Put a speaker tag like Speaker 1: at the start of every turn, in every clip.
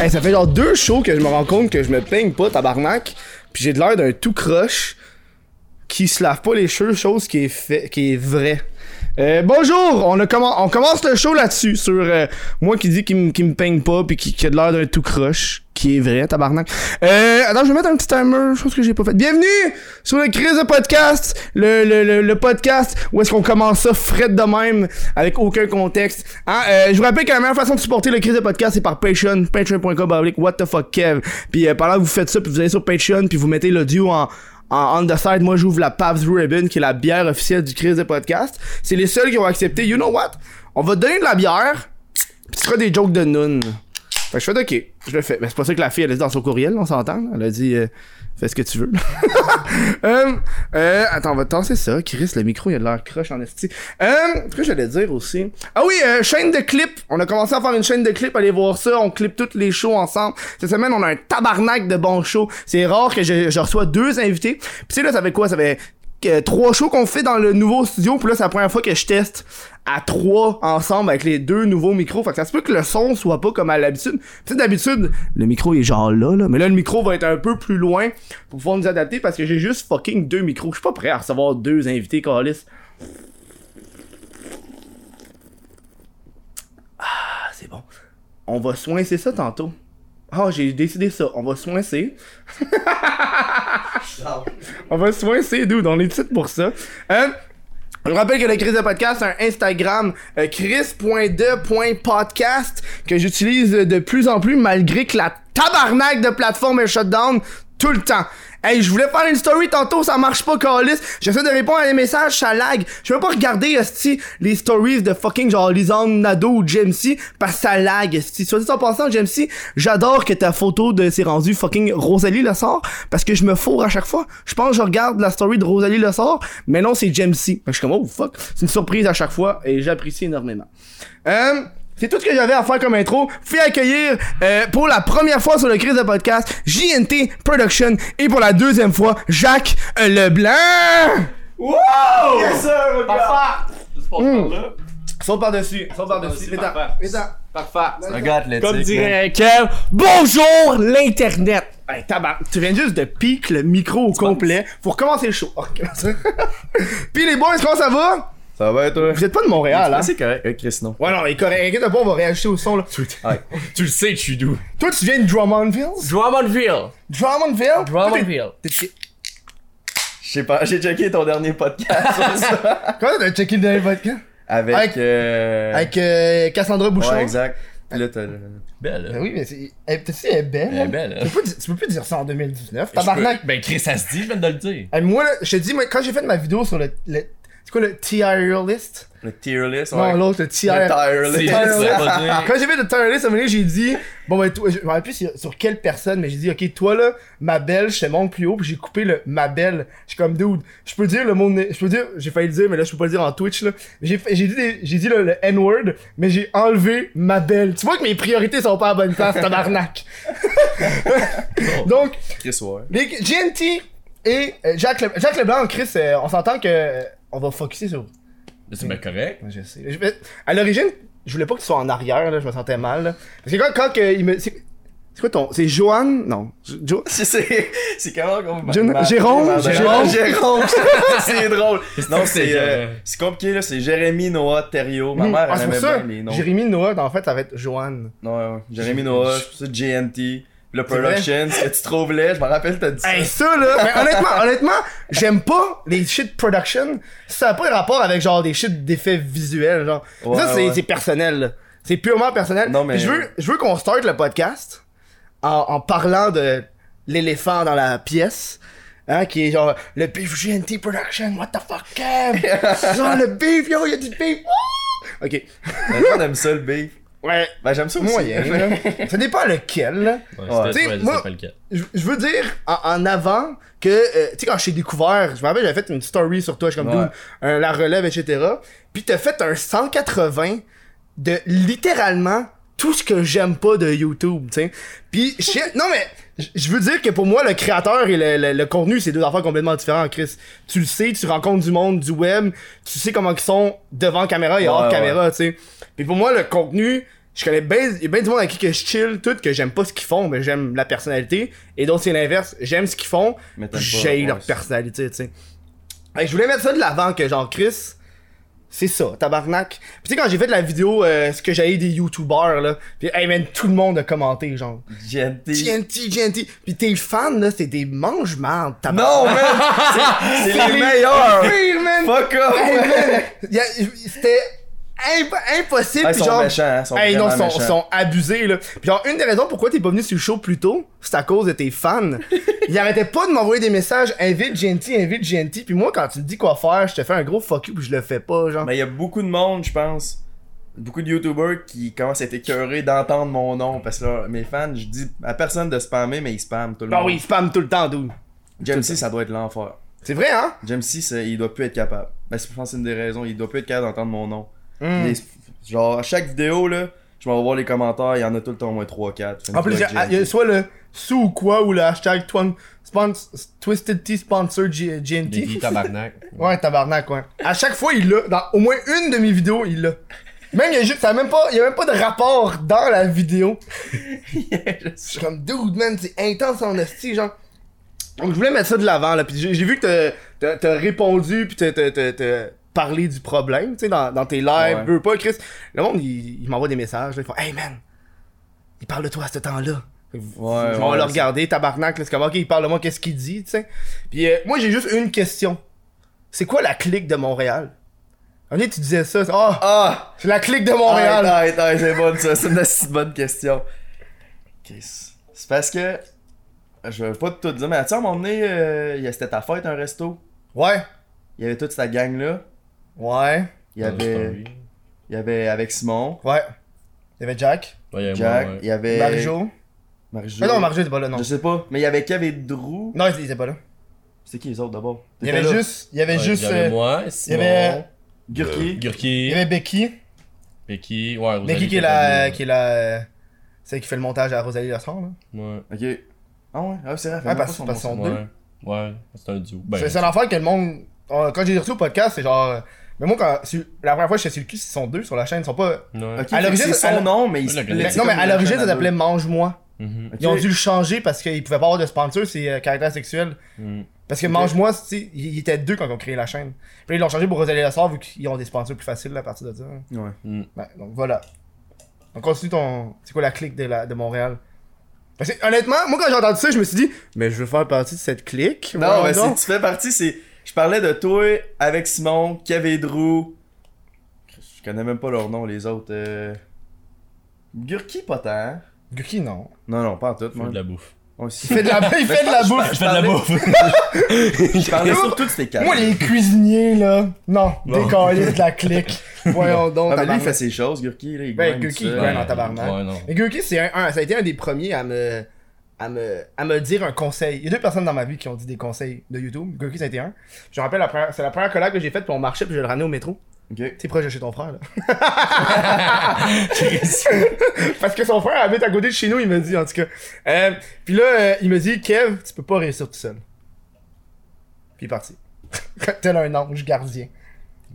Speaker 1: Hey, ça fait genre deux shows que je me rends compte que je me plaigne pas, tabarnak. Puis j'ai de l'air d'un tout croche qui se lave pas les cheveux, chose qui est, fait, qui est vrai. Euh, bonjour, on, a commen- on commence le show là-dessus, sur euh, moi qui dis qu'il me- qu'il me peigne pas puis qui, qui a de l'air d'un tout croche, qui est vrai, tabarnak. Euh, attends, je vais mettre un petit timer, chose que j'ai pas faite. Bienvenue sur le Crise de Podcast, le, le, le, le podcast où est-ce qu'on commence ça fret de même, avec aucun contexte. Hein, euh, je vous rappelle que la meilleure façon de supporter le Crise de Podcast, c'est par Patreon, patreon.com, bablique, what the fuck, Kev. Puis euh, pendant que vous faites ça, puis vous allez sur Patreon, puis vous mettez l'audio en en on the side, moi j'ouvre la Pabst Blue Ribbon qui est la bière officielle du Chris de podcast. C'est les seuls qui ont accepté. You know what? On va te donner de la bière, pis tu feras des jokes de noon. Fait que je fais ok, je le fais. Mais c'est pas ça que la fille elle a dit dans son courriel, on s'entend. là. Elle a dit euh, fais ce que tu veux. Hum, euh, attends, on va tasser ça. Chris, le micro, il a de l'air croche en esti. Hum, ce que j'allais dire aussi. Ah oui, euh, chaîne de clips. On a commencé à faire une chaîne de clips. Allez voir ça. On clip toutes les shows ensemble. Cette semaine, on a un tabarnak de bons shows. C'est rare que je, je reçois deux invités. Puis tu sais, là, ça fait quoi? Ça fait euh, trois shows qu'on fait dans le nouveau studio. Puis là, c'est la première fois que je teste à trois ensemble avec les deux nouveaux micros. Fait que ça se peut que le son soit pas comme à l'habitude. Puis tu sais, d'habitude, le micro est genre là, là. Mais là, le micro va être un peu plus loin pour pouvoir nous adapter parce que j'ai juste fucking deux micros. Je suis pas prêt à recevoir deux invités, Carlis. Ah, c'est bon. On va soincer ça tantôt. Ah, j'ai décidé ça. On va soincer. On va soincer, dude. On est titre pour ça. Hein? Je vous rappelle que le Chris de Podcast, c'est un Instagram, euh, chris.de.podcast, que j'utilise de plus en plus, malgré que la tabarnak de plateforme est shutdown tout le temps. Hey, je voulais faire une story tantôt, ça marche pas, Calis. J'essaie de répondre à des messages, ça lag. Je peux pas regarder, hostie, les stories de fucking genre Lisanne Nado ou Jamesy, parce que ça lag, hostie. Soit dit en passant, Jamesy, j'adore que ta photo de s'est rendue fucking Rosalie le sort, parce que je me fourre à chaque fois. Je pense que je regarde la story de Rosalie le sort, mais non, c'est Jamesy. Je suis comme, oh fuck. C'est une surprise à chaque fois, et j'apprécie énormément. Hum, c'est tout ce que j'avais à faire comme intro. Fui accueillir euh, pour la première fois sur le crise de podcast JNT Production et pour la deuxième fois Jacques euh, Leblanc. Wow! Yes sir, mon gars.
Speaker 2: Juste pour faire là.
Speaker 1: Hmm. Saute par-dessus, saute par-dessus.
Speaker 2: Par-dessus,
Speaker 1: Mets ta-
Speaker 2: parfait.
Speaker 1: mets ta-
Speaker 2: Parfait.
Speaker 3: Un gars athlétique.
Speaker 2: Comme
Speaker 3: man.
Speaker 2: dirait Kev, bonjour l'Internet!
Speaker 1: Hey, tabac, tu viens juste de pique le micro au complet pour commencer le show. Ok. Puis les boys, comment ça va?
Speaker 3: Ça va être.
Speaker 1: Vous êtes pas de Montréal, hein?
Speaker 3: C'est correct, avec Euh, Chris, non.
Speaker 1: Ouais, non, mais correct. Inquiète pas, on va réajuster au son, là.
Speaker 2: Tu le sais que je suis doux.
Speaker 1: Toi, tu viens de Drummondville?
Speaker 2: Drummondville!
Speaker 1: Drummondville? Toi, t'es-
Speaker 2: Drummondville.
Speaker 1: t'es-
Speaker 3: Je sais pas, j'ai checké ton dernier podcast sur ça.
Speaker 1: Ah, Comment t'as checké le dernier podcast?
Speaker 3: Avec.
Speaker 1: Avec-
Speaker 3: euh...
Speaker 1: Avec euh, Cassandra Bouchon.
Speaker 3: Ouais, exact. Puis là, t'as. le-
Speaker 1: Ben
Speaker 2: Belle, hein?
Speaker 1: oui, mais c'est. Elle, t'as dit, elle est belle.
Speaker 2: Elle est
Speaker 1: hein?
Speaker 2: belle, hein?
Speaker 1: Tu peux, pas dire- tu peux plus dire ça en 2019.
Speaker 2: hein?
Speaker 1: Tabarnak.
Speaker 2: Ben Chris, ça se dit, je viens de le dire.
Speaker 1: Hey, moi, là, je te dis, moi, quand j'ai fait ma vidéo sur le. le c'est quoi le TIR list
Speaker 3: Le tier list.
Speaker 1: Non, l'autre, le TIR.
Speaker 3: Le tier list.
Speaker 2: C'est
Speaker 1: tier
Speaker 2: ça,
Speaker 1: list.
Speaker 2: va dire.
Speaker 1: Quand j'ai fait le tier list, à un moment donné, j'ai dit. Bon, ben, toi, je me rappelle plus sur- sur quelle personne, mais j'ai dit, ok, toi là, ma belle, je te monte plus haut, puis j'ai coupé le ma belle. Je suis comme, dude, je peux dire le mot. né- Je peux dire, j'ai failli le dire, mais là, je peux pas le dire en Twitch, là. J'ai fait- j'ai dit, des- j'ai dit là, le N-word, mais j'ai enlevé ma belle. Tu vois que mes priorités sont pas à bonne place, tabarnak. Donc,
Speaker 3: Chris, ouais.
Speaker 1: les GNT et euh, Jacques, Le- Jacques Leblanc, Chris, euh, on s'entend que euh, on va focuser sur.
Speaker 2: Mais C'est bien correct.
Speaker 1: Je sais. Je vais- à l'origine, je voulais pas que tu sois en arrière, là, je me sentais mal. là. Parce que quand, quand que il me. C'est c'est quoi ton. C'est Johan Non. Jo- Jo-
Speaker 3: C'est- C'est c'est comment qu'on m'a-
Speaker 1: Jérôme,
Speaker 3: m'a-
Speaker 1: Jérôme,
Speaker 3: m'a-
Speaker 1: Jérôme.
Speaker 3: Jérôme, c'est drôle. Non, c'est
Speaker 2: C'est,
Speaker 3: euh,
Speaker 2: euh,
Speaker 3: c'est compliqué là, c'est Jérémy Noah Thériault. Ma mère
Speaker 1: Ah,
Speaker 3: elle
Speaker 1: c'est pour
Speaker 3: aimait
Speaker 1: ça.
Speaker 3: bien les noms.
Speaker 1: Jérémy Noah, en fait, ça va être Johan.
Speaker 3: Non, ouais, ouais. Jérémy Noah, c'est pour ça JNT, le
Speaker 1: C'est vrai?
Speaker 3: production, ce que tu trouves laid, je me rappelle t'as dit ça.
Speaker 1: Hey, ça là, mais honnêtement, honnêtement, j'aime pas les shit production. Ça a pas de rapport avec genre des shit d'effets visuels, genre.
Speaker 3: Ouais,
Speaker 1: ça c'est
Speaker 3: ouais.
Speaker 1: c'est personnel. là. C'est purement personnel.
Speaker 3: Non, mais-
Speaker 1: Puis Je veux, je veux qu'on starte le podcast en, en parlant de l'éléphant dans la pièce. Hein, qui est genre le beef GNT production, what the fuck, Kev? genre le beef, yo, y'a du beef, wouh! Ok.
Speaker 3: Mais nous, on aime ça le beef.
Speaker 1: Ouais,
Speaker 3: Ben j'aime ça aussi.
Speaker 1: moyen, là. Ça dépend lequel, là.
Speaker 2: Ouais,
Speaker 1: T'sais,
Speaker 2: c'était- ouais,
Speaker 1: moi-
Speaker 2: c'était pas le cas.
Speaker 1: je je veux dire en, en avant que euh, tu sais quand je t'ai découvert je me rappelle j'avais fait une story sur toi je suis comme
Speaker 3: Ouais.
Speaker 1: Dude, euh, la relève etc puis t'as fait un 180 de littéralement tout ce que j'aime pas de YouTube, tu sais. Puis, je sais- non mais, j- je veux dire que pour moi, le créateur et le, le- le contenu, c'est deux affaires complètement différentes, Chris. Tu le sais, tu rencontres du monde, du web, tu sais comment ils sont devant caméra et hors
Speaker 3: Ouais, ouais.
Speaker 1: caméra, tu sais. Puis pour moi, le contenu, je connais bien, il y a bien du monde avec qui que je chill, tout, que j'aime pas ce qu'ils font, mais j'aime la personnalité. Et d'autres, c'est l'inverse, j'aime ce qu'ils font,
Speaker 3: Mais t'aimes pas,
Speaker 1: j'ai
Speaker 3: ouais,
Speaker 1: leur
Speaker 3: c'est-
Speaker 1: personnalité, tu sais. Hey, je voulais mettre ça de l'avant que genre Chris, c'est ça, tabarnak. Puis tu sais quand j'ai fait la vidéo euh, ce que j'avais des youtubeurs là, puis hey man tout le monde a commenté genre
Speaker 3: GNT.
Speaker 1: TNT TNT, puis tes fans là, c'est des mange marde tabarnak.
Speaker 3: Non, man! C'est- C'est les meilleurs!
Speaker 1: Pire, man.
Speaker 3: Fuck off!
Speaker 1: Hey, man. Y a- c'était imp- impossible
Speaker 3: Ah, ils
Speaker 1: puis
Speaker 3: sont
Speaker 1: genre
Speaker 3: méchants, ils sont
Speaker 1: Hey, non,
Speaker 3: vraiment
Speaker 1: sont,
Speaker 3: méchants.
Speaker 1: sont abusés là. Puis genre une des raisons pourquoi t'es pas venu sur le show plus tôt, c'est à cause de tes fans. Ils arrêtaient pas de m'envoyer des messages invite gentil, invite gentil. Puis moi quand tu me dis quoi faire, je te fais un gros fuck you puis je le fais pas genre.
Speaker 3: Mais il y a beaucoup de monde, je pense. Beaucoup de youtubeurs qui commencent à être écœurés d'entendre mon nom parce que là, mes fans, je dis à personne de spammer, mais ils spamment tout le
Speaker 1: Ah
Speaker 3: monde.
Speaker 1: oui, il spam tout le temps dude.
Speaker 3: James C, ça doit être l'enfer.
Speaker 1: C'est vrai hein
Speaker 3: James C, c'est- il doit plus être capable. Ben, c'est- je pense que c'est une des raisons, il doit plus être capable d'entendre mon nom.
Speaker 1: Mm.
Speaker 3: Les- genre, à chaque vidéo, là, je m'en vais voir les commentaires, il y en a tout le temps au moins 3-4.
Speaker 1: En plus, il y a- il y a soit le sous ou quoi ou le hashtag twan- spons- Twisted Tea Sponsor G-
Speaker 2: Des vies
Speaker 1: GNT.
Speaker 2: tabarnak.
Speaker 1: Ouais, tabarnak, ouais. À chaque fois, il l'a. Dans au moins une de mes vidéos, il l'a. Même, il y a juste, ça a même pas, il y a même pas de rapport dans la vidéo. Je suis comme, dude, man, c'est intense en esti, genre. Donc, je voulais mettre ça de l'avant, là. Puis j'ai j'ai vu que t'as- t'as- t'as répondu, puis t'as- t'as t'as- t'as parlé du problème, tu sais, dans, dans tes lives.
Speaker 3: Ouais.
Speaker 1: Veux pas, Chris. Le monde, il, il m'envoie des messages, là. Ils font, hey, man, il parle de toi à ce temps-là.
Speaker 3: Ouais,
Speaker 1: je vais
Speaker 3: ouais,
Speaker 1: le
Speaker 3: c'est-
Speaker 1: regarder, tabarnak, là, c'est comme, ok, il parle de moi, qu'est-ce qu'il dit, tu sais. Puis euh, moi, j'ai juste une question. C'est quoi la clique de Montréal? Un moment donné, tu disais ça, c'est- ah,
Speaker 3: Ah!
Speaker 1: c'est la clique de
Speaker 3: Montréal!
Speaker 1: Montréal.
Speaker 3: arrête, arrête, c'est bon, ça. C'est une assez bonne question. Qu'est-ce- C'est parce que. Je veux pas tout dire, mais tu à un moment donné, euh, il y a- c'était ta fête, un resto.
Speaker 1: Ouais,
Speaker 3: Il y avait toute cette gang-là.
Speaker 1: ouais,
Speaker 3: Il y avait. Il y avait avec Simon,
Speaker 1: ouais. Il y avait Jack,
Speaker 3: Jack, il y avait.
Speaker 1: Marjo.
Speaker 3: Marjo.
Speaker 1: Mais Ah non, Marjo était pas là, non.
Speaker 3: Je sais pas, mais il y avait Kev et Drew.
Speaker 1: Non, il était pas là.
Speaker 3: C'est qui les autres d'abord
Speaker 1: Il y avait juste, il y avait juste,
Speaker 2: Il y avait
Speaker 1: euh,
Speaker 2: moi,
Speaker 1: il y avait,
Speaker 2: Simon,
Speaker 3: Gurki.
Speaker 1: il
Speaker 2: Gurki,
Speaker 1: y avait Becky.
Speaker 2: Becky, ouais, Rosalie.
Speaker 1: Becky qui est
Speaker 2: venue.
Speaker 1: la, qui est la, celle qui fait le montage à Rosalie Le Soir, là.
Speaker 2: Ouais,
Speaker 3: Ok. Ah ouais, ah, c'est vrai.
Speaker 1: Ouais,
Speaker 3: même
Speaker 1: parce
Speaker 3: pas son
Speaker 1: parce
Speaker 3: nom.
Speaker 1: qu'ils sont deux.
Speaker 2: ouais, ouais, c'est un duo. Ben,
Speaker 1: C'est c'est l'affaire que le monde. euh, Quand j'ai reçu au podcast, c'est genre. euh, Mais moi, quand, sur- la première fois que j'étais sur le cul, ils sont deux sur la chaîne, ils sont pas.
Speaker 2: ouais.
Speaker 3: Ok,
Speaker 1: À
Speaker 3: fait que
Speaker 1: l'origine,
Speaker 3: c'est
Speaker 1: à
Speaker 3: son
Speaker 1: l'o-
Speaker 3: nom, mais il
Speaker 2: Ouais, la-
Speaker 3: split,
Speaker 2: Mais
Speaker 3: c'est
Speaker 1: non, mais
Speaker 3: comme
Speaker 1: à
Speaker 3: une
Speaker 1: l'origine,
Speaker 3: chaîne
Speaker 1: ça
Speaker 3: à
Speaker 1: s'appelait
Speaker 3: deux.
Speaker 1: Mange-moi.
Speaker 2: Mhm.
Speaker 3: Ok.
Speaker 1: Ils ont dû le changer parce qu'ils pouvaient pas avoir de sponsor, c'est euh, caractère sexuel.
Speaker 2: Mhm.
Speaker 1: Parce que
Speaker 3: Ok.
Speaker 1: Mange-moi, tu sais, ils ils étaient deux quand ils ont créé la chaîne. Puis ils l'ont changé pour Rosalie Lassard vu qu'ils ont des sponsors plus faciles à partir de ça.
Speaker 3: Ouais.
Speaker 1: Ouais, donc voilà. On continue ton. C'est quoi la clique de, la... de Montréal Parce que, honnêtement, moi quand j'ai entendu ça, je me suis dit, mais je veux faire partie de cette clique.
Speaker 3: Non,
Speaker 1: voyons
Speaker 3: mais si
Speaker 1: donc.
Speaker 3: tu fais partie, c'est. Je parlais de toi, avec Simon, Kev et Drew. Je connais même pas leur nom, les autres. euh, Gurki, pas tant. hein?
Speaker 1: Guki, non.
Speaker 3: Non, non, pas en tout,
Speaker 2: Fais
Speaker 3: moi. Oh,
Speaker 2: de la bouffe.
Speaker 1: Il
Speaker 3: Moi aussi.
Speaker 1: fait de la, il fait de la bouffe.
Speaker 2: Je fais de la bouffe.
Speaker 3: Je parlais surtout de ces quatre. Ah,
Speaker 1: Moi, les cuisiniers, là, non, des décollés de la clique. Voyons donc.
Speaker 3: Ah, mais lui, il
Speaker 1: tabarnak.
Speaker 3: fait ses choses, Gurki, là, il
Speaker 1: Ouais,
Speaker 3: gagne
Speaker 1: Gurki,
Speaker 3: tout
Speaker 1: il
Speaker 3: seul.
Speaker 1: gagne. Ouais, non, tabarnak.
Speaker 2: Ouais, non.
Speaker 1: Mais Gurki, c'est un, un- ça a été un des premiers à me, à me, à me dire un conseil. Il y a deux personnes dans ma vie qui ont dit des conseils de YouTube. Gurki, ça a été un. Je me rappelle, la première- c'est la première collab que j'ai faite, puis on marchait, puis je le ramenais au métro.
Speaker 3: Ok.
Speaker 1: T'es proche de chez ton frère, là. Parce que son frère habite à côté de chez nous, il me dit, en tout cas. Euh, puis là, euh, il me dit, Kev, tu peux pas réussir tout seul. Puis il est parti. Tel un ange gardien.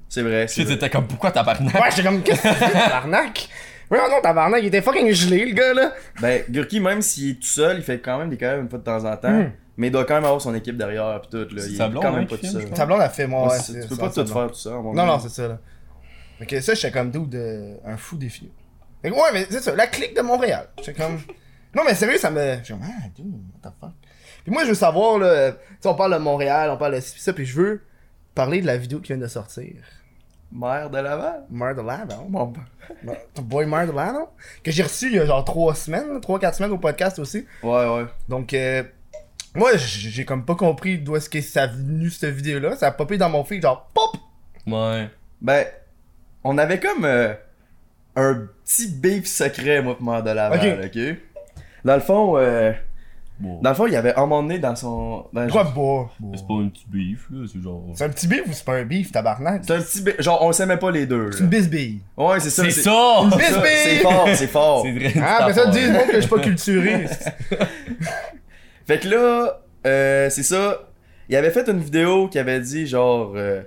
Speaker 3: C'est vrai,
Speaker 2: Tu
Speaker 3: c'est vrai.
Speaker 2: étais comme, pourquoi tabarnak?
Speaker 1: Ouais, j'étais comme, qu'est-ce que c'est, tabarnak? Ouais, non, tabarnak, il était fucking gelé, le gars, là.
Speaker 3: Ben, Gurki, même s'il est tout seul, il fait quand même des collabs une fois de temps en temps.
Speaker 1: Mm.
Speaker 3: Mais il doit quand même avoir son équipe derrière pis tout. Là.
Speaker 2: C'est
Speaker 3: Il est
Speaker 2: Sablon,
Speaker 3: quand
Speaker 2: hein,
Speaker 3: même pas
Speaker 2: qui
Speaker 3: tout
Speaker 2: filme,
Speaker 3: seul.
Speaker 2: je pense.
Speaker 1: Sablon a fait, moi,
Speaker 3: Ouais,
Speaker 1: ouais.
Speaker 3: c'est-
Speaker 1: c'est-
Speaker 3: tu peux
Speaker 1: c'est
Speaker 3: pas
Speaker 1: ensemble.
Speaker 3: tout faire tout seul. à mon
Speaker 1: Non,
Speaker 3: avis.
Speaker 1: non, c'est ça, là. Fait que ça, j'étais comme, dude, euh, un fou défi. Fait que, ouais, mais c'est ça, la clique de Montréal. J'étais comme. Non, mais sérieux, ça me. J'étais comme, ah, dude, what the fuck. Puis moi, je veux savoir, là, tu sais, on parle de Montréal, on parle de ci, pis ça, puis je veux parler de la vidéo qui vient de sortir.
Speaker 3: Maire de Laval.
Speaker 1: Murder Lano.
Speaker 3: Mon p-
Speaker 1: Ton boy Murder Lano. Que j'ai reçu il y a genre 3 semaines, 3-4 semaines au podcast aussi.
Speaker 3: Ouais, ouais.
Speaker 1: Donc, euh, moi, j- j'ai comme pas compris d'où est-ce que ça a venu, cette vidéo-là. Ça a popé dans mon feed, genre, pop!
Speaker 2: Ouais.
Speaker 3: Ben, on avait comme euh, un petit beef secret, moi, pour Maire de Laval, ok? Dans le fond, euh,
Speaker 2: Bon.
Speaker 3: Dans le fond, il y avait un moment donné dans son. dans-
Speaker 1: Pourquoi boire?
Speaker 2: C'est pas un petit beef, là, c'est genre.
Speaker 1: C'est un petit bif ou c'est pas un bif, tabarnak?
Speaker 3: C'est un petit. bé- Genre, on s'aimait pas les deux.
Speaker 1: C'est une
Speaker 3: là.
Speaker 1: bisbille.
Speaker 3: Ouais, c'est ça.
Speaker 2: C'est ça!
Speaker 1: Bisbille!
Speaker 3: ça, C'est fort, c'est fort.
Speaker 2: C'est vrai.
Speaker 1: Ah, mais ça,
Speaker 2: cette
Speaker 1: dis
Speaker 2: affaire.
Speaker 1: moi que je suis pas culturé.
Speaker 3: Fait que là, euh, c'est ça. Il avait fait une vidéo qui avait dit genre. euh,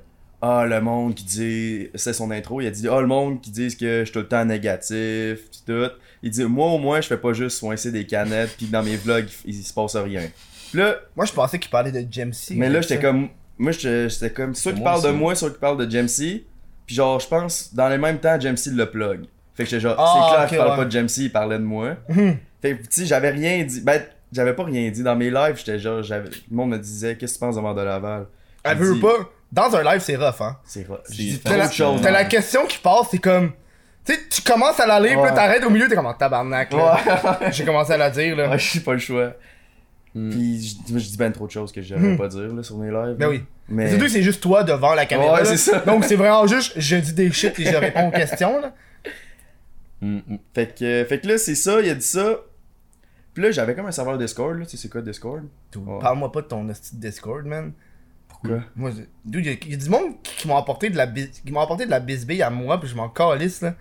Speaker 3: ah, le monde qui dit. C'est son intro. Il a dit Ah, le monde qui dit que je suis tout le temps négatif. pis tout. Il dit Moi, au moins, je fais pas juste soincer des canettes. Puis dans mes vlogs, il, il se passe rien. Pis là,
Speaker 1: Moi, je pensais qu'il parlait de Jamesy.
Speaker 3: mais là, j'étais comme. Moi, j'étais j'étais comme. Ceux qui
Speaker 2: Moi
Speaker 3: parlent de
Speaker 2: aussi.
Speaker 3: moi, ceux qui parlent de Jamesy. Puis genre, je pense, dans le même temps, Jamesy le plug. Fait que j'étais genre,
Speaker 1: Ah,
Speaker 3: c'est clair
Speaker 1: ok,
Speaker 3: qu'il parle
Speaker 1: ouais.
Speaker 3: pas de Jamesy, il parlait de moi.
Speaker 1: Hum.
Speaker 3: Fait que, tu sais, j'avais rien dit. Ben, j'avais pas rien dit. Dans mes lives, j'étais genre, j'avais... le monde me disait, qu'est-ce que tu penses de Mort de Laval
Speaker 1: Elle
Speaker 3: J'ai
Speaker 1: veut
Speaker 3: dit,
Speaker 1: pas. Dans un live, c'est rough, hein.
Speaker 3: C'est
Speaker 2: C'est
Speaker 3: J'ai dit
Speaker 2: fait
Speaker 3: trop
Speaker 1: la-
Speaker 3: de choses.
Speaker 1: T'as la question qui passe, c'est comme. Tu sais, tu commences à la lire, puis là,
Speaker 3: Ouais.
Speaker 1: t'arrêtes au milieu, t'es comme en tabarnak, là. J'ai commencé à la dire, là.
Speaker 3: Ouais, j'ai pas le choix.
Speaker 2: Hmm.
Speaker 3: Puis, je- moi, je dis ben trop de choses que je devrais
Speaker 1: Hmm.
Speaker 3: pas dire là, sur mes lives.
Speaker 1: Ben
Speaker 3: là.
Speaker 1: oui.
Speaker 3: Mais.
Speaker 1: Surtout que c'est juste toi devant la caméra.
Speaker 3: Ouais,
Speaker 1: là.
Speaker 3: c'est ça.
Speaker 1: Donc, c'est vraiment juste, je dis des shit et je réponds aux questions, là.
Speaker 2: Hum, hum.
Speaker 3: Fait que, fait que là, c'est ça, il a dit ça. Puis là, j'avais comme un serveur Discord, là. Tu sais, c'est quoi Discord
Speaker 1: Dude,
Speaker 3: Ouais.
Speaker 1: Parle-moi pas de ton hostie de Discord, man.
Speaker 3: Pourquoi
Speaker 1: Moi, je- dude, y a, y a du monde qui, qui m'ont apporté de la bis- qui m'ont apporté de la bisbille à moi, puis je m'en calisse, là.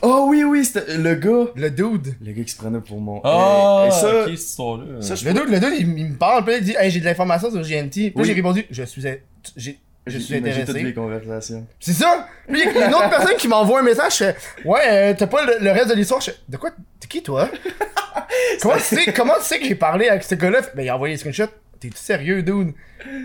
Speaker 3: Oh oui, oui, c'était le gars.
Speaker 1: Le dude.
Speaker 3: Le gars qui se prenait pour mon.
Speaker 2: Ah,
Speaker 3: Et- et ça,
Speaker 2: ok, cette histoire-là.
Speaker 3: ça, je
Speaker 1: Le dude, le dude, il, il me parle, puis là, il dit, hey, j'ai de l'information sur GNT. Puis là,
Speaker 3: Oui.
Speaker 1: j'ai répondu, je suis, in- j'ai- je suis
Speaker 3: J'ai toutes les
Speaker 1: intéressé.
Speaker 3: conversations.
Speaker 1: C'est ça! Puis il y a une autre personne qui m'envoie un message, je fais, ouais, euh, t'as pas le, le reste de l'histoire, je fais, de quoi, t'es qui toi? comment, tu sais, comment tu sais que j'ai parlé avec ce gars-là? Ben, il a envoyé les screenshots, t'es-tu sérieux, dude?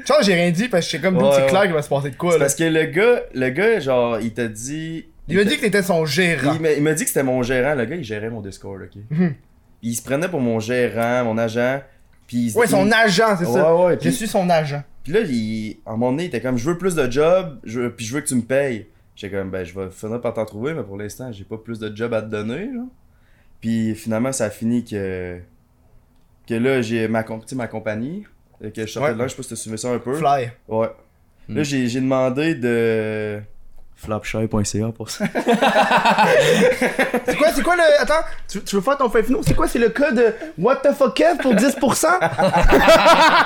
Speaker 1: Genre, j'ai rien dit, parce que j'étais comme, dude,
Speaker 3: Ouais,
Speaker 1: c'est
Speaker 3: ouais.
Speaker 1: clair qu'il va se passer de quoi,
Speaker 3: C'est
Speaker 1: là.
Speaker 3: parce que le gars, le gars, genre, il t'a dit.
Speaker 1: Il m'a dit que t'étais son
Speaker 3: Il
Speaker 1: gérant.
Speaker 3: m'a- il m'a dit que c'était mon gérant, le gars, il gérait mon Discord, ok?
Speaker 1: Mhm.
Speaker 3: Il se prenait pour mon gérant, mon agent, puis il se-
Speaker 1: Ouais, son
Speaker 3: il-
Speaker 1: agent, c'est ça.
Speaker 3: Ouais, ouais,
Speaker 1: Je
Speaker 3: puis,
Speaker 1: suis son agent.
Speaker 3: puis là, il, à un moment donné, il était comme, je veux plus de job, je veux- puis je veux que tu me payes. J'étais comme, ben, je vais finir par t'en trouver, mais pour l'instant, j'ai pas plus de job à te donner, genre. Puis finalement, ça a fini que. Que là, j'ai ma, com- tu sais, ma compagnie, euh, que je sortais
Speaker 1: Ouais.
Speaker 3: de là, je sais pas si tu suivais ça un peu.
Speaker 1: Fly.
Speaker 3: Ouais.
Speaker 2: Mm.
Speaker 3: Là, j'ai j'ai demandé de. Flapshy.ca pour ça.
Speaker 1: C'est quoi, c'est quoi le. Attends, tu, tu veux faire ton fait finot? C'est quoi, c'est le code euh, What the fuck Kev pour 10%?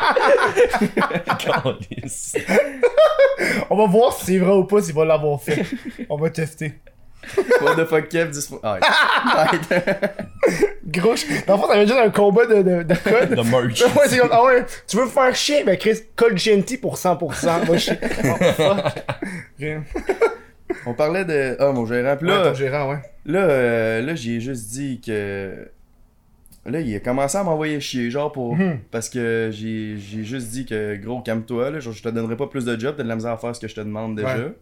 Speaker 2: Calisse.
Speaker 1: On va voir si c'est vrai ou pas, s'il va l'avoir fait. On va tester.
Speaker 3: What the fuck, Kev, 10 Ah, ouais. Arrête.
Speaker 1: Gros, je- dans le fond, ça veut dire un combat de, de, de code.
Speaker 2: The merch.
Speaker 1: Ouais, c'est comme, ah ouais, tu veux me faire chier? Ben, Chris, code GNT pour 100%. Moi, je suis. Oh, fuck. Rien.
Speaker 3: On parlait de. Ah, mon gérant. Puis
Speaker 1: Ouais,
Speaker 3: là,
Speaker 1: ton gérant, ouais.
Speaker 3: là, euh, là j'ai juste dit que. Là, il a commencé à m'envoyer chier, genre pour.
Speaker 1: Mhm.
Speaker 3: Parce que j'ai j'ai juste dit que, gros, calme-toi, là. Genre, je te donnerai pas plus de job, t'as de la misère à faire ce que je te demande déjà.
Speaker 1: Ouais.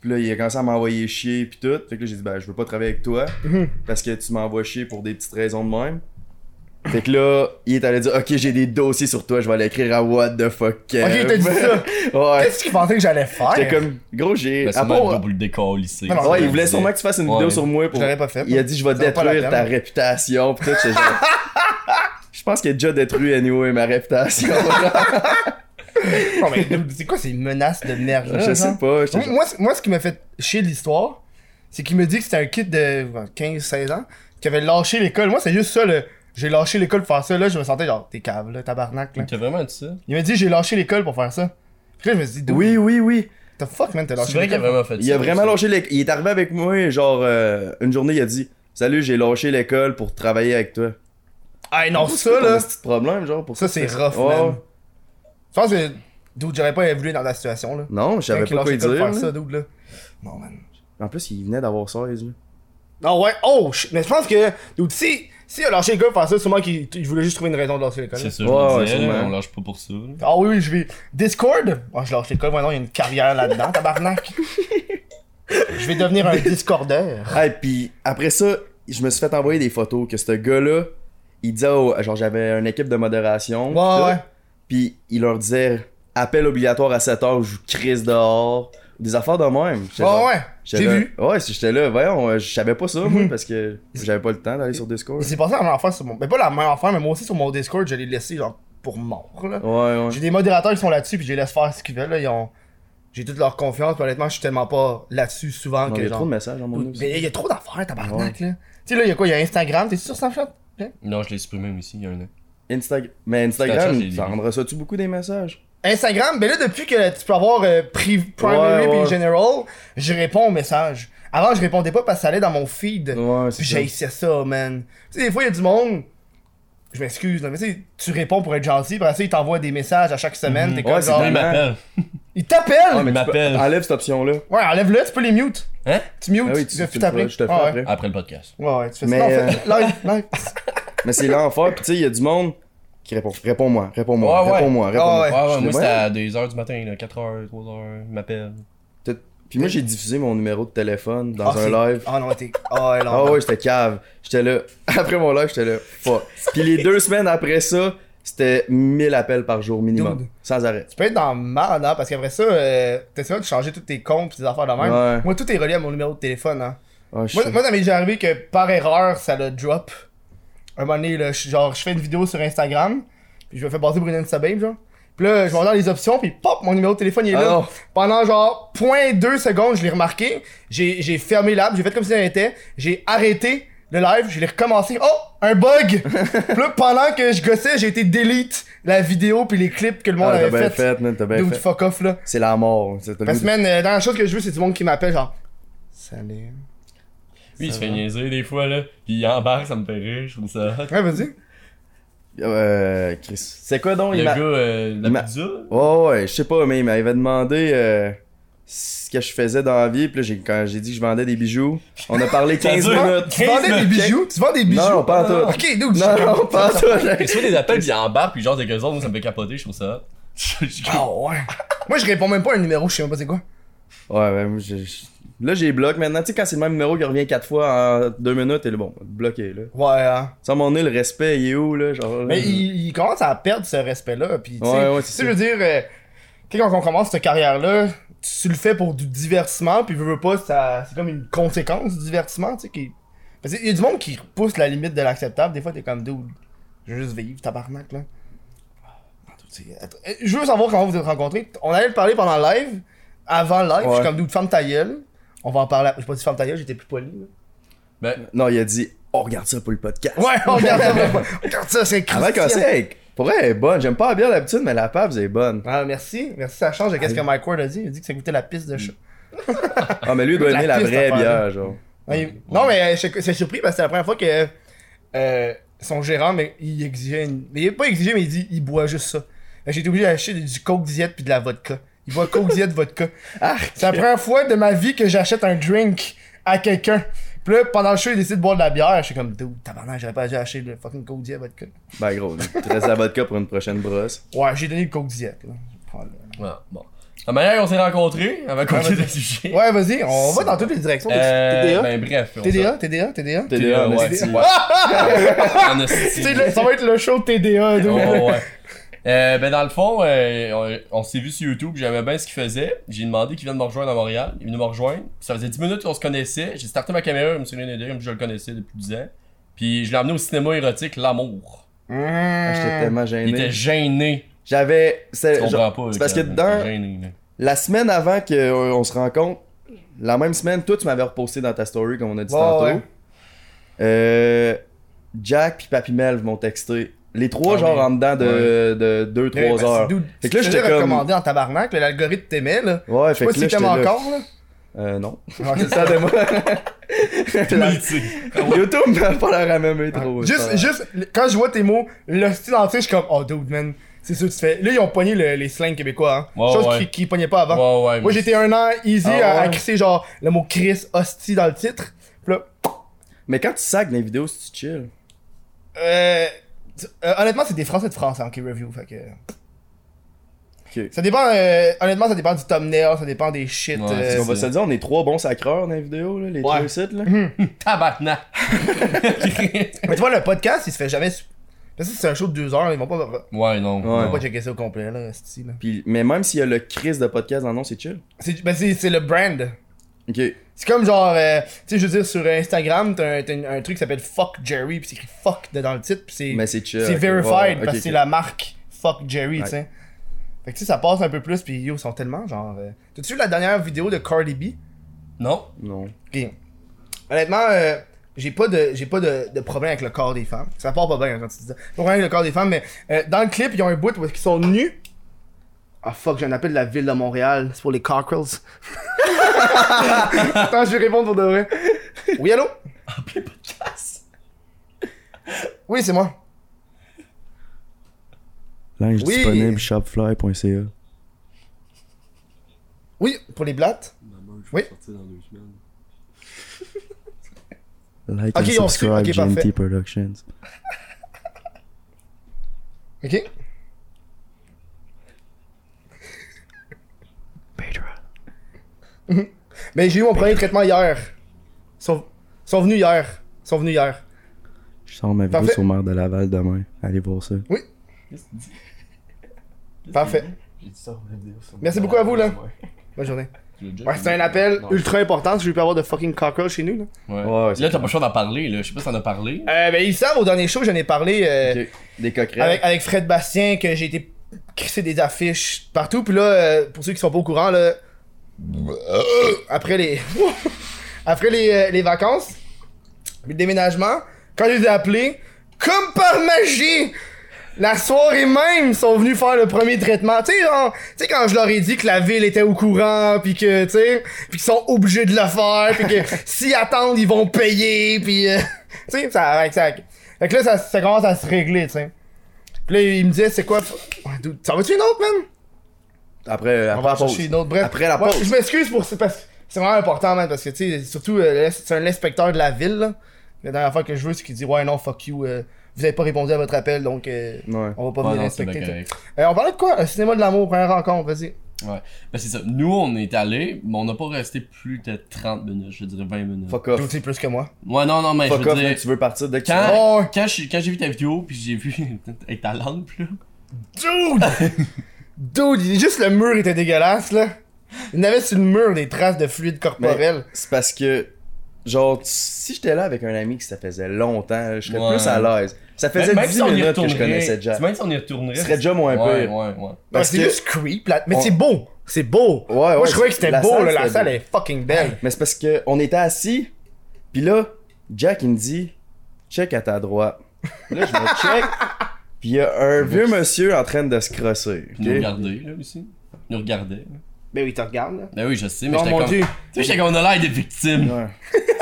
Speaker 3: Puis là, il a commencé à m'envoyer chier, puis tout. Fait que là, j'ai dit, ben, je veux pas travailler avec toi.
Speaker 1: Mhm.
Speaker 3: parce que tu m'envoies chier pour des petites raisons de même. Fait que là, il est allé dire Ok, j'ai des dossiers sur toi, je vais aller écrire à What the fuck. Kev.
Speaker 1: Ok, il t'a dit ça.
Speaker 3: Ouais.
Speaker 1: Qu'est-ce qu'il pensait que j'allais faire?
Speaker 3: J'étais comme Gros, j'ai.
Speaker 2: Ben,
Speaker 3: à
Speaker 2: sûrement
Speaker 3: part- euh,
Speaker 2: le double décalissé.
Speaker 1: Non, non,
Speaker 3: Ouais, il voulait sûrement que tu fasses une
Speaker 2: Ouais.
Speaker 3: vidéo sur moi
Speaker 1: Je
Speaker 3: pour.
Speaker 1: l'aurais pas fait.
Speaker 3: Il a dit Je vais
Speaker 1: Ça vaut pas la
Speaker 3: détruire ta
Speaker 1: peine.
Speaker 3: réputation. Pis tout, j'étais genre, Je pense qu'il a déjà détruit anyway ma réputation.
Speaker 1: Non, mais c'est quoi ces menaces de merde là?
Speaker 3: je sais
Speaker 1: genre?
Speaker 3: pas. j'étais
Speaker 1: Moi,
Speaker 3: genre,
Speaker 1: moi, c- moi, ce qui m'a fait chier de l'histoire, c'est qu'il me dit que c'était un kid de 15-16 ans qui avait lâché l'école. Moi, c'est juste ça, le... j'ai lâché l'école pour faire ça. Là, je me sentais genre, t'es cave, là, tabarnak. Là.
Speaker 2: T'as vraiment dit ça?
Speaker 1: Il m'a dit, j'ai lâché l'école pour faire ça. Puis là, je me suis dit, dude,
Speaker 3: Oui, oui, oui.
Speaker 1: what the fuck, man, t'as
Speaker 2: C'est
Speaker 1: lâché
Speaker 2: vrai qu'il a
Speaker 1: l'école.
Speaker 2: vraiment fait ça.
Speaker 3: Il a vraiment lâché l'école. Il est arrivé avec moi, genre, euh, une journée, il a dit Salut, j'ai lâché l'école pour travailler avec toi.
Speaker 1: Ah, non,
Speaker 3: C'est
Speaker 1: ça,
Speaker 3: quoi ton
Speaker 1: là,
Speaker 3: petit problème, genre, pour
Speaker 1: ça, c'est rough,
Speaker 3: Ouais.
Speaker 1: man. Je pense que, dude, j'aurais pas évolué dans la situation, là.
Speaker 3: Non, je savais
Speaker 1: Quelqu'un qui
Speaker 3: pas
Speaker 1: lâche
Speaker 3: quoi
Speaker 1: l'école
Speaker 3: dire.
Speaker 1: pour faire
Speaker 3: là.
Speaker 1: ça, dude, là. Non, man.
Speaker 3: En plus, il venait d'avoir 16. Là.
Speaker 1: Ah ouais, oh, je- mais je pense que, dude, si, si il a lâché l'école pour faire ça, sûrement qu'il il voulait juste trouver une raison de lâcher l'école.
Speaker 2: C'est
Speaker 1: là.
Speaker 2: ça, je
Speaker 3: Ouais,
Speaker 2: me
Speaker 3: ouais,
Speaker 2: disais, là,
Speaker 3: sûrement.
Speaker 2: on lâche pas pour ça. là.
Speaker 1: Ah oui, oui, je vais. Discord Ah, je lâche l'école, maintenant, il y a une carrière là-dedans, tabarnak. je vais devenir un Discordeur.
Speaker 3: Ah, et puis après ça, je me suis fait envoyer des photos que ce gars-là, il disait, au- genre, j'avais une équipe de modération.
Speaker 1: Ouais,
Speaker 3: tout,
Speaker 1: ouais.
Speaker 3: Puis il leur disait, appel obligatoire à 7 heures, je vous crisse dehors. Des affaires de même. J'étais
Speaker 1: Ouais,
Speaker 3: genre-
Speaker 1: ouais.
Speaker 3: j'étais
Speaker 1: J'ai
Speaker 3: là-
Speaker 1: vu.
Speaker 3: Ouais, si j'étais là, voyons, euh, je savais pas ça, moi,
Speaker 1: Mhm.
Speaker 3: parce que j'avais pas le temps d'aller sur Discord.
Speaker 1: Il s'est passé la même affaire sur mon. Mais pas la même affaire, mais moi aussi sur mon Discord, je l'ai laissé genre pour mort, là.
Speaker 3: Ouais, ouais.
Speaker 1: J'ai des modérateurs qui sont là-dessus, puis je les laisse faire ce qu'ils veulent, là. Ils ont. J'ai toute leur confiance, puis honnêtement, je suis tellement pas là-dessus souvent
Speaker 3: Non, Il y
Speaker 1: que
Speaker 3: a trop
Speaker 1: genre.
Speaker 3: de messages dans mon
Speaker 1: Mais
Speaker 3: nez.
Speaker 1: il y a trop d'affaires, tabarnak, là. Tu sais, là, il y a quoi Il y a Instagram, t'es sur Snapchat
Speaker 2: Non, je l'ai supprimé, mais ici, il y a un an.
Speaker 3: Instagram. Mais
Speaker 2: Snapchat,
Speaker 3: Instagram,
Speaker 2: j'ai
Speaker 3: ça
Speaker 2: dit.
Speaker 3: rendra ça tu beaucoup des messages?
Speaker 1: Instagram, ben là, depuis que tu peux avoir euh, pri- primary
Speaker 3: Ouais, ouais.
Speaker 1: puis general, je réponds aux messages. Avant, je répondais pas parce que ça allait dans mon feed.
Speaker 3: Ouais,
Speaker 1: Puis j'haïssais ça, man. Tu sais, des fois, il y a du monde. Je m'excuse, là, mais tu sais, tu réponds pour être gentil, puis après, ça, ils t'envoient des messages à chaque semaine. T'es
Speaker 3: Mhm. Ouais,
Speaker 1: comme
Speaker 3: c'est
Speaker 1: genre.
Speaker 2: il m'appelle.
Speaker 1: Ils t'appellent! Ouais,
Speaker 3: mais tu peux-
Speaker 2: m'appelle.
Speaker 3: Enlève cette option-là.
Speaker 1: enlève-le, tu peux les mute.
Speaker 2: Hein?
Speaker 1: Tu mutes,
Speaker 3: Ah oui,
Speaker 1: tu
Speaker 3: tu,
Speaker 1: peux
Speaker 3: tu,
Speaker 1: plus
Speaker 3: le
Speaker 1: t'appeler.
Speaker 3: feras, je te le
Speaker 1: Ah
Speaker 3: ferai
Speaker 1: ouais.
Speaker 3: après.
Speaker 2: Après le podcast.
Speaker 1: Ouais, ouais, tu fais
Speaker 3: Mais, euh,
Speaker 1: ça. Non, en fait, live, live.
Speaker 3: Mais c'est l'enfer, pis tu sais, il y a du monde qui répond. Réponds-moi, réponds-moi,
Speaker 2: Ouais, ouais.
Speaker 3: réponds-moi,
Speaker 1: Ah
Speaker 3: réponds-moi.
Speaker 1: ouais.
Speaker 2: Ouais, ouais,
Speaker 3: Je
Speaker 2: moi
Speaker 3: dis,
Speaker 2: c'était
Speaker 3: ouais.
Speaker 2: à 2h du matin, là, 4h, 3h, il m'appelle.
Speaker 3: Puis moi, j'ai diffusé mon numéro de téléphone dans
Speaker 1: Ah,
Speaker 3: un
Speaker 1: c'est-
Speaker 3: live.
Speaker 1: Ah non, t'es. Ah ouais,
Speaker 3: Ah
Speaker 1: non.
Speaker 3: ouais, j'étais cave. J'étais là. Après mon live, j'étais là. Fuck. Puis les deux semaines après ça, c'était 1000 appels par jour minimum.
Speaker 1: Dude.
Speaker 3: Sans arrêt.
Speaker 1: Tu peux être dans le marde, hein, parce qu'après ça, euh, t'es sûr de changer tous tes comptes pis tes affaires de même.
Speaker 3: Ouais.
Speaker 1: Moi, tout est relié à mon numéro de téléphone, hein.
Speaker 3: Ah, je
Speaker 1: Moi,
Speaker 3: sais.
Speaker 1: moi, ça m'est déjà arrivé que par erreur, ça le drop. Un moment donné, là, je- genre, je fais une vidéo sur Instagram, puis je me fais passer pour une Instabame, genre. Puis là, je vais dans les options, puis pop, mon numéro de téléphone, il est
Speaker 3: Ah
Speaker 1: là.
Speaker 3: non.
Speaker 1: Pendant genre 0.2 secondes, je l'ai remarqué. J'ai j'ai fermé l'app, j'ai fait comme si rien n'était. J'ai arrêté le live, je l'ai recommencé. Oh, un bug! puis là, pendant que je gossais, j'ai été delete la vidéo, puis les clips que le monde
Speaker 3: Ah, t'as
Speaker 1: avait
Speaker 3: bien
Speaker 1: fait.
Speaker 3: fait, man, t'as bien
Speaker 1: Dude,
Speaker 3: fait.
Speaker 1: fuck off, là.
Speaker 3: C'est la mort. c'est- t'as
Speaker 1: Parce que,
Speaker 3: le goût
Speaker 1: man, euh, la dernière chose que je veux, c'est du monde qui m'appelle, genre. Salut.
Speaker 2: Lui, il se
Speaker 1: Ça
Speaker 2: fait
Speaker 1: va.
Speaker 2: niaiser des fois, là. Puis il embarque, ça me fait rire, je trouve ça. hot.
Speaker 1: Ouais, vas-y.
Speaker 3: de- Euh, Chris. C'est quoi donc?
Speaker 2: Le
Speaker 3: il
Speaker 2: gars,
Speaker 3: m'a-
Speaker 2: euh,
Speaker 3: il m'a-
Speaker 2: la pizza.
Speaker 3: Ouais, ouais, je sais pas, mais il m'avait demandé euh, ce que je faisais dans la vie. Puis là, j'ai- quand j'ai dit que je vendais des bijoux, on a parlé 15
Speaker 2: dure.
Speaker 3: minutes.
Speaker 1: Tu vendais des bijoux? Tu vends des bijoux?
Speaker 3: Non, pas en
Speaker 1: toi.
Speaker 3: tout.
Speaker 1: Ok, d'où
Speaker 3: Non, non, pas toi.
Speaker 2: Il se fait des appels, puis il embarque, puis genre, des quelques autres, moi, ça me fait capoter, je trouve ça. hot. Je- je-
Speaker 1: Ah ouais. Moi, je réponds même pas à un numéro, je sais même pas c'est quoi.
Speaker 3: Ouais, ouais, moi, j'ai- j'ai- Là, j'ai bloqué maintenant. Tu sais, quand c'est le même numéro qui revient 4 fois en 2 minutes, et le bon, bloqué, là.
Speaker 1: Ouais, hein.
Speaker 3: Ça, mon nez, le respect, il est où, là? Genre,
Speaker 1: Mais
Speaker 3: là,
Speaker 1: il, il commence à perdre ce respect-là. Puis, tu sais,
Speaker 3: Ouais, ouais,
Speaker 1: tu
Speaker 3: c'est
Speaker 1: sais,
Speaker 3: ça.
Speaker 1: je veux dire, euh, tu sais, quand on commence cette carrière-là, tu, tu le fais pour du divertissement, puis veux, veux pas, ça, c'est comme une conséquence du divertissement, tu sais, qui. Parce qu'il y a du monde qui repousse la limite de l'acceptable. Des fois, t'es comme, dude, je veux juste vivre, tabarnak, là. Tu sais, attends, euh, Je veux savoir comment vous êtes rencontrés. On allait le parler pendant le live. Avant le live, je suis
Speaker 3: Ouais.
Speaker 1: comme, dude, femme ta gueule. On va en parler. J'ai pas dit femme ta gueule, j'étais plus poli, là.
Speaker 2: Ben,
Speaker 3: Non, il a dit, on regarde ça pour le podcast.
Speaker 1: Ouais, on regarde ça, on regarde ça, c'est Christian.
Speaker 3: Avec un sec. Pour vrai, elle est bonne. J'aime pas bien l'habitude, mais la pave, c'est bonne.
Speaker 1: Ah, merci, merci, ça change de qu'est-ce que Mike Ward a dit. Il a dit que ça goûtait la piste de chat.
Speaker 3: Ah, mais lui, il doit
Speaker 1: La
Speaker 3: aimer la
Speaker 1: piste,
Speaker 3: vraie
Speaker 1: cette affaire-là.
Speaker 3: bière, genre.
Speaker 1: Ah, il- Non, mais euh, je- c'est surpris parce que c'est la première fois que euh, son gérant, mais il exigeait une. Mais il est pas exigé, mais il dit il boit juste ça. Fait que J'ai été obligé d'acheter du Coke Diet puis de la vodka. Il boit Coke Diet, vodka.
Speaker 2: Ah,
Speaker 1: C'est la première fois de ma vie que j'achète un drink à quelqu'un. Puis là, pendant le show, il décide de boire de la bière. Je suis comme, dude, tabarnak, j'aurais pas dû acheter le fucking Coke Diet, vodka.
Speaker 3: Ben, gros, tu restes la vodka pour une prochaine brosse.
Speaker 1: Ouais, j'ai donné le Coke Diet. là. Voilà.
Speaker 2: ouais, bon. La manière dont on s'est rencontrés, avant qu'on
Speaker 1: Ouais,
Speaker 2: quitte le
Speaker 1: vas-y.
Speaker 2: sujet.
Speaker 1: Ouais, vas-y, on va dans toutes les directions.
Speaker 2: Euh,
Speaker 1: TDA?
Speaker 2: ben, bref. on
Speaker 1: TDA, TDA, TDA.
Speaker 3: T'es
Speaker 2: TDA,
Speaker 3: là,
Speaker 2: ouais.
Speaker 3: ouais.
Speaker 2: Ouais. s'en- en esti.
Speaker 1: Tu sais, le- ça va être le show TDA.
Speaker 2: Oh, Ouais,
Speaker 1: donc.
Speaker 2: ouais, ouais. Euh, ben dans le fond, euh, on, on s'est vu sur YouTube, j'aimais bien ce qu'il faisait. J'ai demandé qu'il vienne me rejoindre à Montréal. Il est venu me rejoindre. Ça faisait 10 minutes qu'on se connaissait. J'ai starté ma caméra, je me souviens d'aider, je le connaissais depuis 10 ans. Puis je l'ai emmené au cinéma érotique L'amour.
Speaker 1: Hum.
Speaker 3: Ah,
Speaker 1: Euh,
Speaker 3: J'étais tellement
Speaker 2: Il
Speaker 3: gêné.
Speaker 2: était gêné.
Speaker 3: J'avais.
Speaker 2: Tu
Speaker 3: c'est-
Speaker 2: comprends
Speaker 3: Euh, genre-
Speaker 2: pas.
Speaker 3: C'est parce que
Speaker 2: quand-
Speaker 3: dedans,
Speaker 2: gêné, là.
Speaker 3: la semaine avant qu'on se rencontre, la même semaine, toi, tu m'avais reposté dans ta story, comme on a dit
Speaker 1: Ouais,
Speaker 3: tantôt.
Speaker 1: ouais.
Speaker 3: Euh, Jack puis Papy Mel m'ont texté. Les trois,
Speaker 2: Ah
Speaker 3: genre,
Speaker 2: oui.
Speaker 3: en dedans de 2-3
Speaker 1: Ouais, parce
Speaker 3: heures.
Speaker 1: que, dude,
Speaker 3: Fait que là,
Speaker 1: tu
Speaker 3: j'étais
Speaker 1: t'es
Speaker 3: comme-
Speaker 1: recommandé en tabarnak, là, l'algorithme t'aimait, là.
Speaker 3: Ouais,
Speaker 1: Je sais
Speaker 3: fait
Speaker 1: pas
Speaker 3: que
Speaker 1: si
Speaker 3: là, j'étais
Speaker 1: t'aimes
Speaker 3: là.
Speaker 1: encore, là.
Speaker 3: Euh, non.
Speaker 1: Ouais, c'est ça.
Speaker 3: Attendez-moi. La-
Speaker 2: Tu
Speaker 3: YouTube m'a pas l'air à m'aimer trop.
Speaker 1: Ah, juste, juste, le- quand je vois tes mots, l'hostie entier, je suis comme, oh dude, man, c'est sûr, que tu fais. Là, ils ont pogné le- les slangs québécois, hein.
Speaker 2: Ouais,
Speaker 1: Chose
Speaker 2: ouais.
Speaker 1: qu'ils qu'ils pognaient pas avant.
Speaker 2: Ouais, ouais.
Speaker 1: Moi,
Speaker 2: mais-
Speaker 1: j'étais un an easy
Speaker 3: Ah,
Speaker 1: à, à
Speaker 3: ouais.
Speaker 1: crisser, genre, le mot Chris, hostie dans le titre. Puis là,
Speaker 3: Mais quand tu sacs dans les vidéos, si tu chill.
Speaker 1: Euh, tu- euh, honnêtement, c'est des Français de France hein, qui review. Fait que...
Speaker 3: Ok.
Speaker 1: Ça dépend, euh, honnêtement, ça dépend du thumbnail, ça dépend des shit. euh,
Speaker 2: Ouais, c'est
Speaker 3: Parce qu'on
Speaker 2: ça.
Speaker 3: va se le dire, on est trois bons sacreurs dans les vidéos, là, les
Speaker 2: Ouais.
Speaker 3: trois sites. Là.
Speaker 1: Mhm.
Speaker 2: Tabarnak.
Speaker 1: Mais tu vois, le podcast, il se fait jamais. su- Parce que c'est un show de deux heures, ils vont pas, ils vont
Speaker 2: ouais, non.
Speaker 3: Ouais.
Speaker 2: non.
Speaker 1: pas checker ça au complet, là, esti, là.
Speaker 3: Puis, mais même s'il y a le Chris de podcast dans le nom, c'est chill.
Speaker 1: C'est, ben, c'est, c'est le brand.
Speaker 3: Ok.
Speaker 1: C'est comme genre, euh, tu sais, je veux dire, sur Instagram, t'as un, t'as une- un truc qui s'appelle Fuck Jerry, puis c'est écrit Fuck dedans le titre, puis c'est,
Speaker 3: Mais c'est chill.
Speaker 1: c'est
Speaker 3: ok.
Speaker 1: verified,
Speaker 3: Ouais, ouais, ok,
Speaker 1: parce que
Speaker 3: ok.
Speaker 1: c'est la marque Fuck Jerry,
Speaker 3: Ouais.
Speaker 1: tu sais. Fait que tu sais, ça passe un peu plus, puis yo, ils sont tellement genre. euh, T'as-tu vu la dernière vidéo de Cardi B?
Speaker 2: Non.
Speaker 3: Non.
Speaker 1: Ok. Honnêtement, euh, j'ai pas de j'ai pas de, de problème avec le corps des femmes. Ça part pas bien quand tu dis ça. Pas de problème avec le corps des femmes, mais euh, dans le clip, ils ont un bout où ils sont nus. Ah fuck, j'ai un appel de la ville de Montréal, c'est pour les cockerels. Attends, je vais répondre pour de vrai. Oui, allô?
Speaker 2: Appelez podcast.
Speaker 1: Oui, c'est moi.
Speaker 3: Linge
Speaker 1: Oui.
Speaker 3: disponible, shopfly.ca.
Speaker 1: Oui, pour les blattes.
Speaker 4: Ma mère, je
Speaker 1: Oui.
Speaker 4: vais sortir dans deux semaines.
Speaker 3: Like
Speaker 1: Ok,
Speaker 3: and
Speaker 1: on suit.
Speaker 3: subscribe,
Speaker 1: Ok, parfait.
Speaker 3: GMT Productions.
Speaker 1: Ok? Mais Mhm. Ben, j'ai eu mon premier traitement hier. Ils sont, ils sont venus hier. Ils sont venus hier.
Speaker 3: Je sors ma vidéo
Speaker 1: Parfait.
Speaker 3: sur Mère de Laval demain. Allez voir ça.
Speaker 2: Qu'est-ce que tu dis?
Speaker 1: Parfait.
Speaker 4: J'ai dit ça en vidéo. sur
Speaker 1: Merci
Speaker 4: mon
Speaker 1: beaucoup à vous, là.
Speaker 4: Ouais.
Speaker 1: Bonne journée.
Speaker 2: Tu l'as déjà
Speaker 1: Ouais,
Speaker 2: dit.
Speaker 1: c'est un appel
Speaker 4: Non.
Speaker 1: ultra important si je veux pas avoir de fucking cockroach chez nous. Là,
Speaker 2: Ouais.
Speaker 3: Ouais, ouais, c'est
Speaker 2: là, t'as pas le choix d'en parler, là. Je sais pas si t'en as parlé.
Speaker 1: euh, ben, ils savent, au dernier show, j'en ai parlé euh,
Speaker 3: Ok. Des coquerelles.
Speaker 1: avec, avec Fred Bastien que j'ai été crisser des affiches partout. Puis là, euh, pour ceux qui sont pas au courant, là, après les, après les, euh, les vacances, le déménagement, quand je les ai appelés, comme par magie, la soirée même, ils sont venus faire le premier traitement. Tu sais, genre, tu sais, quand je leur ai dit que la ville était au courant, puis que, tu sais, puis qu'ils sont obligés de le faire, puis que s'ils attendent, ils vont payer, puis, euh, tu sais, ça, ouais, ça- Fait que là, ça, ça commence à se régler, tu sais. Puis là, ils me disaient, c'est quoi. Ouais, dude, Ça va-tu une autre, man?
Speaker 3: Après, euh,
Speaker 1: On
Speaker 3: après
Speaker 1: va
Speaker 3: la
Speaker 1: en
Speaker 3: pause.
Speaker 1: chercher une autre. Bref.
Speaker 3: Après la
Speaker 1: Ouais,
Speaker 3: pause.
Speaker 1: Je m'excuse pour ça parce que c'est vraiment important, man, parce que tu sais, surtout, euh, c'est un inspecteur de la ville, là. La dernière fois que je veux, c'est qu'il dit, ouais, non, fuck you, euh, vous avez pas répondu à votre appel, donc euh,
Speaker 3: Ouais.
Speaker 1: on va pas
Speaker 2: Ouais,
Speaker 1: venir
Speaker 2: non, c'est
Speaker 1: l'inspecter.
Speaker 2: bien
Speaker 1: tu sais.
Speaker 2: correct.
Speaker 1: Euh, on parlait de quoi? Un cinéma de l'amour, première rencontre, vas-y.
Speaker 2: Ouais. Ben, c'est ça. Nous, on est allés, mais on n'a pas resté plus de 30 minutes, je dirais 20 minutes.
Speaker 3: Fuck
Speaker 1: Tout
Speaker 3: off.
Speaker 1: c'est plus que moi.
Speaker 2: Ouais, non, non, mais
Speaker 3: Fuck
Speaker 2: je veux
Speaker 3: off, là,
Speaker 2: dire.
Speaker 3: tu veux partir de
Speaker 2: Quand,
Speaker 3: veux.
Speaker 1: Oh, ouais.
Speaker 2: quand j'ai quand j'ai vu ta vidéo, puis j'ai vu avec ta lampe, là.
Speaker 1: Dude! Dude, il- juste le mur était dégueulasse, là. Il y en avait sur le mur des traces de fluide corporel.
Speaker 3: C'est parce que, genre, tu- si j'étais là avec un ami que ça faisait longtemps, je serais
Speaker 2: Ouais.
Speaker 3: plus à l'aise. Ça faisait
Speaker 2: Même- même
Speaker 3: 10
Speaker 2: si on y
Speaker 3: minutes que je
Speaker 2: retournerait-
Speaker 3: connaissais Jack.
Speaker 2: Même si on y retournerait.
Speaker 3: Ce serait déjà moins
Speaker 2: ouais,
Speaker 3: pire.
Speaker 2: ouais, ouais.
Speaker 1: Ouais,
Speaker 3: Parce
Speaker 1: c'est
Speaker 3: que-
Speaker 1: juste creep, là. mais
Speaker 3: on-
Speaker 1: c'est beau! C'est beau!
Speaker 3: Ouais, ouais,
Speaker 1: moi, je croyais que
Speaker 3: c'est-
Speaker 1: c'était
Speaker 3: la
Speaker 1: beau,
Speaker 3: salle,
Speaker 1: là. La
Speaker 3: c'était
Speaker 1: salle
Speaker 3: beau.
Speaker 1: est fucking belle.
Speaker 3: Mais c'est parce que on était assis, puis là, Jack, il me dit, check à ta droite. Là, je me check, puis il y a un vieux monsieur en train de se crosser.
Speaker 2: Puis nous regarder, là, aussi. Nous regarder.
Speaker 1: Ben oui, tu regardes, là.
Speaker 2: Ben oui, je sais, mais
Speaker 1: Non,
Speaker 2: j'étais
Speaker 1: mon
Speaker 2: comme. Tu
Speaker 1: dieu.
Speaker 2: sais, j'étais comme on a l'air des victimes.
Speaker 3: Ouais.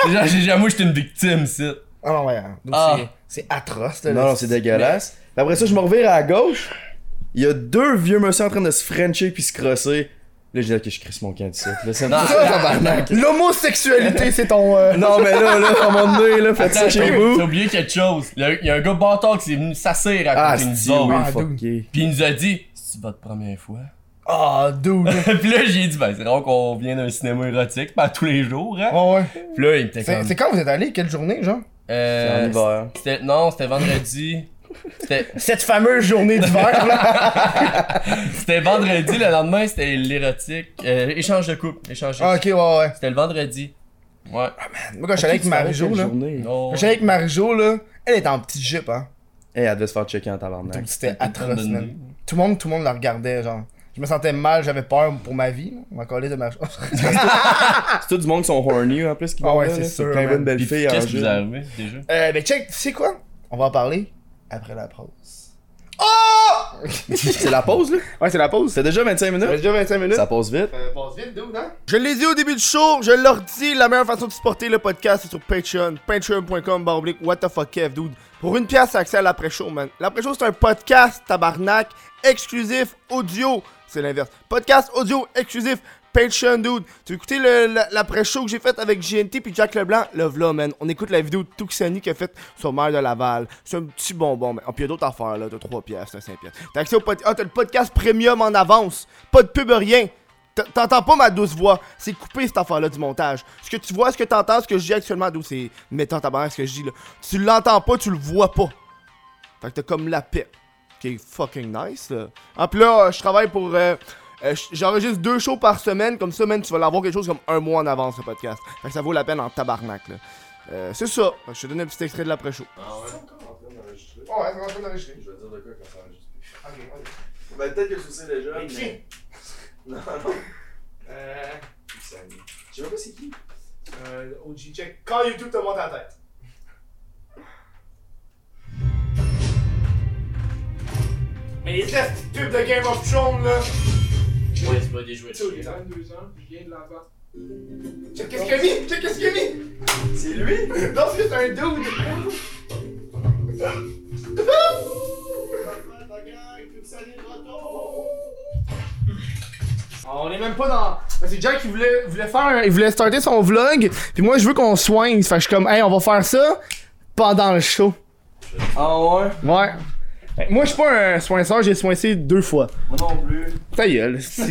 Speaker 2: C'est genre, j'ai jamais, moi, j'étais une victime, ça.
Speaker 1: Ah non, ouais. hein. Donc,
Speaker 2: Ah.
Speaker 1: C'est c'est atroce, là.
Speaker 3: Non,
Speaker 1: là.
Speaker 3: non, c'est dégueulasse. Puis Après ça, je me revire à gauche. Il y a deux vieux monsieur en train de se frencher puis se crosser. Là, j'ai dit, ok, je crisse mon camp d'ici. Là, c'est
Speaker 2: Non.
Speaker 1: Ça, tabarnak. Ah. L'homosexualité, c'est ton. euh,
Speaker 3: non, mais là, là, à un moment donné, là, faites ça
Speaker 2: Attends,
Speaker 3: chez
Speaker 2: j'ai
Speaker 3: vous.
Speaker 2: j'ai oublié quelque chose. Il y, a, il y a un gars bâtard qui s'est venu s'asseoir à
Speaker 3: Ah,
Speaker 2: côté de
Speaker 3: si,
Speaker 2: nous
Speaker 3: oui,
Speaker 2: autres.
Speaker 1: Ah,
Speaker 3: fucké.
Speaker 2: Puis il nous a dit, c'est votre première fois.
Speaker 1: Ah, dude. ouais,
Speaker 2: puis là, j'ai dit, ben, c'est rare qu'on vient d'un cinéma érotique, pas tous les jours, hein.
Speaker 1: Ah, ouais.
Speaker 2: Puis là, il était
Speaker 1: C'est
Speaker 2: comme.
Speaker 1: c'est quand vous êtes allé? Quelle journée, genre?
Speaker 3: C'est en
Speaker 2: Euh,
Speaker 3: hiver.
Speaker 2: c'était- non, c'était vendredi. C'était
Speaker 1: Cette fameuse journée d'hiver, là.
Speaker 2: c'était vendredi, le lendemain, c'était l'érotique. Euh, échange de couple. Échange de
Speaker 1: Ah,
Speaker 2: couple.
Speaker 1: ok, ouais, ouais.
Speaker 2: C'était le vendredi. Ouais.
Speaker 3: Ah,
Speaker 1: Moi, quand je suis allé avec Marie-Jo, là.
Speaker 2: Non.
Speaker 1: Quand j'étais avec Marie-Jo, là, elle était en petit jupe, hein.
Speaker 3: Eh, elle devait se faire checker en tabarnak.
Speaker 1: Donc, c'était
Speaker 2: une tonne
Speaker 1: atroce,
Speaker 2: de
Speaker 1: man.
Speaker 2: nez.
Speaker 1: Tout le monde, tout le monde la regardait, genre. Je me sentais mal, j'avais peur pour ma vie, là. On m'a collé de ma chose.
Speaker 3: C'est tout du monde qui sont horny en plus qui
Speaker 1: Ah
Speaker 3: vont
Speaker 1: ouais,
Speaker 3: là,
Speaker 1: c'est
Speaker 3: là.
Speaker 1: sûr,
Speaker 3: Plein
Speaker 1: man.
Speaker 3: de belles
Speaker 2: Puis
Speaker 3: filles en
Speaker 2: qu'est-ce qui vous est
Speaker 3: jeu.
Speaker 2: arrivé déjà?
Speaker 1: Euh, ben, check, tu sais quoi? On va en parler après la pause. Oh!
Speaker 3: C'est la pause, là.
Speaker 1: ouais, c'est la pause.
Speaker 3: C'est déjà 25 minutes.
Speaker 1: déjà 25 minutes.
Speaker 3: Ça passe vite.
Speaker 1: Je l'ai dit au début du show, je leur dis, la meilleure façon de supporter le podcast, c'est sur Patreon. Patreon.com, baroblique, what the fuck, Kev, dude. Pour une pièce, c'est accès à l'après-show, man. L'après-show, c'est un podcast, tabarnak, exclusif, audio. C'est l'inverse. Podcast, audio, exclusif, Patreon, dude. Tu veux écouter le- la- l'après-show que j'ai fait avec JNT puis Jack Leblanc? Le v'là, man. On écoute la vidéo de Tuxani qui a faite sur Mère de Laval. C'est un petit bonbon, mais. Oh, puis il y a d'autres affaires, là. T'as 3 pièces, t'as 5 pièces. T'as accès au podcast. Ah, t'as le podcast premium en avance. Pas de pub, rien. T- T'entends pas ma douce voix, c'est coupé cette affaire-là du montage. Ce que tu vois, ce que t'entends, ce que je dis actuellement, d'où c'est mettant ta ce que je dis là. Tu l'entends pas, tu le vois pas. Fait que t'as comme la paix. Qui est fucking nice là. En plus là, euh, je travaille pour. euh, euh, j- J'enregistre deux shows par semaine, comme ça, man, tu vas l'avoir quelque chose comme un mois en avance le podcast. Fait que ça vaut la peine en tabarnak là. Euh, c'est ça, Fait que je te donne un petit extrait de l'après-show. ouais, c'est en train d'enregistrer.
Speaker 3: Je vais dire de quoi quand ça enregistre. Ben, peut-être que tu sais déjà.
Speaker 1: mais-
Speaker 3: Non, non.
Speaker 1: Euh,
Speaker 3: Je sais pas c'est qui.
Speaker 1: euh, OG check. Quand YouTube te monte la tête. Mais il te la petite pub de Game of Thrones là.
Speaker 5: Ouais, c'est pas des jouets.
Speaker 1: Tu sais, j'ai 22 ans, puis je viens de là-bas. Check qu'est-ce qu'il a mis! Check qu'est-ce qu'il a mis!
Speaker 3: C'est lui?
Speaker 1: Non, c'est un dude! On est même pas dans. Ben, C'est Jack qui voulait, voulait faire un.
Speaker 6: Il voulait starter son vlog, puis moi je veux qu'on soigne. Fait que je suis comme, hey, on va faire ça pendant le show.
Speaker 3: Ah ouais?
Speaker 6: Ouais. Hey, Moi, je suis pas un soinceur, j'ai soincé deux fois.
Speaker 3: Moi non plus.
Speaker 6: Ta gueule. si.
Speaker 2: Mais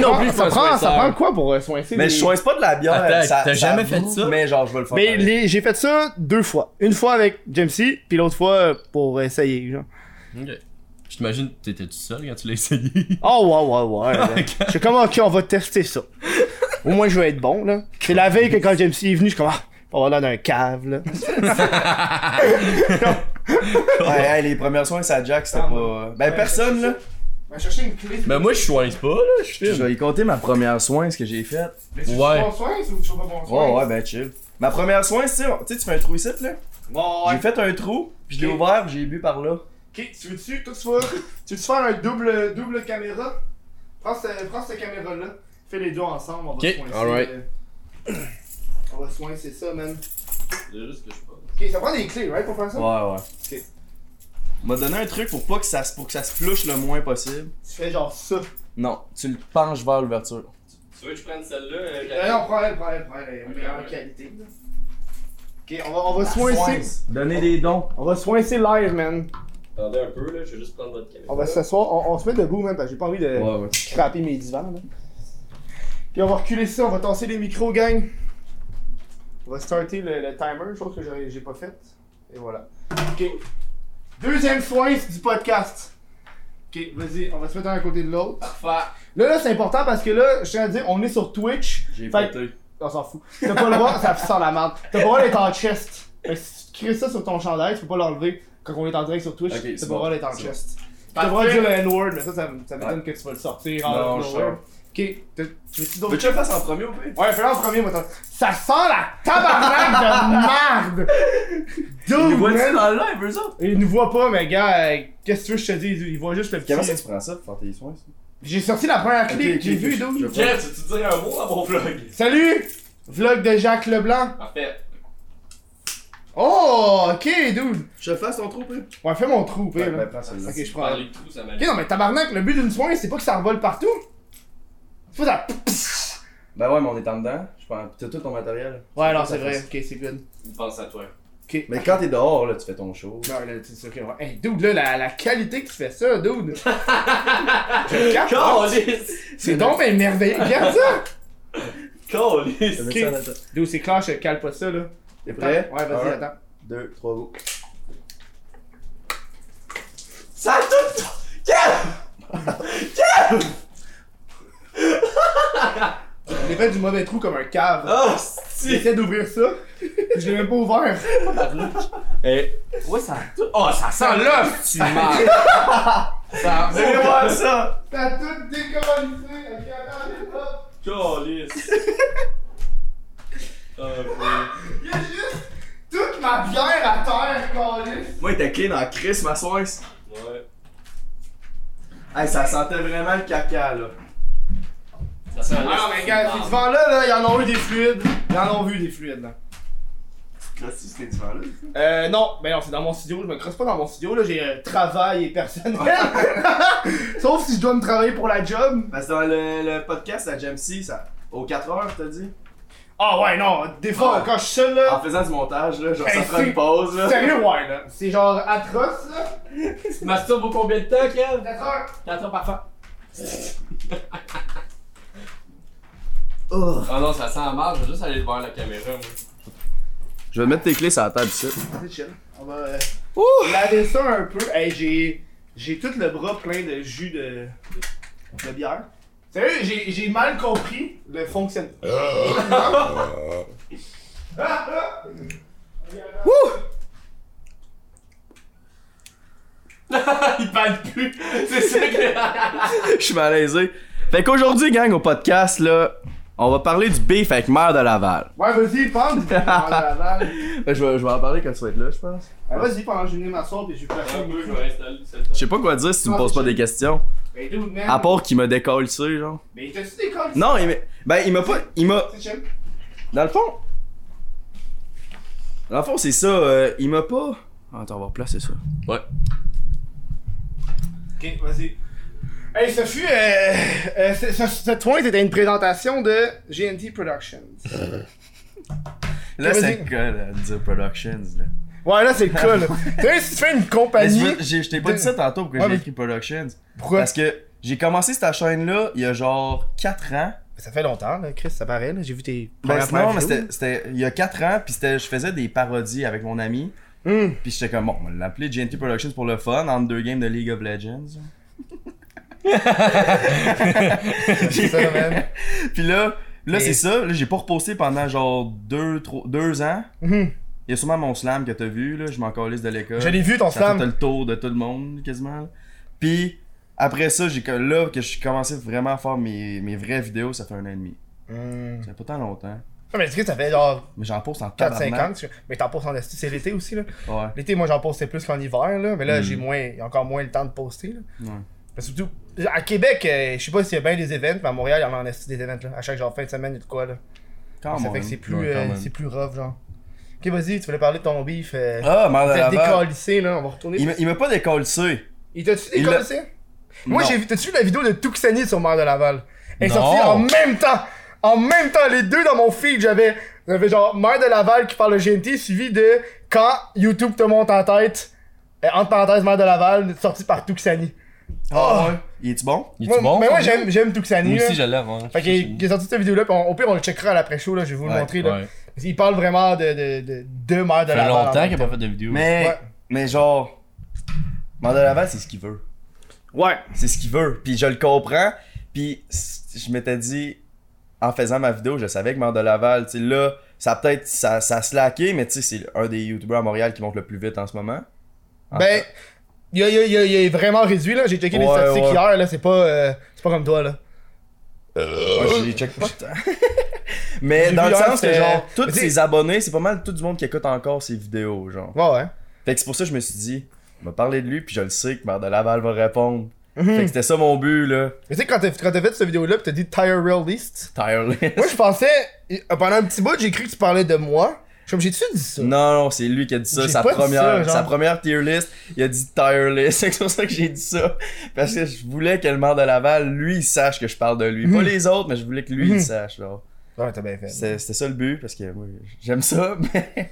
Speaker 6: Ça
Speaker 2: non
Speaker 6: prend-
Speaker 2: plus,
Speaker 6: ça prend, ça prend quoi pour euh, soincer
Speaker 3: Mais
Speaker 6: des-
Speaker 3: je soigne pas de la bière.
Speaker 2: Attends,
Speaker 3: ça- ça
Speaker 2: t'as jamais fait
Speaker 3: boue,
Speaker 2: ça?
Speaker 3: Mais genre, je vais le faire.
Speaker 6: Mais
Speaker 3: pareil.
Speaker 6: les- j'ai fait ça deux fois. Une fois avec Jamesy, puis l'autre fois euh, pour essayer. Genre.
Speaker 2: Ok. Je t'imagine, t'étais tout seul quand tu l'as essayé.
Speaker 6: Oh, ouais, ouais, ouais. Je suis comme, ok, on va tester ça. Au moins, je vais être bon, là. C'est la veille que quand Jamesy est venu, je suis comme, ah, on va l'air d'un cave, là.
Speaker 3: Ouais, hey, les premières soins, ça Jack, c'était
Speaker 1: Ah,
Speaker 3: pas. Ben personne là.
Speaker 1: On va chercher une clé.
Speaker 2: Mais Ben, moi, je soigne pas, là, je
Speaker 3: Je
Speaker 2: filme.
Speaker 3: vais y compter ma première soin, ce que j'ai fait.
Speaker 1: Mais tu
Speaker 2: Ouais.
Speaker 1: fais bon soin ou tu fais pas bon
Speaker 3: Ouais,
Speaker 1: soin?
Speaker 3: ouais, ben chill. Ma première soin, c'est, tu sais, tu fais un trou ici là.
Speaker 1: Bon, ouais.
Speaker 3: J'ai fait un trou, puis je l'ai
Speaker 1: Ok.
Speaker 3: ouvert, puis j'ai bu par là.
Speaker 1: Ok, tu veux-tu, toi, tu vas, tu veux-tu faire un double, double caméra? Prends, ce- prends cette caméra-là, fais les deux ensemble, on va
Speaker 2: Ok,
Speaker 1: soincer.
Speaker 2: alright.
Speaker 1: euh, on va soincer ça, man.
Speaker 5: C'est juste que je parle.
Speaker 1: Ok, ça prend des clés, right, pour faire ça?
Speaker 3: Ouais, ouais. Ah. Ok. M'a donné un truc pour pas que ça se, pour que ça se flouche le moins possible.
Speaker 1: Tu fais genre ça.
Speaker 3: Non, tu le penches vers l'ouverture.
Speaker 5: Tu veux que je prenne celle-là euh,
Speaker 1: Euh,
Speaker 5: Catherine?
Speaker 1: non, prends elle, prends elle, prends elle, elle est de meilleure
Speaker 5: ouais.
Speaker 1: qualité. Ok, on va, on
Speaker 3: Ah,
Speaker 1: va soincer.
Speaker 3: Donner des dons.
Speaker 6: On va soincer live, man.
Speaker 5: Attendez un peu, là, je vais juste prendre votre caméra.
Speaker 6: On va s'asseoir, on, on se met debout, man, parce que j'ai pas envie de
Speaker 3: ouais.
Speaker 6: craper mes divans, là. Puis on va reculer ça, on va tasser les micros, gang.
Speaker 1: On va starter le, le timer, chose que j'ai- j'ai pas faite. Et voilà. Ok. Deuxième soin du podcast. Ok, vas-y, on va se mettre un à côté de l'autre. Parfait. Là, là, c'est important parce que là, je tiens à dire, on est sur Twitch.
Speaker 3: J'ai
Speaker 1: Fait-
Speaker 3: pété.
Speaker 1: On s'en fout. T'as pas le droit, ça sent la merde. T'as pas le droit d'être en chest. Fait que si tu crées ça sur ton chandail, tu peux pas l'enlever quand on est en direct sur Twitch.
Speaker 3: Ok,
Speaker 1: t'as pas
Speaker 3: c'est
Speaker 1: le
Speaker 3: bon,
Speaker 1: droit d'être en
Speaker 3: c'est
Speaker 1: chest. T'as pas le droit de dire le N-word, mais ça, ça, me- ça m'étonne
Speaker 3: Ouais.
Speaker 1: que tu vas le sortir.
Speaker 3: Non,
Speaker 1: out of
Speaker 3: je
Speaker 1: nowhere. Ok, t'as- tu veux-tu d'autres
Speaker 3: Veux-tu le faire en premier ou pas?
Speaker 1: Ouais, fais-le en premier, moi. t'en- Ça sent la tabarnak de merde! Dude, Oh, man.
Speaker 3: dans le live, eux autres?
Speaker 1: Il nous voit pas, mais gars, euh, qu'est-ce que tu veux que je te dise? Il voit juste le
Speaker 3: Comment ça,
Speaker 1: petit.
Speaker 3: tu prends ça pour faire tes soins? ça?
Speaker 1: J'ai sorti la première
Speaker 3: Ok,
Speaker 1: clé
Speaker 3: ok,
Speaker 1: que j'ai
Speaker 3: ok,
Speaker 1: vue,
Speaker 3: je-
Speaker 1: dude.
Speaker 3: je-
Speaker 5: Jeff, tu tu dirais un mot à mon vlog?
Speaker 1: Salut! Vlog de Jacques Leblanc.
Speaker 5: Parfait.
Speaker 1: Oh, ok, dude.
Speaker 3: Je te fasse ton trou, pis?
Speaker 1: Ouais, fais mon trou, pire.
Speaker 3: Ben,
Speaker 1: là.
Speaker 3: ben, prends celui-là.
Speaker 1: Ok, je prends.
Speaker 5: Parler
Speaker 1: Ok,
Speaker 5: de trou, ça m'a
Speaker 1: non, mais tabarnak, le but d'une soin, c'est pas que ça revole partout. Faut ça.
Speaker 3: Ben ouais, mais on est en dedans. Je prends t'as tout ton matériel.
Speaker 1: Ouais, non, c'est vrai. Ok, c'est good.
Speaker 5: Je pense à toi.
Speaker 1: Ok.
Speaker 3: Mais quand t'es dehors, là, tu fais ton show.
Speaker 1: Non, là, tu ok, ouais. Hey, dude, là, la, la qualité que tu fais ça, dude. Je capte.
Speaker 5: Calice!
Speaker 1: C'est donc ben merveilleux. Regarde ça!
Speaker 5: Calice!
Speaker 3: T'as mis ça là-dedans.
Speaker 1: D'où c'est clair, je cale pas ça là.
Speaker 3: T'es prêt?
Speaker 1: Ouais, vas-y,
Speaker 3: Un,
Speaker 1: attends.
Speaker 3: Deux, trois, go.
Speaker 5: Ça a tout!
Speaker 1: J'ai fait du mauvais trou comme un cave.
Speaker 5: Oh,
Speaker 1: J'essaie d'ouvrir ça. Je l'ai même pas ouvert.
Speaker 5: Ouais, ça a tout! Oh, ça sent l'œuf! Tu meurs! Ça
Speaker 3: Vous allez voir ça!
Speaker 1: T'as tout décollisé. Ok, attends, j'ai pas.
Speaker 5: Calice!
Speaker 3: Ah,
Speaker 5: Oh, oui.
Speaker 1: Il y a juste toute ma bière à terre, calice.
Speaker 3: Moi, il était clean en Chris, ma soirée.
Speaker 5: Ouais.
Speaker 3: Hey, ça sentait vraiment le caca, là.
Speaker 5: Ça sent l'œuf!
Speaker 1: Ah, mais gars, ces
Speaker 5: tu
Speaker 1: divans là, là, ils en ont eu des fluides. Ils en ont vu des fluides là.
Speaker 3: Crossi, c'était différent, là.
Speaker 1: Euh, non, ben non, c'est dans mon studio. Je me crosse pas dans mon studio là, j'ai un travail et personnel. Sauf si je dois me travailler pour la job.
Speaker 3: Parce que Ben, dans le, le podcast à Jamsey, ça. Aux 4 heures, t'as dit?
Speaker 1: Ah ouais, non, des fois
Speaker 3: Ouais.
Speaker 1: quand je suis seul là.
Speaker 3: En faisant du montage, là, genre,
Speaker 1: Hey,
Speaker 3: Ah, ça prend
Speaker 1: c'est-
Speaker 3: une pause, là.
Speaker 1: Sérieux, ouais, là. C'est genre atroce, là.
Speaker 5: te masturbes au combien de temps, Kev?
Speaker 1: D'accord.
Speaker 5: 4 heures parfait. Oh non, ça sent la marge, je vais juste aller voir la caméra, moi.
Speaker 3: Je vais mettre tes clés sur la table ici.
Speaker 1: C'est chill. On va euh, laver ça un peu. Hey, j'ai, j'ai tout le bras plein de jus de, de bière. Sérieux, j'ai, j'ai mal compris le fonctionnement.
Speaker 5: Il parle plus! C'est ça que.
Speaker 3: Je suis malaisé. Fait qu'aujourd'hui, gang, au podcast, là, On va parler du beef avec Mère de Laval. Ben,
Speaker 7: Ouais, vas-y, parle du pendant la balle.
Speaker 3: Je vais, je vais en parler quand tu vas être là, je pense.
Speaker 1: Ben,
Speaker 7: Ouais, Vas-y, pendant que je vais ma soeur, puis je vais faire un
Speaker 2: Moi, je
Speaker 7: peu.
Speaker 2: vais installer le
Speaker 3: Je
Speaker 2: setup.
Speaker 3: sais pas quoi dire si tu me poses pas des questions.
Speaker 7: Ben, dude, man.
Speaker 3: À part qu'il me décolle ça, genre.
Speaker 1: Ben,
Speaker 7: Mais t'as-tu des codes?
Speaker 3: Non, il m'a. Ben, il m'a pas. Il m'a.
Speaker 7: C'est chill.
Speaker 3: Dans le fond. Dans le fond, c'est ça. euh, il m'a pas. Ah, Attends, on va replacer ça.
Speaker 7: Ok, vas-y.
Speaker 1: Hey, ce fut. Euh, euh, ce- ce- cette pointe était une présentation de GNT Productions.
Speaker 3: Là,
Speaker 1: Vas-y.
Speaker 3: c'est quoi, là, de dire Productions, là?
Speaker 1: Ouais, là, c'est le cas, là. tu sais, si tu fais une
Speaker 3: Mais
Speaker 1: compagnie.
Speaker 3: je veux- j'ai- je t'ai pas dit ça tantôt pourquoi
Speaker 1: Ouais,
Speaker 3: j'ai
Speaker 1: mais-
Speaker 3: écrit Productions.
Speaker 1: Pourquoi
Speaker 3: Parce que j'ai commencé cette chaîne-là il y a genre 4 ans.
Speaker 1: Ben, Ça fait longtemps, là, Chris, ça paraît, là. J'ai vu tes.
Speaker 3: Ben,
Speaker 1: premières
Speaker 3: non, mais
Speaker 1: vidéos.
Speaker 3: c'était- c'était il y a 4 ans, puis c'était- je faisais des parodies avec mon ami.
Speaker 1: Hmm.
Speaker 3: Puis j'étais comme, bon, on va l'appeler GNT Productions pour le fun, entre deux games de League of Legends.
Speaker 1: C'est ça, man.
Speaker 3: Puis là, là
Speaker 1: Mais-
Speaker 3: c'est ça, là, j'ai pas reposté pendant genre 2 deux, trois- deux ans.
Speaker 1: Mhm.
Speaker 3: Il y a sûrement mon slam que t'as vu, là, je m'en calisse de l'école.
Speaker 1: Je l'ai vu, ton
Speaker 3: Ça
Speaker 1: slam.
Speaker 3: fait le tour de tout le monde, quasiment. là. Puis après ça, j'ai co- là que je commençais vraiment à faire mes, mes vraies vidéos, ça fait un an et demi.
Speaker 1: Hmm.
Speaker 3: Ça fait pas tant longtemps.
Speaker 1: Non, mais est-ce que ça fait genre
Speaker 3: Mais j'en poste en
Speaker 1: 4-5 ans
Speaker 3: tabarnak.
Speaker 1: que tu- Mais t'en poses en esti, c'est l'été aussi, là.
Speaker 3: Ouais.
Speaker 1: L'été, moi, j'en postais plus qu'en hiver, là. Mais là,
Speaker 3: Mm.
Speaker 1: j'ai moins. il y a encore moins le temps de poster, là.
Speaker 3: Ouais.
Speaker 1: Mais surtout, à Québec, euh, je sais pas s'il y a bien des événements, mais à Montréal, il y en a en esti des événements, là. À chaque genre fin de semaine, il y a de quoi, là.
Speaker 3: Quand
Speaker 1: ça
Speaker 3: même.
Speaker 1: fait que c'est plus,
Speaker 2: ouais, quand
Speaker 1: euh,
Speaker 2: même.
Speaker 1: c'est plus rough, genre. Ok, vas-y, tu voulais parler de ton beef. Euh...
Speaker 3: Ah, merde
Speaker 1: t'as
Speaker 3: à Laval.
Speaker 1: décalissé, là, on va retourner.
Speaker 3: Il m'a- il m'a pas décollé
Speaker 1: Il t'a-tu
Speaker 3: il
Speaker 1: décalissé? Moi, j'ai vu, t'as-tu vu la vidéo de Tuxani sur Mère de Laval? Elle est
Speaker 2: Non.
Speaker 1: sortie en même temps! En même temps, les deux dans mon feed, j'avais, j'avais genre Mère de Laval qui parle de GNT, suivi de Quand YouTube te monte en tête, euh, entre parenthèses Mère de Laval, sortie par Tuxani. Oh.
Speaker 3: Ah ouais. Il est-tu bon?
Speaker 2: Il
Speaker 1: Moi-
Speaker 2: est bon?
Speaker 1: mais moi,
Speaker 2: ça?
Speaker 1: j'aime, j'aime Tuxani.
Speaker 2: Moi aussi,
Speaker 1: là.
Speaker 2: je l'ai avant.
Speaker 1: Fait qu'il qu'il est sorti cette vidéo-là, pis on- au pire, on le checkera à l'après-show, là, je vais vous le
Speaker 3: Ouais,
Speaker 1: montrer, là.
Speaker 2: Ouais.
Speaker 1: Il parle vraiment de, de, de, de Mère de
Speaker 2: Ça fait
Speaker 1: Laval. en
Speaker 2: longtemps
Speaker 1: même
Speaker 2: qu'il a
Speaker 1: temps.
Speaker 2: pas fait de vidéo.
Speaker 3: Mais,
Speaker 1: Ouais.
Speaker 3: mais genre, Mandela Laval, c'est ce qu'il veut.
Speaker 1: Ouais.
Speaker 3: C'est ce qu'il veut. Puis je le comprends. Puis c- je m'étais dit, en faisant ma vidéo, je savais que Mandela Laval, tu sais, là, ça a peut-être, ça, ça a slacké, mais tu sais, c'est un des youtubeurs à Montréal qui monte le plus vite en ce moment. En-
Speaker 1: Ben, il a, il a- il a- il est vraiment réduit, là. J'ai checké les
Speaker 3: Ah, Ouais,
Speaker 1: statistiques
Speaker 3: ouais.
Speaker 1: hier, là. C'est pas, euh, c'est pas comme toi, là.
Speaker 3: Moi, je les check pas tant. mais
Speaker 1: J'ai
Speaker 3: dans
Speaker 1: vu
Speaker 3: le
Speaker 1: hier,
Speaker 3: sens que,
Speaker 1: c'était-
Speaker 3: genre, tous
Speaker 1: Mais tu sais-
Speaker 3: ses abonnés, c'est pas mal tout du monde qui écoute encore ses vidéos, genre.
Speaker 1: Ouais, ouais.
Speaker 3: Fait que c'est pour ça que je me suis dit, on va parler de lui, puis je le sais que Mandela Laval va répondre. Fait
Speaker 1: Hmm.
Speaker 3: que c'était ça mon but, là.
Speaker 1: Mais tu sais, quand t'as quand t'as fait cette vidéo-là, pis t'as dit Tire Real List,
Speaker 3: Tireless.
Speaker 1: moi, je pensais, et- pendant un petit bout, j'ai cru que tu parlais de moi. Je suis comme, j'ai-tu dit ça?
Speaker 3: Non, non, c'est lui qui a dit ça,
Speaker 1: J'ai
Speaker 3: sa
Speaker 1: pas dit ça,
Speaker 3: première,
Speaker 1: genre.
Speaker 3: sa première tier list. Il a dit tier list, c'est pour ça que j'ai dit ça. Parce que je voulais que le maire de Laval, lui, il sache que je parle de lui. Pas les autres, mais je voulais que lui,
Speaker 1: Mhm.
Speaker 3: il sache. genre.
Speaker 1: Ouais, t'as bien fait.
Speaker 3: C'est- C'était ça le but, parce que moi, j'aime ça. Mais,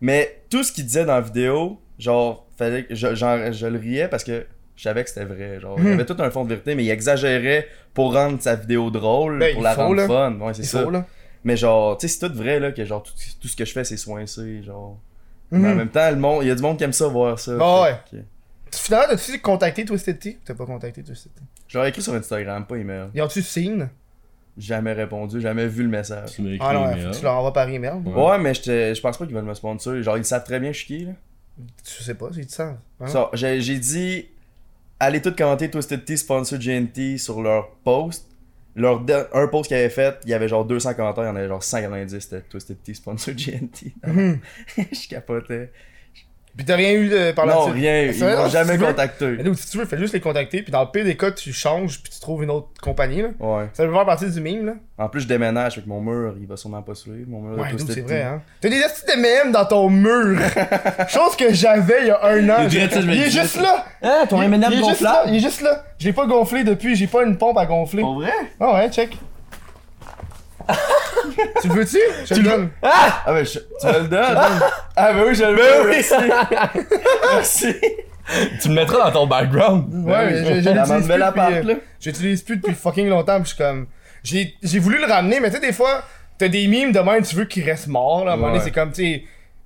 Speaker 3: mais tout ce qu'il disait dans la vidéo, genre, fallait que je, genre, je le riais parce que je savais que c'était vrai. Genre,
Speaker 1: Hmm.
Speaker 3: Il y avait tout un fond de vérité, mais il exagérait pour rendre sa vidéo drôle,
Speaker 1: Ben,
Speaker 3: pour
Speaker 1: il
Speaker 3: la
Speaker 1: faut,
Speaker 3: rendre
Speaker 1: là.
Speaker 3: fun. Ouais, c'est
Speaker 1: C'est
Speaker 3: ça.
Speaker 1: faux, là.
Speaker 3: Mais genre, tu sais, c'est tout vrai, là, que genre, tout, tout ce que je fais, c'est soincé, genre. Mais en
Speaker 1: Mhm.
Speaker 3: même temps, le monde, il y a du monde qui aime ça voir ça.
Speaker 1: Ah
Speaker 3: Fait que-
Speaker 1: Finalement, t'as-tu contacté Twisted Tea? T'as pas contacté Twisted Tea.
Speaker 3: Je leur ai écrit sur Instagram, pas email.
Speaker 1: Ils ont-tu signe?
Speaker 3: Jamais répondu, jamais vu le message.
Speaker 2: Tu m'as écrit
Speaker 1: Ah non,
Speaker 2: un
Speaker 1: faut
Speaker 2: email.
Speaker 1: que tu leur envoies par email.
Speaker 2: Ouais.
Speaker 3: Ouais, mais j'étais- je pense pas qu'ils veulent me sponsor. Genre, ils savent très bien je suis qui, là.
Speaker 1: Tu sais pas, ils te savent. hein?
Speaker 3: Ça, J'ai j'ai dit, allez tous commenter Twisted Tea sponsor GNT sur leur post. Leur der- un post qu'ils avaient fait, il y avait genre 200 commentaires, il y en avait genre 190, c'était Twisted Tea sponsor GNT.
Speaker 1: Mhm.
Speaker 3: je capotais.
Speaker 1: Pis t'as rien eu de, par
Speaker 3: non,
Speaker 1: là-dessus?
Speaker 3: rien, ils
Speaker 1: Ça va,
Speaker 3: m'ont
Speaker 1: si tu
Speaker 3: jamais
Speaker 1: veux.
Speaker 3: contacté.
Speaker 1: Mais donc, si tu veux, fais juste les contacter, puis dans le pire des cas, tu changes, puis tu trouves une autre compagnie, là.
Speaker 3: Ouais.
Speaker 1: Ça peut faire partie du meme, là.
Speaker 3: En plus, je déménage, fait que mon mur, il va sûrement pas suivre. Mon mur de
Speaker 1: Ouais, donc,
Speaker 3: Twisted
Speaker 1: c'est
Speaker 3: Tea.
Speaker 1: vrai, hein. T'as des astuces de mèmes dans ton mur. Chose que j'avais il y a un an.
Speaker 2: Le direct, ça, je me
Speaker 1: il est
Speaker 2: disais,
Speaker 1: juste là.
Speaker 2: Ah, ton
Speaker 1: il,
Speaker 2: M&M
Speaker 1: il est juste là.
Speaker 2: gonflable.
Speaker 1: Il est juste là. Je l'ai pas gonflé depuis. J'ai pas une pompe à gonfler.
Speaker 3: Pour vrai?
Speaker 1: Ah ouais, check. tu le veux-tu? Je te le donne.
Speaker 3: Ah, ben, je- tu me le donnes? ah, ben oui, je le veux. Merci.
Speaker 2: Tu le mettras dans ton background.
Speaker 1: Ouais, mais je, je
Speaker 3: Ben La
Speaker 1: l'utilise plus
Speaker 3: belle
Speaker 1: depuis,
Speaker 3: appart,
Speaker 1: euh,
Speaker 3: là.
Speaker 1: J'utilise plus depuis fucking longtemps, pis je suis comme. J'ai j'ai voulu le ramener, mais tu sais, des fois, t'as des mimes de même, tu veux qu'il reste mort, là. À un moment donné,
Speaker 3: Ouais.
Speaker 1: c'est comme, tu sais,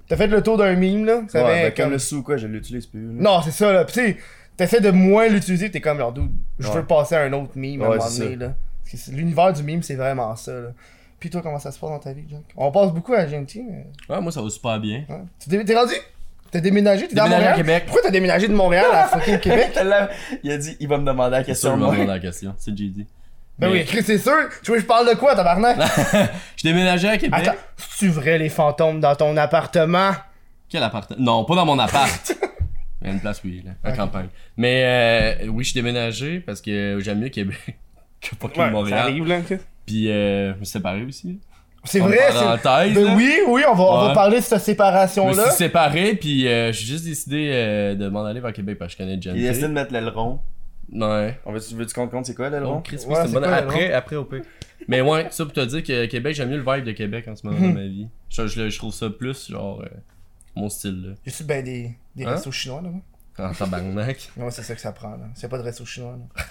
Speaker 1: t'as fait le tour d'un mime, là. Ça
Speaker 3: Ouais,
Speaker 1: avait
Speaker 3: ben, comme le sou, quoi, je l'utilise plus. là.
Speaker 1: Non, c'est ça, là. Pis tu sais, t'essaies de moins l'utiliser, t'es comme, genre, dude, je
Speaker 3: Ouais.
Speaker 1: veux passer à un autre meme à un
Speaker 3: Ouais,
Speaker 1: moment
Speaker 3: c'est
Speaker 1: donné,
Speaker 3: ça.
Speaker 1: là. Parce que c'est- L'univers du meme, c'est vraiment ça, là. Pis toi, comment ça se passe dans ta vie, Jack? On passe beaucoup à GMT, mais.
Speaker 2: Ouais, moi, ça va super bien.
Speaker 1: ouais. Tu t'es- t'es rendu? T'as déménagé? T'es dans
Speaker 2: Déménagé à
Speaker 1: Montréal?
Speaker 2: Québec.
Speaker 1: Pourquoi t'as déménagé de Montréal à fucking Québec?
Speaker 3: Là, il a dit, il va me demander la
Speaker 2: C'est
Speaker 3: question.
Speaker 2: ça, je me
Speaker 3: moi.
Speaker 2: demande la question. C'est JD.
Speaker 1: Ben
Speaker 2: Mais-
Speaker 1: oui, Chris, c'est sûr. Tu veux que je parle de quoi, tabarnak?
Speaker 2: Je déménageais à Québec.
Speaker 1: Attends, tu vrai les fantômes dans ton appartement?
Speaker 2: Quel appart Non, pas dans mon appart. Mais une place, oui, là, en campagne. Mais euh, oui, je suis déménagé parce que j'aime mieux Québec que fucking Montréal.
Speaker 1: là.
Speaker 2: Puis euh, je me suis séparé aussi.
Speaker 1: C'est
Speaker 2: En
Speaker 1: vrai, c'est.
Speaker 2: parenthèse,
Speaker 1: Ben
Speaker 2: là.
Speaker 1: oui, oui, on va, on va
Speaker 2: Ouais.
Speaker 1: parler de cette
Speaker 2: Je me suis
Speaker 1: séparation-là.
Speaker 2: séparé, puis euh, j'ai juste décidé euh, de m'en aller vers Québec parce que je connais Jen.
Speaker 3: Il décide de mettre l'aileron.
Speaker 2: Ouais.
Speaker 3: On veut-tu veux-tu qu'on te compte c'est quoi l'aileron?
Speaker 2: Donc, Chris, oui,
Speaker 1: Oh, Ouais,
Speaker 2: c'est
Speaker 1: c'est
Speaker 2: une bonne-
Speaker 1: quoi,
Speaker 2: Après, après, au pire. Mais ouais, ça pour te dire que Québec, j'aime mieux le vibe de Québec en ce moment dans ma vie. Je, je- je trouve ça plus, genre, euh, mon style, là.
Speaker 1: Y a-tu ben des, des
Speaker 2: Hein?
Speaker 1: restos chinois, là? moi?
Speaker 2: En tabarnak.
Speaker 1: Non, c'est ça que ça prend, là. C'est pas de resto chinois, là.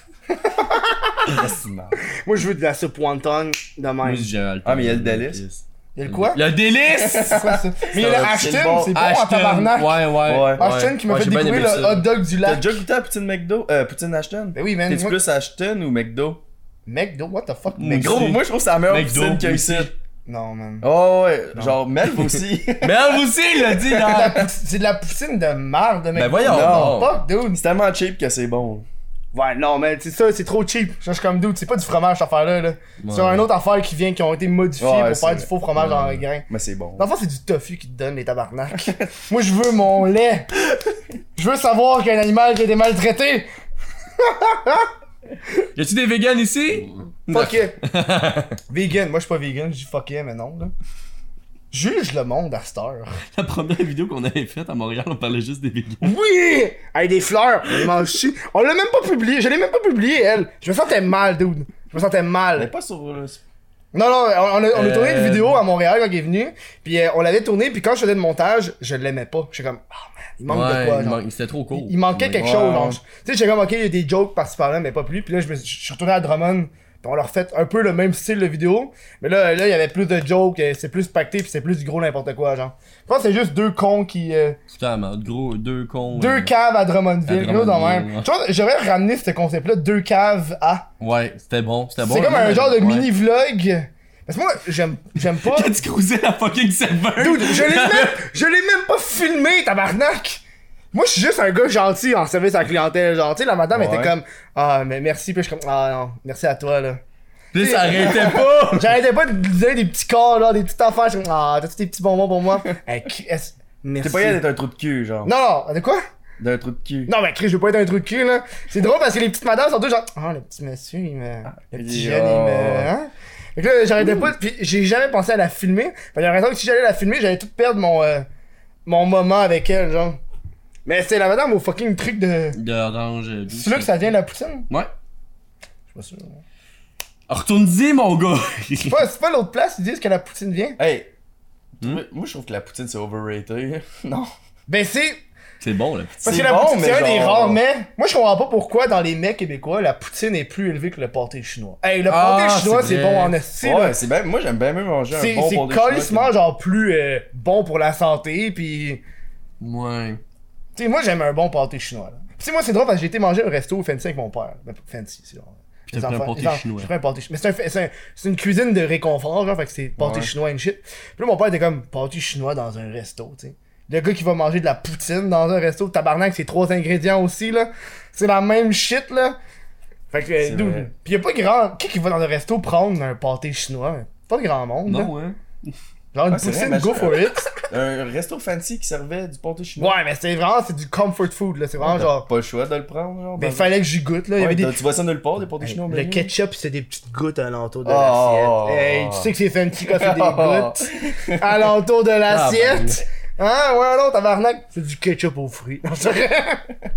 Speaker 3: Non.
Speaker 1: Moi, je veux de la soupe wonton de
Speaker 2: Moi,
Speaker 1: même.
Speaker 2: j'ai un
Speaker 3: Ah, mais il y a le
Speaker 2: alternative.
Speaker 3: délice.
Speaker 1: Y'a le quoi?
Speaker 2: Le délice!
Speaker 1: C'est quoi ça? Mais y'a le
Speaker 3: c'est bon.
Speaker 1: Ashton, c'est bon en
Speaker 2: Ashton,
Speaker 1: tabarnak.
Speaker 2: Ouais, ouais.
Speaker 3: Ouais.
Speaker 1: Ashton qui m'a
Speaker 2: Ouais,
Speaker 1: fait
Speaker 2: j'ai bien
Speaker 1: découvrir
Speaker 2: aimé
Speaker 1: le
Speaker 2: ça.
Speaker 1: hot dog du
Speaker 3: T'as
Speaker 1: lac.
Speaker 3: déjà goûté à Poutine McDo? Euh, Poutine Ashton?
Speaker 1: Ben oui, man.
Speaker 3: T'es-tu
Speaker 1: moi-
Speaker 3: plus Ashton ou McDo?
Speaker 1: McDo, what the fuck,
Speaker 3: Mm.
Speaker 2: Mais
Speaker 1: mec?
Speaker 2: gros,
Speaker 3: Gros, moi je trouve que c'est la meilleure
Speaker 2: McDo
Speaker 3: poutine qu'il y a
Speaker 2: aussi.
Speaker 3: ici.
Speaker 1: Non, man.
Speaker 3: Oh ouais,
Speaker 1: Non.
Speaker 3: genre Melv aussi.
Speaker 2: Mais elle aussi, il l'a dit
Speaker 1: C'est de la
Speaker 2: dans.
Speaker 1: pou- C'est de la poutine de marde, mec.
Speaker 2: Ben voyons
Speaker 3: Non.
Speaker 2: donc.
Speaker 1: Fuck, dude.
Speaker 3: c'est tellement cheap que c'est bon.
Speaker 1: Ouais, non, mais c'est ça, c'est trop cheap. Je suis comme dude, c'est pas du fromage cette affaire-là. Là. C'est un autre affaire qui vient, qui ont été modifiés
Speaker 3: Ouais,
Speaker 1: pour
Speaker 3: c'est
Speaker 1: faire du
Speaker 3: vrai.
Speaker 1: faux fromage dans les
Speaker 2: Ouais.
Speaker 1: grains.
Speaker 3: Mais c'est bon.
Speaker 1: Dans le fond, c'est du tofu qui te donne les tabarnaks. Moi, je veux mon lait. Je veux savoir qu'un animal qui a été maltraité.
Speaker 2: Y a-tu des vegans ici?
Speaker 1: Fuck yeah. vegan. Moi, je suis pas vegan. Je dis fuck yeah, mais non. Là. Juge le monde à cette heure.
Speaker 2: La première vidéo qu'on avait faite à Montréal, on parlait juste des vegans.
Speaker 1: Oui! Hey, des fleurs! Elle mange chi. On l'a même pas publié. Je l'ai même pas publié, elle. Je me sentais mal, dude. Je me sentais mal.
Speaker 3: Mais pas sur le.
Speaker 1: Non, non, on on a, on a
Speaker 2: Euh,
Speaker 1: tourné une vidéo à Montréal quand il est venu, puis euh, on l'avait tourné, puis quand je faisais le montage, je l'aimais pas. J'étais comme, oh man, il manque de quoi,
Speaker 2: il
Speaker 1: genre.
Speaker 2: manque- C'était trop court.
Speaker 1: Il, il manquait quelque
Speaker 3: Ouais.
Speaker 1: chose, genre. Tu sais, j'étais comme, ok, il y a des jokes par-ci par-là, mais pas plus. Puis là, je, me, suis- je suis retourné à Drummond, puis on leur fait un peu le même style de vidéo, mais là, là, il y avait plus de jokes, euh, c'est plus pacté, puis c'est plus du gros n'importe quoi, genre. Je pense que c'est juste deux cons qui. euh,
Speaker 2: Putain, man, gros, deux cons.
Speaker 1: Deux
Speaker 2: euh,
Speaker 1: caves à Drummondville,
Speaker 2: À
Speaker 1: gros, dans
Speaker 2: Drummondville,
Speaker 1: même.
Speaker 2: ouais.
Speaker 1: Tu vois, j'aurais ramené ce concept-là, deux caves à.
Speaker 2: Ouais, c'était bon, c'était bon.
Speaker 1: C'est comme un genre de
Speaker 2: Ouais.
Speaker 1: mini-vlog. Parce que moi, j'aime j'aime pas.
Speaker 2: Quand tu cruisais la fucking serveur.
Speaker 1: Dude, je l'ai même, je l'ai même pas filmé, tabarnak! Moi, je suis juste un gars gentil en service à la clientèle. Genre, tu sais, la madame
Speaker 3: Ouais.
Speaker 1: était comme Ah, mais merci. Puis je suis comme Ah non, merci à toi, là.
Speaker 2: Puis ça arrêtait pas.
Speaker 1: J'arrêtais pas de lui donner des petits corps, là, des petites affaires. Je suis comme Ah, t'as-tu des petits bonbons pour moi? hey, Chris, merci.
Speaker 3: T'es pas capable d'être un trou de cul, genre.
Speaker 1: Non, non, de quoi?
Speaker 3: D'un trou de cul.
Speaker 1: Non, mais Chris, je veux pas être un truc cul, là. C'est drôle parce que les petites madames sont toutes genre Ah, le petit monsieur, il me.
Speaker 3: Ah,
Speaker 1: Le petit
Speaker 3: il-
Speaker 1: jeune, il me.
Speaker 3: oh.
Speaker 1: Hein? Fait que là, j'arrêtais pas, puis j'ai jamais pensé à la filmer. Fait que la raison que si j'allais la filmer, j'allais tout perdre mon, euh, mon moment avec elle, genre. Mais c'est la madame au fucking truc de.
Speaker 2: De orange. euh, douce.
Speaker 1: C'est là que ça vient de la poutine?
Speaker 2: Ouais.
Speaker 1: Je suis pas sûr.
Speaker 2: Retourne-y, mon gars.
Speaker 1: C'est pas, c'est pas l'autre place, ils disent que la poutine vient.
Speaker 3: Hey!
Speaker 2: Hmm?
Speaker 3: Moi je trouve que la poutine c'est overrated. Non.
Speaker 1: Ben c'est.
Speaker 2: C'est bon, le petit.
Speaker 1: Parce que
Speaker 3: C'est
Speaker 1: la
Speaker 3: bon,
Speaker 1: poutine,
Speaker 3: mais
Speaker 1: c'est un des
Speaker 3: genre-
Speaker 1: rares mets. Moi, je comprends pas pourquoi dans les mets québécois, la poutine est plus élevée que le pâté chinois. Hey, le
Speaker 2: Ah,
Speaker 1: pâté chinois,
Speaker 2: c'est
Speaker 1: c'est
Speaker 2: vrai.
Speaker 1: bon en esti, là.
Speaker 3: Ouais, c'est bien. Moi j'aime bien mieux manger
Speaker 1: C'est
Speaker 3: un bon
Speaker 1: c'est
Speaker 3: pâté chinois
Speaker 1: calissement
Speaker 3: que-
Speaker 1: genre plus euh, bon pour la santé puis
Speaker 2: Ouais.
Speaker 1: tu sais moi j'aime un bon pâté chinois. là. Puis tu sais, moi c'est drôle parce que j'ai été manger au resto fancy avec mon père. Ben, fancy c'est genre.
Speaker 2: Puis t'as pris un pâté chinois.
Speaker 1: Je un pâté chinois. Mais c'est un fa- c'est un- c'est une cuisine de réconfort genre fait que c'est pâté
Speaker 3: Ouais.
Speaker 1: chinois and shit. Puis là mon père était comme pâté chinois dans un resto, tu sais. Le gars qui va manger de la poutine dans un resto, tabarnak, c'est trois ingrédients aussi là. C'est la même shit là. Fait que euh,
Speaker 3: C'est
Speaker 1: dude,
Speaker 3: vrai.
Speaker 1: Puis y a pas grand qui qui va dans un resto prendre un pâté chinois. Pas grand monde. là.
Speaker 2: Non, hein.
Speaker 1: Genre une
Speaker 3: Ah, c'est vrai,
Speaker 1: poutine,
Speaker 3: mais
Speaker 1: go
Speaker 3: je-
Speaker 1: for it.
Speaker 3: Un resto fancy qui servait du pâté chinois.
Speaker 1: Ouais, mais c'est vraiment, c'est du comfort food, là. C'est vraiment
Speaker 3: T'as
Speaker 1: genre.
Speaker 3: Pas le choix de le prendre, genre.
Speaker 1: Ben,
Speaker 3: dans-
Speaker 1: fallait que j'y goûte, là. Il y
Speaker 3: Ouais,
Speaker 1: avait des.
Speaker 3: t'as- Tu vois ça nulle part, des pâtés
Speaker 1: Hey,
Speaker 3: chinois au
Speaker 1: le
Speaker 3: menu?
Speaker 1: ketchup, c'est des petites gouttes alentour de
Speaker 3: Oh,
Speaker 1: l'assiette.
Speaker 3: oh, oh,
Speaker 1: Ah, hey, tu
Speaker 3: oh.
Speaker 1: sais que c'est fancy quand c'est des gouttes alentour de l'assiette. hein, ouais, non, tabarnak. C'est du ketchup aux fruits. Non, c'est vrai.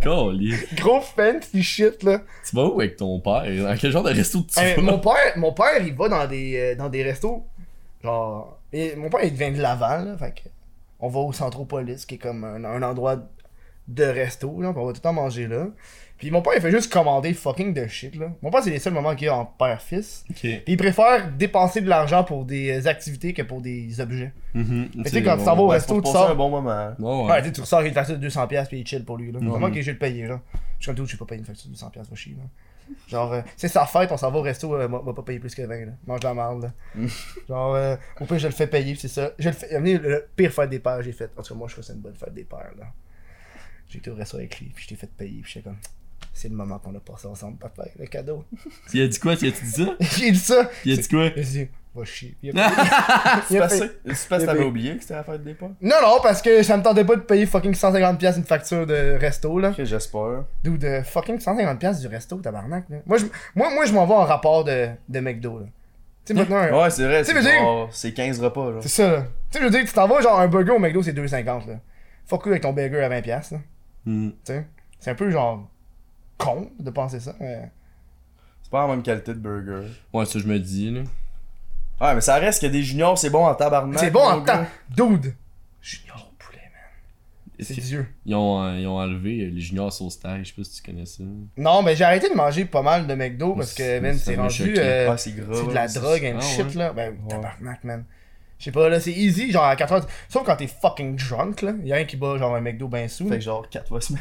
Speaker 2: Calé.
Speaker 1: Gros fancy shit, là.
Speaker 2: Tu vas où avec ton père? Dans quel genre de resto tu
Speaker 1: Hey, Eh,
Speaker 2: vas?
Speaker 1: mon, père, mon père, il va dans des, euh, dans des restos. Genre. Et mon père, il vient de Laval, là. Fait que on va au Centropolis, qui est comme un, un endroit de resto, là. puis on va tout le temps manger là. Puis mon père, il fait juste commander fucking de shit, là. Mon père, c'est les seuls moments qu'il y a en père-fils.
Speaker 2: Ok.
Speaker 1: Puis il préfère dépenser de l'argent pour des euh, activités que pour des objets.
Speaker 2: Mhm.
Speaker 1: tu sais, quand tu t'en vas au
Speaker 3: Ouais, c'est
Speaker 1: resto,
Speaker 3: pour
Speaker 1: tu
Speaker 3: passer
Speaker 1: sors.
Speaker 3: un bon moment.
Speaker 2: Ouais,
Speaker 1: Ouais,
Speaker 2: ouais.
Speaker 1: tu sais, tu ressors avec une facture de 200$ piastres, puis il chill pour lui. Là. Comment que je vais le payer là Je suis comme tout, je vais pas payer une facture de 200$, piastres, va chier. Là. Genre, euh, c'est sa fête, on s'en va au resto, euh, moi, moi, pas payer plus que 20$. Là. Mange de la merde. Là. Genre, euh, au pire, je le fais payer, puis c'est ça. Je le fais. amener le pire fête des pères que j'ai faite. En tout cas, moi, je trouve que c'est une bonne fête des pères. là. J'ai été au resto avec lui, puis je t'ai fait payer, puis j'étais comme. C'est le moment qu'on a passé ensemble, papa, le cadeau.
Speaker 2: Il a dit quoi? Il a dit ça?
Speaker 1: J'ai dit ça.
Speaker 2: Il a dit quoi?
Speaker 1: Il a dit, va chier. Il a
Speaker 3: C'est
Speaker 1: Il a
Speaker 3: parce
Speaker 1: payé-
Speaker 3: que c'est parce
Speaker 1: il
Speaker 3: que
Speaker 1: a
Speaker 3: t'avais
Speaker 1: payé.
Speaker 3: oublié que c'était la fête des pas.
Speaker 1: Non, non, parce que ça me tentait pas de payer fucking 150$ une facture de resto, là.
Speaker 3: Ok, j'espère.
Speaker 1: D'où de fucking 150$ du resto, tabarnak, là. Moi, je, moi, moi, je m'en vais en rapport de, de McDo, là. Tu sais, maintenant, un-
Speaker 3: Ouais, c'est vrai,
Speaker 1: Tu
Speaker 3: c'est
Speaker 1: veux dire-
Speaker 3: genre, c'est 15 repas, genre.
Speaker 1: c'est ça, là. Tu sais, je veux dire, tu t'en vas, genre, un burger au McDo, c'est 2,50$, là. Fuck you avec ton burger à 20$, là.
Speaker 2: Hmm.
Speaker 1: Tu sais, c'est un peu, genre, con de penser ça, mais...
Speaker 3: C'est pas la même qualité de burger.
Speaker 2: Ouais, ça, je me dis, là.
Speaker 3: Ouais, mais ça reste que des juniors, c'est bon en tabarnak.
Speaker 1: C'est bon en
Speaker 3: mon gars.
Speaker 1: temps, dude! Junior poulet, man.
Speaker 2: Est-ce
Speaker 1: C'est
Speaker 2: qu'ils-
Speaker 1: Dieu.
Speaker 2: Ils ont, euh, ils ont enlevé euh, les juniors sauce tag, je sais pas si tu connais ça.
Speaker 1: Non, mais j'ai arrêté de manger pas mal de McDo parce
Speaker 2: C'est-
Speaker 1: que, man,
Speaker 2: ça
Speaker 1: c'est
Speaker 2: m'a
Speaker 1: rendu.
Speaker 2: choqué.
Speaker 1: euh,
Speaker 3: Ah, c'est gras.
Speaker 1: c'est de
Speaker 3: ouais,
Speaker 1: la
Speaker 3: c'est-
Speaker 1: drogue and
Speaker 2: ah,
Speaker 1: shit,
Speaker 2: ouais.
Speaker 1: là. Ben, tabarnak, man. Je sais pas, là, c'est easy, genre à 4 heures. Sauf quand t'es fucking drunk, là. Y'a un qui bat, genre, un McDo ben sous.
Speaker 3: Fait que genre 4 fois semaine.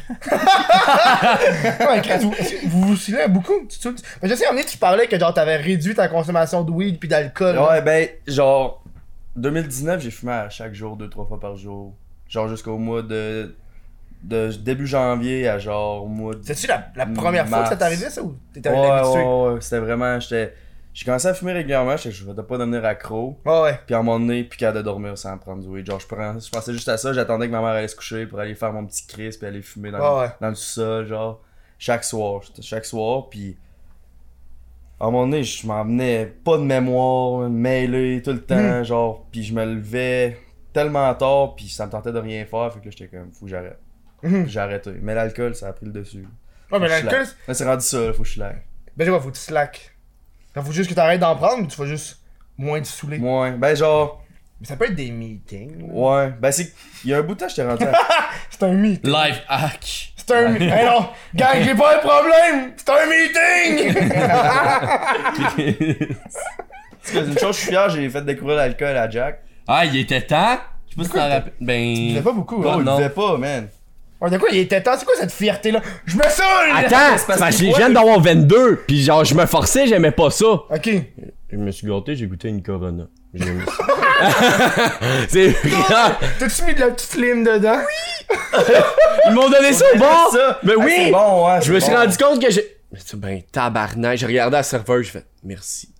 Speaker 1: Ouais, Chris, vous, vous vous souvenez beaucoup? Tu, tu, mais je sais, en est, tu parlais que, genre, t'avais réduit ta consommation de weed puis d'alcool. là.
Speaker 3: Ouais, ben, genre, 2019, j'ai fumé à chaque jour, 2-3 fois par jour. Genre jusqu'au mois de. de début janvier à genre mois de.
Speaker 1: C'est-tu la, la première fois que ça
Speaker 3: Mars.
Speaker 1: t'est arrivé, ça, ou t'étais
Speaker 3: Ouais,
Speaker 1: habitué?
Speaker 3: ouais,
Speaker 1: Ouais,
Speaker 3: ouais, c'était vraiment. J'étais. J'ai commencé à fumer régulièrement, j'étais- je vais pas devenir accro.
Speaker 1: ouais.
Speaker 3: Puis à un moment donné, puis capable de dormir sans prendre du weed. Genre, je, prends- je pensais juste à ça, j'attendais que ma mère allait se coucher pour aller faire mon petit crisp et aller fumer dans,
Speaker 1: Ouais, ouais.
Speaker 3: dans le sol, genre, chaque soir. J'étais- Chaque soir, puis à un moment donné, je m'en venais pas de mémoire, mêlé tout le
Speaker 1: Hmm.
Speaker 3: temps, genre, puis je me levais tellement tard, puis ça me tentait de rien faire, fait que là, j'étais comme, faut que j'arrête.
Speaker 1: Mhm.
Speaker 3: J'ai arrêté. Mais l'alcool, ça a pris le dessus.
Speaker 1: Ouais, Ah, mais
Speaker 3: Faut que je
Speaker 1: l'alcool,
Speaker 3: slack. Là, c'est rendu ça, là, faut que je l'aille.
Speaker 1: c'est- ben, je vois, faut que tu slack. Genre, faut juste que t'arrêtes d'en prendre, tu vas juste moins te saouler.
Speaker 3: Ouais, ben genre,
Speaker 1: Mais ça peut être des meetings. là.
Speaker 3: ouais, ben c'est. Il y a un bout de temps, j'étais rendu à
Speaker 1: C'est un meeting.
Speaker 2: Life hack!
Speaker 1: C'est un. hey non! Gang, j'ai pas un problème! C'est un meeting!
Speaker 3: Parce que une chose, je suis fier, j'ai fait découvrir l'alcool à Jack.
Speaker 2: ah, il était temps? Je sais pas si t'en rappelles.
Speaker 1: Il
Speaker 2: Ben.
Speaker 1: pas beaucoup,
Speaker 3: Oh,
Speaker 1: hein?
Speaker 3: il
Speaker 2: non.
Speaker 3: buvait pas, man.
Speaker 1: Ouais, de quoi il était temps? C'est quoi cette fierté-là? Je me saoule!
Speaker 8: Attends, c'est parce que je viens d'avoir 22, puis genre, je me forçais, j'aimais pas ça.
Speaker 1: Ok.
Speaker 8: Je me suis gâté, j'ai goûté une Corona. J'ai aimé ça. c'est Ils
Speaker 1: T'as-tu mis de la petite lime dedans?
Speaker 8: m'ont donné ça au bar!
Speaker 3: Ça.
Speaker 8: Mais
Speaker 3: Ah,
Speaker 8: oui!
Speaker 3: c'est bon, hein,
Speaker 8: Je me
Speaker 3: c'est
Speaker 8: suis
Speaker 3: bon.
Speaker 8: rendu compte que j'ai. Mais tu- Ben, tabarnak, j'ai regardé la serveur, j'ai fait merci.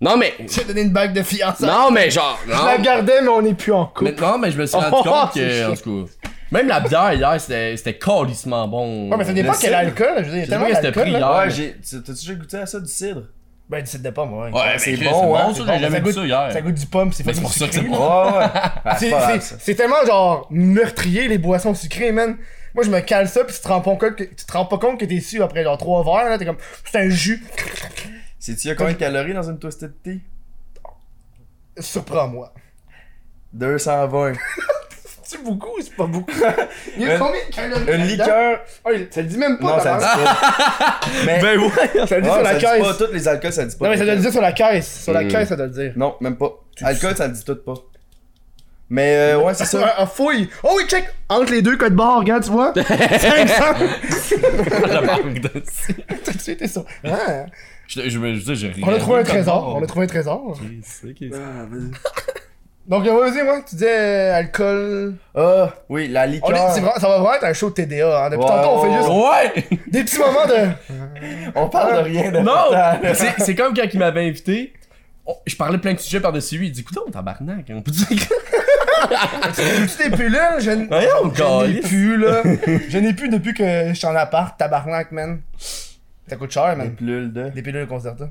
Speaker 8: Non, mais.
Speaker 1: J'ai donné une bague de fiançailles.
Speaker 8: Non, mais genre.
Speaker 1: Je la
Speaker 8: Non,
Speaker 1: gardais, mais on est plus en couple.
Speaker 2: Mais, non, mais je me suis rendu
Speaker 1: Oh,
Speaker 2: compte
Speaker 1: c'est
Speaker 2: que, en tout cas, même la bière hier, c'était c'était calissement bon.
Speaker 1: Ouais, mais ça dépend
Speaker 3: Le
Speaker 1: quel
Speaker 3: cidre.
Speaker 1: alcool, je veux dire, il y a
Speaker 2: Je
Speaker 1: tellement
Speaker 2: sais pas, c'était
Speaker 1: d'alcool.
Speaker 2: pris
Speaker 1: là.
Speaker 2: hier.
Speaker 3: Ouais, j'ai. tu- T'as-tu déjà goûté à ça, du cidre?
Speaker 1: Ben, décide de pommes, ouais.
Speaker 2: Ouais, mais
Speaker 3: c'est
Speaker 2: Chris,
Speaker 3: bon,
Speaker 2: c'est
Speaker 3: hein,
Speaker 2: ça,
Speaker 3: c'est
Speaker 2: j'ai
Speaker 3: bon,
Speaker 2: jamais
Speaker 1: ça
Speaker 2: vu
Speaker 1: goûte-
Speaker 2: ça hier.
Speaker 1: Ça goûte du pomme, c'est
Speaker 2: Mais c'est
Speaker 1: fucking
Speaker 2: pour ça que c'est
Speaker 1: sucré,
Speaker 3: Ouais,
Speaker 1: là.
Speaker 2: bon.
Speaker 3: ouais. Ah,
Speaker 1: C'est-
Speaker 3: pas grave,
Speaker 1: c'est-
Speaker 3: ça.
Speaker 1: C'est tellement genre meurtrier les boissons sucrées, man. Moi je me cale ça puis tu te rends pas compte que tu te rends pas compte que t'es su après genre trois verres là, t'es comme c'est un jus.
Speaker 3: Sais-tu, il y a combien de calories dans une Twisted Tea?
Speaker 1: Surprends-moi.
Speaker 3: 220.
Speaker 1: C'est beaucoup ou c'est pas beaucoup? Il y a
Speaker 3: Une-
Speaker 1: combien de calories?
Speaker 3: Une
Speaker 1: là-dedans?
Speaker 3: liqueur.
Speaker 1: Oh, il- ça le dit même pas.
Speaker 3: Non, ça dit
Speaker 1: tabarnak.
Speaker 3: pas. Mais.
Speaker 8: Ben ouais!
Speaker 1: Ça le dit
Speaker 3: Ouais,
Speaker 1: sur la
Speaker 3: Ah, ça dit pas.
Speaker 1: caisse.
Speaker 3: Toutes les alcools, ça dit pas.
Speaker 1: Non mais ça doit le dire sur la caisse. Sur la
Speaker 8: Hmm.
Speaker 1: caisse ça doit le dire.
Speaker 3: Non, même pas. Alcool, ça le dit tout pas. Mais euh, ouais, c'est ça.
Speaker 1: Un, un fouille. Oh oui, check! Entre les deux codes barres, regarde, tu vois? 500!
Speaker 2: La banque de-
Speaker 1: Tout de suite, t'es sûr. Ah.
Speaker 2: Je je veux dire, j'ai
Speaker 1: On a
Speaker 2: regardé
Speaker 1: trouvé un
Speaker 2: comme
Speaker 1: trésor.
Speaker 2: bon.
Speaker 1: On a trouvé un trésor.
Speaker 2: Ok, c'est ok.
Speaker 1: Donc, vas-y, moi, tu disais euh, alcool.
Speaker 3: Ah, oui, la liqueur.
Speaker 1: On est- c'est vraiment- ça va vraiment être un show de TDA. Hein. Depuis
Speaker 3: Ouais,
Speaker 1: tantôt, on fait
Speaker 3: ouais,
Speaker 1: juste
Speaker 2: Ouais!
Speaker 1: des petits moments de.
Speaker 3: On parle de rien de
Speaker 2: Non! C'est- C'est comme quand il m'avait invité. on- Je parlais plein de sujets par-dessus lui. Il dit, écoute, on tabarnak. hein." On peut dire que.
Speaker 1: Tu n'es plus là, je n-
Speaker 2: Voyons,
Speaker 1: je n'ai
Speaker 2: câlisse.
Speaker 1: plus, là. Je n'ai plus depuis que je suis en appart, tabarnak, man. Ça coûte cher,
Speaker 3: Des
Speaker 1: man.
Speaker 3: pilules de.
Speaker 1: Des pilules de concerta.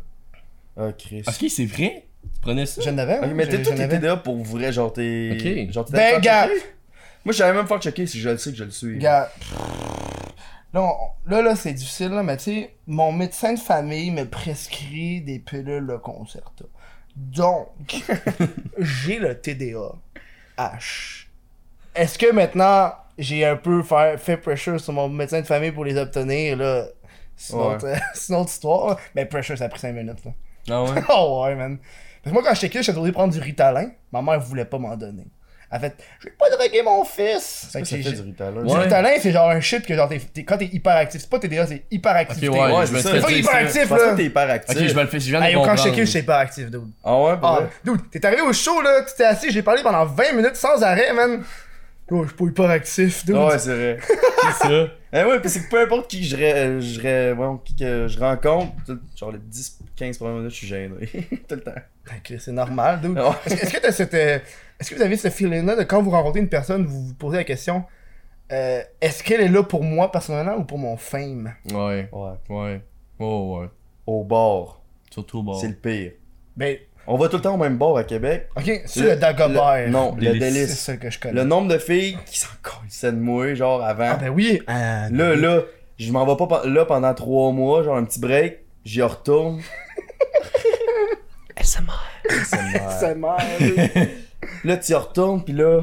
Speaker 3: Ah, Chris.
Speaker 2: Ok, c'est vrai? Tu prenais ça?
Speaker 1: Je n'avais,
Speaker 3: Ok, mais t'es
Speaker 1: je
Speaker 3: tout tes TDA pour vrai, genre t'es.
Speaker 2: Ok.
Speaker 3: Genre t'es
Speaker 1: Ben,
Speaker 3: allé faire
Speaker 1: gars,
Speaker 3: checker? Moi, j'allais même faire checker si je le sais que je le suis.
Speaker 1: gars. Là, on- là, là, c'est difficile, là, mais tu sais, mon médecin de famille me prescrit des pilules de concerta. Donc, j'ai le TDA. H. Est-ce que maintenant j'ai un peu fa- fait pressure sur mon médecin de famille pour les obtenir là C'est une
Speaker 3: Ouais.
Speaker 1: autre- c'est une autre histoire. Mais pressure, ça a pris 5 minutes là.
Speaker 2: Ah ouais?
Speaker 1: oh ouais, man. Parce que moi, quand j'étais kid, j'étais supposé prendre du ritalin. Ma mère voulait pas m'en donner. Elle fait, je vais pas droguer mon fils. Fait
Speaker 3: Ça
Speaker 1: que
Speaker 3: fait
Speaker 1: j'ai-
Speaker 3: du ritalin.
Speaker 1: du
Speaker 2: Ouais.
Speaker 1: ritalin, c'est genre un shit que genre, t'es- t'es- quand t'es hyperactif, c'est pas TDA, c'est hyperactif.
Speaker 2: Ok, ouais,
Speaker 3: Ouais,
Speaker 2: je
Speaker 3: c'est
Speaker 2: me
Speaker 3: ça.
Speaker 2: suis
Speaker 1: Pas
Speaker 2: fait dire ça.
Speaker 1: hyperactif
Speaker 3: Je pense pas
Speaker 1: là.
Speaker 3: que t'es hyper actif.
Speaker 2: Ok, je me le fais. Je viens de
Speaker 1: Hey, yo, quand
Speaker 2: comprendre.
Speaker 1: j'étais kid, j'étais hyperactif, dude.
Speaker 3: Ah ouais, pour
Speaker 1: Ah,
Speaker 3: vrai?
Speaker 1: dude, t'es arrivé au show là, tu t'es assis, j'ai parlé pendant 20 minutes sans arrêt, man. Oh, je suis pas hyperactif, dude.
Speaker 3: Ah Ouais, c'est vrai.
Speaker 2: C'est ça.
Speaker 3: Eh ouais, pis c'est que peu importe qui je, re- je, re- voyons, qui que je rencontre, tout- genre les 10-15 premières minutes, je suis gêné. tout le temps.
Speaker 1: Ben, Chris, c'est normal, dude.
Speaker 3: Ah Ouais.
Speaker 1: Est-ce est-ce que t'as cette. euh, Est-ce que vous avez ce feeling-là de quand vous rencontrez une personne, vous vous posez la question euh, est-ce qu'elle est là pour moi personnellement ou pour mon fame
Speaker 2: Ouais,
Speaker 3: Ouais.
Speaker 2: ouais. Oh, ouais.
Speaker 3: Au bord,
Speaker 2: Surtout au bord.
Speaker 3: c'est le pire.
Speaker 1: Ben,
Speaker 3: On va tout le temps au même bord à Québec.
Speaker 1: ok, c'est le, Dagobert.
Speaker 3: le- non, le
Speaker 2: Délice.
Speaker 1: c'est
Speaker 3: délice.
Speaker 1: ça que je connais.
Speaker 3: Le nombre de filles qui s'en collissaient de moi, genre avant.
Speaker 1: Ah, ben oui. Ah,
Speaker 3: Là, là, je m'en vais pas pe- là pendant trois mois, genre un petit break, j'y retourne. SMR.
Speaker 1: Ça meurt, dude.
Speaker 3: Là, tu y retournes, pis là.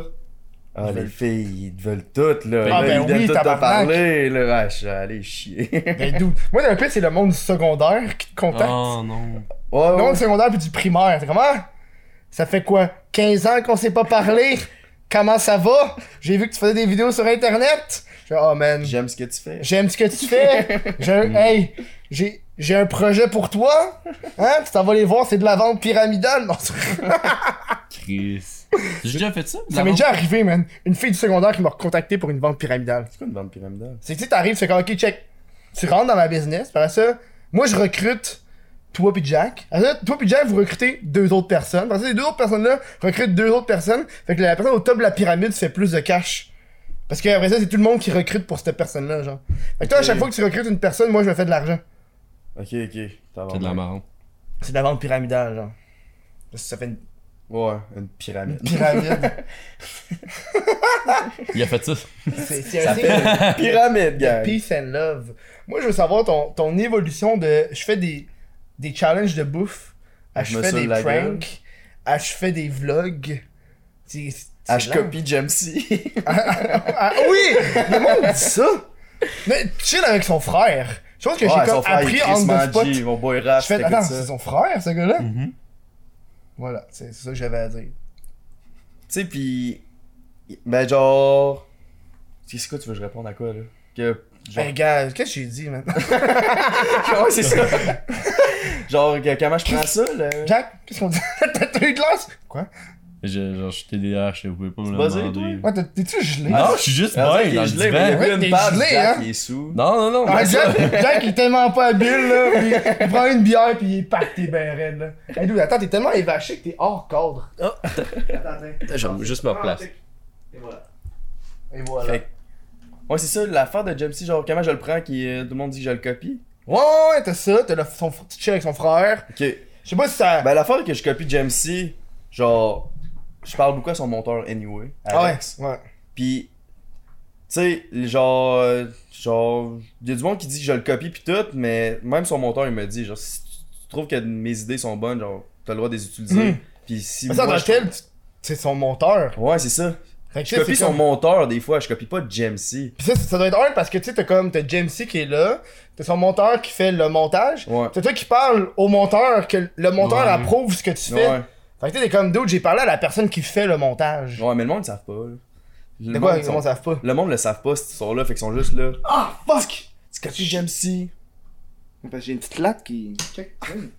Speaker 1: Ils
Speaker 3: Ah, les
Speaker 1: veulent-
Speaker 3: filles, ils te veulent toutes, là.
Speaker 1: Ah,
Speaker 3: Là,
Speaker 1: ben
Speaker 3: ils viennent
Speaker 1: oui,
Speaker 3: toutes te
Speaker 1: tabarnak.
Speaker 3: parler, là. Ah, je suis allé chier. ouais,
Speaker 1: Ben, dude. Moi, dans le pire, c'est le monde du secondaire qui te contacte.
Speaker 2: Oh non.
Speaker 1: Le
Speaker 3: ouais.
Speaker 1: monde du secondaire puis du primaire. C'est comment Ça fait quoi 15 ans qu'on s'est pas parlé Comment ça va J'ai vu que tu faisais des vidéos sur internet. Je fais, oh man.
Speaker 3: J'aime ce que tu fais.
Speaker 1: J'aime ce que tu fais. J'ai un, hey, j'ai, j'ai un projet pour toi. Hein? Tu t'en vas les voir, c'est de la vente pyramidale. Non, ça
Speaker 2: Chris. J'ai déjà fait ça?
Speaker 1: ça m'est déjà arrivé, man. Une fille du secondaire qui m'a recontacté pour une vente pyramidale.
Speaker 3: C'est quoi une bande pyramidale?
Speaker 1: C'est que tu sais, t'arrives, c'est comme, ok, check. Tu rentres dans ma business. Par ça, moi, je recrute toi puis Jack. Après ça, toi puis Jack, vous recrutez deux autres personnes. Parce que les deux autres personnes-là recrutent deux autres personnes. Fait que la personne au top de la pyramide fait plus de cash. Parce que après ça, c'est tout le monde qui recrute pour cette personne-là, genre. Fait que toi, à chaque
Speaker 3: Ok.
Speaker 1: fois que tu recrutes une personne, moi, je me fais de l'argent.
Speaker 3: Ok, ok. T'as
Speaker 2: C'est de la marron.
Speaker 1: C'est de la vente pyramidale, genre. Parce que Ça fait une
Speaker 3: Ouais, une pyramide.
Speaker 1: pyramide.
Speaker 2: Il a fait ça.
Speaker 1: c'est c'est
Speaker 3: Ça
Speaker 1: un
Speaker 3: fait
Speaker 1: signe
Speaker 3: une pyramide,
Speaker 1: de
Speaker 3: gars.
Speaker 1: peace and love. Moi, je veux savoir ton, ton évolution de. Je fais des, des challenges de bouffe. Ah,
Speaker 3: Je
Speaker 1: je
Speaker 3: me
Speaker 1: fais
Speaker 3: saoule
Speaker 1: des
Speaker 3: la gueule.
Speaker 1: pranks. Ah, je fais des vlogs. C'est- c'est-
Speaker 3: Ah,
Speaker 1: c'est
Speaker 3: je
Speaker 1: lent.
Speaker 3: copie Jamsey.
Speaker 1: Ah, oui! Le monde dit ça! Mais chill avec son frère. Je pense que
Speaker 3: Ah,
Speaker 1: j'ai comme appris en the spot.
Speaker 3: G, mon boy
Speaker 1: Je
Speaker 3: Raph,
Speaker 1: fais.
Speaker 3: Ah, t'écoutes
Speaker 1: Attends,
Speaker 3: ça. Mm-hmm.
Speaker 1: c'est son frère, ce gars-là? Voilà, c'est c'est ça que j'avais à dire.
Speaker 3: Tu sais, pis. Ben, genre. C'est c'est quoi, tu veux que je réponde à quoi, là? Que. Genre.
Speaker 1: Hey, Ben, gars, qu'est-ce que j'ai dit, man?
Speaker 3: ouais, c'est ça. genre, que- comment je prends ça, là?
Speaker 1: Jack, qu'est-ce qu'on dit? T'as eu de l'air? Quoi?
Speaker 2: Je- Genre, je suis TDAH, je pouvais pas me
Speaker 3: buzzé,
Speaker 2: le demander.
Speaker 1: Ouais, t'es- t'es-tu gelé?
Speaker 2: Non, je suis juste
Speaker 3: Ah,
Speaker 2: bien
Speaker 3: il
Speaker 2: dans
Speaker 3: est
Speaker 2: le
Speaker 3: gelé, mais il y
Speaker 2: divan.
Speaker 1: Ouais,
Speaker 3: a plus
Speaker 1: t'es
Speaker 3: une pâte,
Speaker 1: gelé,
Speaker 3: Jack,
Speaker 1: hein?
Speaker 3: il est sous.
Speaker 2: Non, non, non.
Speaker 1: Ah,
Speaker 2: mais ça-
Speaker 1: Jack, Jack, il est tellement pas habile, là. puis il prend une bière, puis il est pacté ben raide, là. Hey, dude, attends, t'es tellement évaché que t'es hors cadre.
Speaker 7: Attends, attends.
Speaker 8: Je vais juste me replacer.
Speaker 7: Et voilà.
Speaker 1: Et voilà.
Speaker 3: Fait Ouais, c'est ça, l'affaire de Jamsey, genre, comment je le prends, qui, euh, tout le monde dit que je le copie.
Speaker 1: Ouais, ouais, ouais, t'as ça, t'as le, son, tu chill avec son frère.
Speaker 3: Ok.
Speaker 1: Je sais pas si ça.
Speaker 3: Ben, l'affaire que je copie Jamsey, genre. Je parle beaucoup à son monteur, anyway.
Speaker 1: ah ouais,
Speaker 3: Alex.
Speaker 1: ouais.
Speaker 3: Pis, tu sais, les- genre, euh, genre, y a du monde qui dit que je le copie pis tout, mais même son monteur, il me dit, genre, si tu, tu trouves que mes idées sont bonnes, genre, t'as le droit de les utiliser.
Speaker 1: Mhm.
Speaker 3: Pis si
Speaker 1: Mais ça,
Speaker 3: moi,
Speaker 1: dans
Speaker 3: je-
Speaker 1: tel, c'est son monteur.
Speaker 3: Ouais, c'est ça.
Speaker 1: Fait que, tu
Speaker 3: Je
Speaker 1: sais,
Speaker 3: copie
Speaker 1: c'est
Speaker 3: son
Speaker 1: comme-
Speaker 3: monteur des fois, je copie pas Jamsey.
Speaker 1: Pis ça, ça doit être hard parce que, tu sais, t'as comme, t'as Jamesy qui est là, t'as son monteur qui fait le montage.
Speaker 3: Ouais.
Speaker 1: C'est toi qui parle au monteur, que le monteur
Speaker 2: Ouais.
Speaker 1: approuve ce que tu fais.
Speaker 3: Ouais.
Speaker 1: Fait que tu sais, t'es comme d'autres, j'ai parlé à la personne qui fait le montage.
Speaker 3: Ouais, mais le monde, ils savent pas, là.
Speaker 1: De
Speaker 3: Le
Speaker 1: quoi,
Speaker 3: monde,
Speaker 1: ils
Speaker 3: ils sont-
Speaker 1: savent pas.
Speaker 3: le monde le savent pas, cette histoire-là, fait qu'ils sont juste là.
Speaker 7: Ah, fuck!
Speaker 3: Tu copies Jamsey.
Speaker 7: Parce que j'ai une petite latte qui. Check. Hum.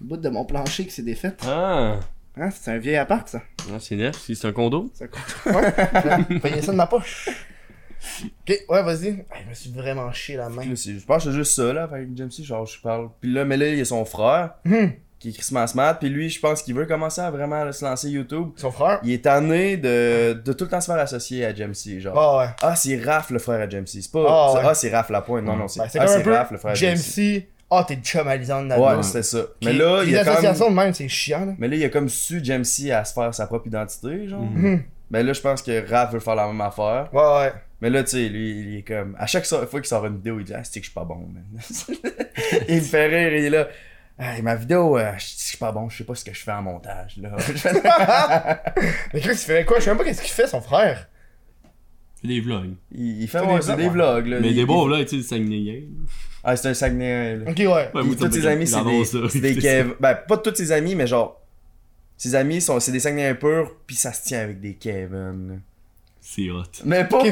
Speaker 7: Le bout de mon plancher qui s'est défaite.
Speaker 8: Ah,
Speaker 7: Hein, c'est un vieil appart, ça.
Speaker 8: Ah, c'est neuf, si c'est un condo.
Speaker 7: Ça compte.
Speaker 1: Payez ça de ma poche. ok, ouais, vas-y. Ah, je me suis vraiment chié la main.
Speaker 3: Là, c'est- Je pense que c'est juste ça, là, avec Jamsey, genre, je parle. Puis là, mais là, il y a son frère,
Speaker 1: Hmm.
Speaker 3: qui est Christmas Mad, puis lui, je pense qu'il veut commencer à vraiment là, se lancer YouTube.
Speaker 1: Son frère?
Speaker 3: Il est tanné de, de tout le temps se faire associer à Jamsey, genre.
Speaker 1: Ah ouais.
Speaker 3: Ah, c'est Raph le frère à Jamsey. C'est pas.
Speaker 1: Ah,
Speaker 3: c'est-
Speaker 1: ouais.
Speaker 3: Ah, c'est Raph la pointe. Non, non, c'est.
Speaker 1: Ben, c'est
Speaker 3: ah,
Speaker 1: comme
Speaker 3: c'est
Speaker 1: un
Speaker 3: Raph le
Speaker 1: peu
Speaker 3: frère à Jamsey.
Speaker 1: Jamesy. Ah, t'es chum à Lisande là-dedans.
Speaker 3: Ouais, c'était ça.
Speaker 1: Puis
Speaker 3: Mais là, il
Speaker 1: les
Speaker 3: a quand même-
Speaker 1: associations de même, c'est chiant, là.
Speaker 3: Mais là, il a comme su Jamsey à se faire sa propre identité, genre.
Speaker 7: Hmm.
Speaker 8: Mhm.
Speaker 1: Mhm.
Speaker 3: Mais là, je pense que Raph veut faire la même affaire.
Speaker 1: Ouais, ouais.
Speaker 3: Mais là, tu sais, lui, il est comme. À chaque so- fois qu'il sort une vidéo, il dit Ah, c'est que je suis pas bon, man. il me fait rire, il est là. Ah, ma vidéo, euh, je je suis pas bon, je sais pas ce que je fais en montage, là.
Speaker 1: Mais Chris, il fait quoi? Je sais même pas qu'est-ce qu'il fait, son frère.
Speaker 2: Fais des vlogs.
Speaker 3: Il, il fait
Speaker 1: Fait
Speaker 3: ouais,
Speaker 1: des
Speaker 3: c'est
Speaker 1: vlogs, Ah ouais.
Speaker 3: des, vlogs, là.
Speaker 8: Mais
Speaker 3: Il-
Speaker 8: des beaux,
Speaker 3: il-
Speaker 8: là, tu sais, Saguenay.
Speaker 3: Ah, c'est un Saguenay, là.
Speaker 1: Ok, ouais.
Speaker 3: Puis tous ses amis, c'est des, c'est des Kev- Ben, pas tous ses amis, mais genre. Ses amis, sont, c'est des Saguenay purs, puis ça se tient avec des Kevin.
Speaker 8: C'est hot.
Speaker 3: Mais pas pas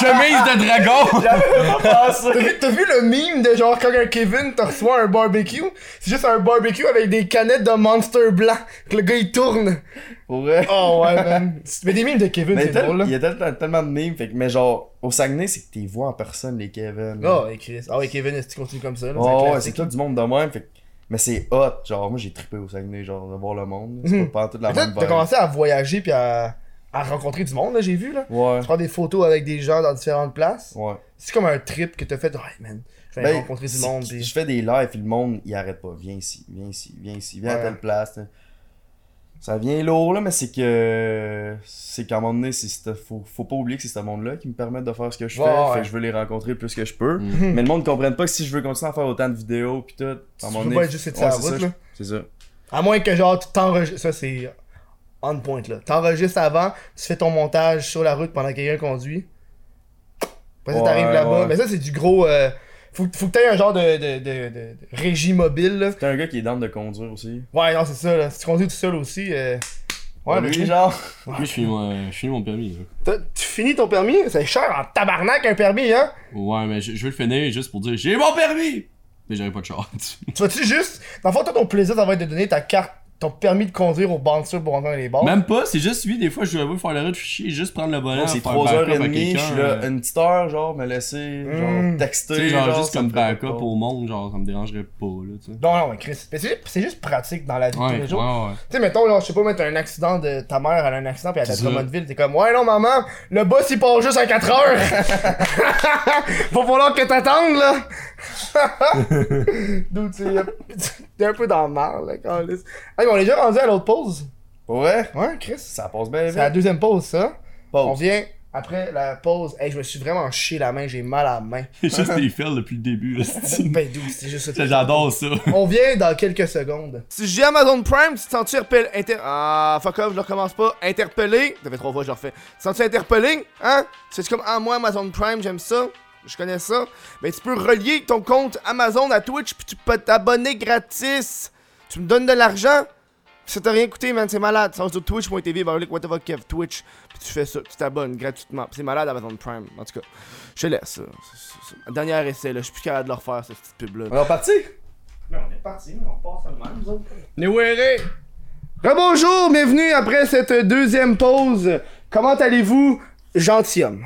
Speaker 2: Chemise de dragon!
Speaker 1: T'as vu, t'as vu le meme de genre quand un Kevin te reçoit un barbecue? C'est juste un barbecue avec des canettes de Monster blanc. Que le gars il tourne.
Speaker 3: pour vrai.
Speaker 1: Oh ouais, man. Mais des memes de Kevin,
Speaker 3: Mais
Speaker 1: c'est
Speaker 3: tel-
Speaker 1: drôle là.
Speaker 3: il y a tellement, tellement de mimes, fait que, mais genre, au Saguenay, c'est que t'es vois en personne, les Kevin.
Speaker 1: Oh, et Chris. Ah ouais, Kevin, est-ce que tu continues comme ça? Là,
Speaker 3: Oh, ouais,
Speaker 1: un
Speaker 3: c'est
Speaker 1: classique.
Speaker 3: tout du monde de même, fait que- Mais c'est hot, genre, moi j'ai trippé au Saguenay, genre, de voir le monde. là. C'est
Speaker 1: Mhm.
Speaker 3: pas pas en tout la
Speaker 1: Mais toi,
Speaker 3: même
Speaker 1: T'as
Speaker 3: vibe.
Speaker 1: commencé à voyager puis à, à rencontrer du monde, là, j'ai vu là.
Speaker 3: Ouais,
Speaker 1: Tu prends des photos avec des gens dans différentes places.
Speaker 3: ouais.
Speaker 1: C'est comme un trip que t'as fait. Ouais, man. Je vais aller
Speaker 3: Ben,
Speaker 1: rencontrer du
Speaker 3: c'est-
Speaker 1: monde.
Speaker 3: Je
Speaker 1: puis-
Speaker 3: fais des lives et le monde, il arrête pas. Viens ici, viens ici, viens ici, viens à
Speaker 1: Ouais.
Speaker 3: telle place. t'sais. Ça vient lourd, là, mais c'est que. C'est qu'à un moment donné, c'est ce- faut, faut pas oublier que c'est ce monde-là qui me permet de faire ce que je fais.
Speaker 1: Ouais, ouais.
Speaker 3: Fait que je veux les rencontrer le plus que je peux.
Speaker 8: Mm.
Speaker 1: Mhm.
Speaker 3: Mais le monde ne comprenne pas que si je veux continuer à faire autant de vidéos pis tout. à un
Speaker 1: Tu
Speaker 3: moment
Speaker 1: peux
Speaker 3: donné-
Speaker 1: pas être juste sur
Speaker 3: Ouais,
Speaker 1: la
Speaker 3: c'est
Speaker 1: route
Speaker 3: ça,
Speaker 1: là.
Speaker 3: C'est ça.
Speaker 1: À moins que genre tu t'enregistres. Ça c'est on point là. T'enregistres avant, tu fais ton montage sur la route pendant que quelqu'un conduit. Après ça
Speaker 3: Ouais,
Speaker 1: t'arrives là-bas.
Speaker 3: ouais.
Speaker 1: Mais ça c'est du gros. euh, Faut, faut que t'aies un genre de, de, de, de- de régie mobile là.
Speaker 3: T'es un gars qui est down de conduire aussi.
Speaker 1: Ouais non c'est ça là. Si tu conduis tout seul aussi. euh, Ouais, mais
Speaker 3: lui, genre.
Speaker 8: Moi, je finis mon, je finis mon permis. là.
Speaker 1: t'as- tu finis ton permis, c'est cher en tabarnak un permis hein.
Speaker 8: Ouais, mais je, je veux le finir juste pour dire j'ai mon permis! Mais j'avais pas de char.
Speaker 1: Tu vas-tu juste. Dans le fond, toi ton plaisir ça va être de donner ta carte, ton permis de conduire au bouncer pour rentrer dans les bars.
Speaker 8: Même pas, c'est juste lui, des fois, je vais faire la route, je suis chier, juste prendre le volant.
Speaker 3: Bon, c'est
Speaker 8: faire
Speaker 3: 3h30, je
Speaker 8: backup à
Speaker 3: suis
Speaker 8: quelqu'un,
Speaker 3: là
Speaker 8: euh,
Speaker 3: une petite heure, genre, me laisser,
Speaker 1: Mm.
Speaker 3: genre, texter.
Speaker 8: Tu sais, genre, juste
Speaker 3: ça
Speaker 8: comme
Speaker 3: me ferait pas
Speaker 8: backup
Speaker 3: de peur.
Speaker 8: au monde, genre, ça me dérangerait pas, là, tu sais.
Speaker 1: Non non mais Chris. mais c'est c'est juste pratique dans la vie de tous
Speaker 8: Ouais,
Speaker 1: les
Speaker 8: ouais,
Speaker 1: jours.
Speaker 8: ouais.
Speaker 1: Tu sais, mettons, là, je sais pas, mais t'as un accident de ta mère, elle a un accident, puis elle est
Speaker 8: C'est
Speaker 1: à
Speaker 8: ça.
Speaker 1: Drummondville, t'es comme, ouais, non, maman, le boss il part juste à 4 heures. Faut falloir que t'attendes, là. D'où, tu sais, y a- t'es un peu dans le marre, là, quand même. Hey, mais on est déjà rendu à l'autre pause.
Speaker 3: Ouais,
Speaker 1: Ouais, Chris.
Speaker 3: ça passe bien
Speaker 1: C'est la
Speaker 3: vite.
Speaker 1: deuxième pause, ça. On
Speaker 3: Pause.
Speaker 1: vient après la pause. Hey, je me suis vraiment chié la main, j'ai mal à la main.
Speaker 8: juste des fers depuis le début, là, c'est-
Speaker 1: Ben, d'où, c'est juste ça.
Speaker 8: J'adore ça.
Speaker 1: On vient dans quelques secondes. Si j'ai Amazon Prime, tu te sens-tu interpellé? inter- Ah, fuck off, je le recommence pas. Interpellé. Ça fait trois fois que je le refais. Tu te sens-tu interpellé? Hein? C'est comme, ah, moi, Amazon Prime, j'aime ça. Je connais ça. Mais tu peux relier ton compte Amazon à Twitch, puis tu peux t'abonner gratis. Tu me donnes de l'argent? Ça t'a rien coûté, man, c'est malade. Ça va sur twitch.tv, ben, what the fuck, Kev, Twitch. Puis tu fais ça, tu t'abonnes gratuitement. Puis c'est malade Amazon Prime. En tout cas, je te laisse. euh, c'est- c'est- c'est- Dernier essai, là. Je suis plus capable de le refaire, cette petite pub-là.
Speaker 3: On est reparti?
Speaker 1: Rebonjour, bienvenue après cette deuxième pause. Comment allez-vous, gentilhomme?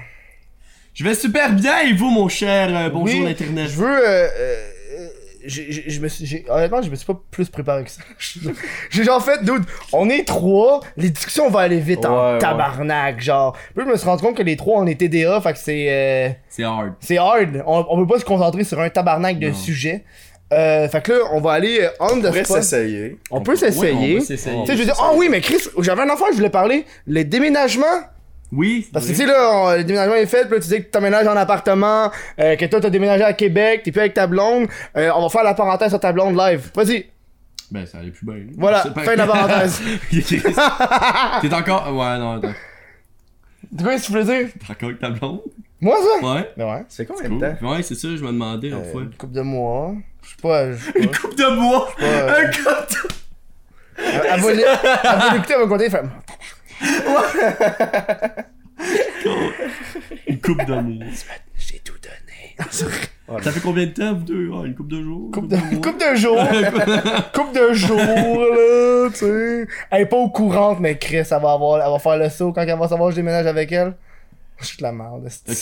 Speaker 8: Je vais super bien, et vous, mon cher, euh, bonjour
Speaker 1: Oui,
Speaker 8: l'internet.
Speaker 1: Je veux. euh, euh, euh, j'ai- j'ai- je me suis, j'ai- honnêtement, je me suis pas plus préparé que ça. j'ai genre fait, dude, on est trois, les discussions vont aller vite
Speaker 3: Ouais,
Speaker 1: en
Speaker 3: ouais.
Speaker 1: tabarnak, genre. Puis je me suis rendu compte que les trois, on est TDA, fait que c'est. euh,
Speaker 8: C'est hard.
Speaker 1: c'est hard. On, on peut pas se concentrer sur un tabarnak de
Speaker 8: Non.
Speaker 1: sujet. Euh, fait que là, on va aller euh, on
Speaker 3: On
Speaker 1: the
Speaker 3: pourrait
Speaker 1: spot.
Speaker 3: s'essayer.
Speaker 1: On peut
Speaker 8: Ouais,
Speaker 1: s'essayer.
Speaker 8: on peut
Speaker 1: tu
Speaker 8: s'essayer.
Speaker 1: sais, je veux dire, ah oui, mais Chris, j'avais un enfant, je voulais parler. Le déménagement,
Speaker 8: Oui.
Speaker 1: Parce que
Speaker 8: oui.
Speaker 1: tu sais, là, on- le déménagement est fait, puis là, tu dis que t'emménages en appartement, euh, que toi, t'as déménagé à Québec, t'es plus avec ta blonde. Euh, on va faire la parenthèse sur ta blonde live. Vas-y,
Speaker 8: Ben, ça allait plus bien.
Speaker 1: voilà,
Speaker 8: C'est pas-
Speaker 1: fin de la parenthèse.
Speaker 8: T'es encore. Ouais, non, t'es
Speaker 1: De quoi est-ce que tu voulais dire?
Speaker 8: t'es encore avec ta blonde?
Speaker 1: Moi, ça?
Speaker 8: Ouais.
Speaker 1: Ben ouais.
Speaker 3: Ça fait combien
Speaker 8: C'est
Speaker 3: de temps?
Speaker 8: cool. Ouais, c'est ça, je me demandais l'autre
Speaker 1: Euh,
Speaker 8: fois.
Speaker 1: une couple de mois. Je sais pas, je sais pas.
Speaker 8: Coupe de bois!
Speaker 1: je sais pas, euh, Elle va l'é- elle va l'écouter, elle va me compter, elle fait,
Speaker 8: Une coupe d'amour.
Speaker 1: J'ai tout donné.
Speaker 8: Ça fait combien de temps, vous deux? Ah, une coupe de jours?
Speaker 1: coupe de, coupe de jour. coupe de jour, là, tu sais. Elle est pas au courant, mais Chris, elle va, avoir, elle va faire le saut quand elle va savoir que je déménage avec elle. Je suis de la merde. esti.
Speaker 8: Ok.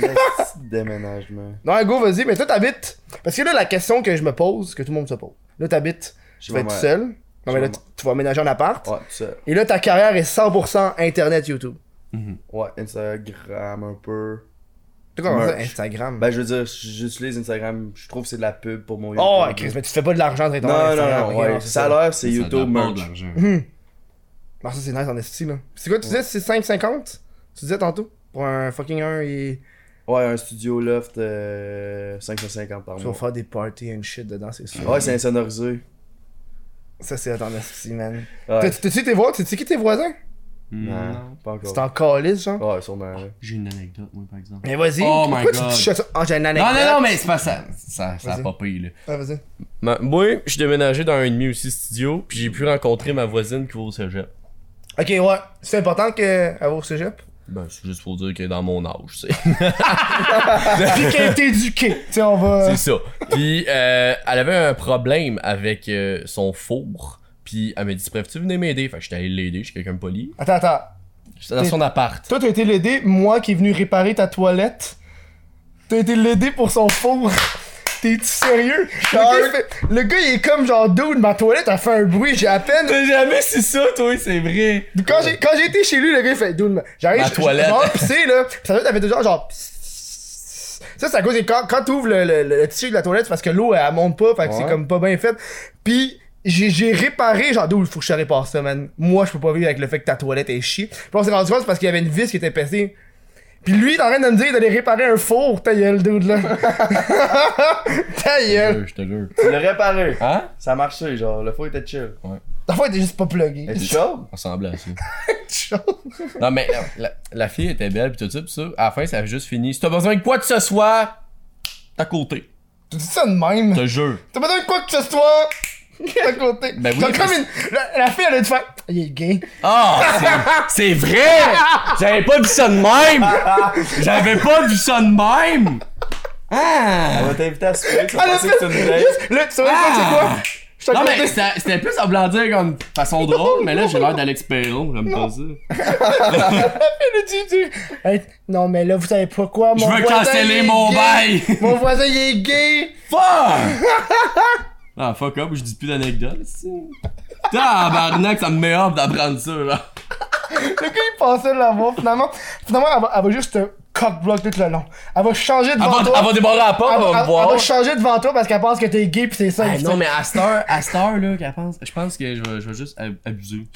Speaker 3: Le petit déménagement.
Speaker 1: Non, go, vas-y, mais toi, t'habites. Parce que là, la question que je me pose, que tout le monde se pose, là, t'habites, tu
Speaker 3: Chez
Speaker 1: vas
Speaker 3: ma
Speaker 1: être
Speaker 3: mère.
Speaker 1: seul. Non, mais là,
Speaker 3: ma mère.
Speaker 1: tu, tu vas ménager en appart.
Speaker 3: Ouais, tout ça.
Speaker 1: Et là, ta carrière est 100% Internet, YouTube.
Speaker 3: Ouais, Instagram un peu.
Speaker 1: T'as comment ça,
Speaker 3: Merch.
Speaker 1: Instagram?
Speaker 3: Ben, je veux dire, j'utilise Instagram, je trouve que c'est de la pub pour mon YouTube.
Speaker 1: oh, ouais, Chris, mais tu te fais pas de l'argent sur ton
Speaker 3: Non, non,
Speaker 1: Instagram.
Speaker 3: non,
Speaker 1: Ok,
Speaker 3: ouais.
Speaker 1: c'est ça.
Speaker 3: Salaire, c'est
Speaker 8: Ça
Speaker 3: YouTube
Speaker 8: rapporte de
Speaker 3: merch.
Speaker 8: l'argent.
Speaker 1: Ah, ça, c'est nice en esti, là. C'est quoi, tu disais, c'est 5,50? Tu disais tantôt? Pour un fucking 1 et.
Speaker 3: Ouais, un studio loft, euh, 550 par
Speaker 1: Tu vas
Speaker 3: mois.
Speaker 1: faire des parties and shit dedans, c'est sûr.
Speaker 3: Ouais, c'est insonorisé.
Speaker 1: Ça, c'est hot en esti, man.
Speaker 3: Ouais.
Speaker 1: T'as- T'as-tu tes voix? T'as-tu qui tes voisins?
Speaker 3: Non, pas encore.
Speaker 1: C'est en calice, genre.
Speaker 3: Ouais, sûrement. ouais.
Speaker 8: J'ai une anecdote, moi, par exemple.
Speaker 1: Mais vas-y.
Speaker 2: Oh my
Speaker 1: Pourquoi tu
Speaker 2: God.
Speaker 1: touches à ça? Ah, j'ai une
Speaker 2: Non,
Speaker 1: anecdote.
Speaker 2: non, non, mais c'est pas ça. Ça, ça a
Speaker 1: Vas-y.
Speaker 2: pas payé, là.
Speaker 1: Ah, vas-y.
Speaker 2: Ma- moi, je suis déménagé dans un et demi aussi studio, puis j'ai pu rencontrer ma voisine qui va au cégep.
Speaker 1: Ok, ouais. C'est important qu'elle va au cégep.
Speaker 2: Ben, c'est juste pour dire que dans mon âge, c'est.
Speaker 1: Puis qu'elle est éduquée. Tu sais, on va.
Speaker 2: C'est ça. Puis euh, elle avait un problème avec euh, son four. Puis elle m'a dit, bref, tu venais m'aider. Fait que j'étais allé l'aider, je suis quelqu'un de poli.
Speaker 1: Attends, attends.
Speaker 2: J'étais dans son appart.
Speaker 1: Toi, t'as été l'aider. Moi qui est venu réparer ta toilette. T'as été l'aider pour son four. T'es-tu sérieux? Le gars, il fait- le gars, il est comme genre, dude, ma toilette a fait un bruit, j'ai à peine.
Speaker 2: T'as jamais su ça, toi, c'est vrai.
Speaker 1: Quand j'ai, quand j'ai été chez lui, le gars, il fait, dude, ma- j'arrive,
Speaker 2: Ma
Speaker 1: je- je-
Speaker 2: toilette.
Speaker 1: je vais pisser, là. Pis sa toilette, elle fait toujours genre, psss. ça, c'est à cause des, quand, quand t'ouvres le, le, le tissu de la toilette, c'est parce que l'eau, elle, monte pas, fait que c'est
Speaker 3: Ouais.
Speaker 1: comme pas bien fait. Puis, j'ai, j'ai réparé, genre, dude, faut que je te répare ça, man. Moi, je peux pas vivre avec le fait que ta toilette est chier. Puis, on s'est rendu compte, c'est parce qu'il y avait une vis qui était pétée. Puis lui, il est en train de me dire d'aller réparer un four, ta gueule, dude, là. ta gueule.
Speaker 2: Je te jure.
Speaker 3: Tu l'as réparé.
Speaker 2: Hein?
Speaker 3: Ça a marché, genre, le four était chill.
Speaker 1: La fois, il était juste pas plugué.
Speaker 3: Et tu chaudes?
Speaker 2: Ça ressemblait à ça. Non, mais la, la- la fille était belle, pis tout ça, pis ça. À la fin, ça a juste fini. Si t'as besoin de quoi que ce soit, t'as côté.
Speaker 1: Tu dis ça de même.
Speaker 2: Te jure.
Speaker 1: T'as besoin de quoi que ce soit à côté.
Speaker 2: Ben oui,
Speaker 1: T'as comme
Speaker 2: mais-
Speaker 1: une... la, la fille, elle a dû faire. Il est gay.
Speaker 2: Ah, c'est c'est vrai! J'avais pas vu ça de même! J'avais pas vu ça de même!
Speaker 3: On va t'inviter à souper, tu vas
Speaker 1: Elle a
Speaker 3: penser
Speaker 1: fait.
Speaker 3: que c'est une date.
Speaker 1: Ah, Juste, là, tu sais pas c'est quoi? Je suis à
Speaker 2: Ah! Non,
Speaker 1: côté.
Speaker 2: mais c'était c'était plus à blandir comme façon drôle, mais là, j'ai l'air d'Alex Perron, j'aime pas ça.
Speaker 1: Elle a dit, dit, Hey, non, mais là, vous savez pas quoi, mon
Speaker 2: Je veux
Speaker 1: voisin,
Speaker 2: canceller
Speaker 1: il est
Speaker 2: mon
Speaker 1: gay.
Speaker 2: bail!
Speaker 1: Mon voisin, il est gay.
Speaker 2: Fuck! Ah, fuck up, je dis plus d'anecdotes, si. Tabarnak, ça me met up d'apprendre ça, là.
Speaker 1: Le gars, il pensait l'avoir. Finalement, finalement elle, va, elle va juste te cockblock tout le long. Elle va changer
Speaker 2: Elle
Speaker 1: devant
Speaker 2: va,
Speaker 1: toi.
Speaker 2: elle va débarrer la porte,
Speaker 1: Elle
Speaker 2: elle
Speaker 1: va-
Speaker 2: va me
Speaker 1: elle- elle
Speaker 2: voir.
Speaker 1: va changer devant toi parce qu'elle pense que t'es gay pis c'est ça.
Speaker 2: Ah,
Speaker 1: pis
Speaker 2: non,
Speaker 1: ça.
Speaker 2: mais à cette heure, à cette heure, là, qu'elle pense, je pense que je vais, je vais juste ab- abuser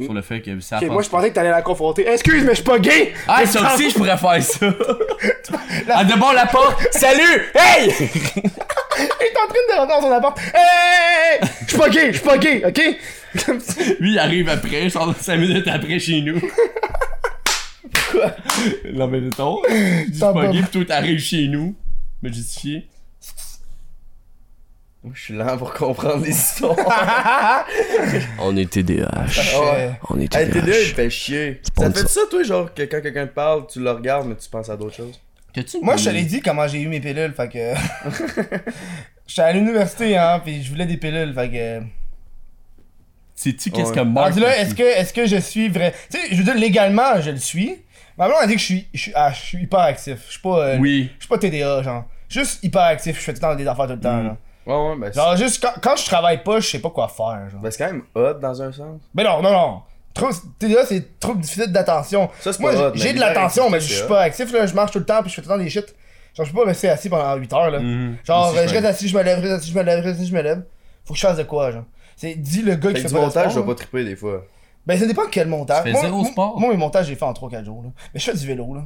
Speaker 2: sur le fait que ça
Speaker 1: Mm. Ok,
Speaker 2: pense-
Speaker 1: moi je pensais que t'allais la confronter. Excuse, mais je suis pas gay!
Speaker 2: Ah, ça aussi, je pourrais faire ça. Elle débarre la porte. Salut! Hey!
Speaker 1: Il est en train de rentrer dans son appart. Hey! Je suis pas gay, je suis pas gay, ok? Comme ça.
Speaker 2: Lui, il arrive après, je sors 5 minutes après chez nous. Quoi? Non, mais c'est ton. Je dis,
Speaker 1: T'as
Speaker 2: pas
Speaker 1: pas-
Speaker 2: gay, pis toi, t'arrives chez nous. Me justifier.
Speaker 3: Moi, je suis lent pour comprendre les histoires.
Speaker 2: On est TDH.
Speaker 3: Ouais.
Speaker 2: On est
Speaker 3: Hey, t'es deux, il fait chier. Ça te fait ça, toi, genre, que quand quelqu'un te parle, tu le regardes, mais tu penses à d'autres choses?
Speaker 1: Moi, je te l'ai dit comment j'ai eu mes pilules, fait que. J'étais à l'université, hein, pis je voulais des pilules, fait que.
Speaker 2: Sais-tu qu'est-ce
Speaker 3: Ouais.
Speaker 2: que Mark.
Speaker 1: Rendu là,
Speaker 2: a
Speaker 1: est-ce
Speaker 2: dit?
Speaker 1: que, est que je suis vrai. Tu sais, je veux dire, légalement, je le suis. Ma blonde a dit que je suis, je suis, ah, je suis hyper actif. Je suis pas. euh,
Speaker 2: Oui.
Speaker 1: Je suis pas TDA, genre. Juste hyper actif, je fais tout le temps des affaires tout le
Speaker 2: Mm.
Speaker 1: temps, là.
Speaker 3: Ouais, ouais, ben c'est
Speaker 1: Genre, juste quand, quand je travaille pas, je sais pas quoi faire, genre.
Speaker 3: ben, c'est quand même hot dans un sens.
Speaker 1: Mais Ben non, non, non. Trop, TDA, c'est trop difficile d'attention.
Speaker 3: Ça, c'est
Speaker 1: Moi,
Speaker 3: pas hot,
Speaker 1: j'ai-
Speaker 3: mais
Speaker 1: j'ai de
Speaker 3: l'hyperactivité,
Speaker 1: l'attention, mais je
Speaker 3: c'est
Speaker 1: suis
Speaker 3: hot.
Speaker 1: pas actif, là. Je marche tout le temps, puis je fais tout le temps des shit. Genre, je peux pas rester assis pendant 8 heures, là.
Speaker 3: Mm.
Speaker 1: Genre,
Speaker 2: Ici,
Speaker 1: euh, je
Speaker 2: je
Speaker 1: reste
Speaker 2: m'allais.
Speaker 1: assis, je me lève, je reste assis, je me lève, je reste assis, je me lève. Faut que je fasse de quoi, genre. C'est dit le gars qui
Speaker 3: Fait que
Speaker 1: fait
Speaker 3: du
Speaker 1: pas de
Speaker 3: montage, je
Speaker 1: sport,
Speaker 3: vais pas triper des fois.
Speaker 1: Ben, ça dépend quel montage.
Speaker 2: Tu fais zéro sport.
Speaker 1: Moi, mes montages, j'ai fait en 3-4 jours. Là. Mais je fais du vélo. là.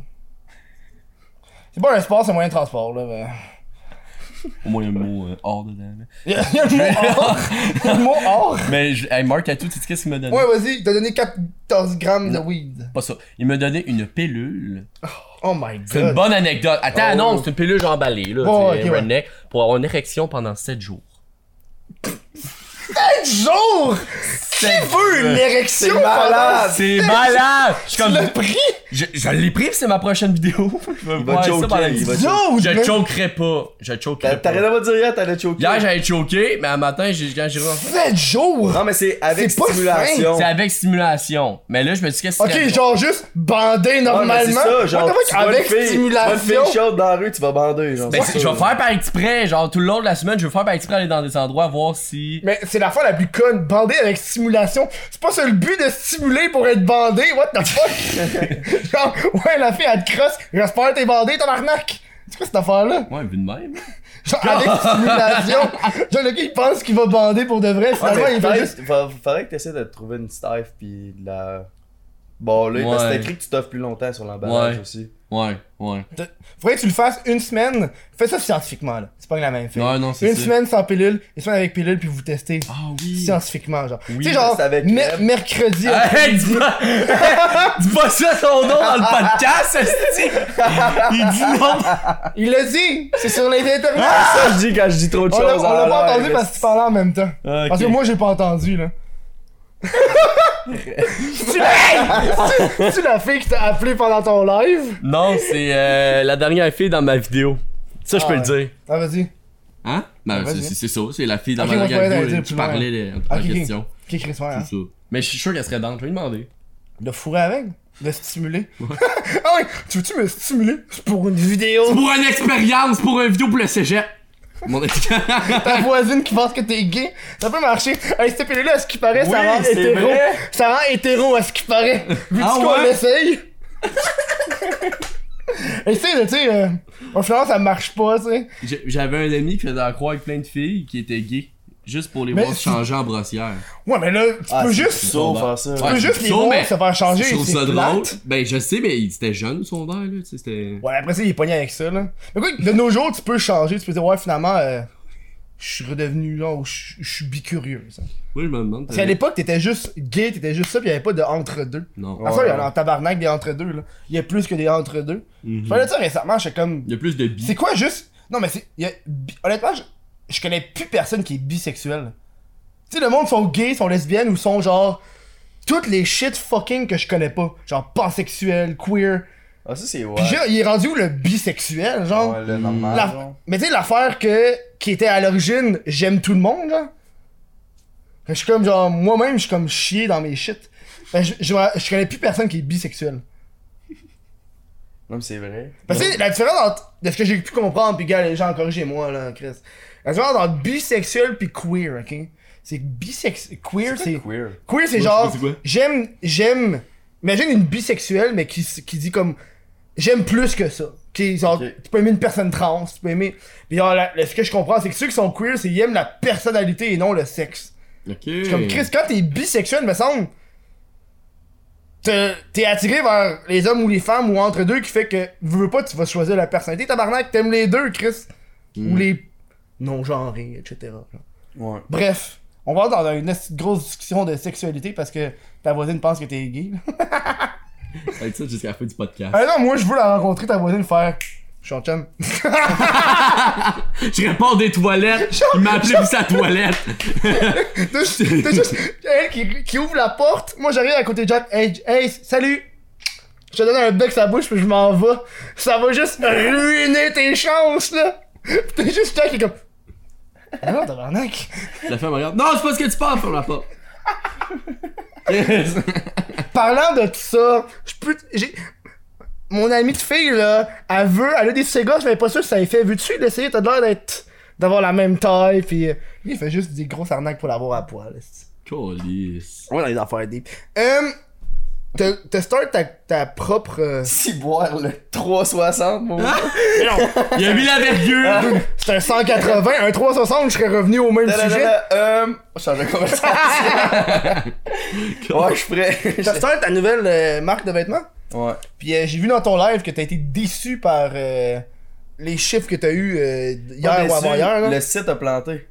Speaker 1: C'est pas un sport, c'est un moyen de transport. Là, mais...
Speaker 2: Au moins, il y a un mot euh, hors dedans. là.
Speaker 1: Il y a il y a le mot or. Il y a le mot or.
Speaker 2: Mais je- hey, Mark, à tout, tu sais qu'est-ce qu'il m'a donné?
Speaker 1: Ouais, vas-y, t'as donné 14 grammes de weed.
Speaker 2: Pas ça. Il m'a donné une pilule.
Speaker 1: Oh my god.
Speaker 2: C'est une bonne anecdote. Attends, non, c'est une pilule emballée, là.
Speaker 1: Ouais,
Speaker 2: tu sais,
Speaker 1: oh, ok, ouais.
Speaker 2: redneck, Pour avoir une érection pendant 7 jours.
Speaker 1: 7 jours! Qui veut une érection? malade!
Speaker 2: C'est malade! Je suis
Speaker 1: Tu
Speaker 2: comme.
Speaker 1: l'as pris?
Speaker 2: Je, je l'ai pris, puis c'est ma prochaine vidéo. Je vais
Speaker 3: Il va
Speaker 2: voir ça
Speaker 3: choker,
Speaker 2: pendant
Speaker 3: il va
Speaker 2: une-
Speaker 3: choker.
Speaker 1: Yo,
Speaker 2: Je
Speaker 1: mais-
Speaker 2: choquerai pas. Je choquerai
Speaker 3: T'as t'as rien
Speaker 2: pas.
Speaker 3: à me dire hier, t'allais choquer.
Speaker 2: Hier, j'avais choqué, mais un matin, j'ai quand j'ai rentré-
Speaker 1: 7 jours!
Speaker 3: Non, mais c'est avec
Speaker 1: C'est pas
Speaker 3: stimulation. Ah,
Speaker 2: C'est avec stimulation. Mais là, je me dis qu'est-ce que
Speaker 1: Ok,
Speaker 2: c'est-
Speaker 1: genre juste bandé
Speaker 3: Ouais, mais c'est
Speaker 1: normalement.
Speaker 3: ça, genre,
Speaker 1: What the fuck,
Speaker 3: tu vois
Speaker 1: avec
Speaker 3: une fille- tu vois
Speaker 1: stimulation.
Speaker 3: une fille chaude dans la rue, tu vas bander, genre.
Speaker 2: Ben,
Speaker 3: c'est
Speaker 2: c'est- je
Speaker 3: sûr.
Speaker 2: vais faire par exprès, genre tout le long de la semaine, je vais faire par exprès aller dans des endroits, voir si.
Speaker 1: Mais c'est la fois la plus conne, bandé avec stimulation. C'est pas ça le but de stimuler pour être bandé, what the fuck? Genre, ouais, la fille, elle te crosse, j'espère que t'es bandé, ton arnaque! C'est quoi cette affaire-là?
Speaker 2: Ouais, vu de même.
Speaker 1: Genre, avec stimulation! Genre, le gars, il pense qu'il va bander pour de vrai,
Speaker 3: Ouais,
Speaker 1: finalement,
Speaker 3: mais
Speaker 1: il fait
Speaker 3: peut-être,
Speaker 1: juste.
Speaker 3: fa- Faudrait que t'essaies de trouver une staff pis de la baller. Parce que
Speaker 2: Ouais.
Speaker 3: c'est écrit que tu t'offres plus longtemps sur l'emballage
Speaker 2: Ouais.
Speaker 3: aussi.
Speaker 2: Ouais, ouais.
Speaker 1: Faudrait que tu le fasses une semaine. Fais ça scientifiquement, là. C'est pas la même fille.
Speaker 2: Non, non, c'est
Speaker 1: Une
Speaker 2: ça.
Speaker 1: semaine sans pilule, une semaine avec pilule, puis vous testez.
Speaker 2: Ah oui.
Speaker 1: Scientifiquement, genre. tu sais,
Speaker 3: mais
Speaker 1: genre,
Speaker 3: c'est avec
Speaker 1: mer-
Speaker 3: elle.
Speaker 1: mercredi. hein.
Speaker 2: Hey, Ah, dis pas, dis pas ça son nom dans le podcast, esti. Il dit non.
Speaker 1: Il l'a dit! C'est sur les internet!
Speaker 2: Ah.
Speaker 3: ça, je dis quand je dis trop de
Speaker 1: On l'a on
Speaker 3: en
Speaker 1: l'a pas
Speaker 3: l'air,
Speaker 1: entendu
Speaker 3: mais
Speaker 1: parce que tu parlais en même temps. Parce que moi, j'ai pas entendu, là. C'est-tu la- c'est-tu la fille qui t'a appelé pendant ton live?
Speaker 2: Non, c'est euh, la dernière fille dans ma vidéo. Ça, je peux
Speaker 1: Ah
Speaker 2: le dire.
Speaker 1: Ah, vas-y.
Speaker 2: Hein? Ben,
Speaker 1: Vas-y.
Speaker 2: c'est c'est- c'est ça, c'est la fille dans
Speaker 1: Ok,
Speaker 2: ma
Speaker 1: moi, je
Speaker 2: dernière
Speaker 1: voulais
Speaker 2: vidéo
Speaker 1: dire
Speaker 2: là,
Speaker 1: plus
Speaker 2: qui
Speaker 1: loin.
Speaker 2: parlait de- en
Speaker 1: Ok, ok.
Speaker 2: question.
Speaker 1: Qui Chris ouais,
Speaker 2: Tout
Speaker 1: hein?
Speaker 2: ça. Mais je suis sûr qu'elle serait dente, je vais lui demander.
Speaker 1: De fourrer avec? De stimuler? ah ouais! Tu veux-tu me stimuler? C'est pour une vidéo!
Speaker 2: Pour une expérience, pour une vidéo pour le cégep! Mon
Speaker 1: Ta voisine qui pense que t'es gay, ça peut marcher. Hey, cette pilule-là, à ce qui paraît, ça
Speaker 3: Oui,
Speaker 1: rend
Speaker 3: c'est
Speaker 1: hétéro.
Speaker 3: vrai.
Speaker 1: Ça rend hétéro à ce qui paraît. Vu
Speaker 2: Ah
Speaker 1: qu'on
Speaker 2: ouais?
Speaker 1: essaye. Essaye, tu sais, euh, en Florence, ça marche pas, tu sais.
Speaker 2: J'ai- J'avais un ami qui faisait la croix avec plein de filles qui étaient gays. Juste pour les
Speaker 1: Mais
Speaker 2: voir se
Speaker 1: c'est-
Speaker 2: changer en brossière.
Speaker 1: Ouais, mais là, tu peux juste.
Speaker 3: Ah, Ça, faire ça.
Speaker 1: Tu peux
Speaker 2: Ouais,
Speaker 1: juste
Speaker 2: c'est
Speaker 1: les
Speaker 2: ça,
Speaker 1: voir
Speaker 2: mais
Speaker 1: se faire
Speaker 2: Je
Speaker 1: changer.
Speaker 2: trouve
Speaker 1: c'est
Speaker 2: ça
Speaker 1: plate.
Speaker 2: drôle. Ben, je sais, mais il était jeune, son verre, là. Tu sais, c'était.
Speaker 1: Ouais, après ça, il est pogné avec ça, là. Mais quoi, de nos jours, tu peux changer, tu peux dire, ouais, finalement, euh, je suis redevenu, genre, je je suis bicurieux, ça.
Speaker 2: Moi, je me demande. euh,
Speaker 1: Parce qu'à l'époque, t'étais juste gay, t'étais juste ça, pis y'avait pas de entre-deux.
Speaker 2: Non.
Speaker 1: Après ça, il y en a en tabarnak des entre-deux, là. Il y a plus que des entre-deux.
Speaker 3: Mhm.
Speaker 1: Je parlais de ça récemment, j'étais comme.
Speaker 2: Il y a plus de bi.
Speaker 1: C'est quoi juste. Non, mais c'est. il y a bi- Honnêtement, je... je connais plus personne qui est bisexuel. Tu sais, le monde sont gays, sont lesbiennes ou sont genre. Toutes les shit fucking que je connais pas. Genre pansexuel, queer.
Speaker 3: Ah, ça, c'est ouais.
Speaker 1: Pis genre, il est rendu où le bisexuel, genre.
Speaker 3: Ouais, là, normal.
Speaker 1: La-
Speaker 3: genre.
Speaker 1: Mais tu sais, l'affaire que... qui était à l'origine, j'aime tout le monde, genre. Fait que Je suis comme genre. Moi-même, je suis comme chier dans mes shit. Fait que Je, je, je connais plus personne qui est bisexuel.
Speaker 3: Non, mais c'est vrai.
Speaker 1: Parce que la différence entre. De ce que j'ai pu comprendre, pis gars, les gens, corrigez-moi, là, Chris. La différence entre bisexuel pis queer, ok? C'est que bisexuel. Queer, c'est.
Speaker 3: Queer.
Speaker 1: Queer, c'est
Speaker 2: Ouais,
Speaker 1: genre.
Speaker 2: c'est quoi?
Speaker 1: J'aime. J'aime. Imagine une bisexuelle, mais qui, s- qui dit comme. J'aime plus que ça. Qui, genre,
Speaker 3: Ok.
Speaker 1: tu peux aimer une personne trans, tu peux aimer. Pis genre, la- la- ce que je comprends, c'est que ceux qui sont queer, c'est qu'ils aiment la personnalité et non le sexe.
Speaker 2: Ok.
Speaker 1: C'est comme Chris, quand t'es bisexuel, me semble, t'es t'es attiré vers les hommes ou les femmes ou entre deux qui fait que veux veux pas, tu vas choisir la personnalité. Tabarnak, t'aimes les deux, Chris.
Speaker 2: Hmm.
Speaker 1: Ou les non-genrés, etc. genre.
Speaker 3: Ouais.
Speaker 1: Bref, on va dans une esti de grosse discussion de sexualité parce que ta voisine pense que t'es gay.
Speaker 2: Avec ça jusqu'à la fin du podcast.
Speaker 1: ah non, moi je veux la rencontrer, ta voisine, faire. Je suis en chum.
Speaker 2: Je réponds des toilettes. Il m'a appelé pour sa toilette.
Speaker 1: T'as juste- t'as juste elle qui, qui ouvre la porte. Moi, j'arrive à côté de Jack. Hey, hey, salut! Je te donne un bec sa bouche, puis je m'en vais. Ça va juste ruiner tes chances, là! Puis t'es juste Jack qui est comme. Ah non, tabarnak!
Speaker 2: La femme regarde. Non, c'est pas ce que tu parles, ferme la porte.
Speaker 1: Parlant de tout ça, je peux. J'ai. Mon amie de fille, là, elle veut, elle a des cigars, mais elle est pas sûr que ça y fait. Veux-tu l'essayer? T'as l'air d'être. d'avoir la même taille, puis. euh, Lui, il fait juste des grosses arnaques pour l'avoir à poil, esti.
Speaker 2: Calice.
Speaker 1: Ouais, dans les affaires deep. Euh, te, te start ta, ta propre. euh,
Speaker 3: Si boire le 360, mon
Speaker 2: Il a mis la vergure.
Speaker 1: C'est un 180, un 360, je serais revenu au même
Speaker 3: Da, da, da,
Speaker 1: sujet.
Speaker 3: da, Euh, on change de conversation. ouais, je suis prêt.
Speaker 1: Te start ta nouvelle euh, marque de vêtements.
Speaker 3: ouais.
Speaker 1: Puis euh, j'ai vu dans ton live que t'as été déçu par euh, les chiffres que t'as eu euh, hier
Speaker 3: Ouais,
Speaker 1: ou
Speaker 3: mais sûr,
Speaker 1: avant-hier. là.
Speaker 3: Le site a planté.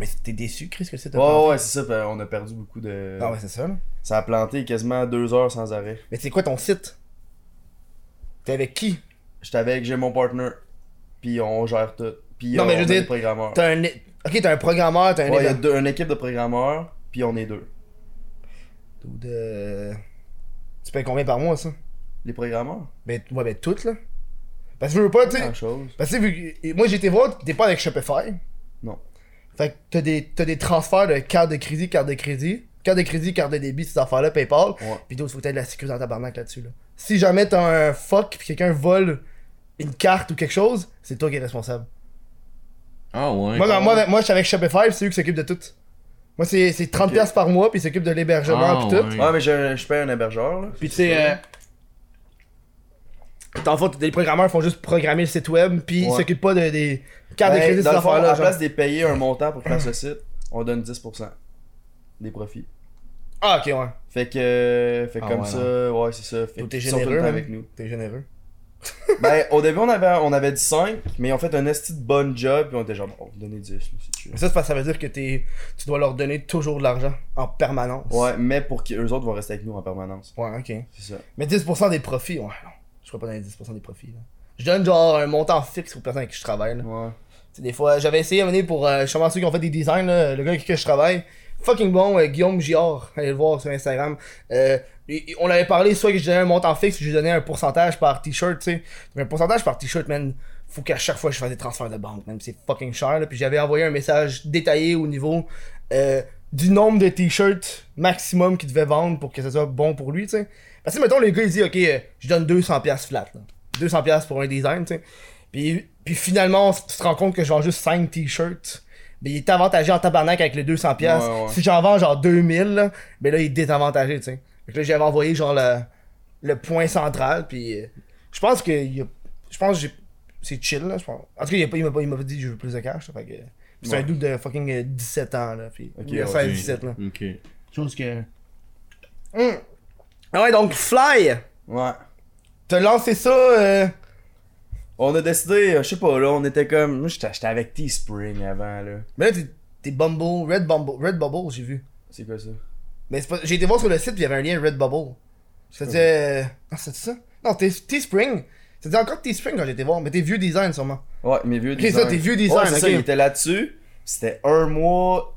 Speaker 1: Mais t'es déçu, Chris, que c'est
Speaker 3: Ouais,
Speaker 1: t'as pas-
Speaker 3: ouais, ouais, c'est ça. puis On a perdu beaucoup de.
Speaker 1: Ah ouais, c'est ça. là.
Speaker 3: Ça a planté quasiment deux heures sans arrêt.
Speaker 1: Mais c'est quoi ton site T'es avec qui
Speaker 3: J'étais avec, j'ai mon partner. Puis on gère tout. Puis
Speaker 1: Non,
Speaker 3: on
Speaker 1: mais je veux
Speaker 3: a des
Speaker 1: dire,
Speaker 3: programmeurs.
Speaker 1: T'as un. Ok, t'as un programmeur, t'as un.
Speaker 3: Ouais, il y a
Speaker 1: éva-
Speaker 3: deux- une équipe de programmeurs, puis on est deux.
Speaker 1: ou de- Tu payes combien par mois, ça
Speaker 3: Les programmeurs,
Speaker 1: Ben, ouais, ben, toutes, là. Parce que je veux pas, tu sais.
Speaker 3: grand chose.
Speaker 1: Parce que vu que- et moi j'étais voir, t'es pas avec Shopify.
Speaker 3: Non.
Speaker 1: Fait que t'as des, t'as des transferts de carte de crédit, carte de crédit, carte de crédit, carte de débit, ces affaires-là, PayPal.
Speaker 3: Ouais.
Speaker 1: Puis d'autres, faut que t'aies de la sécurité en tabarnak là-dessus. Là. Si jamais t'as un fuck pis quelqu'un vole une carte ou quelque chose, c'est toi qui es responsable.
Speaker 2: Ah ouais.
Speaker 1: Moi, dans- moi, avec- moi, je suis avec Shopify, pis c'est eux qui s'occupent de tout. Moi, c'est, c'est 30$ piastres par mois, puis ils s'occupent de l'hébergement,
Speaker 2: Ah
Speaker 1: pis tout.
Speaker 2: ouais.
Speaker 3: Ouais, mais je, je paye un hébergeur, là.
Speaker 1: Puis tu sais, euh, dans le fond, les programmeurs font juste programmer le site web, puis ils
Speaker 3: Ouais.
Speaker 1: s'occupent pas de- des cartes
Speaker 3: Ben,
Speaker 1: de crédit, ces
Speaker 3: dans le fond, à
Speaker 1: affaires-là.
Speaker 3: la
Speaker 1: genre.
Speaker 3: place de payer un montant pour faire ce site, on donne 10% des profits.
Speaker 1: Ah, ok, ouais.
Speaker 3: Fait que, fait
Speaker 2: Ah,
Speaker 3: comme
Speaker 2: ouais,
Speaker 3: ça, ouais, c'est ça. Fait
Speaker 1: hein. Toi, t'es
Speaker 3: qu'ils sont tout le
Speaker 1: généreux,
Speaker 3: temps
Speaker 1: hein.
Speaker 3: avec nous.
Speaker 1: T'es généreux.
Speaker 3: ben, au début, on avait, on avait dit 5, mais ils ont fait un esti de bon job, puis on était genre, bon, donnez 10, là, c'est chill.
Speaker 1: Mais ça, c'est parce que ça veut dire que t'es, tu dois leur donner toujours de l'argent en permanence.
Speaker 3: Ouais, mais pour qu'eux autres vont rester avec nous en permanence.
Speaker 1: Ouais, ok.
Speaker 3: C'est ça.
Speaker 1: Mais 10% des profits, ouais, non. Je crois pas dans les 10% des profits. là. Je donne genre un montant fixe aux personnes avec qui je travaille. là.
Speaker 3: Ouais.
Speaker 1: Tu sais, des fois, j'avais essayé à mener pour. Euh, je suis sûrement ceux qui ont fait des designs, là, le gars avec qui je travaille. Fucking bon, euh, Guillaume Giard, allez le voir sur Instagram. Euh, et- et on avait parlé soit que je donnais un montant fixe, je lui donnais un pourcentage par t-shirt, tu sais. Donc, un pourcentage par t-shirt, man, faut qu'à chaque fois je fasse des transferts de banque, même c'est fucking cher. Là. Puis j'avais envoyé un message détaillé au niveau euh, du nombre de t-shirts maximum qu'il devait vendre pour que ça soit bon pour lui, tu sais. Parce que mettons, le gars il dit, ok, euh, je donne 200$ flat, là. 200$ pour un design, tu sais. Puis, puis finalement, tu te rends compte que je vends juste 5 t-shirts. Mais il est avantagé en tabarnak avec les 200$. piastres.
Speaker 3: Ouais, ouais.
Speaker 1: Si j'en vends genre 2000, là, mais là, il est désavantagé, tu sais. Fait que là, j'avais envoyé genre le, le point central, puis euh, je pense que. il a- Je pense que j'ai- c'est chill, là. Je pense. En tout cas, il a pas- il m'a pas, il m'a pas dit je veux plus de cash, là, fait que. C'est un doute de fucking euh, 17 ans, là. Puis, il a
Speaker 3: ouais,
Speaker 1: 16, 17, là.
Speaker 8: Ok.
Speaker 1: Chose que. Hum. Ah ouais, donc Fly,
Speaker 3: Ouais.
Speaker 1: t'as lancé ça. euh,
Speaker 3: On a décidé, euh, je sais pas, là, on était comme. Moi, j'étais j'étais avec Teespring avant, là.
Speaker 1: Mais là, t'es- t'es Bumble, Red Bumble, Red Bubble, j'ai vu.
Speaker 3: C'est quoi ça?
Speaker 1: Mais c'est pas- j'ai été voir sur le site, puis il y avait un lien Redbubble. C'était. Ah, c'était ça? Non, Te- Teespring. C'était encore Teespring quand j'ai été voir, mais tes vieux designs sûrement.
Speaker 3: Ouais, mes vieux
Speaker 1: c'est
Speaker 3: designs.
Speaker 1: ça, tes vieux designs,
Speaker 3: Ouais, c'est ça,
Speaker 1: ok.
Speaker 3: il était là-dessus. C'était un mois.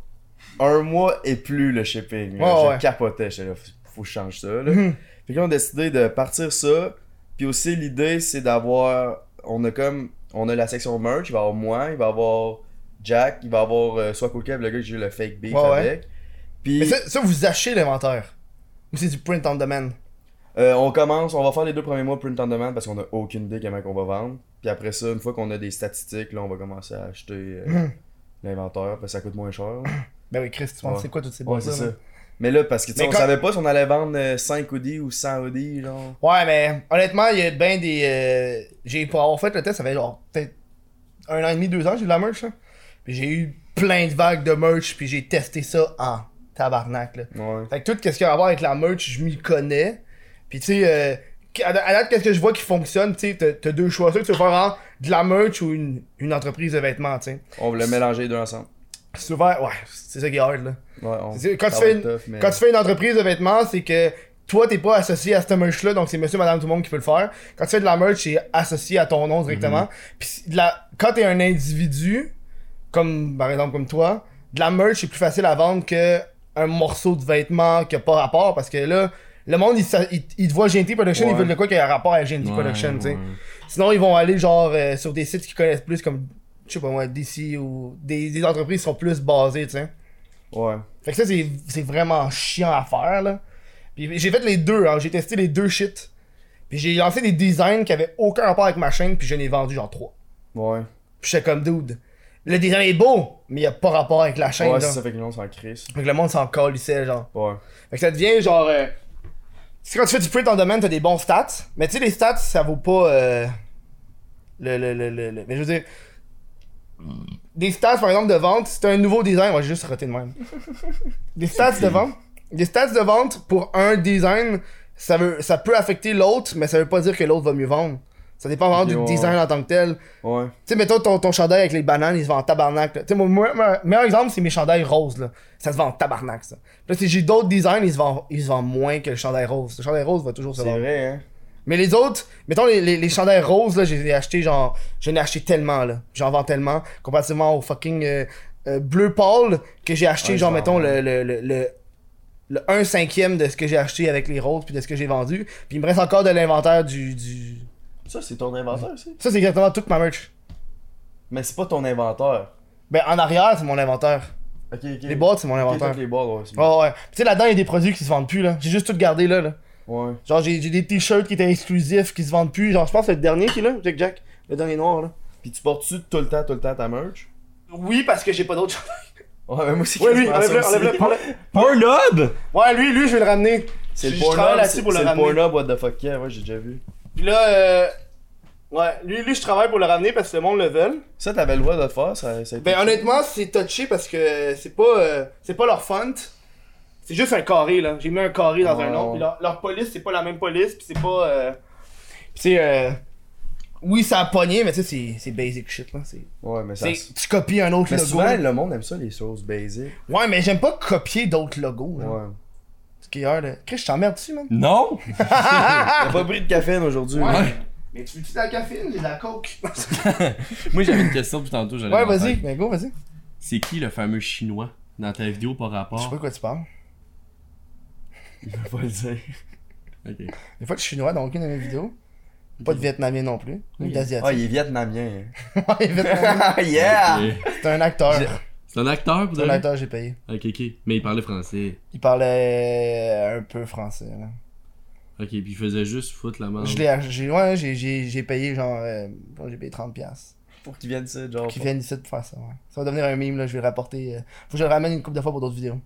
Speaker 3: Un mois et plus le shipping. là.
Speaker 1: Ouais,
Speaker 3: je
Speaker 1: ouais.
Speaker 3: capotais, j'étais là, faut- faut que je change ça, là.
Speaker 1: Mhm.
Speaker 3: Fait que là, on a décidé de partir ça. Puis aussi, l'idée, c'est d'avoir. On a comme. On a la section merch, il va y avoir moi, il va y avoir Jack, il va y avoir euh, soit Kev, le gars que j'ai eu le fake beef
Speaker 1: Ouais, ouais.
Speaker 3: avec. Puis
Speaker 1: Mais ça, ça, vous achetez l'inventaire. Ou c'est du print on demand.
Speaker 3: euh, on commence, on va faire les deux premiers mois print on demand parce qu'on a aucune idée comment on va vendre. Puis après ça, une fois qu'on a des statistiques, là, on va commencer à acheter euh,
Speaker 1: Mhm.
Speaker 3: l'inventaire parce que ça coûte moins cher. là.
Speaker 1: Ben oui, Chris, tu penses
Speaker 3: Ouais.
Speaker 1: c'est quoi toutes ces
Speaker 3: Ouais,
Speaker 1: boîtes
Speaker 3: c'est ça. Mais là, parce que tu sais,
Speaker 1: Mais
Speaker 3: on
Speaker 1: quand-
Speaker 3: savait pas si on allait vendre euh, 5 hoodies ou 100 hoodies, genre.
Speaker 1: Ouais, mais honnêtement, il y a ben des. euh, J'ai pour avoir fait le test, ça fait genre peut-être un an et demi, deux ans, j'ai eu de la merch. Là. Puis j'ai eu plein de vagues de merch, puis j'ai testé ça en tabarnak. Là.
Speaker 3: Ouais.
Speaker 1: Fait que tout ce qui a à voir avec la merch, je m'y connais. Puis tu sais, euh, qu- à à date, qu'est-ce que je vois qui fonctionne, tu sais, t'as- t'as deux choix. Soit tu veux faire vraiment de la merch ou une, une entreprise de vêtements, tu sais.
Speaker 3: On voulait mélanger les deux ensemble.
Speaker 1: Si tu veux faire- ouais, c'est ça qui est hard, là.
Speaker 3: Ouais, on...
Speaker 1: C'est- Quand,
Speaker 3: ça
Speaker 1: tu
Speaker 3: va
Speaker 1: fais
Speaker 3: être
Speaker 1: une,
Speaker 3: tough, mais-
Speaker 1: quand tu fais une entreprise de vêtements, c'est que toi, t'es pas associé à cette merch-là, donc c'est monsieur, madame, tout le monde qui peut le faire. Quand tu fais de la merch, c'est associé à ton nom directement.
Speaker 3: Mhm.
Speaker 1: Puis de la, quand t'es un individu, comme par exemple comme toi, de la merch c'est plus facile à vendre que un morceau de vêtement qui a pas rapport parce que là, le monde, il, sa- il- il te voit GNT Production,
Speaker 3: Ouais.
Speaker 1: ils veulent de quoi qui a rapport à GNT Production, tu sais. Sinon, ils vont aller genre euh, sur des sites qu'ils connaissent plus comme, je sais pas moi, DC ou des, des entreprises qui sont plus basées, tu sais.
Speaker 3: Ouais.
Speaker 1: Fait que ça, c'est, c'est vraiment chiant à faire, là. Puis j'ai fait les deux, hein. j'ai testé les deux shit. Puis j'ai lancé des designs qui avaient aucun rapport avec ma chaîne, puis je n'ai vendu genre trois.
Speaker 3: Ouais.
Speaker 1: Puis j'étais comme, dude, le design est beau, mais il a pas rapport avec la chaîne,
Speaker 3: Ouais,
Speaker 1: là.
Speaker 3: c'est ça, fait que nous, on s'en crisse.
Speaker 1: Fait que le monde s'en calissait, genre.
Speaker 3: Ouais.
Speaker 1: Fait que ça devient genre... euh, Tu sais, quand tu fais du print on demand, t'as des bons stats. Mais tu sais, les stats, ça vaut pas... euh, Le, le, le, le, le- Mais je veux dire... Des stats, par exemple, de vente, c'est un nouveau design. Moi, j'ai juste raté de même. Des stats de vente... Des stats de vente pour un design, ça, veut, ça peut affecter l'autre, mais ça veut pas dire que l'autre va mieux vendre. Ça dépend vraiment
Speaker 3: Ok,
Speaker 1: du
Speaker 3: ouais,
Speaker 1: design
Speaker 3: ouais.
Speaker 1: en tant que tel.
Speaker 3: Ouais.
Speaker 1: Tu sais, mettons ton, ton chandail avec les bananes, il se vend en tabarnak. là. Tu sais, mon moi, moi- meilleur exemple, c'est mes chandails roses, là. Ça se vend en tabarnak, ça. Puis Là, si j'ai d'autres designs, ils se, vendent, ils se vendent moins que le chandail rose. Le chandail rose va toujours se
Speaker 3: C'est
Speaker 1: vendre.
Speaker 3: vrai, hein.
Speaker 1: Mais les autres, mettons les, les, les chandails roses, là, j'ai acheté genre, j'en ai acheté tellement, là. J'en vends tellement, comparativement au fucking euh, euh, bleu pâle, que j'ai acheté,
Speaker 3: Ouais,
Speaker 1: genre,
Speaker 3: genre,
Speaker 1: mettons,
Speaker 3: ouais.
Speaker 1: le, le, le, le, le 1 cinquième de ce que j'ai acheté avec les roses, puis de ce que j'ai vendu. Puis il me reste encore de l'inventaire du, du.
Speaker 3: Ça, c'est ton inventaire, ça.
Speaker 1: Ça, c'est exactement toute ma merch.
Speaker 3: Mais c'est pas ton inventaire.
Speaker 1: Ben, en arrière, c'est mon inventaire.
Speaker 3: Ok, ok.
Speaker 1: Les boîtes, c'est mon
Speaker 3: Ok,
Speaker 1: inventaire. Ah.
Speaker 3: toutes les boîtes, ouais. c'est-
Speaker 1: Ouais, ouais. Puis tu sais, là-dedans, il y a des produits qui se vendent plus, là. J'ai juste tout gardé, là. là.
Speaker 3: Ouais.
Speaker 1: Genre, j'ai j'ai des t-shirts qui étaient exclusifs, qui se vendent plus. Genre, je pense que le dernier qui est là, Jack Jack, le dernier noir, là.
Speaker 3: Puis tu portes-tu tout le temps, tout le temps ta merch?
Speaker 1: Oui, parce que j'ai pas d'autre chose.
Speaker 3: Ouais, mais moi aussi,
Speaker 1: Ouais, lui, enlève-le, enlève-le, prends-le.
Speaker 8: Pornhub!
Speaker 1: Ouais, lui, lui, je vais le ramener.
Speaker 3: C'est le
Speaker 1: Je travaille
Speaker 3: Pornhub,
Speaker 1: là-dessus
Speaker 3: c'est
Speaker 1: pour le
Speaker 3: c'est le
Speaker 1: ramener.
Speaker 3: Pornhub, what the fuck, yeah, ouais, j'ai déjà vu.
Speaker 1: Puis là, euh... Ouais, lui, lui, je travaille pour le ramener parce que le monde le veut.
Speaker 3: Ça, t'avais le droit de le faire, ça, ça a été-
Speaker 1: Ben, honnêtement, c'est touché parce que c'est pas, euh, c'est pas leur font. C'est juste un carré, là. J'ai mis un carré dans un
Speaker 3: Ouais,
Speaker 1: nom.
Speaker 3: ouais.
Speaker 1: Puis leur, leur police, c'est pas la même police. Puis c'est pas. Euh... Puis c'est. Euh... Oui, ça a pogné, mais tu sais, c'est- c'est basic shit, là. C'est.
Speaker 3: Ouais, mais ça.
Speaker 1: C'est- Tu copies un autre
Speaker 3: Mais
Speaker 1: logo.
Speaker 3: souvent, le monde aime ça, les choses basiques.
Speaker 1: Ouais, mais j'aime pas copier d'autres logos. genre.
Speaker 3: Ouais.
Speaker 1: Ce qui est hard, là. Chris, je t'emmerde dessus, man.
Speaker 8: Non!
Speaker 3: T'as pas pris de caféine aujourd'hui.
Speaker 1: Mais tu veux-tu de la caféine J'ai de la coke.
Speaker 8: Moi j'avais une question depuis tantôt, j'allais m'en
Speaker 1: ouais, vas-y.
Speaker 8: faire.
Speaker 1: Ben, go, vas-y.
Speaker 8: C'est qui le fameux chinois
Speaker 2: dans ta vidéo par
Speaker 1: Je sais
Speaker 2: rapport.
Speaker 1: pas de quoi tu parles.
Speaker 3: Je vais pas le dire.
Speaker 2: Ok.
Speaker 1: Des fois, de chinois dans aucune de mes vidéos. Pas de vietnamien non plus. Ni
Speaker 3: Ah,
Speaker 1: d'asiatique.
Speaker 3: il est vietnamien.
Speaker 1: Ouais, vietnamien.
Speaker 3: hein. yeah!
Speaker 2: Et-
Speaker 1: C'est un acteur.
Speaker 2: C'est un acteur, vous
Speaker 1: C'est Ah. un
Speaker 2: avez
Speaker 1: acteur, j'ai payé.
Speaker 2: Ok, ok. Mais il parlait français.
Speaker 1: Il parlait euh, un peu français. Là.
Speaker 2: Ok, puis il faisait juste foutre la merde.
Speaker 1: Je l'ai ach- j'ai- ouais, j'ai- j'ai j'ai payé genre. euh, bon, j'ai payé 30$. piastres.
Speaker 3: Pour qu'il vienne ça, genre.
Speaker 1: Qui viennent ici pour faire ça. Ouais. Ça va devenir un meme, là, je vais le rapporter. euh, Faut que je le ramène une couple de fois pour d'autres vidéos.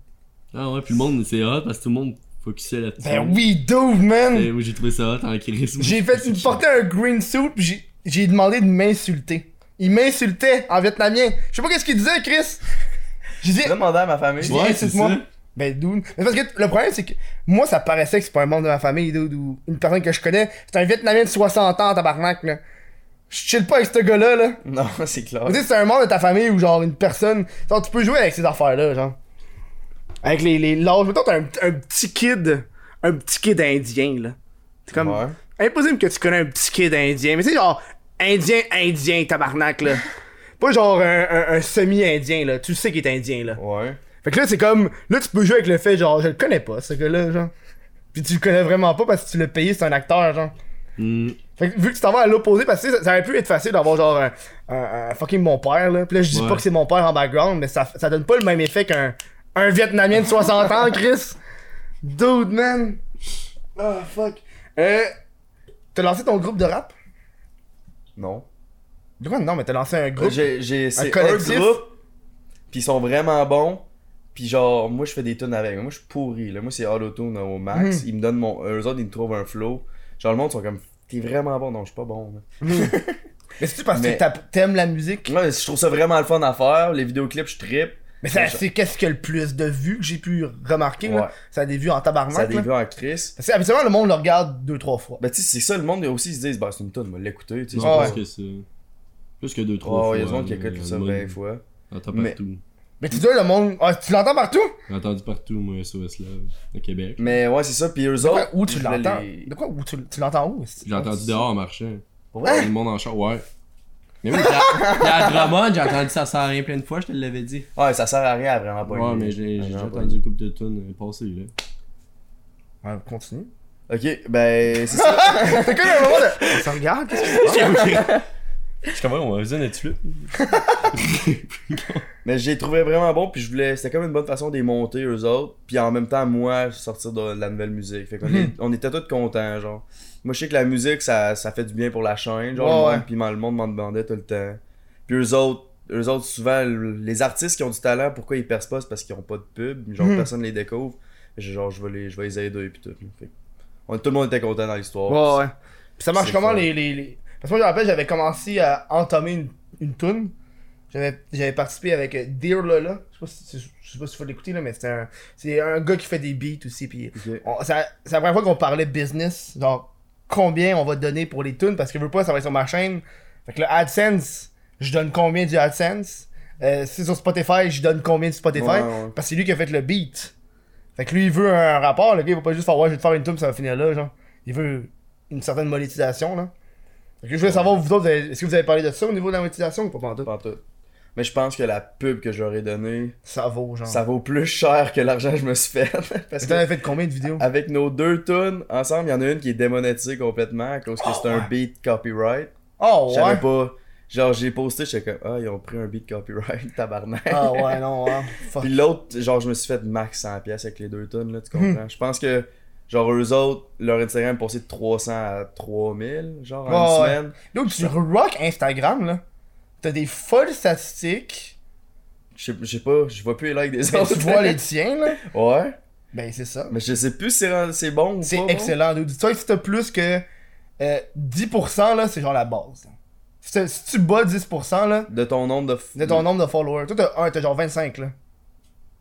Speaker 2: Ah ouais, puis le monde, c'est hot parce que tout le monde focusait là-dessus.
Speaker 1: Ben oui, dude, man!
Speaker 2: Et oui, j'ai trouvé ça hot en crise.
Speaker 1: J'ai fait
Speaker 2: une
Speaker 1: porter un green suit, pis j'ai- j'ai demandé de m'insulter. Il m'insultait en vietnamien. Je sais pas qu'est-ce qu'il disait, Chris. J'ai dit,
Speaker 3: J'ai demandé à ma famille.
Speaker 1: J'ai-
Speaker 2: Ouais, c'est
Speaker 1: Insulte-moi.
Speaker 2: ça.
Speaker 1: ben dude. Mais parce que le problème, c'est que moi, ça paraissait que c'est pas un membre de ma famille, dude, ou une personne que je connais. C'est un vietnamien de 60 ans, tabarnak, là. Je chill pas avec ce gars-là, là.
Speaker 3: Non, c'est clair.
Speaker 1: Tu sais, c'est un membre de ta famille ou genre une personne. Genre, tu peux jouer avec ces affaires-là, genre. Avec les, les larges. Mettons, t'as un, un petit kid. Un petit kid indien, là. C'est comme.
Speaker 3: Ouais.
Speaker 1: Impossible que tu connais un petit kid indien. Mais tu sais, genre, indien, indien, tabarnak, là. Pas genre un, un- un semi-indien, là. Tu sais qu'il est indien, là.
Speaker 3: Ouais.
Speaker 1: Fait que là, c'est comme. Là, tu peux jouer avec le fait, genre, je le connais pas, ce gars-là, genre. Puis tu le connais vraiment pas parce que tu l'as payé, c'est un acteur, genre.
Speaker 2: Hmm.
Speaker 1: Fait que vu que tu t'en vas à l'opposé, parce que tu sais, ça, ça aurait pu être facile d'avoir genre un, un- un fucking mon père, là. Puis là, je dis
Speaker 2: Ouais.
Speaker 1: pas que c'est mon père en background, mais ça, ça donne pas le même effet qu'un un Vietnamien de 60 ans, Chris. Dude, man. Oh, fuck. Euh, t'as lancé ton groupe de rap?
Speaker 3: Non.
Speaker 1: De quoi? Non, mais t'as lancé un groupe.
Speaker 3: J'ai, j'ai, c'est un,
Speaker 1: collectif?
Speaker 3: groupe, pis ils sont vraiment bons. Pis genre, moi je fais des tunes avec. Moi je suis pourri, là. Moi c'est auto-tune au
Speaker 1: Hmm.
Speaker 3: max. Ils me donnent mon. Eux autres, ils me trouvent un flow. Genre, le monde sont comme. T'es vraiment bon. Non, je suis pas bon. là.
Speaker 1: Mais c'est-tu parce
Speaker 3: Mais-
Speaker 1: que t'as- t'aimes la musique?
Speaker 3: Ouais, je trouve ça vraiment le fun à faire. Les vidéoclips, je trippe.
Speaker 1: Mais ça,
Speaker 3: Mais je-
Speaker 1: c'est qu'est-ce que le plus de vues que j'ai pu remarquer, là?
Speaker 3: Ouais.
Speaker 1: Ça a des vues en tabarnak,
Speaker 3: Ça a des
Speaker 1: là.
Speaker 3: vues en crise.
Speaker 1: Parce que habituellement, le monde le regarde deux, trois fois.
Speaker 3: Ben, tu sais, c'est ça, le monde aussi, ils se disent, bah, c'est une tune, on va l'écouter. Tu sais,
Speaker 2: Je
Speaker 1: Ah, Ouais,
Speaker 2: pense
Speaker 1: ouais.
Speaker 2: que c'est. Plus que deux, trois
Speaker 3: Oh,
Speaker 2: fois.
Speaker 3: il y a du monde qui
Speaker 2: euh,
Speaker 3: écoute
Speaker 2: le
Speaker 3: ça
Speaker 2: monde
Speaker 3: 20 fois.
Speaker 2: Entend
Speaker 3: Mais-
Speaker 2: partout.
Speaker 1: Mais tu dis, le monde. Ah, tu l'entends partout?
Speaker 2: J'ai entendu partout, moi, SOS Love, au Québec.
Speaker 3: Mais ouais, c'est ça. Puis eux
Speaker 1: De quoi,
Speaker 3: autres.
Speaker 1: où tu
Speaker 3: je voulais
Speaker 1: l'entends?
Speaker 3: les-
Speaker 1: De quoi, où tu, tu l'entends où? est-ce que-
Speaker 3: Ah,
Speaker 2: J'ai entendu dehors en marchant.
Speaker 3: Ouais.
Speaker 2: Le monde en char, ouais. Mais oui, t'es à- t'es à Drummond, j'ai entendu ça sans rien plein de fois, je te l'avais dit.
Speaker 3: Ouais, ça sert à rien à vraiment pas
Speaker 2: Ouais,
Speaker 3: aimer.
Speaker 2: mais j'ai
Speaker 3: Ah,
Speaker 2: j'ai déjà
Speaker 3: non, pas
Speaker 2: entendu une coupe de tonnes euh, passer, là.
Speaker 1: Ouais, continue.
Speaker 3: Ok, ben, c'est ça.
Speaker 1: T'as connu un moment de. On se regarde, qu'est-ce que
Speaker 2: Je comprends, on va besoin d'être là.
Speaker 3: mais j'ai trouvé vraiment bon. Puis je voulais. C'était comme une bonne façon de les monter, eux autres. Puis en même temps, moi, sortir de la nouvelle musique. Fait qu'on
Speaker 1: Mhm.
Speaker 3: est- on était tous contents, genre. Moi, je sais que la musique, ça, ça fait du bien pour la chaîne. Genre,
Speaker 1: Ouais,
Speaker 3: le
Speaker 1: ouais.
Speaker 3: monde, puis le monde m'en demandait tout le temps. Puis eux autres. Eux autres, souvent, les artistes qui ont du talent, pourquoi ils percent pas? C'est parce qu'ils ont pas de pub, genre
Speaker 1: Mhm.
Speaker 3: personne les découvre. Genre, je vais les, je vais les aider, puis tout. Fait que, on, tout le monde était content dans l'histoire.
Speaker 1: Ouais, ouais. Puis ça marche
Speaker 3: C'est
Speaker 1: comment
Speaker 3: fun.
Speaker 1: les, les, les- Parce que moi, je me rappelle, j'avais commencé à entamer une, une toune. J'avais, j'avais participé avec euh, Dear Lola. Je sais pas si, je sais pas si faut l'écouter, là, mais c'est un, c'est un gars qui fait des beats aussi. Puis
Speaker 3: Ok.
Speaker 1: on- ça- c'est la première fois qu'on parlait business. Genre, combien on va donner pour les tunes parce que je veux pas, ça va être sur ma chaîne. Fait que le AdSense, je donne combien du AdSense. Euh, si c'est sur Spotify, je donne combien du Spotify.
Speaker 3: Ouais, ouais.
Speaker 1: Parce que c'est lui qui a fait le beat. Fait que lui, il veut un rapport. Le gars, il va pas juste faire Ouais, je vais te faire une tune, ça va finir là. Genre, il veut une certaine monétisation. là. Fait que je voulais savoir, vous autres, vous avez- est-ce que vous avez parlé de ça au niveau de la monétisation ou pas pantoute
Speaker 3: Pas en tout. Mais je pense que la pub que j'aurais donnée,
Speaker 1: Ça vaut, genre.
Speaker 3: ça vaut plus cher que l'argent que je me suis fait. Parce
Speaker 1: Est-ce
Speaker 3: que Ah,
Speaker 1: que fait combien de vidéos
Speaker 3: avec nos deux tunes ensemble, il y en a une qui est démonétisée complètement à cause que c'est un beat copyright.
Speaker 1: Oh,
Speaker 3: Je
Speaker 1: Ah ouais.
Speaker 3: savais pas. Genre, j'ai posté, j'étais comme, ah, ils ont pris un beat copyright, tabarnak.
Speaker 1: Ah, ouais, non, ouais. Fuck.
Speaker 3: Puis l'autre, genre, je me suis fait max 100$ piastres avec les deux tunes, là,
Speaker 1: Hmm.
Speaker 3: tu comprends? Je pense que, genre, eux autres, leur Instagram est passé de 300 à 3000, genre, en
Speaker 1: Ouais,
Speaker 3: une
Speaker 1: Ah ouais.
Speaker 3: semaine.
Speaker 1: Donc, tu rock Instagram, là. T'as des folles statistiques.
Speaker 3: Je sais- je sais pas, je vois plus les likes des
Speaker 1: Ben,
Speaker 3: autres.
Speaker 1: tu vois les tiens, là.
Speaker 3: Ouais,
Speaker 1: Ben, c'est ça.
Speaker 3: mais je sais plus si c'est c'est bon ou
Speaker 1: C'est
Speaker 3: pas. bon.
Speaker 1: excellent. dude. Dis-toi que si t'as plus que euh, 10%, là, c'est genre la base. là. Si, t'as- si tu bats 10%, là,
Speaker 3: De ton nombre de. f-
Speaker 1: de ton nombre de followers, toi, t'as un, t'as genre 25, là.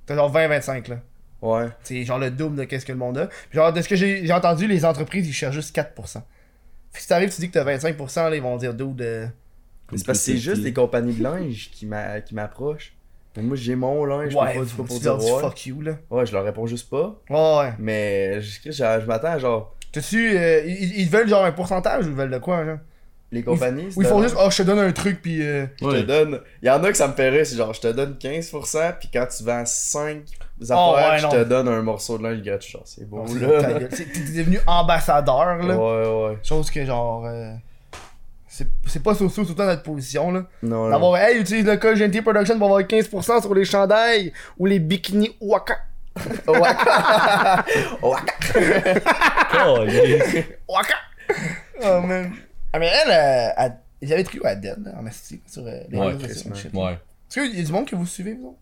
Speaker 1: T'as genre 20-25, là.
Speaker 3: Ouais.
Speaker 1: C'est genre le double de qu'est-ce que le monde a. Puis genre, de ce que j'ai j'ai entendu, les entreprises, ils cherchent juste 4%. Fait que si t'arrives, tu dis que t'as 25%, là, ils vont dire d'où de...
Speaker 3: Mais C'est parce que c'est juste les compagnies de linge qui m'a- qui m'approchent. Mais moi, j'ai mon linge,
Speaker 1: Ouais,
Speaker 3: je peux pas- je
Speaker 1: faut
Speaker 3: peux
Speaker 1: que
Speaker 3: pas
Speaker 1: tu
Speaker 3: dire
Speaker 1: leur dis
Speaker 3: ouais.
Speaker 1: fuck you, là.
Speaker 3: Ouais, je leur réponds juste pas.
Speaker 1: Ouais, ouais.
Speaker 3: Mais je, je, je m'attends à genre.
Speaker 1: T'as-tu... euh, ils, ils veulent genre un pourcentage ou ils veulent de quoi, genre?
Speaker 3: les compagnies.
Speaker 1: Ou ils
Speaker 3: c'est
Speaker 1: font
Speaker 3: de-
Speaker 1: juste, oh, je te donne un truc, puis. euh,
Speaker 3: Je te donne. Il y en a que ça me ferait, c'est genre, je te donne 15%, puis quand tu vends 5 affaires,
Speaker 1: Ah, ouais,
Speaker 3: je
Speaker 1: non.
Speaker 3: te donne un morceau de linge gratuit. Genre, c'est beau,
Speaker 1: oh, c'est- ta
Speaker 3: là.
Speaker 1: gueule. C'est- T'es t'es devenu ambassadeur, là.
Speaker 3: Ouais, ouais.
Speaker 1: Chose que, genre. euh, c'est c'est pas sous-sous, tout le temps notre position, là.
Speaker 3: Non, non.
Speaker 1: D'avoir, hey, utilise le code GNT Production pour avoir 15% sur les chandails ou les bikinis waka. Waka! Oh man. Ah, mais elle, euh, elle- j'avais trouvé à Dead, là, en esti, sur euh, les
Speaker 2: Ouais,
Speaker 1: réseaux sociaux,
Speaker 3: Christmas.
Speaker 1: shit.
Speaker 2: Ouais.
Speaker 1: Est-ce qu'il y a du monde que vous suivez, vous autres?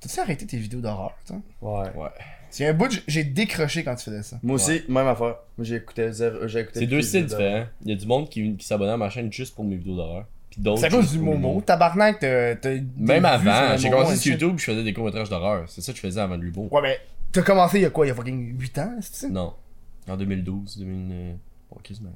Speaker 1: T'as-tu arrêté tes vidéos d'horreur, toi?
Speaker 3: Ouais.
Speaker 1: C'est un bout, de- j'ai décroché quand tu faisais ça.
Speaker 3: Moi aussi, même affaire. Moi, j'ai écouté. zéro- j'ai écouté
Speaker 2: C'est deux
Speaker 3: plus
Speaker 2: styles
Speaker 3: de-
Speaker 2: différents. Il y a du monde qui, qui s'abonnait à ma chaîne juste pour mes vidéos d'horreur. Puis d'autres.
Speaker 1: C'est à cause
Speaker 2: juste
Speaker 1: du
Speaker 2: pour
Speaker 1: Momo.
Speaker 2: l'humour.
Speaker 1: Tabarnak, t'as. t'as des vues
Speaker 2: Même
Speaker 1: sur
Speaker 2: avant,
Speaker 1: le
Speaker 2: j'ai
Speaker 1: Momo
Speaker 2: commencé
Speaker 1: et
Speaker 2: sur
Speaker 1: shit.
Speaker 2: YouTube, je faisais des courts-métrages d'horreur. C'est ça que je faisais avant de l'humour.
Speaker 1: Ouais, mais t'as commencé il y a quoi? Il y a fucking 8 ans, c'est ça?
Speaker 2: Non. En 2012, 2000. euh, ouais, quasiment.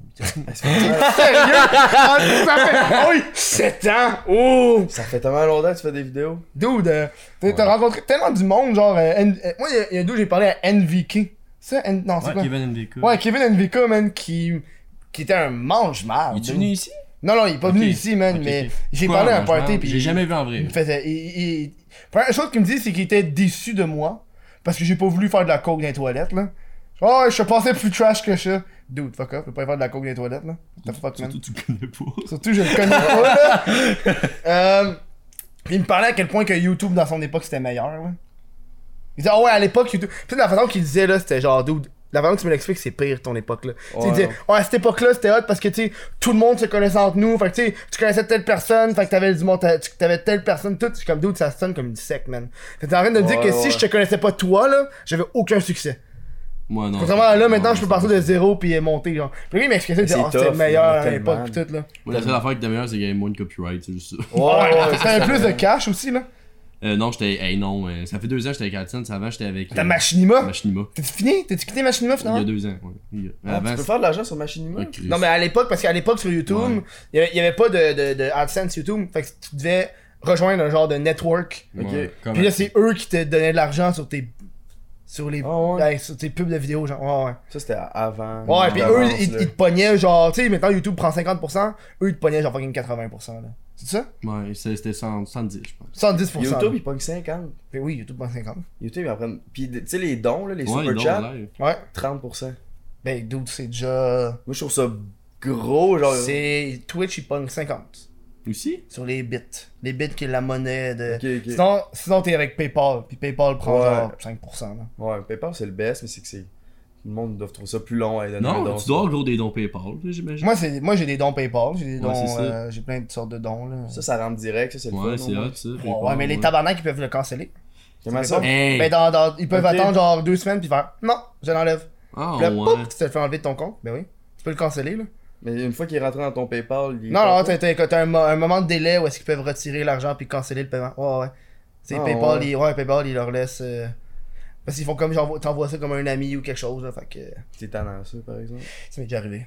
Speaker 1: Sérieux? ça fait. Ah Oui! 7 ans! Oh!
Speaker 3: Ça fait tellement longtemps que tu fais des vidéos.
Speaker 1: Dude, euh, t'as t'as
Speaker 2: Ouais.
Speaker 1: rencontré tellement du monde, genre. euh, N- euh, moi, il y a- il y a deux, j'ai parlé à NVK. Ça, N- non, c'est quoi?
Speaker 2: Kevin NVK.
Speaker 1: Ouais, Kevin NVK, man, qui. qui était un mange-marre.
Speaker 2: Il est
Speaker 1: dude.
Speaker 2: venu ici?
Speaker 1: Non, non, il est pas
Speaker 2: Ok.
Speaker 1: venu ici, man,
Speaker 2: Ok,
Speaker 1: mais
Speaker 2: ok.
Speaker 1: j'ai
Speaker 2: Quoi,
Speaker 1: parlé à un
Speaker 2: moi, je
Speaker 1: party,
Speaker 2: parle?
Speaker 1: puis
Speaker 2: J'ai jamais vu en
Speaker 1: il
Speaker 2: vrai.
Speaker 1: me faisait... il- il- Première chose qu'il me dit, c'est qu'il était déçu de moi, parce que j'ai pas voulu faire de la coke dans les toilettes, là. Oh, je pensais plus trash que ça. Dude, fuck off, je peux pas faire de la coke dans les toilettes, là. What The fuck, man.
Speaker 2: tu connais pas.
Speaker 1: Surtout, je le connais pas, là. Euh, puis il me parlait à quel point que YouTube, dans son époque, c'était meilleur, là. Il disait, ah ouais, à l'époque, YouTube... Tu sais, la façon qu'il disait, là, c'était genre, dude... La façon que tu me l'expliques, c'est pire ton époque là. Tu sais, il disait, ouais, à cette époque-là, c'était hot parce que tu sais, tout le monde se connaissait entre nous. Fait que tu sais, tu connaissais telle personne, fait que t'avais du monde, t'a- tu- t'avais telle personne, tout. Je suis comme dude, ça sonne comme du sec, man. Fait que t'es en train de me dire
Speaker 3: Ouais,
Speaker 1: que
Speaker 3: ouais.
Speaker 1: si je te connaissais pas toi, là, j'avais aucun succès.
Speaker 2: Moi, non.
Speaker 1: Contrairement à là, maintenant, je peux partir de
Speaker 2: zéro.
Speaker 1: zéro puis euh, monter, genre. Puis lui, il m'expliquait ça, il disait,
Speaker 3: C'est
Speaker 1: ah, c'était
Speaker 3: tough,
Speaker 1: meilleur à
Speaker 3: tellement.
Speaker 1: l'époque, pis tout, là.
Speaker 2: La seule affaire qui était meilleure, c'est qu'il y avait moins de copyright, c'est juste ça.
Speaker 3: Ouais,
Speaker 1: Oh, Ouais,
Speaker 3: ouais.
Speaker 1: t'avais plus de cash aussi, là.
Speaker 2: Euh, non, j'étais. Hey, non, euh, ça fait deux ans que j'étais avec Altine, avant j'étais avec. euh,
Speaker 1: T'as Machinima.
Speaker 2: Machinima.
Speaker 1: T'es-tu fini? T'es-tu quitté Machinima
Speaker 2: Il y a
Speaker 1: finalement?
Speaker 2: deux ans, ouais. Il y a-
Speaker 3: Ah, tu
Speaker 2: Avant,
Speaker 3: peux faire de l'argent sur Machinima?
Speaker 2: c'était-
Speaker 1: Non, mais à l'époque, parce qu'à l'époque sur
Speaker 2: Ouais.
Speaker 1: YouTube, il y avait- il y avait pas de, de, de AdSense YouTube. Fait que tu devais rejoindre un genre de network.
Speaker 2: Ouais, comme-
Speaker 1: Puis là, c'est eux qui te donnaient de l'argent sur tes. Sur les.
Speaker 3: Ah ouais.
Speaker 1: ouais, sur tes pubs de vidéos, genre. Ouais, ouais.
Speaker 3: Ça, c'était avant.
Speaker 1: Ouais, puis eux,
Speaker 3: d'avance,
Speaker 1: ils,
Speaker 3: là.
Speaker 1: ils te pognaient, genre. Tu sais, maintenant YouTube prend 50%, eux, ils te pognaient, genre, fucking 80%, là. C'est ça?
Speaker 2: Ouais, c'est- c'était 100 110, je pense.
Speaker 1: 110%.
Speaker 3: YouTube,
Speaker 1: là.
Speaker 3: ils pognent 50.
Speaker 1: Mais Ben oui, YouTube prend 50.
Speaker 3: YouTube, ils en prennent. Puis, tu sais, les dons, là, les
Speaker 2: Ouais,
Speaker 3: super
Speaker 2: non,
Speaker 3: chats,
Speaker 2: live.
Speaker 1: Ouais.
Speaker 3: 30%.
Speaker 1: Ben, dude, c'est déjà.
Speaker 3: Moi, je trouve ça gros, genre.
Speaker 1: C'est. Twitch, ils pognent 50.
Speaker 2: Aussi?
Speaker 1: Sur les bits. Les bits qui est la monnaie de.
Speaker 3: Ok, ok.
Speaker 1: Sinon, sinon t'es avec PayPal, puis PayPal prend
Speaker 3: Ouais.
Speaker 1: genre 5%. Là.
Speaker 3: Ouais, PayPal, c'est le best, mais c'est que c'est. Le monde doit trouver ça plus long à donner un
Speaker 2: Non,
Speaker 3: don.
Speaker 2: tu dois avoir gros des dons PayPal, j'imagine.
Speaker 1: Moi, c'est, moi, j'ai des dons PayPal, j'ai des
Speaker 2: Ouais, c'est
Speaker 1: dons,
Speaker 2: ça.
Speaker 1: euh, j'ai plein de sortes de dons. Là.
Speaker 3: Ça, ça rentre direct, ça, c'est le
Speaker 2: Ouais,
Speaker 3: fun.
Speaker 2: c'est
Speaker 3: au moins.
Speaker 2: hot, ça.
Speaker 1: ouais,
Speaker 2: PayPal,
Speaker 1: ouais, mais les tabarnak, ils peuvent le canceller.
Speaker 3: Comment
Speaker 1: C'est
Speaker 3: ça?
Speaker 1: bon.
Speaker 2: Hey!
Speaker 1: Ben, dans, dans- ils peuvent
Speaker 3: Ok.
Speaker 1: attendre genre deux semaines puis faire non, je l'enlève.
Speaker 2: Ah,
Speaker 1: Puis là,
Speaker 2: ouais.
Speaker 1: pouf, tu te le fais enlever de ton compte. Ben oui. Tu peux le canceller là.
Speaker 3: Mais une fois qu'il est rentré dans ton PayPal, il.
Speaker 1: non, non, t'as, t'as- t'as un, mo- un moment de délai où est-ce qu'ils peuvent retirer l'argent puis canceller le paiement. Ouais, ouais. C'est
Speaker 3: Ah,
Speaker 1: PayPal,
Speaker 3: ouais.
Speaker 1: Ils, ouais, PayPal, ils leur laissent. euh, Parce qu'ils font comme genre, t'envoies ça comme un ami ou quelque chose. Là, fait que euh,
Speaker 3: C'est tannant, ça, par exemple.
Speaker 1: ça m'est déjà arrivé.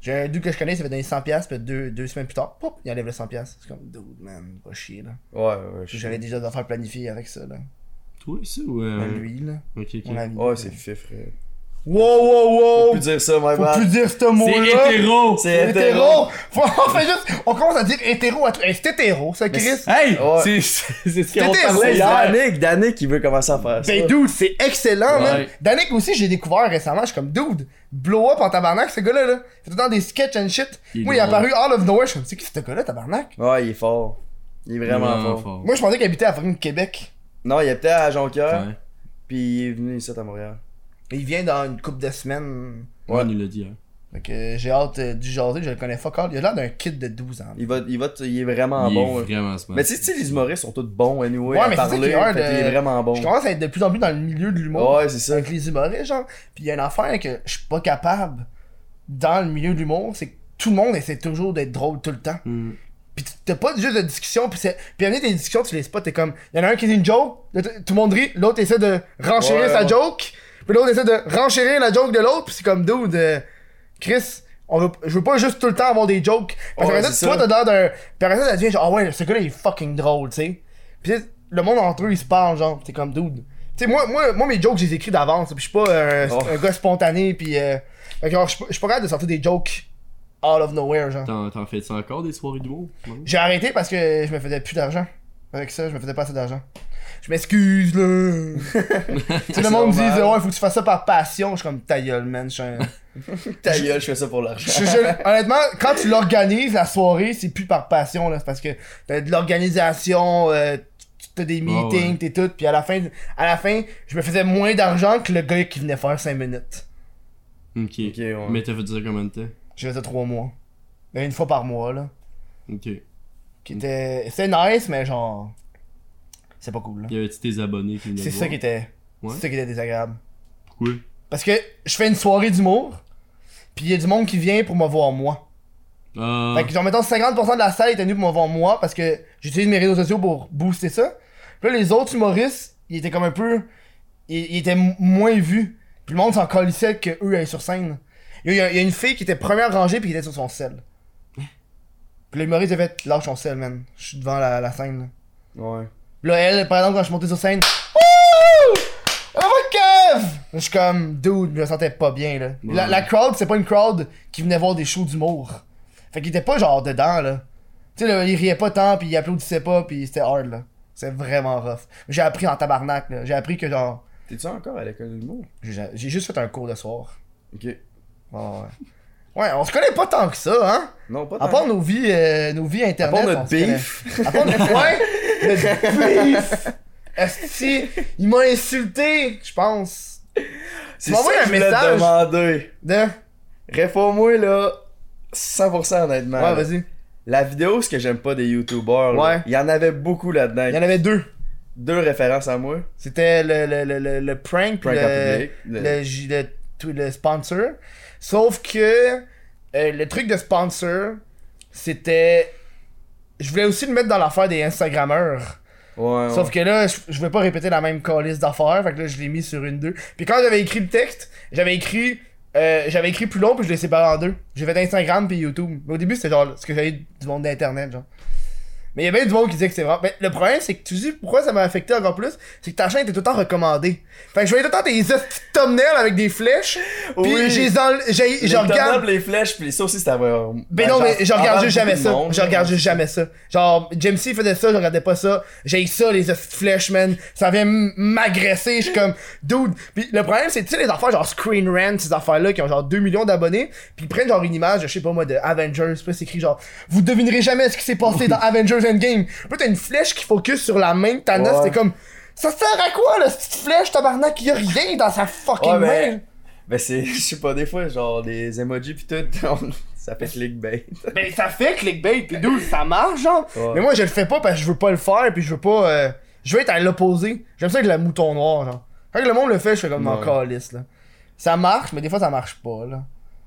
Speaker 1: J'ai un dude que je connais, ça fait donner 100$, puis deux, deux semaines plus tard, pop, il enlève le 100$. C'est comme, dude, man, va chier, là.
Speaker 3: Ouais, ouais, je
Speaker 1: J'avais déjà des affaires planifiées avec ça, là.
Speaker 2: Toi, ça, ou. euh,
Speaker 1: Même lui, là.
Speaker 2: Ok, ok.
Speaker 1: Mon ami.
Speaker 3: Ouais, c'est fifre. Faut
Speaker 1: Wow, wow, wow!
Speaker 3: plus dire ça, my
Speaker 1: Faut
Speaker 3: bad.
Speaker 1: plus dire ce mot-là!
Speaker 2: hétéro!
Speaker 3: C'est
Speaker 1: Hétéro! Faut- on fait juste. On commence à dire hétéro à tout. Hey, C'est hétéro, ça, Chris?
Speaker 2: Hey!
Speaker 3: Ouais.
Speaker 2: C'est c'est ce qu'on
Speaker 1: C'était
Speaker 2: parlait
Speaker 3: C'est
Speaker 1: hier.
Speaker 3: Danick, Danick, qui veut commencer à faire ça.
Speaker 1: Ben, dude, c'est excellent,
Speaker 2: Ouais.
Speaker 1: man. Danick aussi, j'ai découvert récemment. Je suis comme, dude, blow up en tabarnak, ce gars-là, là. Il fait tout le temps des sketchs and shit.
Speaker 2: Il est
Speaker 1: Moi, il est
Speaker 2: drôle.
Speaker 1: apparu out of nowhere. Je suis comme, c'est qui ce gars-là, tabarnak?
Speaker 3: Ouais, il est fort. Il est vraiment fort.
Speaker 1: Moi, je pensais qu'il habitait à fucking Québec.
Speaker 3: Non, il était à Jonquière,
Speaker 2: Ouais.
Speaker 3: puis il est venu ici à Montréal.
Speaker 1: Il vient dans une couple de semaines.
Speaker 2: Ouais, il nous l'a dit hein. hier.
Speaker 1: Fait que j'ai hâte euh, du jaser, je le connais fuck all. Il a l'air d'un kid de 12 ans.
Speaker 3: Il va, il va, il est vraiment
Speaker 2: Il est
Speaker 3: bon. hein.
Speaker 2: vraiment smart.
Speaker 3: Mais tu sais, tu sais, les humoristes sont tous bons anyway
Speaker 1: Ouais,
Speaker 3: à
Speaker 1: mais c'est ça qui
Speaker 3: parler,
Speaker 1: est hard,
Speaker 3: fait qu'il
Speaker 1: euh,
Speaker 3: est vraiment bon.
Speaker 1: Je commence à être de plus en plus dans le milieu de l'humour.
Speaker 3: Ouais, c'est ça.
Speaker 1: avec les humoristes, genre. Puis il y a une affaire que je suis pas capable dans le milieu de l'humour, c'est que tout le monde essaie toujours d'être drôle tout le temps.
Speaker 2: Hmm.
Speaker 1: Puis tu- t'as pas juste de discussion, puis c'est. Puis à des discussions, tu les spots, t'es comme. Il y en a un qui dit une joke, là, t- tout le monde rit, l'autre essaie de renchérir
Speaker 3: Ouais,
Speaker 1: sa
Speaker 3: ouais.
Speaker 1: joke, puis l'autre essaie de renchérir la joke de l'autre, puis c'est comme dude, euh, Chris. On veut, je veux pas juste tout le temps avoir des jokes. Parce
Speaker 3: Ouais,
Speaker 1: que
Speaker 3: c'est
Speaker 1: toi,
Speaker 3: ça.
Speaker 1: t'as l'air d'un. Puis après ça, ça devient genre, ah ouais, ce gars-là, il est fucking drôle, tu sais. Puis tu sais, le monde entre eux, ils se parlent, genre, t'es comme dude. Tu sais, moi, moi, moi, mes jokes, je les écris d'avance. Puis je suis pas euh,
Speaker 3: Oh.
Speaker 1: un gars spontané. Puis. Euh, fait que genre, je suis pas- je suis pas capable de sortir des jokes out of nowhere, genre.
Speaker 2: T'en, t'en fais-tu encore des soirées d'humour?
Speaker 1: J'ai arrêté parce que je me faisais plus d'argent. Avec ça, je me faisais pas assez d'argent. Je m'excuse, là. tu sais, le monde dit,
Speaker 3: normal.
Speaker 1: ouais, faut que tu fasses ça par passion. Je suis comme, ta gueule, man. Je suis un-
Speaker 3: Ta gueule, je fais ça pour l'argent.
Speaker 1: Je- je- honnêtement, quand tu l'organises, la soirée, c'est plus par passion, là. C'est parce que t'as de l'organisation, euh, tu- t'as des
Speaker 2: Ah ouais.
Speaker 1: meetings, t'es tout. Puis à la fin, à la fin, je me faisais moins d'argent que le gars qui venait faire 5 minutes.
Speaker 2: Ok.
Speaker 3: Ok, ouais.
Speaker 2: Mais t'as fait ça combien de temps?
Speaker 1: Je faisais 3 mois. Mais Une fois par mois, là.
Speaker 2: Ok.
Speaker 1: Qui était. C'était nice, mais genre. C'est pas cool, là.
Speaker 2: Y avait-tu tes abonnés qui venaient
Speaker 1: C'est
Speaker 2: te
Speaker 1: ça
Speaker 2: voir?
Speaker 1: qui était.
Speaker 2: Ouais.
Speaker 1: C'est ça qui était désagréable.
Speaker 2: Pourquoi?
Speaker 1: Parce que je fais une soirée d'humour, puis il y a du monde qui vient pour me voir moi.
Speaker 2: Ah,
Speaker 1: Fait que, genre, mettons, 50% de la salle était venue pour me voir moi, parce que j'utilise mes réseaux sociaux pour booster ça. Puis là, les autres humoristes, ils étaient comme un peu. Ils, ils étaient m- moins vus. Puis le monde s'en colissait que eux aillent sur scène. Il y, a, il y a une fille qui était première rangée, puis qui était sur son sel.
Speaker 2: Hein?
Speaker 1: Puis l'humoriste avait fait Lâche ton sel, man. Je suis devant la, la scène. là.
Speaker 3: Ouais.
Speaker 1: Puis là, elle, par exemple, quand je suis monté sur scène. Wouh! Oh my God! Je suis comme, dude, je me sentais pas bien, là. La, la crowd, c'est pas une crowd qui venait voir des shows d'humour. Fait qu'il était pas genre dedans, là. Tu sais, là, il riait pas tant, puis il applaudissait pas, puis c'était hard, là. C'est vraiment rough. J'ai appris en tabarnak, là. J'ai appris que genre.
Speaker 3: T'es-tu encore à l'école de l'humour?
Speaker 1: J'ai j'ai juste fait un cours le soir.
Speaker 3: Ok.
Speaker 1: Ouais, ouais. Ouais, on se connaît pas tant que ça, hein.
Speaker 3: Non, pas
Speaker 1: À part nos vies, euh, nos vies
Speaker 3: À
Speaker 1: internet.
Speaker 3: part
Speaker 1: on
Speaker 3: notre
Speaker 1: se connaît.
Speaker 3: beef.
Speaker 1: À part notre ouais, notre beef. Esti, il m'a insulté, je pense.
Speaker 3: C'est
Speaker 1: m'as
Speaker 3: ça
Speaker 1: envoyé
Speaker 3: que
Speaker 1: un
Speaker 3: je voulais te
Speaker 1: message.
Speaker 3: demander.
Speaker 1: De...
Speaker 3: Réponds-moi, là, 100% honnêtement.
Speaker 1: Ouais,
Speaker 3: là.
Speaker 1: vas-y.
Speaker 3: La vidéo, ce que j'aime pas des youtubeurs, là,
Speaker 1: Ouais.
Speaker 3: il y en avait beaucoup là-dedans.
Speaker 1: Il y en avait deux.
Speaker 3: Deux références à moi.
Speaker 1: C'était le, le, le, le, le prank, puis
Speaker 3: Prank en
Speaker 1: le,
Speaker 3: public.
Speaker 1: le, j- le, tout- le sponsor. Sauf que euh, le truc de sponsor, c'était. Je voulais aussi le mettre dans l'affaire des Instagrammeurs.
Speaker 3: Ouais,
Speaker 1: Sauf
Speaker 3: ouais.
Speaker 1: que là, je, je vais pas répéter la même calice d'affaires, fait que là, je l'ai mis sur une deux. Puis quand j'avais écrit le texte, j'avais écrit euh, j'avais écrit plus long, puis je l'ai séparé en deux. J'ai fait Instagram puis YouTube. Mais au début, c'était genre ce que j'avais du monde d'internet, genre. Mais il y avait du monde qui disait que c'est vrai. Mais le problème, c'est que tu dis pourquoi ça m'a affecté encore plus, c'est que ta chaîne était tout le temps recommandée. Fait que je voyais tout le temps tes hosties de thumbnails avec des flèches, puis
Speaker 3: Oui.
Speaker 1: j'ai enle- j'ai-
Speaker 3: Les
Speaker 1: je regarde
Speaker 3: turn-up, les flèches, puis ça aussi, c'était vraiment.
Speaker 1: ben non, mais je regarde juste jamais ça.
Speaker 3: Monde,
Speaker 1: je regarde juste jamais ça. Genre, James C faisait ça, je regardais pas ça. J'ai ça, les hosties de flèches, man. Ça vient m- m'agresser. Je suis comme, dude. Puis le problème, c'est, tu sais, les affaires genre Screen Rant, ces affaires-là qui ont genre 2 millions d'abonnés, puis ils prennent genre une image, je sais pas moi, de Avengers. Puis là, c'est écrit genre, vous devinerez jamais ce qui s'est passé dans Avengers Endgame. Puis là, t'as une flèche qui focus sur la main de Thanos.
Speaker 3: Ouais.
Speaker 1: C'est comme, ça sert à quoi, là, cette flèche, tabarnak? Il y a rien dans sa fucking
Speaker 3: Ouais,
Speaker 1: main.
Speaker 3: mais- Ben c'est, je sais pas, des fois, genre, des emojis pis tout, on- ça fait clickbait.
Speaker 1: Ben ça fait clickbait pis d'où ça marche genre.
Speaker 3: Ouais.
Speaker 1: Mais moi je le fais pas parce que je veux pas le faire pis je veux pas euh, je veux être à l'opposé. J'aime ça avec le mouton noir genre. Quand le monde le fait, je fais comme dans
Speaker 3: Ouais.
Speaker 1: calice là. Ça marche mais des fois ça marche pas là.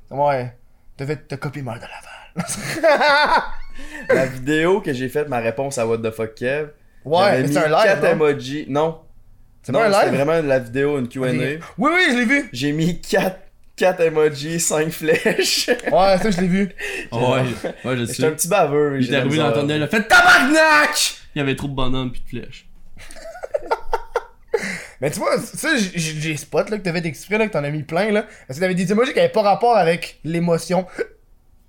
Speaker 1: Ouais. T'as fait t'as copié mal de Laval.
Speaker 3: La vidéo que j'ai faite, ma réponse à What the fuck Kev,
Speaker 1: ouais,
Speaker 3: j'avais
Speaker 1: mais
Speaker 3: mis
Speaker 1: c'est un live.
Speaker 3: 4
Speaker 1: non?
Speaker 3: emojis. Non.
Speaker 1: C'est
Speaker 3: Non,
Speaker 1: pas un
Speaker 3: c'était
Speaker 1: live?
Speaker 3: vraiment de la vidéo, une Q&A.
Speaker 1: Ok. Oui oui, je l'ai vu.
Speaker 3: J'ai mis 4, 4 emojis, 5 flèches.
Speaker 1: Ouais, ça je l'ai vu.
Speaker 2: ah ouais, ouais, je
Speaker 3: J'étais un
Speaker 2: sais.
Speaker 3: petit baveux.
Speaker 2: Il est arrivé dans le tunnel, il a fait tabarnak! Il y avait trop de bonhommes pis de flèches.
Speaker 1: Mais tu vois, ça j- j- j'ai spot là que t'avais exprès là que t'en as mis plein là parce que t'avais des emojis qui avaient pas rapport avec l'émotion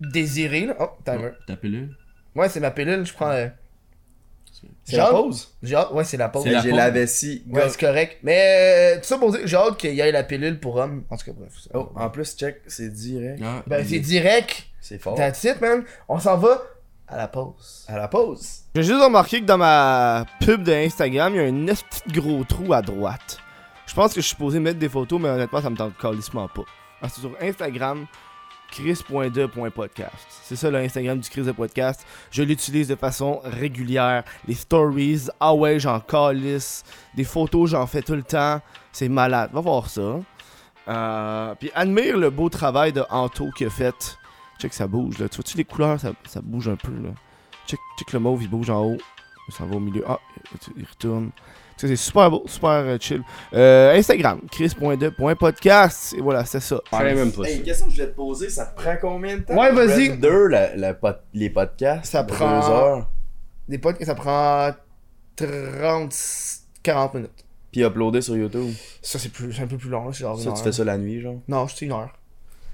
Speaker 1: désirée là. Oh, timer.
Speaker 2: Ah, Tapez-le.
Speaker 1: Ouais, c'est ma pilule, je prends. euh,
Speaker 3: C'est la
Speaker 1: J'ai hâte-
Speaker 3: pause.
Speaker 1: J'ai hâte, ouais, c'est la pause.
Speaker 2: C'est la
Speaker 3: J'ai
Speaker 2: pause.
Speaker 3: la vessie.
Speaker 1: Ouais,
Speaker 3: gosse.
Speaker 1: c'est correct. Mais euh, tout ça pour dire, j'ai hâte qu'il y ait la pilule pour homme. En tout cas, bref. ça-
Speaker 3: Oh, en plus, check, c'est direct.
Speaker 2: Ah,
Speaker 1: Ben, c'est
Speaker 2: il-
Speaker 1: direct.
Speaker 3: C'est fort.
Speaker 1: That's it, man. On s'en va à la pause.
Speaker 3: À la pause.
Speaker 1: J'ai juste remarqué que dans ma pub de Instagram, il y a un petit gros trou à droite. Je pense que je suis supposé mettre des photos, mais honnêtement, ça me tente calissement pas. Ah, C'est sur Instagram, chris.de.podcast. C'est ça l'Instagram du Chris de podcast. Je l'utilise de façon régulière. Les stories, ah ouais, j'en calisse. Des photos, j'en fais tout le temps. C'est malade. Va voir ça. Euh, puis admire le beau travail de Anto qui a fait. Check, ça bouge. Là. Tu vois-tu les couleurs, ça, ça bouge un peu. Là. Check, check le mauve, il bouge en haut. Il s'en va au milieu. Ah, il retourne. Tu sais, c'est super beau, super euh, chill. Euh, Instagram, chris.de.podcast. Et voilà, c'est ça.
Speaker 8: Je savais même pas ça.
Speaker 3: Hey, une question que je vais te poser, ça te prend combien de temps?
Speaker 1: Ouais,
Speaker 3: pour
Speaker 1: vas-y.
Speaker 3: prendre Deux, la- la pod- les podcasts.
Speaker 1: Ça
Speaker 3: de
Speaker 1: prend-
Speaker 3: Deux heures.
Speaker 1: Des potes, ça prend 30, 40 minutes.
Speaker 3: Puis uploader sur YouTube.
Speaker 1: Ça, c'est plus- c'est un peu plus long, là, c'est genre une
Speaker 3: Ça, tu
Speaker 1: heure.
Speaker 3: fais ça la nuit, genre.
Speaker 1: Non, c'est une heure.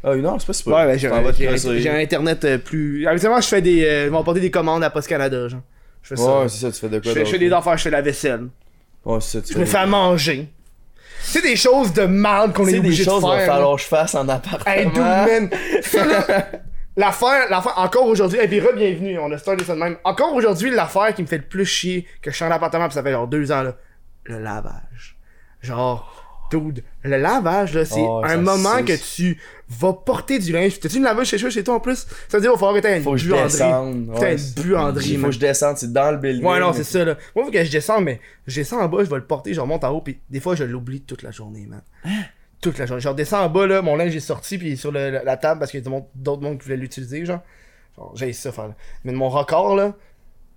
Speaker 3: Ah, une heure, c'est pas super.
Speaker 1: Ouais, ben, j'ai
Speaker 3: T'en vas te
Speaker 1: j'ai-
Speaker 3: crosser.
Speaker 1: j'ai un internet euh, plus. Habituellement, je fais des. euh, ils m'ont porté des commandes à Post Canada, genre. Je fais ça.
Speaker 3: Ouais, c'est ça, tu fais de
Speaker 1: je,
Speaker 3: quoi
Speaker 1: fais, je
Speaker 3: d'autre?
Speaker 1: fais des affaires, je fais la vaisselle.
Speaker 3: Ouais, c'est ça, tu
Speaker 1: Je me fais à manger. C'est des choses de mal qu'on
Speaker 3: Tu
Speaker 1: est,
Speaker 3: sais, des
Speaker 1: obligé de
Speaker 3: choses qu'il va
Speaker 1: faire. là.
Speaker 3: falloir que je fasse en
Speaker 1: Hey, dude,
Speaker 3: appartement.
Speaker 1: man! Ça, là, L'affaire, l'affaire, encore aujourd'hui, et puis re-bienvenue, on a starté ça de même. Encore aujourd'hui, l'affaire qui me fait le plus chier que je suis en appartement, pis ça fait genre deux ans, là, le lavage. Genre, dude, le lavage, là, c'est
Speaker 3: Oh,
Speaker 1: un
Speaker 3: ça
Speaker 1: moment
Speaker 3: suce.
Speaker 1: que tu vas porter du linge. T'as-tu une laveuse chez toi, chez toi en plus? Ça veut dire, il va falloir que t'aies une
Speaker 3: Faut que je
Speaker 1: buanderie.
Speaker 3: descende.
Speaker 1: T'as
Speaker 3: ouais.
Speaker 1: une buanderie,
Speaker 3: Il faut
Speaker 1: man.
Speaker 3: que je descende, c'est dans le building.
Speaker 1: Ouais, non, c'est ça, là. Moi, faut que je descende, mais je descends en bas, je vais le porter, je remonte en haut, puis des fois, je l'oublie toute la journée, man. Toute la journée. Je redescends en bas, là, mon linge est sorti, puis il est sur le- la, la table, parce qu'il y a du monde- d'autres monde qui voulaient l'utiliser, genre. Genre, j'ai ça, faire, là. Mais de mon record, là,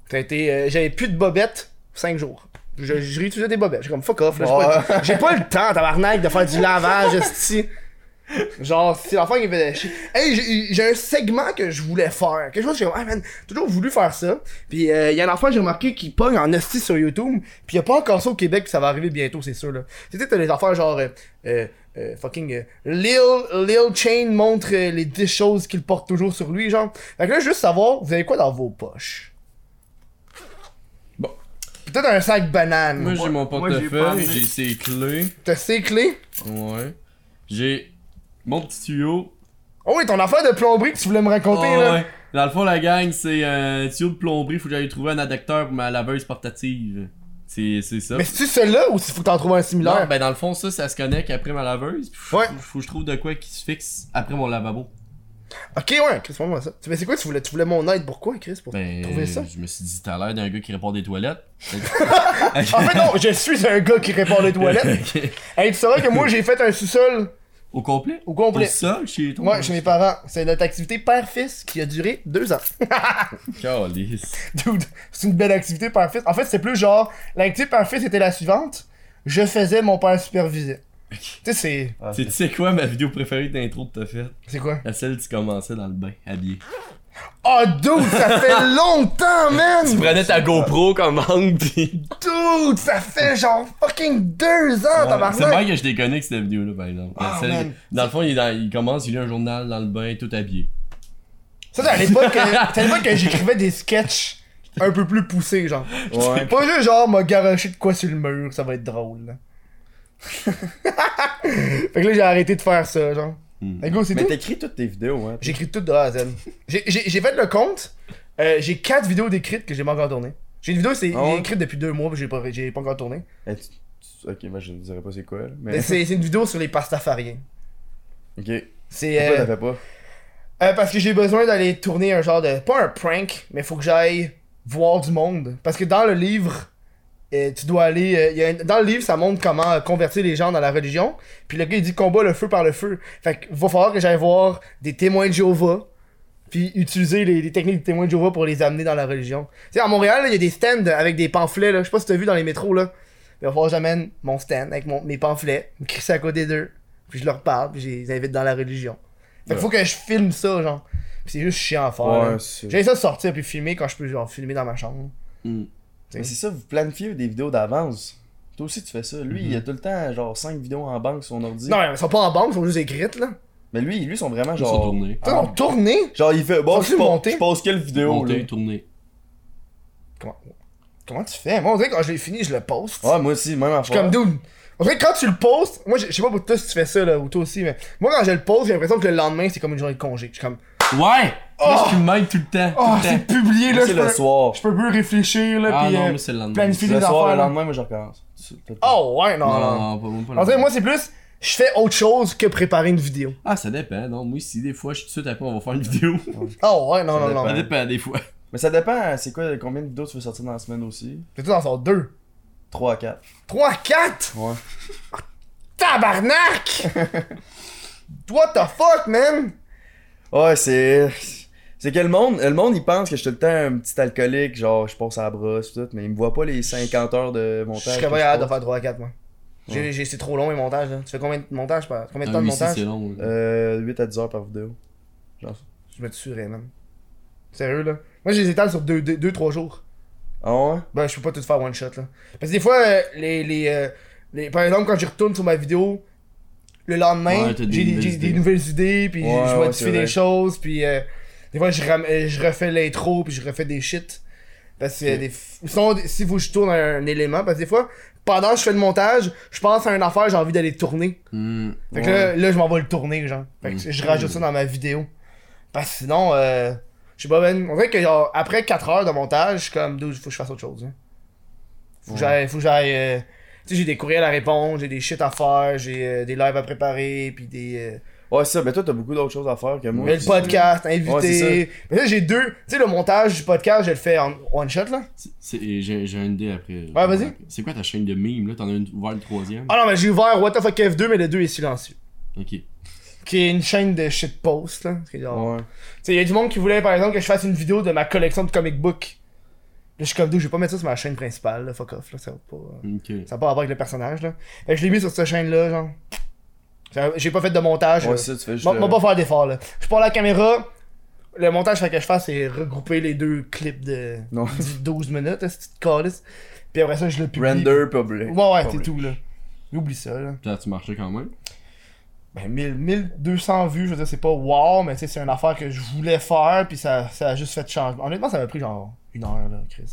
Speaker 1: t'as été. euh, J'avais plus de bobettes 5 jours. Je, je réutilisais des bobettes. J'ai comme fuck off, là. J'ai pas- J'ai pas, le temps, tabarnak, de faire du lavage, esti. Genre, c'est l'enfant qui me faisait chier. Hey, j'ai- j'ai un segment que je voulais faire. Quelque chose que j'ai ah, man, toujours voulu faire ça. Puis euh, il y a un enfant que j'ai remarqué qui pogne en hostie sur YouTube. Puis il a pas encore ça au Québec, puis ça va arriver bientôt, c'est sûr. là. Tu sais, t'as les affaires genre. euh, euh, euh, fucking euh, Lil, Lil Chain montre euh, les 10 choses qu'il porte toujours sur lui, genre. Fait que là, juste savoir, vous avez quoi dans vos poches?
Speaker 2: Bon.
Speaker 1: Peut-être un sac banane.
Speaker 2: Moi, j'ai mon
Speaker 7: moi, j'ai pas
Speaker 2: portefeuille,
Speaker 7: envie.
Speaker 2: j'ai ses clés.
Speaker 1: T'as ses clés?
Speaker 2: Ouais. J'ai mon petit tuyau.
Speaker 1: Oh oui, ton affaire de plomberie que tu voulais me raconter,
Speaker 2: Ah,
Speaker 1: là.
Speaker 2: ouais. Dans le fond, la gang, c'est un tuyau de plomberie. Faut que j'aille trouver un adapteur pour ma laveuse portative. C'est c'est ça.
Speaker 1: Mais c'est-tu celui-là ou s'il faut que t'en trouves un
Speaker 2: Non,
Speaker 1: similaire?
Speaker 2: ben dans le fond, ça, ça se connecte après ma laveuse. Puis faut-
Speaker 1: Ouais.
Speaker 2: Faut que je trouve de quoi qui se fixe après mon lavabo. ben-
Speaker 1: Ok, ouais, Chris, moi ça. Mais c'est quoi, tu voulais, tu voulais mon aide? Pourquoi, Chris? Pour
Speaker 2: Ben,
Speaker 1: trouver ça?
Speaker 2: je me suis dit tout à l'heure d'un gars qui répond des toilettes.
Speaker 1: En fait, non, je suis un gars qui répare les toilettes.
Speaker 2: Ok.
Speaker 1: hey, tu saurais que moi, j'ai fait un sous-sol
Speaker 2: Au complet?
Speaker 1: au
Speaker 2: Au
Speaker 1: complet.
Speaker 2: sol, chez toi?
Speaker 1: Moi, chez mes parents, c'est notre activité père-fils qui a duré deux ans.
Speaker 2: Calice.
Speaker 1: Dude, c'est une belle activité père-fils. En fait, c'est plus genre, l'activité père-fils était la suivante. Je faisais, mon père supervisait. Tu sais, Ah, c'est.
Speaker 2: Tu tu sais quoi, ma vidéo préférée d'intro que t'as faite?
Speaker 1: C'est quoi?
Speaker 2: La celle où tu commençais dans le bain, habillé.
Speaker 1: Oh, dude, ça fait longtemps,
Speaker 8: Tu
Speaker 1: man!
Speaker 8: prenais ta GoPro comme angle, pis.
Speaker 1: Dude, ça fait genre fucking deux ans,
Speaker 2: Ouais, C'est
Speaker 1: tabarnak!
Speaker 2: vrai que je déconne avec cette vidéo-là, par exemple. La
Speaker 1: Ah,
Speaker 2: celle-
Speaker 1: man.
Speaker 2: dans le fond, il, est dans- il commence, il lit un journal dans le bain, tout habillé.
Speaker 1: Ça, c'est à l'époque que, c'est à l'époque que j'écrivais des sketchs un peu plus poussés, genre.
Speaker 3: Ouais.
Speaker 1: Pas juste genre m'a garoché de quoi sur le mur, ça va être drôle. là. fait que là, j'ai arrêté de faire ça, genre.
Speaker 2: Hmm.
Speaker 1: Fait que go, c'est
Speaker 3: Mais
Speaker 1: tout.
Speaker 3: t'écris toutes tes vidéos, hein.
Speaker 1: J'écris tout de A à Z. J'ai- J'ai j'ai fait le compte. euh, j'ai 4 vidéos d'écrites que j'ai pas encore tournées. J'ai une vidéo, c'est
Speaker 3: Ah ouais?
Speaker 1: j'ai écrite depuis deux mois, puis j'ai pas, j'ai pas encore tourné.
Speaker 3: Eh, tu- tu- Ok, moi je ne dirais pas c'est quoi, là, mais.
Speaker 1: C'est c'est une vidéo sur les pastafariens.
Speaker 3: Ok.
Speaker 1: C'est
Speaker 3: Pourquoi
Speaker 1: euh,
Speaker 3: t'as fait pas
Speaker 1: euh, parce que j'ai besoin d'aller tourner un genre de pas un prank, mais faut que j'aille voir du monde parce que dans le livre euh, tu dois aller euh, il y a un- dans le livre ça montre comment euh, convertir les gens dans la religion, puis le gars il dit combat le feu par le feu. Fait que va falloir que j'aille voir des témoins de Jéhovah puis utiliser les, les techniques des témoins de Jéhovah pour les amener dans la religion. Tu sais à Montréal, là, il y a des stands avec des pamphlets là, je sais pas si t'as vu dans les métros là. Il va falloir que j'amène mon stand avec mon- mes pamphlets, me crisser à côté d'eux, puis je leur parle, puis je les invite dans la religion. Fait que faut que je filme ça, genre. Puis c'est juste chiant à faire. là.
Speaker 3: Ouais, c'est.
Speaker 1: J'ai ça de sortir puis filmer quand je peux genre filmer dans ma chambre. Mm.
Speaker 3: Mais c'est ça, vous planifiez des vidéos d'avance. Toi aussi, tu fais ça. Lui, il a tout le temps, genre, 5 vidéos en banque sur son ordi.
Speaker 1: Mm-hmm. Non, mais elles sont pas en banque, elles sont juste écrites là.
Speaker 3: Mais lui, lui, sont vraiment
Speaker 2: Ils sont
Speaker 3: genre.
Speaker 2: tournés.
Speaker 1: Elles sont tournées.
Speaker 3: Genre, il fait. Bon,
Speaker 1: Sont-ils
Speaker 3: je pose,
Speaker 1: montés?
Speaker 3: je pose quelle vidéo,
Speaker 2: Montés,
Speaker 3: là
Speaker 2: tournés.
Speaker 1: Comment tu fais Moi, on dirait que quand je l'ai fini, je le poste.
Speaker 3: Ouais, moi aussi, même en
Speaker 1: je suis comme dude. On dirait que quand tu le postes, moi je je sais pas pour toi si tu fais ça là ou toi aussi, mais moi quand je le poste, j'ai l'impression que le lendemain c'est comme une journée de congé. Je suis comme
Speaker 2: Ouais! Moi, je suis même tout le temps. tout
Speaker 1: oh
Speaker 2: le temps.
Speaker 1: c'est publié là,
Speaker 3: C'est
Speaker 1: je
Speaker 3: le
Speaker 1: peux,
Speaker 3: soir.
Speaker 1: je peux plus réfléchir là
Speaker 2: Ah
Speaker 1: puis
Speaker 2: non,
Speaker 1: euh,
Speaker 2: mais c'est le lendemain.
Speaker 1: planifier
Speaker 3: Le
Speaker 1: des
Speaker 3: soir,
Speaker 1: affaires.
Speaker 3: le
Speaker 1: là.
Speaker 3: lendemain, moi, je recommence. C'est- tout le temps.
Speaker 1: Oh ouais non.
Speaker 2: Non,
Speaker 1: non,
Speaker 2: non, non, pas, pas le
Speaker 1: On dirait
Speaker 2: lendemain.
Speaker 1: moi c'est plus je fais autre chose que préparer une vidéo.
Speaker 2: Ah, ça dépend, non. Moi, si des fois, je suis tout de suite après, on va faire une vidéo.
Speaker 1: Oh ouais non non non.
Speaker 2: ça
Speaker 1: non.
Speaker 2: dépend, des fois.
Speaker 3: Mais ça dépend, c'est quoi, combien de vidéos tu veux sortir dans la semaine aussi
Speaker 1: Mais toi t'en sors deux.
Speaker 3: 3 à 4.
Speaker 1: 3, 4
Speaker 3: Ouais.
Speaker 1: Tabarnak! What the fuck, man?
Speaker 3: Ouais, c'est. C'est que le monde, le monde, il pense que je suis tout le temps un petit alcoolique, genre je passe à la brosse pis tout, mais il me voit pas les 50 heures de
Speaker 1: Je
Speaker 3: montage.
Speaker 1: suis
Speaker 3: que
Speaker 1: capable capable de
Speaker 3: je passe.
Speaker 1: faire 3 à 4, moi. J'ai- j'ai- C'est trop long, les montages, là. Tu fais combien de montages par... Combien de
Speaker 2: Ah,
Speaker 1: temps de
Speaker 2: oui, si,
Speaker 1: montage?
Speaker 2: c'est long. là.
Speaker 3: Euh, 8 à 10 heures par vidéo.
Speaker 1: Je me tuerais, man. Sérieux, là. Moi, je les étale sur 2-3 deux, deux, deux, trois jours.
Speaker 3: Ah ouais?
Speaker 1: Ben, je peux pas tout faire one shot, là. Parce que des fois, euh, les, les, euh, les- par exemple, quand j'y retourne sur ma vidéo, le lendemain,
Speaker 5: Ouais, t'as
Speaker 1: j'ai des,
Speaker 5: des nouvelles
Speaker 1: j'ai des
Speaker 5: idées.
Speaker 1: nouvelles idées, puis
Speaker 3: Ouais,
Speaker 1: je
Speaker 3: ouais,
Speaker 1: modifie
Speaker 3: c'est
Speaker 1: des
Speaker 3: vrai.
Speaker 1: choses, puis euh, des fois, je, ram- euh, je refais l'intro, puis je refais des shit. Parce que euh, des f- sinon, des- si vous je tourne un élément, parce que des fois, pendant que je fais le montage, je pense à une affaire, j'ai envie d'aller tourner.
Speaker 5: Hmm.
Speaker 1: Fait que là, là, je m'en vais le tourner, genre. Fait que
Speaker 3: Mm.
Speaker 1: je rajoute ça dans ma vidéo. Parce que sinon, euh, je sais pas, ben, on dirait que genre, après 4 heures de montage, je suis comme, dude, faut que je fasse autre chose. hein. Faut que j'aille, faut que j'aille. euh, tu sais, j'ai des courriels à répondre, j'ai des shit à faire, j'ai euh, des lives à préparer, puis des. euh,
Speaker 3: Ouais, c'est ça. Mais toi, t'as beaucoup d'autres choses à faire que moi.
Speaker 1: mais le podcast, invité.
Speaker 3: Ouais, c'est
Speaker 1: mais là, j'ai deux. Tu sais, le montage du podcast, je le fais en one shot, là.
Speaker 5: C'est- c'est- J'ai j'ai une idée après.
Speaker 1: Ouais, vas-y.
Speaker 5: C'est quoi ta chaîne de memes là T'en as une- ouvert le troisième
Speaker 1: Ah non, mais j'ai ouvert What the fuck F2, mais le 2 est silencieux.
Speaker 5: Ok.
Speaker 1: Qui est une chaîne de shit post, là. Parce que, genre,
Speaker 3: Ouais.
Speaker 1: Tu sais, il y a du monde qui voulait, par exemple, que je fasse une vidéo de ma collection de comic book. Là, je suis comme, Dude, je vais pas mettre ça sur ma chaîne principale, là, fuck off, là, ça va pas. euh,
Speaker 5: Ok.
Speaker 1: Ça va pas avoir avec le personnage, là. Fait que je l'ai mis sur cette chaîne-là, genre. Ça- J'ai pas fait de montage.
Speaker 3: Ouais,
Speaker 1: là.
Speaker 3: ça, tu fais juste.
Speaker 1: Bon,
Speaker 3: le-
Speaker 1: on va pas faire d'effort, là. Je prends la caméra. Le montage fait que je fasse, c'est regrouper les deux clips de
Speaker 3: Non.
Speaker 1: 10 12 minutes, là, cette petite calice. Puis après ça, je le publie.
Speaker 3: Render public.
Speaker 1: Ouais, ouais, c'est
Speaker 3: Public.
Speaker 1: tout, là. Oublie ça, là.
Speaker 5: Là, tu marchais quand même.
Speaker 1: Ben, 1000 1200 vues, je veux dire, c'est pas wow, mais tu sais, c'est une affaire que je voulais faire, puis ça, ça a juste fait changement. Honnêtement, ça m'a pris genre une heure, là, Chris.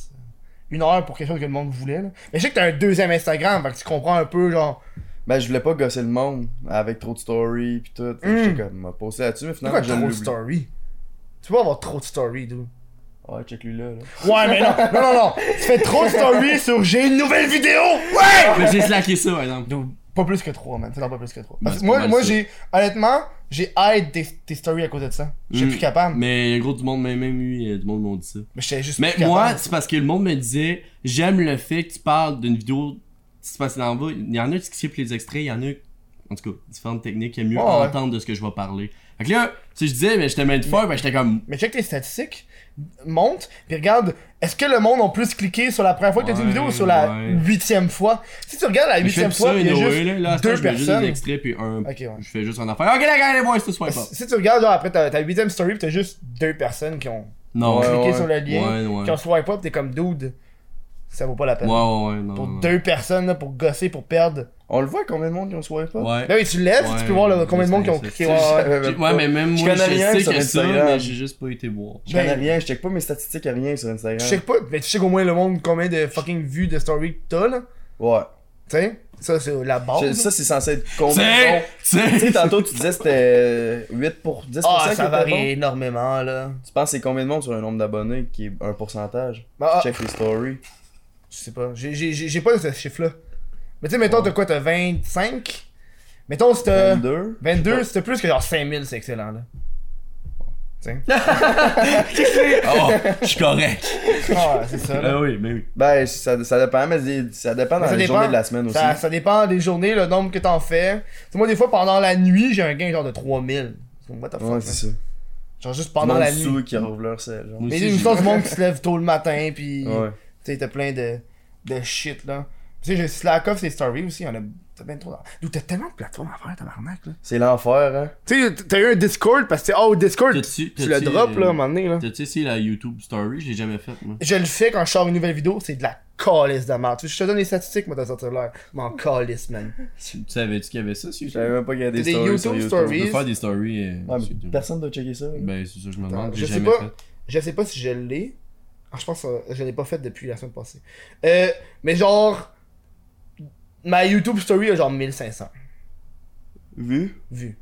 Speaker 1: Une heure pour quelque chose que le monde voulait, là. Mais je sais que t'as un deuxième Instagram, fait que tu comprends un peu, genre,
Speaker 3: Ben, je voulais pas gosser le monde avec trop de stories pis tout. Fait que
Speaker 1: Mm.
Speaker 3: J'étais comme, m'a posé là-dessus, mais
Speaker 1: c'est
Speaker 3: finalement,
Speaker 1: quoi
Speaker 3: je
Speaker 1: trop de
Speaker 3: l'oublie.
Speaker 1: story? Tu peux avoir trop de story, dude.
Speaker 3: Ouais, check lui là. là.
Speaker 1: Ouais, mais non, non, non, non. Tu fais trop de story sur j'ai une nouvelle vidéo!
Speaker 5: Mais j'ai slacké ça par exemple.
Speaker 1: Dude, pas plus que 3, man. C'est non, pas plus que 3.
Speaker 5: Ben,
Speaker 1: Parce que
Speaker 5: c'est pas
Speaker 1: moi,
Speaker 5: mal
Speaker 1: moi
Speaker 5: ça.
Speaker 1: j'ai. Honnêtement, j'ai hide tes, tes stories à cause de ça. J'étais
Speaker 5: Mm.
Speaker 1: plus capable.
Speaker 5: Mais gros, du monde m'a même eu, euh, du monde m'a dit ça.
Speaker 1: Mais j'étais juste.
Speaker 5: Mais
Speaker 1: plus
Speaker 5: moi,
Speaker 1: capable.
Speaker 5: c'est parce que le monde me disait j'aime le fait que tu parles d'une vidéo qui se passe dans le bas. Il y en a qui skippent les extraits, il y en a, en tout cas, différentes techniques qui aiment mieux
Speaker 1: Ouais, ouais.
Speaker 5: entendre de ce que je vais parler. Fait que là, tu sais, je disais, mais j'étais main de feu, ben j'étais comme.
Speaker 1: Mais check tes statistiques, monte, puis regarde, est-ce que le monde a plus cliqué sur la première fois que t'as dit une
Speaker 5: Ouais,
Speaker 1: vidéo ou sur la
Speaker 5: ouais.
Speaker 1: huitième fois? Si tu regardes la
Speaker 5: Mais Je fais
Speaker 1: huitième
Speaker 5: plus
Speaker 1: fois,
Speaker 5: ça,
Speaker 1: il y a
Speaker 5: anyway,
Speaker 1: juste...
Speaker 5: là. Là, à ce
Speaker 1: deux
Speaker 5: temps, je mets juste
Speaker 1: personnes.
Speaker 5: des extraits, puis un.
Speaker 1: Ok, ouais.
Speaker 5: Je fais juste en affaire. Ok, les gars, allez voir, c'est swipe up.
Speaker 1: Si tu regardes, genre, après ta, ta huitième story, pis t'as juste deux personnes qui ont
Speaker 5: Non,
Speaker 3: Ouais,
Speaker 1: cliqué
Speaker 3: ouais.
Speaker 1: sur le
Speaker 5: ouais,
Speaker 1: lien,
Speaker 5: ouais. Ouais, ouais,
Speaker 1: qui ont swipe up, t'es comme dude, ça vaut pas la peine.
Speaker 5: ouais, non.
Speaker 1: Pour
Speaker 5: non.
Speaker 1: deux personnes, là, pour gosser, pour perdre.
Speaker 3: On le voit combien de monde qui ont swipe pas?
Speaker 5: Ouais.
Speaker 1: Là, oui, tu lèves,
Speaker 5: Ouais,
Speaker 1: tu peux voir là, combien de monde qui ont
Speaker 5: c'est-
Speaker 1: cliqué.
Speaker 5: c'est-
Speaker 1: ouais, ouais.
Speaker 3: J'avais
Speaker 5: J'ai-
Speaker 3: même
Speaker 5: Ouais,
Speaker 3: pas-
Speaker 5: mais même
Speaker 3: Je
Speaker 5: moi, je
Speaker 3: connais rien
Speaker 5: sais
Speaker 3: sur
Speaker 5: que ça,
Speaker 3: Instagram.
Speaker 5: mais j'ai juste pas été voir.
Speaker 3: Je connais
Speaker 1: Ben-
Speaker 3: rien, je check pas mes statistiques à rien sur Instagram.
Speaker 1: Tu check pas, mais tu sais au moins le monde combien de fucking vues de story que t'as, là.
Speaker 3: Ouais.
Speaker 1: Tu sais, ça, c'est la base.
Speaker 3: Je-
Speaker 1: là.
Speaker 3: ça, c'est censé être combien?
Speaker 5: T'sais,
Speaker 3: bon. Tu sais,
Speaker 5: t'sais.
Speaker 3: tantôt, tu disais c'était 8 pour 10
Speaker 1: Ah,
Speaker 3: qui
Speaker 1: ça
Speaker 3: était bon.
Speaker 1: varie énormément, là.
Speaker 3: Tu penses c'est combien de monde sur le nombre d'abonnés qui est un pourcentage?
Speaker 1: Bah,
Speaker 3: Check les stories.
Speaker 1: Je sais pas. J'ai- J'ai j'ai- j'ai pas ce chiffre-là. Mais tu sais, mettons, t'as quoi T'as 25 Mettons, si t'as
Speaker 3: 22?
Speaker 1: 22, si t'as plus que genre 5000, c'est excellent, là. Tiens.
Speaker 5: Oh, je suis correct.
Speaker 1: Ah, c'est ça. là.
Speaker 5: Ah oui, mais oui.
Speaker 3: Ben, ça, ça dépend, mais c'est- ça dépend dans
Speaker 1: Ça
Speaker 3: les
Speaker 1: dépend.
Speaker 3: journées de la semaine aussi.
Speaker 1: Ça, ça dépend des journées, le nombre que t'en fais. Tu sais, moi, des fois, pendant la nuit, j'ai un gain genre de 3000. C'est comme, What the fuck,
Speaker 3: Ouais,
Speaker 1: man?
Speaker 3: c'est ça.
Speaker 1: Genre juste pendant la nuit.
Speaker 3: sous qui rouvre leur selle, genre.
Speaker 5: Moi
Speaker 1: Mais
Speaker 5: aussi,
Speaker 1: il y a une
Speaker 5: j'ai-
Speaker 1: sorte de monde qui se lève tôt le matin, puis
Speaker 3: Ouais.
Speaker 1: tu sais, t'as plein de, de shit, là. Tu sais, j'ai slack off, c'est story aussi, il y en a. T'as bien trop. d'en- D'où t'as tellement de plateformes à faire, tabarnak, là.
Speaker 3: C'est l'enfer, hein.
Speaker 1: Tu sais, t'as eu un Discord parce que, oh, Discord,
Speaker 5: T'as-tu-
Speaker 1: tu le
Speaker 5: t'as-tu,
Speaker 1: drop,
Speaker 5: euh,
Speaker 1: là, à un moment donné, là.
Speaker 5: T'as-tu essayé la YouTube Story? Je l'ai jamais faite, moi.
Speaker 1: Je le fais quand je sors une nouvelle vidéo, c'est de la calice de merde. Tu sais, Je te donne les statistiques, moi, t'as sorti l'air. M'en calice, man.
Speaker 5: Tu tu savais-tu qu'il y avait ça sur YouTube?
Speaker 3: J'avais même pas regardé
Speaker 1: Des
Speaker 3: des stories
Speaker 1: YouTube
Speaker 3: sur YouTube.
Speaker 1: stories.
Speaker 5: On peut faire des stories euh,
Speaker 3: Ouais,
Speaker 5: sur
Speaker 3: mais
Speaker 5: YouTube.
Speaker 3: personne doit checker ça. là.
Speaker 5: Ben, c'est ça, je me demande.
Speaker 1: Je
Speaker 5: J'ai
Speaker 1: sais
Speaker 5: jamais
Speaker 1: pas.
Speaker 5: fait.
Speaker 1: Je sais pas si je l'ai. Ah, je pense que je l'ai pas fait depuis la semaine passée. Euh, mais genre, ma YouTube story a genre 1500
Speaker 3: Vu?
Speaker 1: vues.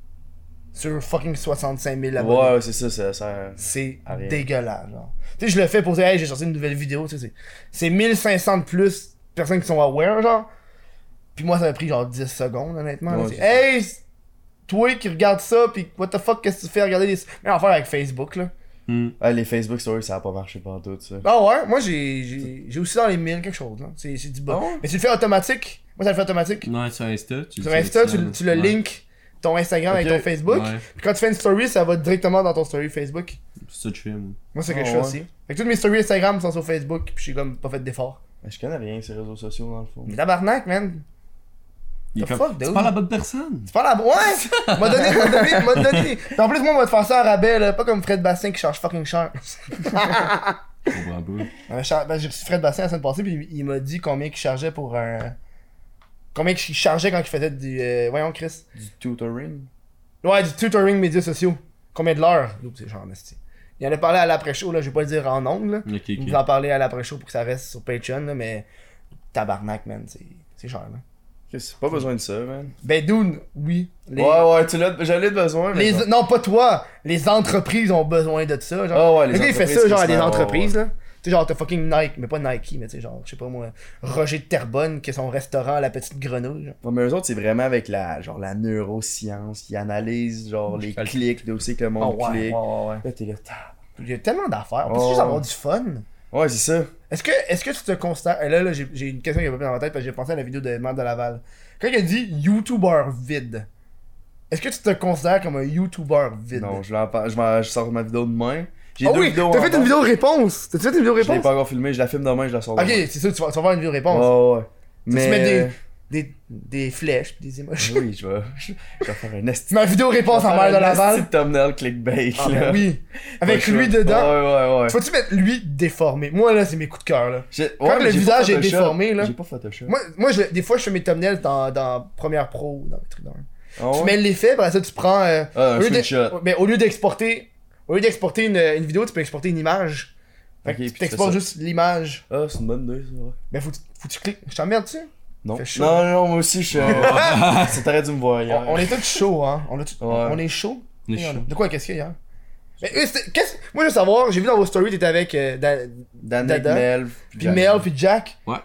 Speaker 1: Sur fucking 65 000 abonnés.
Speaker 3: Ouais, c'est ça, ça sert.
Speaker 1: C'est
Speaker 3: À rien.
Speaker 1: dégueulasse, genre. Tu sais, je le fais pour dire, hey, j'ai sorti une nouvelle vidéo, tu sais. c'est- C'est 1500 de plus de personnes qui sont aware, genre. Puis moi, ça m'a pris genre 10 secondes, honnêtement. là.
Speaker 3: Ouais,
Speaker 1: C'est,
Speaker 3: c'est ça.
Speaker 1: hey, c'est- toi qui regarde ça, puis what the fuck, qu'est-ce que tu fais à regarder les. Mais en faire avec Facebook, là.
Speaker 3: Ah, les Facebook stories, ça a pas marché pendant tout, ça.
Speaker 1: Ah ouais, moi, j'ai- j'ai j'ai aussi dans les 1000 quelque chose, là. C'est c'est du bas.
Speaker 3: Ah ouais?
Speaker 1: Mais tu le fais automatique. Moi, ça le fait automatique.
Speaker 5: Non, sur Insta, tu
Speaker 1: Sur Insta, tu,
Speaker 5: sélectionnes.
Speaker 1: tu le
Speaker 5: Ouais.
Speaker 1: link ton Instagram
Speaker 3: Ok.
Speaker 1: avec ton Facebook.
Speaker 5: Ouais,
Speaker 1: Puis quand tu fais une story, ça va directement dans ton story Facebook.
Speaker 5: c'est ça que je fais, moi.
Speaker 1: Moi, c'est
Speaker 3: Ah
Speaker 1: que je fais
Speaker 3: ouais.
Speaker 1: aussi. Fait que toutes mes stories Instagram sont sur Facebook, puis j'ai comme pas fait d'effort.
Speaker 3: Mais Ben, Je connais rien ces réseaux sociaux, dans le fond.
Speaker 1: Mais tabarnak, man.
Speaker 5: Il est
Speaker 1: The
Speaker 5: comme,
Speaker 1: fuck,
Speaker 5: tu
Speaker 1: dude?
Speaker 5: parles à la bonne personne.
Speaker 1: Tu parles à... Ouais! m'a donné, m'a donné, m'a donné. Puis en plus, moi, on va te faire ça à rabais, là. Pas comme Fred Bastien qui charge fucking cher.
Speaker 5: Je comprends pas.
Speaker 1: Non, mais char- ben, j'ai reçu Fred Bastien la semaine passée, puis il m'a dit combien il chargeait pour un... Combien qu'il chargeait quand il faisait du. euh, voyons, Chris.
Speaker 3: Du tutoring.
Speaker 1: Ouais, du tutoring médias sociaux. Combien de l'heure Loup, c'est genre, esti. Il en a parlé à l'après-show, là, je vais pas le dire en ondes, là.
Speaker 5: Ok,
Speaker 1: Il
Speaker 5: ok.
Speaker 1: nous en parler à l'après-show pour que ça reste sur Patreon, là, mais. Tabarnak, man, c'est c'est cher, là.
Speaker 3: Qu'est-ce- Pas besoin de ça, man.
Speaker 1: Ben, Dune, oui. Les-
Speaker 3: Ouais, ouais, tu l'as, j'en ai besoin, mais.
Speaker 1: les- non, pas toi. Les entreprises ont besoin de ça, genre.
Speaker 3: Ah ouais, les
Speaker 1: Le gars, il fait
Speaker 3: entreprises
Speaker 1: ça, genre, à
Speaker 3: qui se
Speaker 1: des
Speaker 3: mettent-
Speaker 1: entreprises, là. Tu sais, genre, t'as fucking Nike, mais pas Nike, mais tu sais, genre, je sais pas moi, Roger de Terbonne, qui est son restaurant à la petite grenouille. genre.
Speaker 3: Ouais, mais eux autres, c'est vraiment avec la, genre, la neuroscience qui analyse genre les
Speaker 2: Calcul.
Speaker 3: clics, d'où c'est que le
Speaker 1: Ah,
Speaker 3: monde clique.
Speaker 2: ouais.
Speaker 3: Là, t'es là, ta-
Speaker 1: Il y a tellement d'affaires. On peut
Speaker 3: Oh.
Speaker 1: juste avoir du fun.
Speaker 3: Ouais, c'est ça.
Speaker 1: Est-ce que, est-ce que tu te considères. eh, Là, là j'ai, j'ai une question qui m'a pas dans ma tête parce que j'ai pensé à la vidéo de Matt de Laval. Quand il a dit YouTuber vide, est-ce que tu te considères comme un YouTuber vide
Speaker 3: Non, je, l'en par- je, m'en- je sors ma vidéo demain. J'ai
Speaker 1: Ah
Speaker 3: deux
Speaker 1: oui,
Speaker 3: vidéos
Speaker 1: t'as
Speaker 3: en
Speaker 1: fait
Speaker 3: bas.
Speaker 1: une vidéo réponse. T'as fait une vidéo
Speaker 3: Je l'ai
Speaker 1: réponse
Speaker 3: pas encore filmée, je la filme demain, je la sors
Speaker 1: Ok,
Speaker 3: demain.
Speaker 1: c'est sûr, tu vas, tu vas voir une vidéo réponse.
Speaker 3: Ouais, ouais.
Speaker 1: Tu
Speaker 3: Mais. euh,
Speaker 1: mets des, des, des flèches pis des émotions.
Speaker 3: Oui, je vais, je vais faire un esti.
Speaker 1: Ma vidéo réponse en mer de Laval.
Speaker 3: petit thumbnail clickbait,
Speaker 1: Ah,
Speaker 3: là.
Speaker 1: ben oui.
Speaker 3: Pas
Speaker 1: Avec
Speaker 3: le
Speaker 1: lui
Speaker 3: choix.
Speaker 1: dedans.
Speaker 3: Ouais, ouais, ouais.
Speaker 1: Faut-tu mettre lui déformé Moi, là, c'est mes coups de cœur, là.
Speaker 3: J'ai- ouais,
Speaker 1: Quand
Speaker 3: mais
Speaker 1: le
Speaker 3: j'ai pas
Speaker 1: visage est
Speaker 3: Photoshop.
Speaker 1: déformé, là.
Speaker 3: J'ai pas Photoshop.
Speaker 1: Moi, moi je- des fois, je fais mes thumbnails dans, dans Première Pro ou dans des trucs dans
Speaker 3: Ah,
Speaker 1: Tu
Speaker 3: ouais?
Speaker 1: mets l'effet, par ça, tu prends. euh,
Speaker 3: Ah,
Speaker 1: au
Speaker 3: un
Speaker 1: lieu de-
Speaker 3: screenshot.
Speaker 1: Mais au lieu d'exporter. Au lieu d'exporter une, une vidéo, tu peux exporter une image. Fait
Speaker 3: Ok,
Speaker 1: que
Speaker 3: puis
Speaker 1: tu
Speaker 3: tu fais
Speaker 1: t'exportes
Speaker 3: ça.
Speaker 1: juste l'image.
Speaker 3: Ah, c'est une bonne idée, ça, ouais.
Speaker 1: Mais faut, faut que tu cliques. Je t'emmerde dessus.
Speaker 3: Non.
Speaker 1: Fait chaud.
Speaker 3: non, non, non, moi aussi, je suis. euh, ça t'aurait dû me voir hier.
Speaker 1: On, on est tous chauds, hein. On, a tous-
Speaker 3: Ouais.
Speaker 1: on est chauds.
Speaker 5: On est
Speaker 1: Et
Speaker 5: chaud.
Speaker 1: on- De quoi, qu'est-ce qu'il y a hier? Mais eux, c'était- qu'est-ce- Moi, je veux savoir, j'ai vu dans vos stories, t'étais avec euh, Da-
Speaker 3: Danick,
Speaker 1: Dada.
Speaker 3: Mel,
Speaker 1: puis Mel, puis Jack.
Speaker 5: Ouais.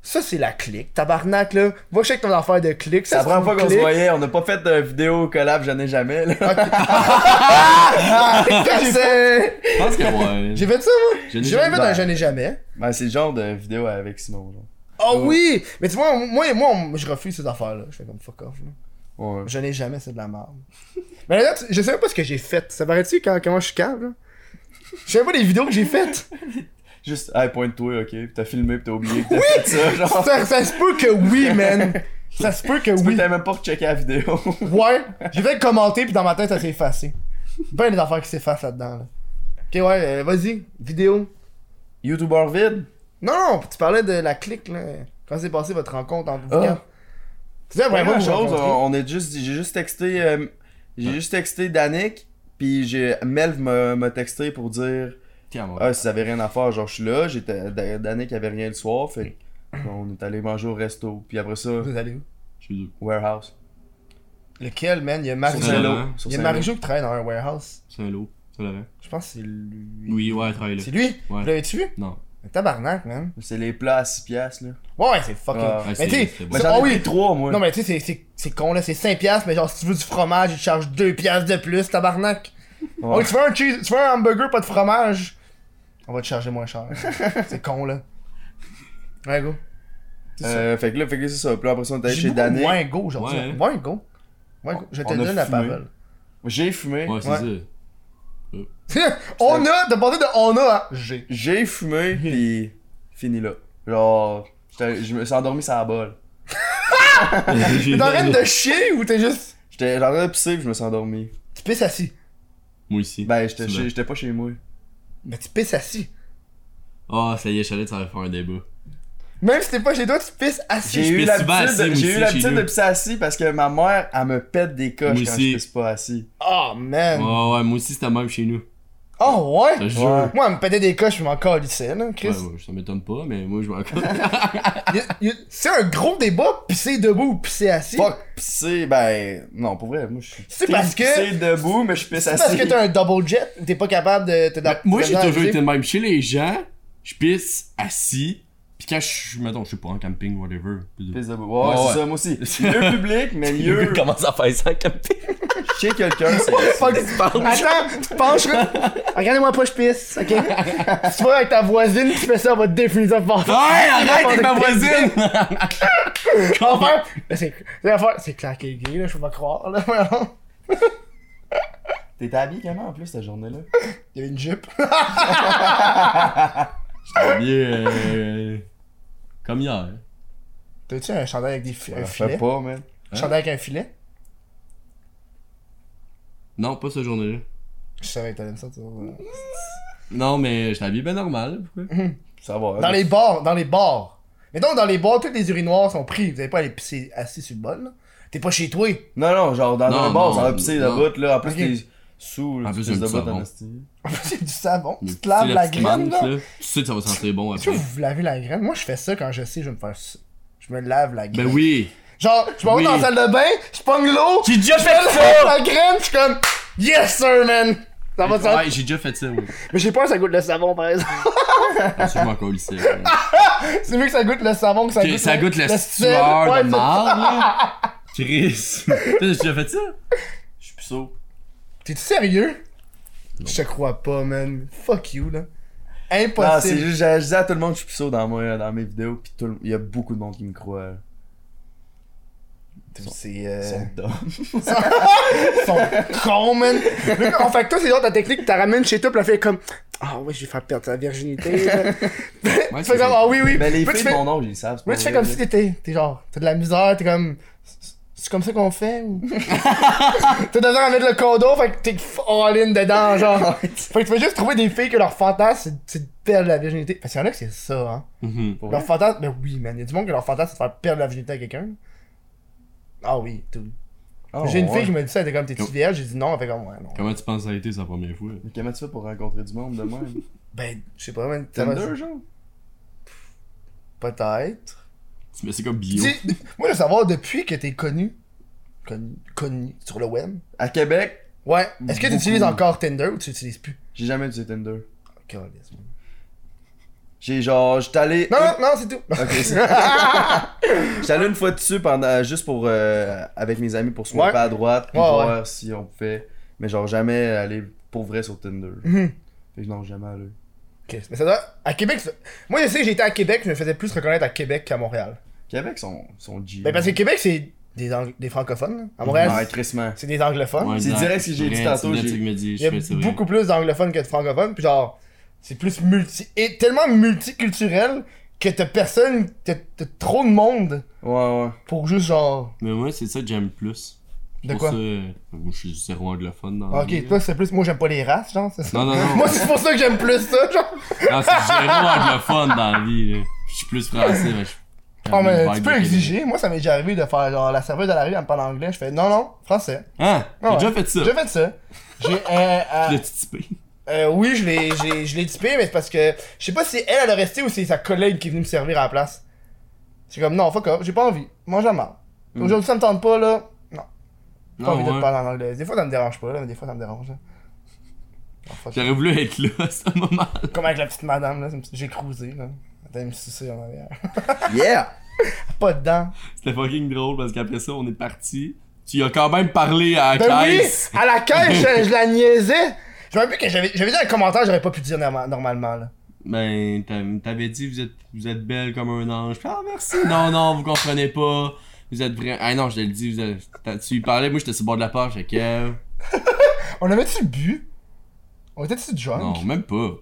Speaker 1: Ça, c'est la clique. Tabarnak, là. Va check ton affaire de clique.
Speaker 3: Ça prend pas qu'on se
Speaker 1: clique.
Speaker 3: voyait, on n'a pas fait de vidéo collab, j'en ai jamais. Là.
Speaker 1: Ah, c'est-
Speaker 5: Je pense que ouais.
Speaker 1: J'ai fait ça, moi.
Speaker 5: Je l'ai
Speaker 1: J'ai même
Speaker 5: jamais-
Speaker 1: fait un Je n'ai jamais.
Speaker 3: Ben, c'est le genre de vidéo avec Simon. Genre.
Speaker 1: Oh
Speaker 3: Ouais.
Speaker 1: oui! Mais tu vois, moi, moi, on- je refuse ces affaires-là. Je fais comme fuck off, là.
Speaker 3: Ouais.
Speaker 1: Je n'ai jamais, c'est de la merde. Mais là, tu- je sais même pas ce que j'ai fait. Ça paraît-tu quand, comment je suis câble, là? Je sais même pas les vidéos que j'ai faites.
Speaker 3: Juste, hey, pointe-toi, ok, puis t'as filmé, puis t'as oublié que t'as fait ça. Genre,
Speaker 1: Ça, ça se peut que oui, man. Ça se peut que
Speaker 3: tu peux
Speaker 1: oui.
Speaker 3: t'as même pas rechecké la vidéo.
Speaker 1: Ouais, j'ai fait commenter puis dans ma tête ça s'est effacé. Ben des affaires qui s'effacent là-dedans. Là. Ok ouais, euh, vas-y, vidéo.
Speaker 3: YouTuber vide.
Speaker 1: Non, non, tu parlais de la clique là. Quand s'est passée votre rencontre en
Speaker 5: Ah.
Speaker 1: bouquin? Tu sais, vraiment
Speaker 3: Première
Speaker 1: vous
Speaker 3: chose,
Speaker 1: rencontrez.
Speaker 3: on, on a juste, j'ai juste texté, euh, j'ai juste texté Danick, puis j'ai Melv m'a m'a texté pour dire,
Speaker 5: Tiens, moi.
Speaker 3: ah, si ça avait rien à faire, genre je suis là, j'étais, Da- Danick avait rien le soir, fait que, on est allé manger au resto, puis après ça,
Speaker 1: Vous allez où Ah.
Speaker 5: Je suis deux.
Speaker 3: warehouse.
Speaker 1: Lequel, man Il y a
Speaker 3: Sur
Speaker 1: Marie-Jo.
Speaker 5: Saint-Lô.
Speaker 3: Saint-Lô. Sur
Speaker 1: Il y a
Speaker 3: Saint-Lô.
Speaker 1: Marie-Jo qui travaille dans un warehouse.
Speaker 5: C'est un lot. C'est la vraie.
Speaker 1: Je pense que c'est lui.
Speaker 5: Oui, ouais, travaille là.
Speaker 1: C'est lui
Speaker 5: Ouais.
Speaker 1: Vous l'avez-tu vu
Speaker 5: Non.
Speaker 1: Tabarnak, man.
Speaker 3: C'est les plats à 6 piastres, là.
Speaker 1: Ouais, c'est fucking.
Speaker 3: Ah.
Speaker 5: Ouais,
Speaker 1: mais
Speaker 5: c'est-
Speaker 1: tu sais,
Speaker 5: c'est bon.
Speaker 3: Mais
Speaker 1: ça-
Speaker 3: j'en ai
Speaker 1: ah oui,
Speaker 3: pris trois, moi.
Speaker 1: Non, mais tu sais, c'est- c'est- c'est con là, c'est 5$, mais genre si tu veux du fromage, ils te chargent 2$ de plus, tabarnak.
Speaker 3: Ouais.
Speaker 1: Oh, tu veux un cheese, tu veux un hamburger, pas de fromage, on va te charger moins cher. c'est con là. Ouais, go.
Speaker 3: Euh, fait que là, fait que là, c'est ça. Puis là, après ça, on est allé
Speaker 1: J'ai
Speaker 3: chez
Speaker 1: beaucoup
Speaker 3: Danick.
Speaker 1: Moins go aujourd'hui.
Speaker 5: Ouais.
Speaker 1: Moins go. Moins go. Je te
Speaker 3: On a
Speaker 1: donne la
Speaker 3: fumé.
Speaker 1: parole.
Speaker 3: J'ai fumé.
Speaker 5: Ouais, c'est
Speaker 1: Ouais.
Speaker 5: ça.
Speaker 1: on a, t'as parlé de on a à j'ai.
Speaker 3: J'ai fumé, puis fini là. Genre, j'étais- je me suis endormi sur la balle.
Speaker 1: T'es en train de chier ou t'es juste.
Speaker 3: J'étais j'étais en train de pisser, puis je me suis endormi.
Speaker 1: Tu pisses assis.
Speaker 5: Moi aussi.
Speaker 3: Ben, j'étais
Speaker 5: C'est
Speaker 3: chez- j'étais pas chez moi.
Speaker 1: Mais tu pisses assis.
Speaker 5: Ah, ça y est, Chalet, ça va faire un débat.
Speaker 1: Même si t'es pas chez toi, tu pisses
Speaker 3: J'ai
Speaker 1: assis.
Speaker 3: eu
Speaker 5: pisse
Speaker 3: l'habitude
Speaker 5: souvent assis,
Speaker 3: de-
Speaker 5: moi
Speaker 3: j'ai
Speaker 5: aussi,
Speaker 3: eu l'habitude
Speaker 5: chez
Speaker 3: de
Speaker 5: nous.
Speaker 3: pisser assis parce que ma mère, elle me pète des coches
Speaker 5: Moi
Speaker 3: quand
Speaker 5: aussi.
Speaker 3: je pisse pas assis.
Speaker 1: Oh
Speaker 5: Ouais,
Speaker 1: man.
Speaker 5: ouais, moi aussi, c'était même chez nous.
Speaker 1: Oh ouais.
Speaker 5: Je te jure.
Speaker 3: Ouais.
Speaker 1: Moi, elle me pétait des coches, je m'en calissais, là, Chris.
Speaker 5: Ouais, ouais, ça m'étonne pas, mais moi, je m'en compte.
Speaker 1: Y a- y a- C'est un gros débat, pisser debout ou pisser assis.
Speaker 3: Fuck, pisser, ben, non, pour vrai, moi, je suis.
Speaker 1: C'est parce que-
Speaker 3: Pisser debout, mais je pisse
Speaker 1: C'est
Speaker 3: assis.
Speaker 1: parce que t'as un double jet, t'es pas capable de. t'es dans-
Speaker 5: Ben, moi,
Speaker 1: t'es
Speaker 5: j'ai
Speaker 1: dans-
Speaker 5: toujours
Speaker 1: tu sais.
Speaker 5: été le même. Chez les gens, je pisse assis. Puis quand je suis, mettons, je suis pas en camping, whatever.
Speaker 3: Pisse debout. Ouais, ouais,
Speaker 8: Ouais,
Speaker 3: c'est
Speaker 8: ouais.
Speaker 3: ça, moi aussi. Mieux public, mais
Speaker 8: Le
Speaker 3: mieux
Speaker 8: gars commence à faire ça en camping.
Speaker 3: chez quelqu'un, c'est.
Speaker 1: Fuck, Attends, tu te penches, là. Regardez-moi pas, je pisse, ok? si tu vas avec ta voisine, tu fais ça, on va te définir par
Speaker 5: Ouais, arrête avec ma voisine!
Speaker 1: On va faire- Là, C'est c'est la fois- c'est clair qu'il est gay, là, je peux pas croire, là, vraiment.
Speaker 3: T'étais habillé comment en plus cette journée-là?
Speaker 1: Il y avait une jupe.
Speaker 5: Bien, euh, Comme hier.
Speaker 1: T'as-tu un chandail avec des fi- un
Speaker 3: Je
Speaker 1: filet?
Speaker 3: sais pas, man.
Speaker 1: Un chandail avec un filet?
Speaker 5: Non, pas cette journée-là.
Speaker 1: Je savais que t'allais me ça, tu vois.
Speaker 5: Non, mais je t'habille bien normal. pourquoi?
Speaker 3: Ça va. hein.
Speaker 1: Dans les bars, dans les bars. Mais donc, dans les bars, toutes les urinoirs sont pris. Vous avez pas à aller pisser assis sur le bol, là. T'es pas chez toi.
Speaker 3: Non, non, genre dans
Speaker 2: Non,
Speaker 3: un bar, ça va
Speaker 2: non,
Speaker 3: pisser
Speaker 2: non.
Speaker 3: de bout, là. En plus,
Speaker 1: Ok.
Speaker 3: t'es sous, là,
Speaker 2: En
Speaker 3: tu
Speaker 2: plus,
Speaker 3: pisses
Speaker 2: un
Speaker 3: de
Speaker 2: petit
Speaker 3: bout,
Speaker 2: savon.
Speaker 3: en esti.
Speaker 1: C'est du savon.
Speaker 2: Le
Speaker 1: Tu
Speaker 2: petit-
Speaker 1: te laves la
Speaker 2: petit
Speaker 1: graine,
Speaker 2: manque,
Speaker 1: là.
Speaker 2: là. Tu sais que ça va sentir bon
Speaker 1: Est-ce que
Speaker 2: après.
Speaker 1: vous vous lavez la graine? Moi, je fais ça quand je sais, que je vais me faire ça. Je me lave la
Speaker 2: Ben
Speaker 1: graine.
Speaker 2: oui!
Speaker 1: Genre, je m'en vais
Speaker 2: Oui.
Speaker 1: dans la salle de bain, je pogne l'eau,
Speaker 2: J'ai déjà fait
Speaker 1: je lave la graine, je suis comme, yes sir, man! Ça va, ça.
Speaker 2: Ouais, j'ai déjà fait ça, oui.
Speaker 1: Mais j'ai peur que ça goûte le savon, par exemple.
Speaker 2: Parce que je m'en colissais.
Speaker 1: C'est mieux que ça goûte le savon que ça
Speaker 2: Ok,
Speaker 1: goûte.
Speaker 2: Ça goûte la
Speaker 1: sel.
Speaker 2: sueur
Speaker 1: Ouais,
Speaker 2: de
Speaker 1: c'est-
Speaker 2: marde, là. Chris! Toi, T'as déjà fait ça?
Speaker 3: Je suis puceau.
Speaker 1: T'es-tu sérieux? Je te crois pas, man. Fuck you, là.
Speaker 3: Non, c'est
Speaker 1: Impossible.
Speaker 3: juste, je, je dis à tout le monde que je suis puceau dans, moi, dans mes vidéos, pis tout le- il y a beaucoup de monde qui me
Speaker 1: Euh.
Speaker 3: croit.
Speaker 1: c'est. euh,
Speaker 3: Ils sont dumb.
Speaker 1: Ils sont cons, man. Le gars, En fait, toi, c'est genre ta technique, t'as ramène chez toi, pis la fille est comme. Ah ouais, je vais faire perdre sa virginité. là. tu
Speaker 2: c'est
Speaker 1: fais comme, ah oui, oui.
Speaker 3: Mais Ben, les
Speaker 1: Puis tu
Speaker 3: filles de
Speaker 1: fais-
Speaker 3: mon nom, ils le savent. c'est
Speaker 1: Moi,
Speaker 3: pas
Speaker 1: tu fais
Speaker 3: vrai,
Speaker 1: comme
Speaker 3: là.
Speaker 1: si t'étais. T'es genre, t'as de la misère, t'es comme. C'est- C'est comme ça qu'on fait ou. t'as besoin à mettre le condo, fait que t'es all-in dedans, genre. fait que tu veux juste trouver des filles que leur fantasme, c'est- c'est de perdre la virginité. Parce qu'il y en a que c'est ça, hein.
Speaker 2: Mhm.
Speaker 1: Leur fantasme, ben oui, man. Il y a du monde que leur fantasme, c'est de faire perdre la virginité à quelqu'un. Ah oui, tout.
Speaker 3: Ah,
Speaker 1: J'ai une
Speaker 3: ouais.
Speaker 1: fille qui m'a dit ça, elle était comme, t'es-tu
Speaker 2: Comme-
Speaker 1: vierge? J'ai dit non, elle fait comme, ouais, non.
Speaker 2: Comment tu penses que ça a été sa première fois?
Speaker 3: Mais Comment tu fais pour rencontrer du monde de même?
Speaker 1: Ben, je sais pas, man. ça va-
Speaker 3: Tinder, genre?
Speaker 1: Peut-être.
Speaker 2: Tu mets ça comme bio.
Speaker 1: Dis- Moi, je veux savoir, depuis que t'es connu, connu, connu sur le web,
Speaker 3: À Québec,
Speaker 1: Ouais. Est-ce que tu
Speaker 3: Beaucoup.
Speaker 1: utilises encore Tinder ou tu l'utilises plus?
Speaker 3: j'ai jamais utilisé Tinder.
Speaker 1: Calisse, man.
Speaker 3: J'ai genre, j'étais allé.
Speaker 1: Non, non, non, c'est tout.
Speaker 3: Ok, c'est- J'étais allé une fois dessus pendant, juste pour, euh, avec mes amis pour swiper
Speaker 1: Ouais.
Speaker 3: à droite, puis
Speaker 1: Ouais,
Speaker 3: voir si on pouvait. Mais genre, jamais aller pour vrai sur Tinder.
Speaker 1: Mhm.
Speaker 3: Fait que non, jamais allé.
Speaker 1: Ok, Mais ça doit. À Québec, ça- moi je sais que j'étais à Québec, je me faisais plus reconnaître à Québec qu'à Montréal.
Speaker 3: Québec, son, son G.
Speaker 1: Ben parce que Québec, c'est des, ang- des francophones. là. À Montréal,
Speaker 3: Ouais,
Speaker 1: c'est-
Speaker 3: crissement.
Speaker 1: c'est des anglophones.
Speaker 2: Ouais,
Speaker 3: C'est
Speaker 2: exact.
Speaker 3: direct ce que j'ai dit
Speaker 2: Vrai,
Speaker 3: tantôt,
Speaker 2: c'est direct
Speaker 3: j'ai-
Speaker 2: ce que me dit,
Speaker 1: Il
Speaker 2: je
Speaker 1: y a
Speaker 2: fais ça, oui.
Speaker 1: beaucoup plus d'anglophones que de francophones, puis genre, c'est plus multi. Et tellement multiculturel que t'as personne. T'as t'as trop de monde
Speaker 3: Ouais, ouais.
Speaker 1: pour juste genre.
Speaker 2: Mais moi, c'est ça que j'aime le plus.
Speaker 1: De
Speaker 2: Pour
Speaker 1: quoi? Ah,
Speaker 2: ça, euh, moi, je suis zéro anglophone dans la vie,
Speaker 1: Ok,
Speaker 2: là.
Speaker 1: toi c'est plus. Moi j'aime pas les races, genre, c'est ça?
Speaker 2: Non, non, non.
Speaker 1: Moi c'est pour ça que j'aime plus ça, genre.
Speaker 2: Non, c'est zéro anglophone dans la vie, là. Je suis plus français, mais je
Speaker 1: Ah, mais
Speaker 2: Vibe
Speaker 1: tu
Speaker 2: de
Speaker 1: peux
Speaker 2: Québec.
Speaker 1: exiger. Moi, ça m'est déjà arrivé de faire genre la serveuse à la rue, elle me parle anglais. Je fais non, non, français.
Speaker 2: Hein? J'ai
Speaker 1: Ah ouais.
Speaker 2: déjà fait ça.
Speaker 1: J'ai fait ça. J'ai. Euh, euh,
Speaker 2: Le petit typé.
Speaker 1: euh, oui, je l'ai, j'ai- je l'ai typé, mais c'est parce que. Je sais pas si elle, elle a resté ou c'est sa collègue qui est venue me servir à la place. C'est comme non, fuck off, j'ai pas envie. Mange la marre. Aujourd'hui, ça me tente pas, là. Non. J'ai pas
Speaker 2: Ah
Speaker 1: envie de
Speaker 2: Hmm. ouais.
Speaker 1: te parler en anglais. Des fois, ça me dérange pas, là, mais des fois, ça me dérange. hein. là. Ah, fuck.
Speaker 2: J'aurais voulu être là à ce moment.
Speaker 1: Comme avec la petite madame, là. c'est une petite- J'ai cruisé, là. Elle me sucer en arrière.
Speaker 3: Yeah!
Speaker 1: Pas dedans.
Speaker 2: C'était fucking drôle parce qu'après ça, on est parti. Tu as quand même parlé à la
Speaker 1: Ben oui,
Speaker 2: caisse.
Speaker 1: à la caisse, je, je la niaisais. Je me rappelle que j'avais, j'avais dit un commentaire, j'aurais pas pu dire norma- normalement, là.
Speaker 2: Ben, t'as- t'avais dit, vous êtes, vous êtes belle comme un ange. Ah, merci. Non, non, vous comprenez pas. Vous êtes vrai. Ah non, je te le dis, vous êtes- t'as- tu y parlais, moi j'étais sur le bord de la page, fait que. euh,
Speaker 1: On avait-tu bu? On était-tu drunk?
Speaker 2: Non, même pas.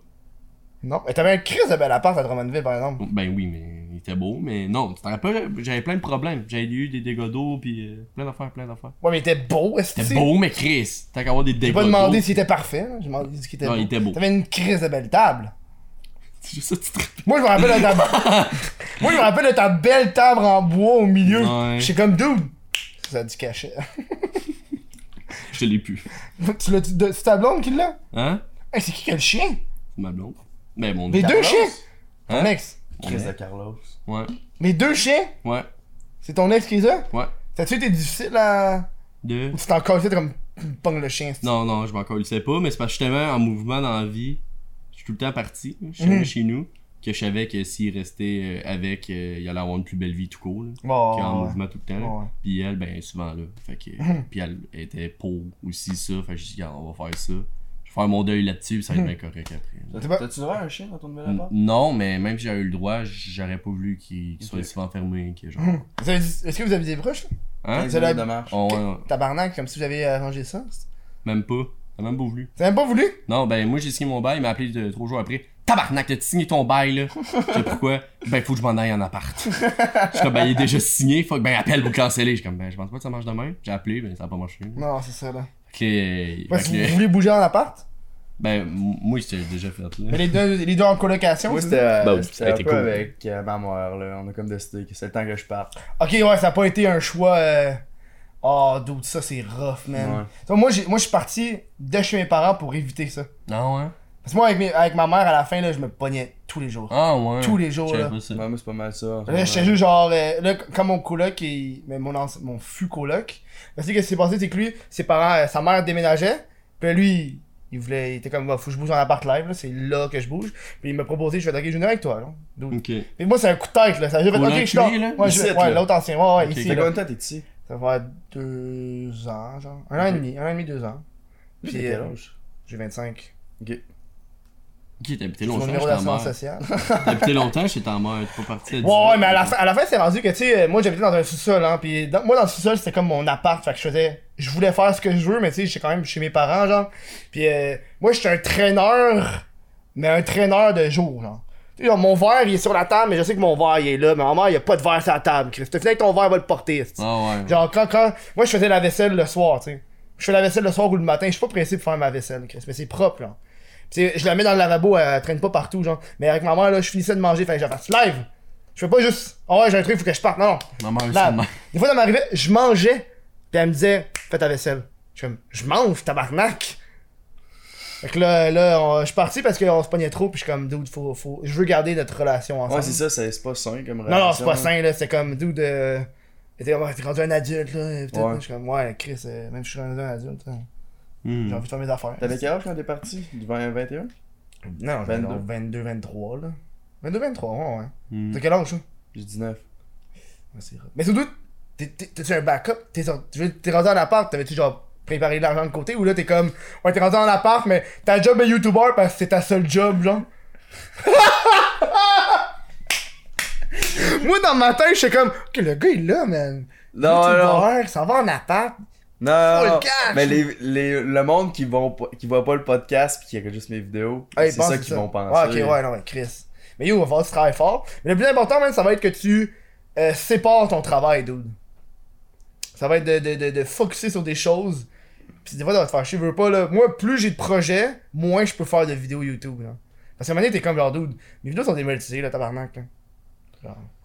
Speaker 1: Non. Mais t'avais un crise de bel appart à Drummondville, par exemple.
Speaker 2: Ben oui, mais il était beau, mais non, tu t'en rappelles, j'avais plein de problèmes. J'avais eu des dégâts d'eau, puis euh, plein d'affaires, plein d'affaires.
Speaker 1: Ouais, mais il était beau, est-ce que
Speaker 2: C'était
Speaker 1: c'est-
Speaker 2: beau, mais Chris, t'as qu'à avoir des
Speaker 1: J'ai
Speaker 2: dégâts d'eau.
Speaker 1: pas demandé s'il était parfait, là. j'ai demandé ce qu'il était
Speaker 2: Non,
Speaker 1: beau.
Speaker 2: il était beau.
Speaker 1: T'avais une crise de belle table.
Speaker 2: C'est juste ça, tu te rappelles.
Speaker 1: Moi, je me rappelle de ta... Moi, je me rappelle de ta belle table en bois au milieu.
Speaker 2: Ouais.
Speaker 1: J'étais comme, dude, ça a du cachet.
Speaker 2: Je te l'ai plus.
Speaker 1: tu l'as, tu, de- c'est ta blonde qui l'a?
Speaker 2: Hein?
Speaker 1: Hey, c'est qui qui a le chien?
Speaker 2: C'est ma blonde. Ben mon
Speaker 1: Les
Speaker 2: gars.
Speaker 1: deux chiens?
Speaker 2: Hein?
Speaker 1: Ton ex.
Speaker 3: Chris de Carlos.
Speaker 2: Ouais,
Speaker 1: Les deux chiens?
Speaker 2: ouais,
Speaker 1: C'est ton ex qui les a?
Speaker 2: ouais.
Speaker 1: Ça tu été difficile à.
Speaker 2: Deux.
Speaker 1: Ou tu t'en calais comme pong le chien? c'est-
Speaker 2: Non, non, je m'en sais pas, mais c'est parce que j'étais tellement en mouvement dans la vie. Je suis tout le temps parti, je suis
Speaker 1: Mhm.
Speaker 2: chez nous, que je savais que s'il restait euh, avec, euh, il allait avoir une plus belle vie tout court, là. qui est en
Speaker 1: Bon. Ah ouais.
Speaker 2: mouvement tout le temps. là.
Speaker 1: Bon, ouais.
Speaker 2: Puis elle, ben, souvent là. Fait que.
Speaker 1: Mhm.
Speaker 2: Puis elle était pour aussi ça. Fait que je dis, on va faire ça. Je vais faire mon deuil là-dessus, puis ça
Speaker 1: Mm.
Speaker 2: va être bien correct après.
Speaker 1: pas-
Speaker 3: T'as-tu droit à un chien dans ton
Speaker 9: Mm.
Speaker 3: nouvel
Speaker 2: N-
Speaker 3: appart?
Speaker 2: Non, mais même si j'avais eu le droit, j'aurais pas voulu qu'il qu'il soit
Speaker 3: Ok.
Speaker 2: si enfermé. Que genre.
Speaker 1: Hum. Vous avez dit- Est-ce que vous avez des broches? là?
Speaker 2: Hein?
Speaker 3: 15
Speaker 1: c'est la-
Speaker 3: minutes de marche.
Speaker 2: Oh, ouais, ouais.
Speaker 1: Tabarnak, comme si vous avez arrangé ça.
Speaker 2: Même pas. T'as même pas voulu.
Speaker 1: T'as même pas voulu?
Speaker 2: Non, ben, moi j'ai signé mon bail, il m'a appelé de- trois jours après. Tabarnak, t'as signé ton bail là. Je sais pourquoi. Ben, faut que je m'en aille en appart. je suis comme, ben, il est déjà signé. Faut que, ben, appelle pour canceller. Je suis comme, ben, je pense pas que ça marche demain. J'ai appelé, ben, ça a pas marché.
Speaker 1: Non, c'est ça là.
Speaker 2: Fait que-
Speaker 1: Parce
Speaker 2: fait
Speaker 1: que
Speaker 2: que-
Speaker 1: vous voulez bouger en appart?
Speaker 2: Ben, m- moi, c'était déjà fait. là.
Speaker 1: Mais les deux, les deux en colocation.
Speaker 3: Moi,
Speaker 1: c'est
Speaker 3: c'était euh,
Speaker 9: Bah,
Speaker 3: c'était
Speaker 9: ça a
Speaker 3: un
Speaker 9: été
Speaker 3: peu
Speaker 9: cool.
Speaker 3: avec euh, ma mère, là. On a comme décidé que c'est le temps que je parte.
Speaker 1: ça? Ok, ouais, ça a pas été un choix. euh, Oh, dude, ça c'est rough, man.
Speaker 3: Ouais.
Speaker 1: Tu vois, moi, j'ai- moi, je suis parti de chez mes parents pour éviter ça.
Speaker 2: Non, hein?
Speaker 1: Parce que moi, avec, mes- avec ma mère, à la fin, là, je me pognais tous les jours.
Speaker 2: Ah, ouais.
Speaker 1: Tous les jours,
Speaker 2: Je savais
Speaker 1: là.
Speaker 2: pas ça.
Speaker 3: Ouais, moi, c'est pas mal ça.
Speaker 1: Là, j'étais juste genre, euh, là, comme mon coloc, il- mais mon, anci- mon fut coloc, parce que ce qui s'est passé, c'est que lui, ses parents, euh, sa mère déménageait, puis lui, il voulait, il était comme, bah, faut que je bouge en appart live, là, c'est là que je bouge, puis il m'a proposé, je vais taguer junior avec toi, là. Donc,
Speaker 2: Ok.
Speaker 1: Et moi, c'est un coup de tête, là, ça a juste fait,
Speaker 2: Coloc,
Speaker 1: ok, je suis dans-
Speaker 2: lui, là?
Speaker 1: Ouais, je-
Speaker 3: Ici,
Speaker 1: ouais,
Speaker 3: Mm. là.
Speaker 1: l'autre ancien, ouais, ouais,
Speaker 2: Ok.
Speaker 1: ici,
Speaker 3: Fait
Speaker 1: là.
Speaker 3: combien de temps t'es ici
Speaker 1: Ça va faire deux ans, genre, un an et demi, un an et demi, deux ans.
Speaker 3: Puis
Speaker 1: Puis,
Speaker 3: quel
Speaker 1: euh,
Speaker 3: âge
Speaker 1: j'ai 25.
Speaker 2: Ok, t'habitais
Speaker 1: C'est mon
Speaker 2: longtemps
Speaker 1: numéro
Speaker 2: chez ta
Speaker 1: d'assurance
Speaker 2: mère.
Speaker 1: sociale.
Speaker 2: T'habitais longtemps chez ta mère. T'es pas parti à 18.
Speaker 1: Ouais, ouais, mais à la fin, à la fin c'est rendu que, tu sais, euh, moi j'habitais dans un sous-sol, hein, pis dans- moi dans le sous-sol, c'était comme mon appart, fait que je faisais, je voulais faire ce que je veux, mais tu sais, j'étais quand même chez mes parents, genre, pis euh, moi j'étais un traîneur, mais un traîneur de jour, genre. Tu sais, genre, mon verre, il est sur la table, mais je sais que mon verre, il est là, mais maman, il y a pas de verre sur la table, Chris. T'as fini avec ton verre, va le porter, esti.
Speaker 2: Ah, ouais.
Speaker 1: Genre, quand, quand, moi je faisais la vaisselle le soir, tu sais. Je fais la vaisselle le soir ou le matin, je suis pas pressé de faire ma vaisselle, Chris, mais c'est propre, là. Pis c'est- je la mets dans le lavabo, elle, elle traîne pas partout, genre. Mais avec ma mère, là, je finissais de manger, fait que j'avais live. Je fais pas juste, oh ouais, j'ai un truc, faut que je parte. Non, non.
Speaker 2: Ma mère,
Speaker 1: Là,
Speaker 2: c'est ma
Speaker 1: des fois, ça m'arrivait, je mangeais, puis elle me disait, fais ta vaisselle. Je suis comme, je mange, tabarnak! Fait que là, là on- je suis parti parce qu'on se pognait trop, puis je suis comme, dude, faut, faut, je veux garder notre relation ensemble.
Speaker 3: Ouais, c'est ça, c'est c'est pas sain comme
Speaker 1: Non, non, c'est
Speaker 3: relation,
Speaker 1: pas
Speaker 3: hein.
Speaker 1: sain, là. C'est comme, d'où de. T'es comme, Ah, t'es rendu un adulte, là. et peut-être,
Speaker 3: Ouais.
Speaker 1: là, Je suis comme, ouais, Chris, euh, même si je suis rendu un adulte, hein, j'ai
Speaker 2: Hmm.
Speaker 1: envie de faire mes affaires.
Speaker 3: Hmm. T'avais quel âge quand t'es parti Du 20 à 21
Speaker 1: Non, 22.
Speaker 3: 22.
Speaker 1: 22, 23, là. 22, 23, ouais, ouais.
Speaker 3: Hmm.
Speaker 1: T'as quel âge, ça?
Speaker 3: J'ai 19.
Speaker 1: Ouais, c'est vrai. Mais surtout, t'es- t'es- t'as-tu un backup? T'es sur- tu veux- t'es rendu en appart, t'avais-tu genre préparé de l'argent de côté ou là t'es comme, ouais, t'es rendu en appart, mais ta job est YouTuber parce que c'est ta seule job, genre. Moi, dans ma tête, j'étais comme, ok, le gars, il est là, man.
Speaker 3: Non, non,
Speaker 1: YouTuber, ça va en appart.
Speaker 3: non,
Speaker 1: Full
Speaker 3: non.
Speaker 1: cash.
Speaker 3: Mais les, les, le monde qui, vont, pas- qui voit pas le podcast pis qui regarde juste mes vidéos,
Speaker 1: Ah, ils
Speaker 3: c'est
Speaker 1: pensent
Speaker 3: ça qu'ils vont penser.
Speaker 1: Ouais, ok, ouais, non, mais Chris. Mais yo, il va falloir que tu travailles fort. Mais le plus important, man, ça va être que tu euh, sépares ton travail, dude. Ça va être de, de, de, de focuser sur des choses. Puis des fois, ça va te faire chier. Veux pas, là. Moi, plus j'ai de projets, moins je peux faire de vidéos YouTube, là. Parce qu'à un moment donné, t'es comme genre, dude, mes vidéos sont démonétisées, là, tabarnak, là.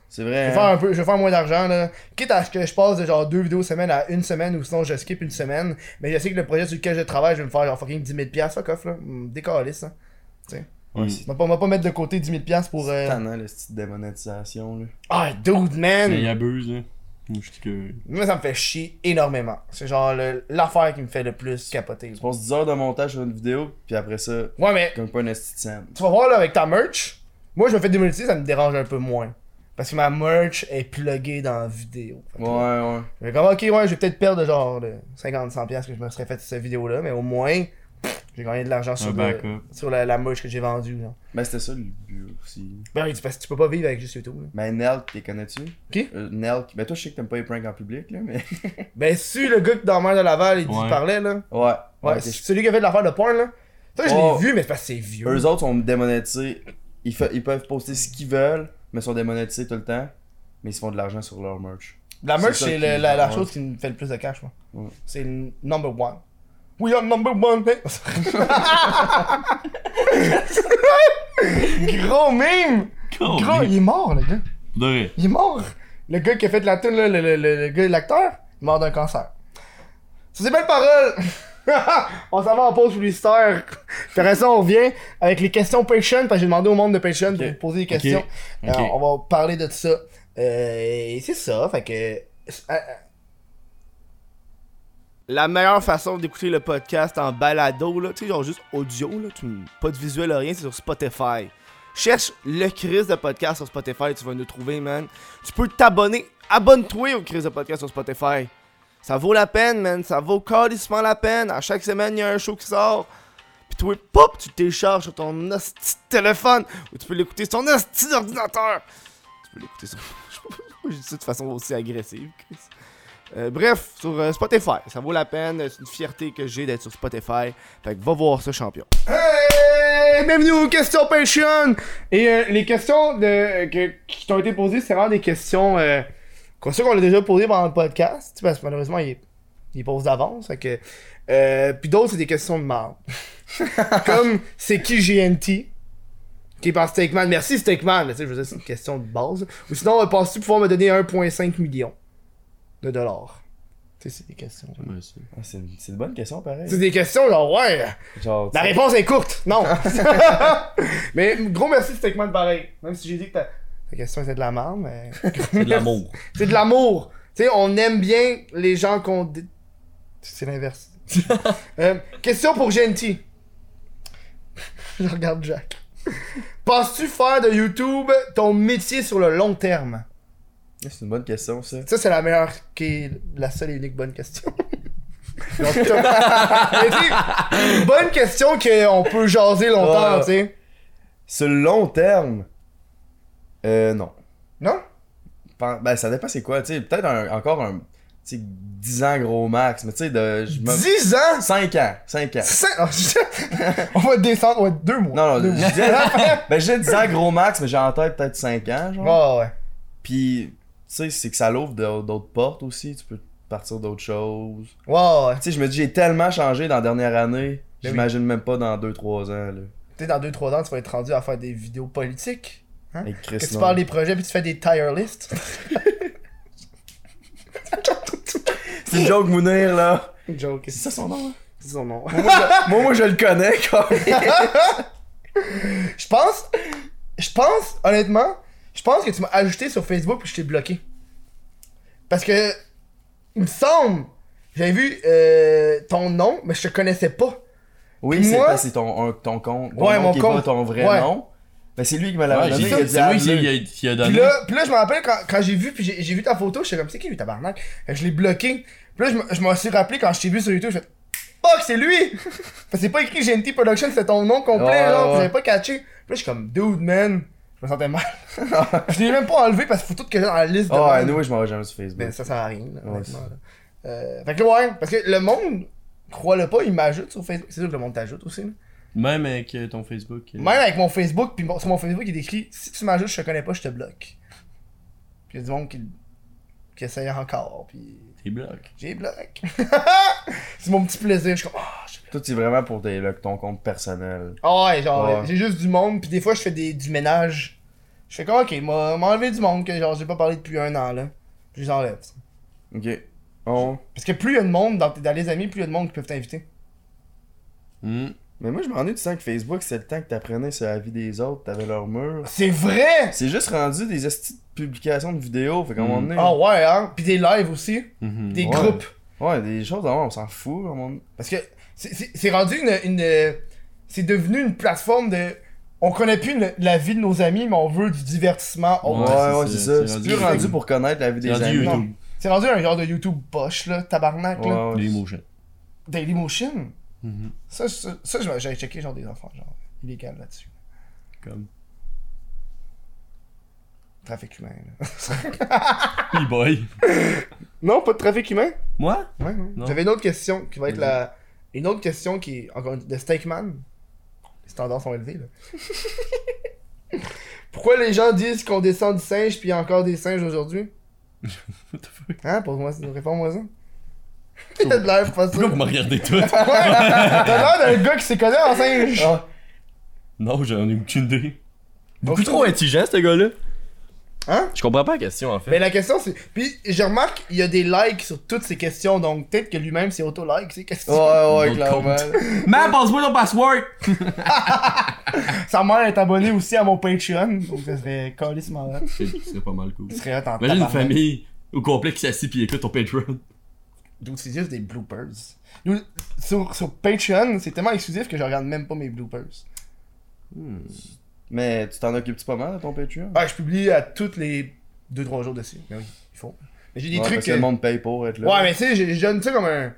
Speaker 3: C'est
Speaker 1: Je vais
Speaker 3: vrai.
Speaker 1: faire
Speaker 3: hein.
Speaker 1: un peu, je vais faire moins d'argent, là. Quitte à ce que je passe de genre deux vidéos semaine à une semaine, ou sinon je skip une semaine. Mais je sais que le projet sur lequel je travaille, je vais me faire genre fucking 10 000 piastres, fuck off, là. Mm, Décalé, ça.
Speaker 3: Ouais, c'est
Speaker 1: On va pas, on va pas mettre de côté 10 000 piastres pour... euh,
Speaker 3: tannant, la petite démonétisation, là.
Speaker 1: Ah, dude, man!
Speaker 2: Mais il abuse, là. Moi, je dis que.
Speaker 1: Moi, ça me fait chier énormément. C'est genre le- l'affaire qui me fait le plus capoter.
Speaker 3: Je pense 10 heures de montage sur une vidéo, puis après ça,
Speaker 1: Ouais, mais
Speaker 3: comme pas un esti de scène.
Speaker 1: tu vas voir, là, avec ta merch, moi, je me fais démonétiser, ça me dérange un peu moins. Parce que ma merch est pluguée dans la vidéo. Fait que
Speaker 3: Ouais, ouais.
Speaker 1: Je vais comme, ok, ouais, je vais peut-être perdre genre le 50-100$ piastres que je me serais fait de cette vidéo-là, mais au moins, pff, j'ai gagné de l'argent sur,
Speaker 2: Un
Speaker 1: le-
Speaker 2: backup.
Speaker 1: sur la, la merch que j'ai vendue. genre.
Speaker 3: Mais Ben, c'était ça le but aussi.
Speaker 1: Ben, oui, parce que tu peux pas vivre avec juste YouTube. là.
Speaker 3: Mais Nelk, t'es connais-tu
Speaker 1: Qui?
Speaker 3: Euh, Nelk. Ben toi, je sais que t'aimes pas les pranks en public, là, mais.
Speaker 1: Ben, si le gars que dans Mère de Laval, il dit-
Speaker 2: Ouais.
Speaker 1: parlait, là.
Speaker 3: Ouais.
Speaker 1: Ouais,
Speaker 3: ok,
Speaker 1: c'est
Speaker 3: je-
Speaker 1: celui qui a fait de l'affaire de porn, là. Ça, je
Speaker 3: Oh.
Speaker 1: l'ai vu, mais c'est parce que c'est vieux.
Speaker 3: Eux autres sont démonétisés. Ils, fa- ils peuvent poster ce qu'ils veulent, mais sont démonétisés tout le temps. Mais ils se font de l'argent sur leur merch.
Speaker 1: La merch,
Speaker 3: C'est ça
Speaker 1: c'est
Speaker 3: qui-
Speaker 1: le- la, la
Speaker 3: ouais.
Speaker 1: chose qui me fait le plus de cash, moi.
Speaker 3: Ouais.
Speaker 1: C'est le number one. We are number one. hey. Gros mime!
Speaker 2: Oh,
Speaker 1: Gros, il est mort, le gars.
Speaker 2: De vrai.
Speaker 1: Il est mort. Le gars qui a fait la tune, là, le, le, le, le gars, l'acteur, il est mort d'un cancer. Sur ces belles paroles, on s'en va en pause publicitaire. Puis après ça, on revient avec les questions Patreon, parce que j'ai demandé au monde de Patreon de vous poser des questions. Euh,
Speaker 2: Ok.
Speaker 1: on va parler de ça. Euh, et c'est ça, fait que... euh, la meilleure façon d'écouter le podcast en balado, là, tu sais, genre juste audio, là, tu- pas de visuel, rien, c'est sur Spotify. Cherche le Chris de podcast sur Spotify, tu vas nous trouver, man. Tu peux t'abonner, abonne-toi au Chris de podcast sur Spotify. Ça vaut la peine, man, ça vaut carrément la peine. À chaque semaine, il y a un show qui sort. Puis toi, pop, tu le télécharges sur ton hostie de téléphone ou tu peux l'écouter sur ton hostie d'ordinateur. Tu peux l'écouter sur... Je sais pas pourquoi j'ai dit ça de façon aussi agressive, Chris. Euh, bref, sur euh, Spotify, ça vaut la peine, c'est une fierté que j'ai d'être sur Spotify. Fait que va voir ça, champion. Hey! Bienvenue aux questions Patreon! Et euh, les questions de, euh, que- qui t'ont été posées, c'est vraiment des questions euh, qu'on sait qu'on a déjà posées pendant le podcast, parce que malheureusement, il est Ils posent d'avance. fait que- Euh, puis d'autres, c'est des questions de marde. Comme c'est qui GNT qui est par Steakman. Merci Steakman. Mais tu sais, je veux dire, c'est une question de base. Ou sinon, euh, penses-tu pouvoir me donner 1,5 million de dollars Tu sais, c'est des questions.
Speaker 3: Ah, c'est une, c'est une bonne question, pareil.
Speaker 1: C'est des questions, genre, ouais.
Speaker 3: Genre, tu-
Speaker 1: La réponse est courte, non. mais gros merci Steakman pareil. Même si j'ai dit que ta, ta question était de la merde, mais.
Speaker 8: C'est de l'amour.
Speaker 1: C'est de l'amour. Tu sais, on aime bien les gens qu'on. dé- C'est l'inverse. Euh, question pour Genty. Je regarde Jack. Penses-tu faire de YouTube ton métier sur le long terme
Speaker 3: c'est une bonne question, ça.
Speaker 1: Ça, c'est la meilleure qui est la seule et unique bonne question. Donc, t'as- Mais tu sais, une bonne question qu'on peut jaser longtemps,
Speaker 3: Ouais.
Speaker 1: tu sais.
Speaker 3: Sur le long terme, euh, non.
Speaker 1: Non?
Speaker 3: Pen- Ben, ça dépend c'est quoi, tu sais. Peut-être un- encore un. Tu sais, 10 ans gros max, mais tu sais, de. je me-
Speaker 1: 10 ans?
Speaker 3: 5 ans, 5 ans.
Speaker 1: Cinq- Oh, je- on va descendre, ouais, deux mois.
Speaker 3: Non,
Speaker 1: Deux
Speaker 3: non, je
Speaker 1: mois.
Speaker 3: disais, ben, j'ai 10 ans gros max, mais j'ai en tête peut-être 5 ans, genre.
Speaker 1: Ouais, ouais.
Speaker 3: Puis, tu sais, c'est que ça l'ouvre de- d'autres portes aussi. Tu peux partir d'autres choses.
Speaker 1: Ouais, ouais.
Speaker 3: Tu sais, je me dis, j'ai tellement changé dans la dernière année.
Speaker 1: Ben oui.
Speaker 3: J'imagine même pas dans 2-3 ans, là.
Speaker 1: Tu sais, dans 2-3 ans, tu vas être rendu à faire des vidéos politiques.
Speaker 3: Avec Chris,
Speaker 1: Que tu
Speaker 3: non.
Speaker 1: parles des projets puis tu fais des tire lists.
Speaker 3: C'est une joke, Mounir, là.
Speaker 1: Joke.
Speaker 3: C'est ça son nom, là?
Speaker 1: C'est son nom. hein?
Speaker 3: Moi, moi, je le connais, quand
Speaker 1: Je pense. Je pense, honnêtement, je pense que tu m'as ajouté sur Facebook puis je t'ai bloqué. Parce que. Il me semble. J'avais vu euh, ton nom, mais je te connaissais pas.
Speaker 3: Oui, c'est
Speaker 1: Moi-
Speaker 3: parce que c'est ton, un- ton compte. Ton
Speaker 1: Ouais,
Speaker 3: nom
Speaker 1: mon
Speaker 3: qui est
Speaker 1: compte.
Speaker 3: pas ton vrai
Speaker 1: Ouais.
Speaker 3: nom. Ben, c'est lui qui me l'a
Speaker 2: Ouais,
Speaker 3: donné.
Speaker 2: j'ai
Speaker 3: il a
Speaker 2: ça,
Speaker 3: dit,
Speaker 2: c'est lui qui-
Speaker 3: ah,
Speaker 2: qui a- qui a
Speaker 1: Puis
Speaker 2: donné.
Speaker 1: là, puis là, je me rappelle quand, quand j'ai vu, puis j'ai j'ai vu ta photo, j'étais comme, c'est qui lui, tabarnak? Fait que Je l'ai bloqué. Puis là, je me- je m'en suis rappelé quand je t'ai vu sur YouTube, j'ai fait, fuck, c'est lui! Parce que c'est pas écrit GNT Production, c'est ton nom complet,
Speaker 3: Ouais,
Speaker 1: genre,
Speaker 3: ouais.
Speaker 1: puis j'avais pas catché. Puis là, je suis comme, dude, man. Je me sentais mal. je l'ai même pas enlevé parce que faut tout que j'ai dans la liste de.
Speaker 3: Ah,
Speaker 1: monde.
Speaker 3: anyway, je m'en vais jamais sur Facebook.
Speaker 1: Mais ça sert à rien, là,
Speaker 3: Ouais,
Speaker 1: honnêtement. là. Euh, fait que là, ouais, parce que le monde, crois-le pas, il m'ajoute sur Facebook. C'est sûr que le monde t'ajoute aussi, là.
Speaker 2: Même avec euh, ton Facebook. euh,
Speaker 1: Même avec mon Facebook, puis mon- sur mon Facebook, il est écrit Si tu m'ajoutes, je te connais pas, je te bloque. Puis il y a du monde qui, qui essaye encore, puis
Speaker 2: T'es bloqué.
Speaker 1: j'ai bloqué. c'est mon petit plaisir. Je suis comme Ah, je-
Speaker 3: Toi, c'est vraiment pour tes- le- ton compte personnel.
Speaker 1: Ah ouais, genre,
Speaker 3: Ouais.
Speaker 1: euh, j'ai juste du monde, puis des fois, je fais des, du ménage. Je fais comme Ok, m'a m'a enlevé du monde que genre j'ai pas parlé depuis un an, là. Puis je les enlève. ça.
Speaker 3: Ok. On-
Speaker 1: Parce que plus il y a de monde dans, tes- dans les amis, plus il y a de monde qui peuvent t'inviter.
Speaker 2: Hum,
Speaker 3: Mais moi, je m'ennuie du temps que Facebook, c'est le temps que t'apprenais sur la vie des autres, t'avais leur mur.
Speaker 1: C'est vrai!
Speaker 3: C'est juste rendu des esti de publications de vidéos, fait qu'à un
Speaker 2: Mm.
Speaker 3: moment donné.
Speaker 1: Ah ouais, hein? Puis des lives aussi,
Speaker 2: hum,
Speaker 1: des
Speaker 3: Ouais.
Speaker 1: groupes.
Speaker 3: Ouais, des choses, ah ouais, on s'en fout, à un moment donné.
Speaker 2: Ah
Speaker 1: Parce que c'est- c'est c'est rendu une. une- c'est devenu une plateforme de. On connaît plus le- la vie de nos amis, mais on veut du divertissement.
Speaker 3: Ouais,
Speaker 1: autre.
Speaker 3: ouais,
Speaker 2: c'est
Speaker 3: c'est ça.
Speaker 2: ça, c'est
Speaker 3: C'est
Speaker 2: rendu
Speaker 3: plus
Speaker 2: YouTube.
Speaker 3: rendu pour connaître la vie des
Speaker 2: C'est rendu
Speaker 3: amis.
Speaker 2: YouTube.
Speaker 1: C'est rendu un genre de YouTube poche, là, tabarnak,
Speaker 3: Ouais,
Speaker 1: là.
Speaker 3: ouais.
Speaker 2: Dailymotion.
Speaker 1: Dailymotion.
Speaker 2: Hum,
Speaker 1: Ça, ça, ça, je- j'avais checké, genre, des enfants, genre, illégal là-dessus.
Speaker 2: Comme.
Speaker 1: Trafic humain, là.
Speaker 2: Hey boy.
Speaker 1: Non, pas de trafic humain?
Speaker 2: Moi
Speaker 1: Ouais, ouais.
Speaker 2: Non.
Speaker 1: J'avais une autre question qui va être la. Une autre question qui est encore une- de Steakman. Les standards sont élevés, là. Pourquoi les gens disent qu'on descend du singe puis il y a encore des singes aujourd'hui Hein Pose-moi ça, réponds-moi ça.
Speaker 5: Oh.
Speaker 1: Il a de l'air pas sûr.
Speaker 2: Pourquoi vous me regardez tout
Speaker 1: Ouais, T'as l'air d'un gars qui s'est connu en singe.
Speaker 5: Ah.
Speaker 2: Non, j'en ai aucune idée.
Speaker 8: Beaucoup trop intelligent, ce gars-là.
Speaker 1: Hein?
Speaker 8: Je comprends pas la question, en fait.
Speaker 1: Mais la question c'est. Puis je remarque, il y a des likes sur toutes ces questions, donc peut-être que lui-même s'est auto-like ces questions.
Speaker 5: Oh.
Speaker 3: Ouais, ouais,
Speaker 2: D'autres
Speaker 3: clairement.
Speaker 5: Man, passe-moi ton password!
Speaker 1: Sa mère est abonnée aussi à mon Patreon, donc ça serait calissement hot.
Speaker 5: C'est c'est pas mal cool.
Speaker 1: Il serait hot en
Speaker 5: Imagine une
Speaker 1: tabarnak.
Speaker 5: famille au complet qui s'assied pis écoute ton Patreon.
Speaker 1: Dude, c'est juste des bloopers. Dude, sur, sur Patreon, c'est tellement exclusif que je regarde même pas mes bloopers.
Speaker 3: Mais tu t'en occupes-tu pas mal de ton Patreon?
Speaker 1: Ah, je publie à toutes les 2-3 jours dessus. Mais oui, il faut. Mais j'ai des
Speaker 3: Ouais,
Speaker 1: trucs.
Speaker 3: parce que
Speaker 1: que-
Speaker 3: le monde paye pour être là.
Speaker 1: Ouais, mais tu sais, je je donne ça comme un,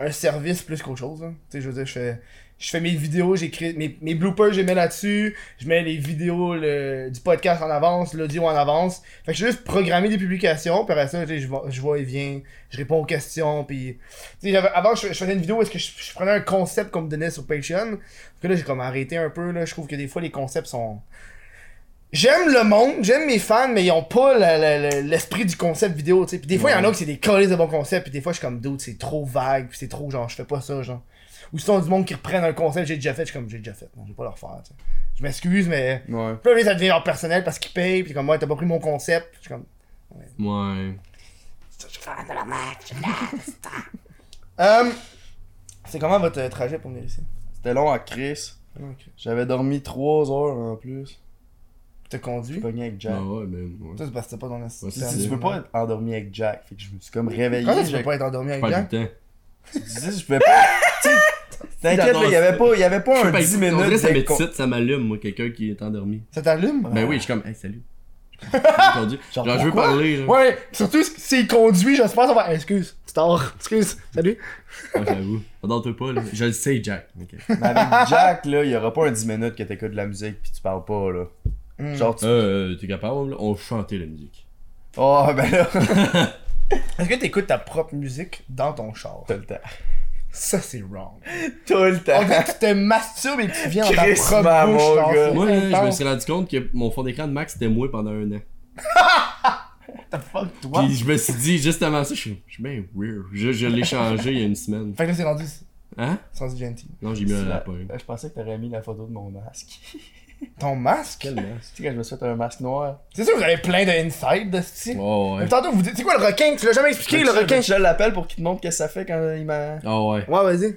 Speaker 1: un service plus qu'autre chose. hein. Tu sais, je veux dire, je fais, je fais mes vidéos, j'écris mes, mes bloopers, je les mets là-dessus. Je mets les vidéos le- du podcast en avance, l'audio en avance. Fait que j'ai juste programmé des publications, puis après ça, tu sais, je, vois- je vois et viens, je réponds aux questions, puis... Tu sais, j'avais- avant, je, je faisais une vidéo où est-ce que je, je prenais un concept qu'on me donnait sur Patreon. Parce que là, j'ai comme arrêté un peu, là. Je trouve que des fois, les concepts sont... J'aime le monde, j'aime mes fans, mais ils ont pas la- la- la- l'esprit du concept vidéo, tu sais. Puis des fois, il y en a qui c'est des collés de bons concepts, puis des fois, je suis comme d'autres, c'est trop vague, puis c'est trop genre, je fais pas ça, genre. Ou sinon, du monde qui reprennent un concept, j'ai déjà fait, je suis comme, j'ai déjà fait, non, je vais pas le refaire, tu sais. Je m'excuse, mais.
Speaker 3: Ouais.
Speaker 1: Puis là, ça devient leur personnel parce qu'ils payent, puis comme, ouais, t'as pas pris mon concept, je suis comme.
Speaker 2: Ouais.
Speaker 1: Hum, c'est comment votre euh, trajet pour venir ici?
Speaker 3: C'était long à Chris. J'avais dormi 3 heures en plus.
Speaker 1: T'as conduit?
Speaker 3: Pogné avec Jack.
Speaker 2: Ah ouais, ben. Ouais.
Speaker 1: Ça, c'est parce que t'as pas ton assistant.
Speaker 2: Ouais, c'est-
Speaker 3: Si tu peux pas être endormi avec Jack. Fait que je me suis comme réveillé.
Speaker 1: Comment tu
Speaker 3: j'ai-
Speaker 1: peux pas être endormi avec
Speaker 2: Pas
Speaker 1: Jack?
Speaker 2: du temps.
Speaker 3: Tu disais, je pouvais pas. Tu sais, T'inquiète, là, il y avait pas, il y avait pas
Speaker 2: Je
Speaker 3: un
Speaker 2: sais pas,
Speaker 3: 10
Speaker 2: on dirait que
Speaker 3: minutes.
Speaker 2: ça
Speaker 3: de con-
Speaker 2: m'excite, ça m'allume, moi, quelqu'un qui est endormi.
Speaker 1: Ça t'allume?
Speaker 2: Ben oui, je suis comme, hey, salut. J'ai entendu. Genre, je veux
Speaker 1: Ah. pourquoi?
Speaker 2: parler, là.
Speaker 1: Ouais, surtout s'il conduit, j'espère ça va. Ah, Excuse, tu t'en excuse, salut.
Speaker 2: Ah, j'avoue. Endors-toi pas, là. Je le sais, Jack. Ok. Euh,
Speaker 3: Mais avec Jack, là, il y aura pas un 10 minutes que t'écoutes de la musique pis tu parles pas, là.
Speaker 1: Hmm.
Speaker 3: Genre, tu.
Speaker 2: Euh, t'es capable, là? On chantait la musique.
Speaker 3: Oh, ben là,
Speaker 1: Est-ce que t'écoutes ta propre musique dans ton char?
Speaker 3: t'as le temps.
Speaker 1: Ça, c'est wrong.
Speaker 3: Tout le
Speaker 1: On
Speaker 3: temps.
Speaker 1: dirait que tu te masturbes et que tu viens dans ta
Speaker 3: Christement,
Speaker 1: propre bouche,
Speaker 3: mon
Speaker 1: genre,
Speaker 3: gars.
Speaker 1: c'est
Speaker 2: Moi, là, je me
Speaker 1: intense.
Speaker 2: suis rendu compte que mon fond d'écran de Max, c'était moi pendant un an.
Speaker 1: Fuck toi.
Speaker 2: Puis je me suis dit, juste avant ça, je suis je suis bien weird. Je, je l'ai changé il y a une semaine.
Speaker 1: Fait que là, c'est rendu,
Speaker 2: Hein?
Speaker 1: c'est rendu gentil.
Speaker 2: Non, j'ai mis un
Speaker 3: C'est la- Euh,
Speaker 2: lapin.
Speaker 3: Je pensais que t'aurais mis la photo de mon masque.
Speaker 1: Ton masque?
Speaker 3: Tu sais, quand je me suis fait un masque noir.
Speaker 1: C'est sûr, vous avez plein de inside de ce type.
Speaker 2: Oh ouais.
Speaker 1: Mais Tantôt, vous dites, c'est quoi le requin? Tu l'as jamais expliqué, le requin?
Speaker 3: Je l'appelle pour qu'il te montre qu'est-ce que ça fait quand il m'a.
Speaker 2: Oh ouais.
Speaker 1: Ouais, vas-y.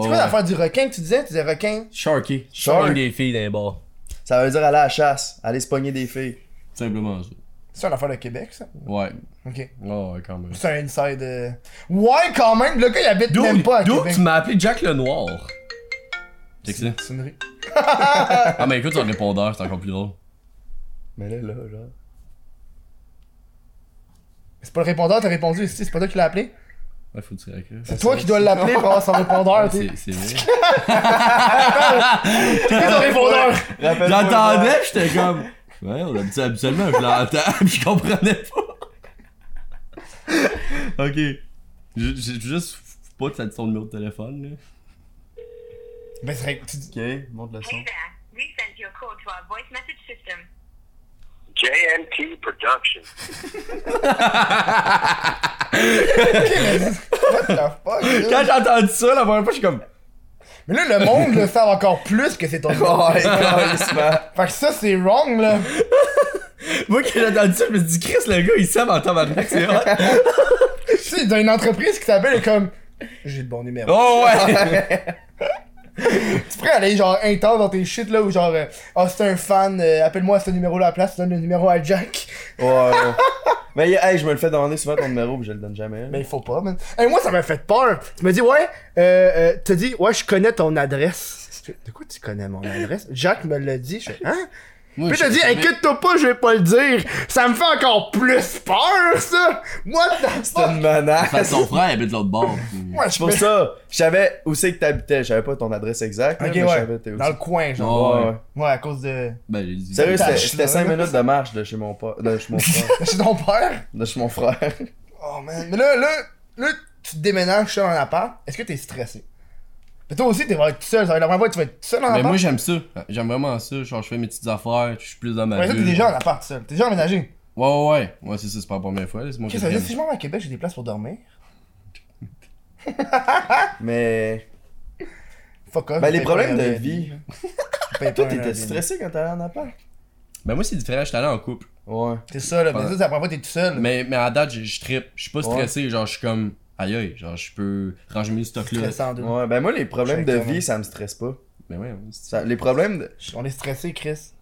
Speaker 1: C'est
Speaker 2: ouais.
Speaker 1: quoi l'affaire du requin que tu disais? Tu disais requin?
Speaker 2: Sharky.
Speaker 3: Shark.
Speaker 2: Shark des filles dans les bars.
Speaker 3: Ça veut dire aller à la chasse, aller se pogner des filles.
Speaker 2: Simplement ça.
Speaker 1: C'est ça l'affaire de Québec, ça?
Speaker 2: Ouais.
Speaker 1: Ok.
Speaker 2: Oh ouais, quand même.
Speaker 1: C'est un inside. euh, Ouais, quand même, le gars, il habite même pas à
Speaker 2: d'où
Speaker 1: Québec.
Speaker 2: tu m'as appelé Jack le Noir. C'est que ça.
Speaker 1: Sonnerie.
Speaker 2: Ah, mais écoute, son répondeur, c'est encore plus drôle.
Speaker 3: Mais là, là, genre.
Speaker 1: C'est pas le répondeur, t'as répondu ici, c'est pas toi qui l'as appelé?
Speaker 2: Ouais, faut dire que.
Speaker 1: C'est toi qui dois l'appeler pour avoir son répondeur, tu sais.
Speaker 2: Ah, C'est c'est
Speaker 1: C'est
Speaker 2: vrai.
Speaker 1: ton répondeur!
Speaker 3: Rappelle-moi,
Speaker 2: J'entendais, pis j'étais comme. Ouais, on habituellement, habituellement, je l'entends, pis je comprenais pas. ok. J'ai j'ai juste f- pas que ça dit son numéro de téléphone, là.
Speaker 1: Ben, c'est vrai que tu dis.
Speaker 3: Ok, monte le son.
Speaker 10: Hey there, we sent your call to our voice message system.
Speaker 11: JMT Production.
Speaker 1: What the fuck? là?
Speaker 2: Quand j'ai entendu ça, la première fois, je suis comme.
Speaker 1: Mais là, le monde le savent encore plus que c'est ton
Speaker 3: Ouais,
Speaker 1: répondeur.
Speaker 3: calissement.
Speaker 1: Fait que ça, c'est wrong, là.
Speaker 2: Moi, quand j'ai entendu ça, je me suis dit, Chris, le gars, il savent en tabarnak, c'est hot.
Speaker 1: Tu sais, dans une entreprise qui s'appelle comme. J'ai le bon numéro.
Speaker 2: Oh ouais!
Speaker 1: Tu pourrais aller genre intense dans tes shit là où genre euh, Ah c'est un fan, euh, appelle-moi à ce numéro là à la place, tu donnes le numéro à Jack.
Speaker 3: Ouais, ouais. Mais hey, je me le fais demander souvent ton numéro, puis je le donne jamais.
Speaker 1: Mais Ben, il faut pas, man. Hey, moi ça m'a fait peur. Tu me dis ouais, euh, euh, t'as dit ouais je connais ton adresse. Je fais, De quoi tu connais mon adresse? Jack me l'a dit, je fais hein? Puis je te dis, inquiète-toi pas, je vais pas le dire. Ça me fait encore plus peur, ça. What the
Speaker 3: C'est
Speaker 1: fuck?
Speaker 3: une menace.
Speaker 2: Fait que son frère habite de l'autre bord.
Speaker 1: Moi,
Speaker 3: C'est
Speaker 1: je
Speaker 3: pour
Speaker 1: me-
Speaker 3: ça. Je savais où c'est que t'habitais. Je savais pas ton adresse exacte.
Speaker 1: Ok,
Speaker 3: mais Je
Speaker 1: ouais.
Speaker 3: savais t'es où.
Speaker 1: Dans le coin, genre.
Speaker 2: Oh,
Speaker 3: Ouais,
Speaker 2: ouais.
Speaker 3: ouais.
Speaker 1: Ouais, à cause de.
Speaker 2: Ben, j'ai dit.
Speaker 3: Sérieux, c'était-
Speaker 1: Tâche, là.
Speaker 3: c'était 5 minutes de marche de chez mon père. De chez mon frère.
Speaker 1: C'est ton père?
Speaker 3: de chez mon frère.
Speaker 1: Oh man. Mais là, là, là, tu te déménages seul en appart. Est-ce que t'es stressé? Mais toi aussi, t'es vas être tout seul. Ça va être la première fois que tu vas être tout seul en
Speaker 2: Mais
Speaker 1: appart.
Speaker 2: ben, moi, j'aime ça. J'aime vraiment ça. Genre, je fais mes petites affaires, je suis plus dans ma
Speaker 1: Mais
Speaker 2: vie.
Speaker 1: toi, t'es déjà en appart seul. T'es déjà emménagé.
Speaker 2: Ouais, ouais, ouais. Ouais, c'est ça, c'est pas la première fois. là, C'est mon
Speaker 1: Qu'est-ce que ça veut
Speaker 2: quatrième.
Speaker 1: dire? Si je m'en vais à Québec, j'ai des places pour dormir.
Speaker 3: Mais.
Speaker 1: Fuck off.
Speaker 3: Ben,
Speaker 1: je
Speaker 3: les
Speaker 1: paye
Speaker 3: problèmes
Speaker 1: pas
Speaker 3: de
Speaker 1: un
Speaker 3: vie.
Speaker 1: Airbnb. Je paye pas
Speaker 3: Toi,
Speaker 1: un
Speaker 3: t'étais
Speaker 1: Airbnb.
Speaker 3: stressé quand t'allais en appart.
Speaker 2: Ben, moi, c'est différent. Je suis allé en couple.
Speaker 3: Ouais.
Speaker 1: T'es seul, là. Mais ça, c'est la première fois que t'es tout seul.
Speaker 2: Mais, mais à date, je, je trippe. Je suis pas
Speaker 3: Ouais.
Speaker 2: stressé. Genre, je suis comme. Aïe aïe. Genre, je peux ranger mes stocks là.
Speaker 1: Stressant, dude.
Speaker 3: Ouais, ben moi, les problèmes de
Speaker 1: Exactement.
Speaker 3: vie, ça me stresse pas.
Speaker 2: Mais ouais, ouais, c'est-
Speaker 3: Ça- les problèmes de.
Speaker 1: On est stressé, Chris.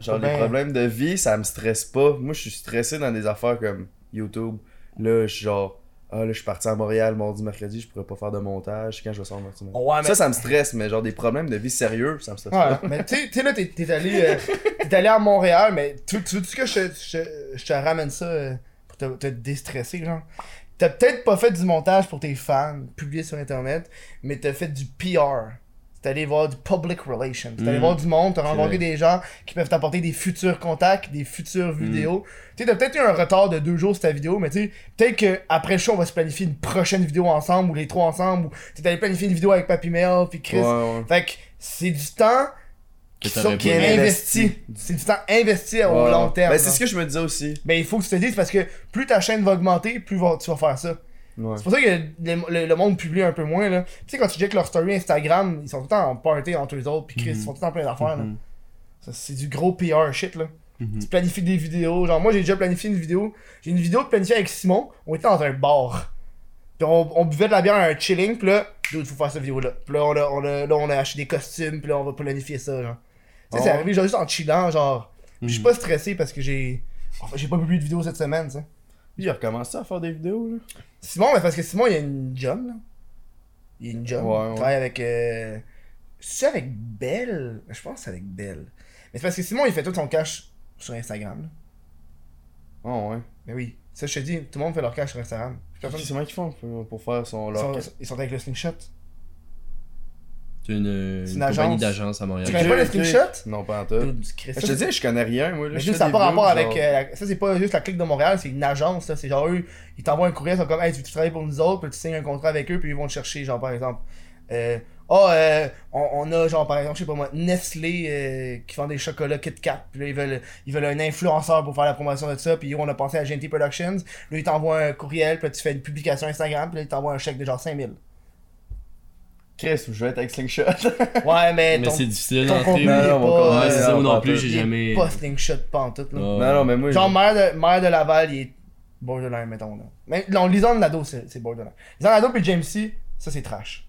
Speaker 3: Genre,
Speaker 1: Ben-
Speaker 3: les problèmes de vie, ça me stresse pas. Moi, je suis stressé dans des affaires comme YouTube. Là, je suis genre, ah là, je suis parti à Montréal mardi, mercredi, je pourrais pas faire de montage. Quand je vais sortir mardi, mercredi.
Speaker 1: Ouais, Ah, mais-
Speaker 3: Ça, ça me stresse, mais genre, des problèmes de vie sérieux, ça me stresse
Speaker 1: Ouais,
Speaker 3: pas.
Speaker 1: mais tu sais- tu sais, là, t'es t'es allé, euh, t'es allé à Montréal, mais tu, tu veux-tu que je, je- je te ramène ça euh, pour te, te déstresser, genre? T'as peut-être pas fait du montage pour tes fans, publié sur Internet, mais t'as fait du PR. T'es allé voir du public relations. T'es
Speaker 3: Mm.
Speaker 1: allé voir du monde, t'as rencontré des gens qui peuvent t'apporter des futurs contacts, des futures
Speaker 3: Mm.
Speaker 1: vidéos. Tu sais, t'as peut-être eu un retard de deux jours sur ta vidéo, mais tu sais, peut-être qu'après le show, on va se planifier une prochaine vidéo ensemble, ou les trois ensemble, ou t'es allé planifier une vidéo avec Papy Mel, puis Chris.
Speaker 3: Ouais, ouais.
Speaker 1: Fait que c'est du temps qui
Speaker 2: t'aurais
Speaker 1: sont,
Speaker 2: pas
Speaker 1: qui
Speaker 2: aimé.
Speaker 1: est investi. C'est du temps investi au
Speaker 3: Ouais.
Speaker 1: long terme.
Speaker 3: Ben,
Speaker 1: là.
Speaker 3: c'est ce que je me disais aussi.
Speaker 1: Ben, il faut que tu te dises parce que plus ta chaîne va augmenter, plus va- tu vas faire ça.
Speaker 3: Ouais.
Speaker 1: C'est pour ça que le, le- le monde publie un peu moins. là. Tu sais, quand tu checkes leur story Instagram, ils sont tout le temps en party entre eux autres, puis Chris, ils sont tout le temps plein d'affaires. là. Ça, C'est du gros PR shit. là. Tu planifies des vidéos. Genre, moi, j'ai déjà planifié une vidéo. J'ai une vidéo planifiée avec Simon. On était dans un bar. Puis on, on buvait de la bière à un chilling, puis là, dude, faut faire cette vidéo-là. Puis là on, a, on a- là, on a acheté des costumes, puis là, on va planifier ça, genre. Tu sais, c'est arrivé genre juste en chillant, genre. Puis je suis pas stressé parce que j'ai. Enfin, j'ai pas publié de vidéo cette semaine, tu sais.
Speaker 3: Il a recommencé à faire des vidéos, là.
Speaker 1: Simon, mais parce que Simon, il y a une job, là. Il y a une job.
Speaker 3: Ouais, ouais.
Speaker 1: Il travaille avec. Euh... C'est avec Belle Je pense que c'est avec Belle. Mais c'est parce que Simon, il fait tout son cash sur Instagram, là.
Speaker 3: Oh, ouais.
Speaker 1: Mais oui. Ça, je te dis, tout le monde fait leur cash sur Instagram. Personne-
Speaker 3: C'est comment qu'ils font pour, pour faire son.
Speaker 1: Ils
Speaker 3: Leur...
Speaker 1: sont, ils sont avec le slingshot.
Speaker 5: C'est une,
Speaker 2: euh,
Speaker 5: une
Speaker 1: C'est une
Speaker 5: compagnie
Speaker 1: agence.
Speaker 5: d'agence à
Speaker 1: Tu
Speaker 5: Montréal.
Speaker 1: connais pas le
Speaker 3: Ok.
Speaker 1: slingshot
Speaker 3: Non, pas en tout.
Speaker 1: Dude, du Christ,
Speaker 3: Euh, Je
Speaker 1: ça,
Speaker 3: te dis, je connais rien, moi. Là.
Speaker 1: Mais
Speaker 3: Je
Speaker 1: juste,
Speaker 3: fais
Speaker 1: ça
Speaker 3: des
Speaker 1: n'a pas rapport
Speaker 3: vidéos,
Speaker 1: avec.
Speaker 3: genre-
Speaker 1: euh, la- Ça, c'est pas juste la clique de Montréal, c'est une agence. là. C'est genre eux, ils t'envoient un courriel, ils sont comme, hey, tu veux travailler pour nous autres, puis tu signes un contrat avec eux, puis ils vont te chercher, genre par exemple. Euh, Ah, euh, on, on a, genre par exemple, je sais pas moi, Nestlé euh, qui vend des chocolats Kit Kat, puis là, ils veulent, ils veulent un influenceur pour faire la promotion de ça, puis on a pensé à GNT Productions. Là, ils t'envoient un courriel, puis là, tu fais une publication Instagram, puis là, ils t'envoient un chèque de genre 5000.
Speaker 3: Chris, je vais être avec Slingshot.
Speaker 1: Ouais, mais,
Speaker 5: Mais
Speaker 1: ton,
Speaker 5: c'est difficile
Speaker 2: hein,
Speaker 1: ton
Speaker 5: d'entrer.
Speaker 1: contenu, il
Speaker 3: non,
Speaker 1: est
Speaker 3: non, mon
Speaker 1: pas.
Speaker 3: contenu,
Speaker 5: Ouais,
Speaker 1: euh,
Speaker 5: c'est ça, moi non
Speaker 3: pas
Speaker 5: plus,
Speaker 3: tout.
Speaker 5: j'ai
Speaker 1: il est
Speaker 5: jamais.
Speaker 1: Pas slingshot, pas en tout, là.
Speaker 5: Ah,
Speaker 3: non, non, mais moi.
Speaker 1: Genre,
Speaker 3: je-
Speaker 1: maire de, maire de Laval, il est borderline, mettons. Là. Mais non, Lisanne Lado, c'est c'est borderline. Lisanne Lado puis James C, ça c'est trash.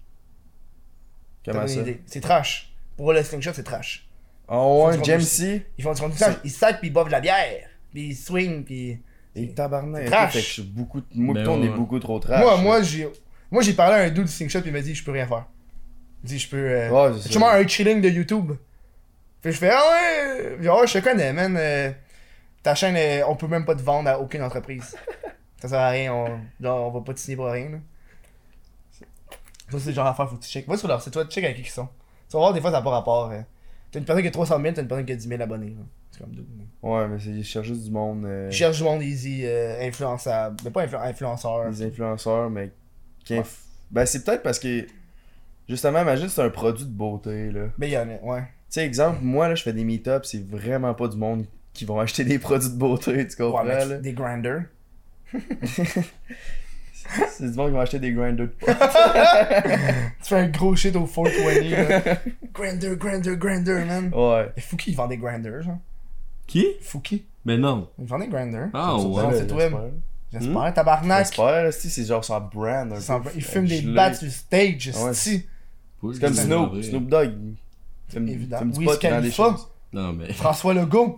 Speaker 1: T'as
Speaker 3: Comment
Speaker 1: donné
Speaker 3: ça?
Speaker 1: une idée. C'est trash. Pour le slingshot, c'est trash.
Speaker 3: Oh,
Speaker 1: Faut
Speaker 3: ouais,
Speaker 1: que
Speaker 3: James
Speaker 1: tu
Speaker 3: C.
Speaker 1: Ils font ils font du trash, ils sacent puis ils boivent de la bière. Puis ils swingent puis.
Speaker 3: Et tabarnak.
Speaker 1: Trash.
Speaker 3: Fait que je suis beaucoup. Moi,
Speaker 5: Ben
Speaker 3: pis toi, on
Speaker 5: ouais.
Speaker 3: est beaucoup trop trash.
Speaker 1: moi,
Speaker 3: là.
Speaker 1: moi, j'ai. Moi, j'ai parlé à un dude du slingshot puis il m'a dit, je peux rien faire. Il dit, je peux. euh,
Speaker 3: Ouais, c'est
Speaker 1: C'est
Speaker 3: ça.
Speaker 1: sûrement un chilling de YouTube. Puis je fais, ah ouais, genre, je te connais, man. euh, ta chaîne, euh, on peut même pas te vendre à aucune entreprise. ça sert à rien, on, genre, on va pas te signer pour rien. Là. Ça, c'est le genre d'affaire, faut que tu checkes. Va sur leur site web, check avec qui ils sont. Tu vas voir, des fois, ça n'a pas rapport. euh. T'as une personne qui a 300 000, t'as une personne qui a 10 000 abonnés. là. C'est comme double.
Speaker 3: Ouais, mais c'est... je cherche juste du monde. euh,
Speaker 1: Je cherche du monde easy, euh, influençable. Mais pas influ- influenceur.
Speaker 3: Des influenceurs, mais. qui inf- Ben, c'est peut-être parce que. Justement, imagine, c'est un produit de beauté, là.
Speaker 1: Mais il y en a, ouais.
Speaker 3: Tu sais, exemple, moi, là, je fais des meet-ups, c'est vraiment pas du monde qui vont acheter des produits de beauté, tu comprends,
Speaker 1: Ouais, mais
Speaker 3: là?
Speaker 1: des grinders.
Speaker 3: C'est du monde qui va acheter des grinders de pot.
Speaker 1: Tu fais un gros shit au 420. là. grinder, grinder, grinder, man.
Speaker 3: Ouais.
Speaker 1: Et Fouki, il vend des grinders, genre.
Speaker 5: Qui
Speaker 1: Fouki,
Speaker 2: Ben,
Speaker 5: Mais non.
Speaker 1: il vend des grinders.
Speaker 5: Ah
Speaker 1: Sur son
Speaker 5: ouais.
Speaker 1: site web.
Speaker 3: j'espère.
Speaker 1: J'espère, tabarnak.
Speaker 3: J'espère, là, si, c'est genre son brand.
Speaker 1: Il
Speaker 3: un peu.
Speaker 1: s'en- Il fume des
Speaker 3: Je l'ai.
Speaker 1: battes sur stage,
Speaker 3: Ah ouais.
Speaker 1: esti.
Speaker 3: C'est comme
Speaker 1: Je l'ai
Speaker 3: Snoop, Snoop Dogg. Tu me-
Speaker 1: Évidemment.
Speaker 3: tu me dis
Speaker 1: Wiz
Speaker 3: pas qu'il vend des
Speaker 1: Khalifa.
Speaker 3: choses.
Speaker 5: Non, mais.
Speaker 1: François Legault.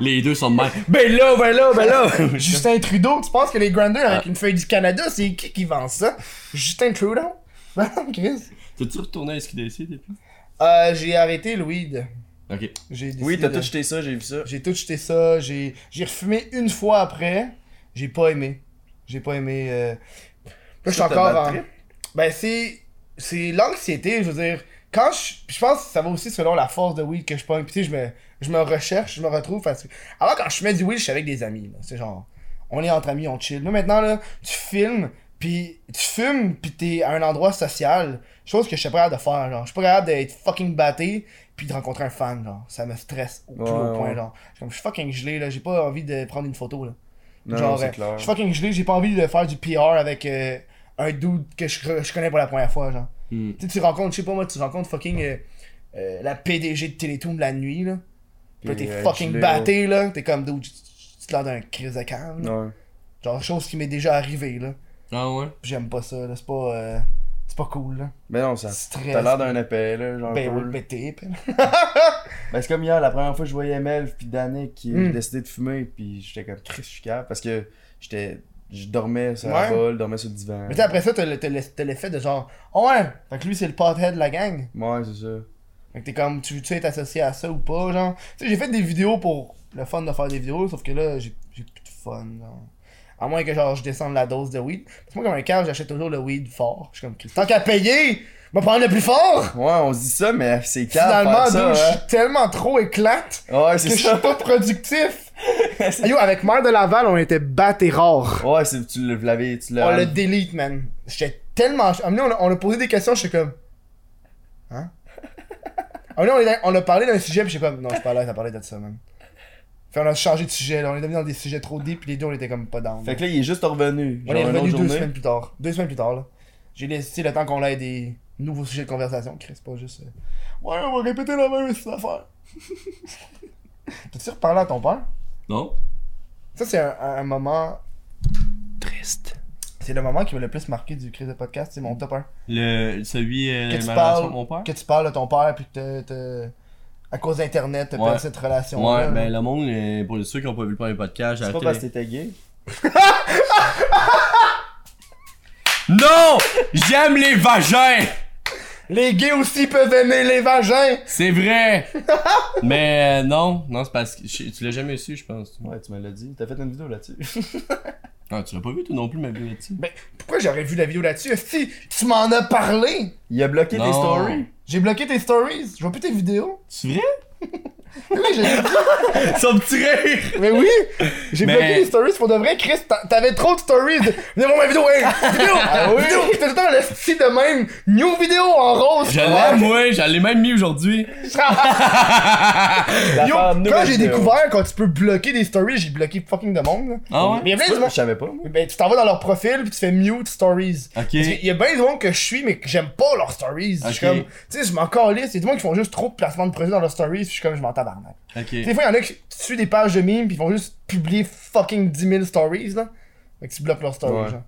Speaker 5: Les deux sont de même. Ben là, ben là, ben là.
Speaker 1: Justin Trudeau, tu penses que les grinders avec
Speaker 3: Ah.
Speaker 1: une feuille du Canada, c'est qui qui vend ça? Justin Trudeau? Madame Chris.
Speaker 5: T'as-tu retourné à SQDC depuis
Speaker 1: Euh, j'ai arrêté le weed.
Speaker 5: Ok.
Speaker 1: J'ai
Speaker 3: Oui,
Speaker 1: décidé
Speaker 3: t'as
Speaker 1: de-
Speaker 3: tout jeté ça, j'ai vu ça.
Speaker 1: J'ai tout jeté ça, j'ai j'ai refumé une fois après, j'ai pas aimé. J'ai pas aimé. euh, Là, je suis
Speaker 3: Ça, t'as
Speaker 1: encore
Speaker 3: bad
Speaker 1: en.
Speaker 3: trip?
Speaker 1: Ben, c'est. C'est l'anxiété, je veux dire. Quand je. puis je pense que ça va aussi selon la force de weed que je pogne. Puis tu sais, je me, je me recherche, je me retrouve. Parce... que- Alors, quand je mets du weed, je suis avec des amis. là. C'est genre. On est entre amis, on chill. Là, maintenant, là, tu filmes, puis tu fumes, puis t'es à un endroit social. Chose que je suis pas capable de faire, genre. Je suis pas capable d'être fucking batté, puis de rencontrer un fan, genre. Ça me stresse au plus
Speaker 3: Ouais,
Speaker 1: haut point,
Speaker 3: ouais.
Speaker 1: genre. Je suis comme, je suis fucking gelé, là. J'ai pas envie de prendre une photo, là.
Speaker 3: Non,
Speaker 1: Genre,
Speaker 3: non, c'est
Speaker 1: euh,
Speaker 3: clair.
Speaker 1: Je suis fucking gelé, j'ai pas envie de faire du PR avec euh, un dude que je, je connais pour la première fois, genre.
Speaker 5: Hmm.
Speaker 1: Tu sais, tu rencontres, je sais pas moi, tu rencontres fucking euh, euh, la PDG de Télétoon la nuit, là. Puis là,
Speaker 3: Puis,
Speaker 1: t'es
Speaker 3: euh,
Speaker 1: fucking
Speaker 3: gelé,
Speaker 1: batté, là. T'es comme dude, tu- tu- tu te l'air d'un crise de calme. là.
Speaker 3: Ouais.
Speaker 1: Genre, chose qui m'est déjà arrivée, là.
Speaker 5: Ah ouais.
Speaker 1: Puis j'aime pas ça, là. C'est pas. euh, c'est pas cool, là.
Speaker 3: Mais non, ça.
Speaker 1: Stress.
Speaker 3: T'as l'air d'un appel, là, genre. un
Speaker 1: Ben
Speaker 3: peu,
Speaker 1: oui,
Speaker 3: là.
Speaker 1: pété, puis-
Speaker 3: Ben, c'est comme hier, la première fois que je voyais Mel puis Danick qui
Speaker 1: Mm.
Speaker 3: décidaient décidé de fumer, puis j'étais comme Chris, je suis capable parce que j'étais. Je dormais sur
Speaker 1: Ouais.
Speaker 3: la vol, dormais sur le divan.
Speaker 1: Mais tu sais, après ça, t'as le- t'as le- t'as l'effet de genre, oh ouais, fait que lui, c'est le pothead de la gang.
Speaker 3: Ouais, c'est ça.
Speaker 1: Fait que t'es comme, tu veux-tu être associé à ça ou pas, genre. Tu sais, j'ai fait des vidéos pour le fun de faire des vidéos, sauf que là, j'ai j'ai plus de fun, genre. À moins que, genre, je descende la dose de weed. Parce que moi, comme un cave, j'achète toujours le weed fort. Je suis comme, Christ, tant qu'à payer, je vais prendre le plus fort!
Speaker 3: Ouais, on se dit ça, mais c'est calme.
Speaker 1: Finalement,
Speaker 3: faire ça,
Speaker 1: dude, je
Speaker 3: hein.
Speaker 1: suis tellement trop éclate
Speaker 3: Ouais,
Speaker 1: que
Speaker 3: c'est
Speaker 1: je suis
Speaker 3: ça.
Speaker 1: pas productif! Yo, avec Mère de Laval, on était battés et rare.
Speaker 3: Ouais, c'est, tu le- vous l'avez. Tu
Speaker 1: On le
Speaker 3: l'as.
Speaker 1: delete, man. J'étais tellement. ch- À un moment donné, on a, on a posé des questions, j'étais comme. Hein? Ah non, on, est- on a parlé d'un sujet, puis j'ai comme, non, c'est pas là, t'as parlé de ça, man. Fait on a changé de sujet, là, on est devenu dans des sujets trop deep, puis les deux, on était comme pas down.
Speaker 3: Fait que là, il est juste revenu.
Speaker 1: on
Speaker 3: Genre,
Speaker 1: est
Speaker 3: une
Speaker 1: revenu
Speaker 3: autre
Speaker 1: deux
Speaker 3: journée.
Speaker 1: semaines plus tard. Deux semaines plus tard, là. J'ai laissé le temps qu'on ait des nouveaux sujets de conversation, Chris, pas juste. euh, ouais, on va répéter la même affaire. T'as-tu reparlé à ton père?
Speaker 5: Non?
Speaker 1: Ça, c'est un, un- un moment. Triste. C'est le moment qui m'a le plus marqué du Chris de podcast, c'est mon top 1.
Speaker 5: Le, celui, euh,
Speaker 1: Que tu
Speaker 5: ma
Speaker 1: parles-
Speaker 5: relation avec mon père?
Speaker 1: Que tu parles de ton père, puis que t'as- t'as. À cause d'Internet, t'as
Speaker 5: Ouais.
Speaker 1: perdu cette relation.
Speaker 5: Ouais, ben le monde, euh, pour ceux qui n'ont pas vu le premier podcast, j'ai
Speaker 3: C'est pas
Speaker 5: arrêté
Speaker 3: parce que
Speaker 5: les-
Speaker 3: t'étais gay.
Speaker 5: Non! J'aime les vagins!
Speaker 1: Les gays aussi peuvent aimer les vagins!
Speaker 5: C'est vrai! Mais euh, non, non, c'est parce que je- tu l'as jamais su, je pense.
Speaker 3: Ouais, tu me l'as dit. T'as fait une vidéo là-dessus.
Speaker 5: Ah, tu l'as pas vu, toi non plus, ma vie là-dessus.
Speaker 1: Pourquoi j'aurais vu la vidéo là-dessus? Si tu m'en as parlé!
Speaker 3: Il a bloqué
Speaker 5: Non.
Speaker 3: tes stories.
Speaker 1: J'ai bloqué tes stories, je vois plus tes vidéos.
Speaker 5: C'est vrai?
Speaker 1: Oui, j'ai
Speaker 5: Son petit rire!
Speaker 1: Mais oui! J'ai
Speaker 5: Mais-
Speaker 1: bloqué les stories pour de vrai, Chris, t'a- t'avais trop de stories de Venez voir ma vidéo, hein! Vidéo!
Speaker 5: Ah
Speaker 1: Vidéo! J'étais tout le temps le style de même, new vidéo en rose!
Speaker 5: Je l'aime, ouais, je l'ai même mis aujourd'hui.
Speaker 1: Yo,
Speaker 3: L'affaire nouvelle
Speaker 1: quand j'ai
Speaker 3: vidéo.
Speaker 1: découvert, quand tu peux bloquer des stories, j'ai bloqué fucking de monde. là.
Speaker 5: Ah ouais?
Speaker 1: Mais il y a plein de
Speaker 3: Je
Speaker 1: monde.
Speaker 3: savais pas, moi.
Speaker 1: Ben, tu t'en vas dans leur profil puis tu fais mute stories.
Speaker 5: Ok.
Speaker 1: Parce qu'il y a bien du monde que je suis, mais que j'aime pas leurs stories. Je suis
Speaker 5: Ok.
Speaker 1: comme, tu sais, je m'en calisse. Il y a du monde qui font juste trop de placements de produits dans leurs stories, puis je suis comme, je m'en tabarnak.
Speaker 5: Ok.
Speaker 1: Des fois, il y en a qui suivent des pages de mimes, puis ils vont juste publier fucking 10 000 stories, là. Fait que tu bloques leurs stories,
Speaker 3: Ouais.
Speaker 1: genre.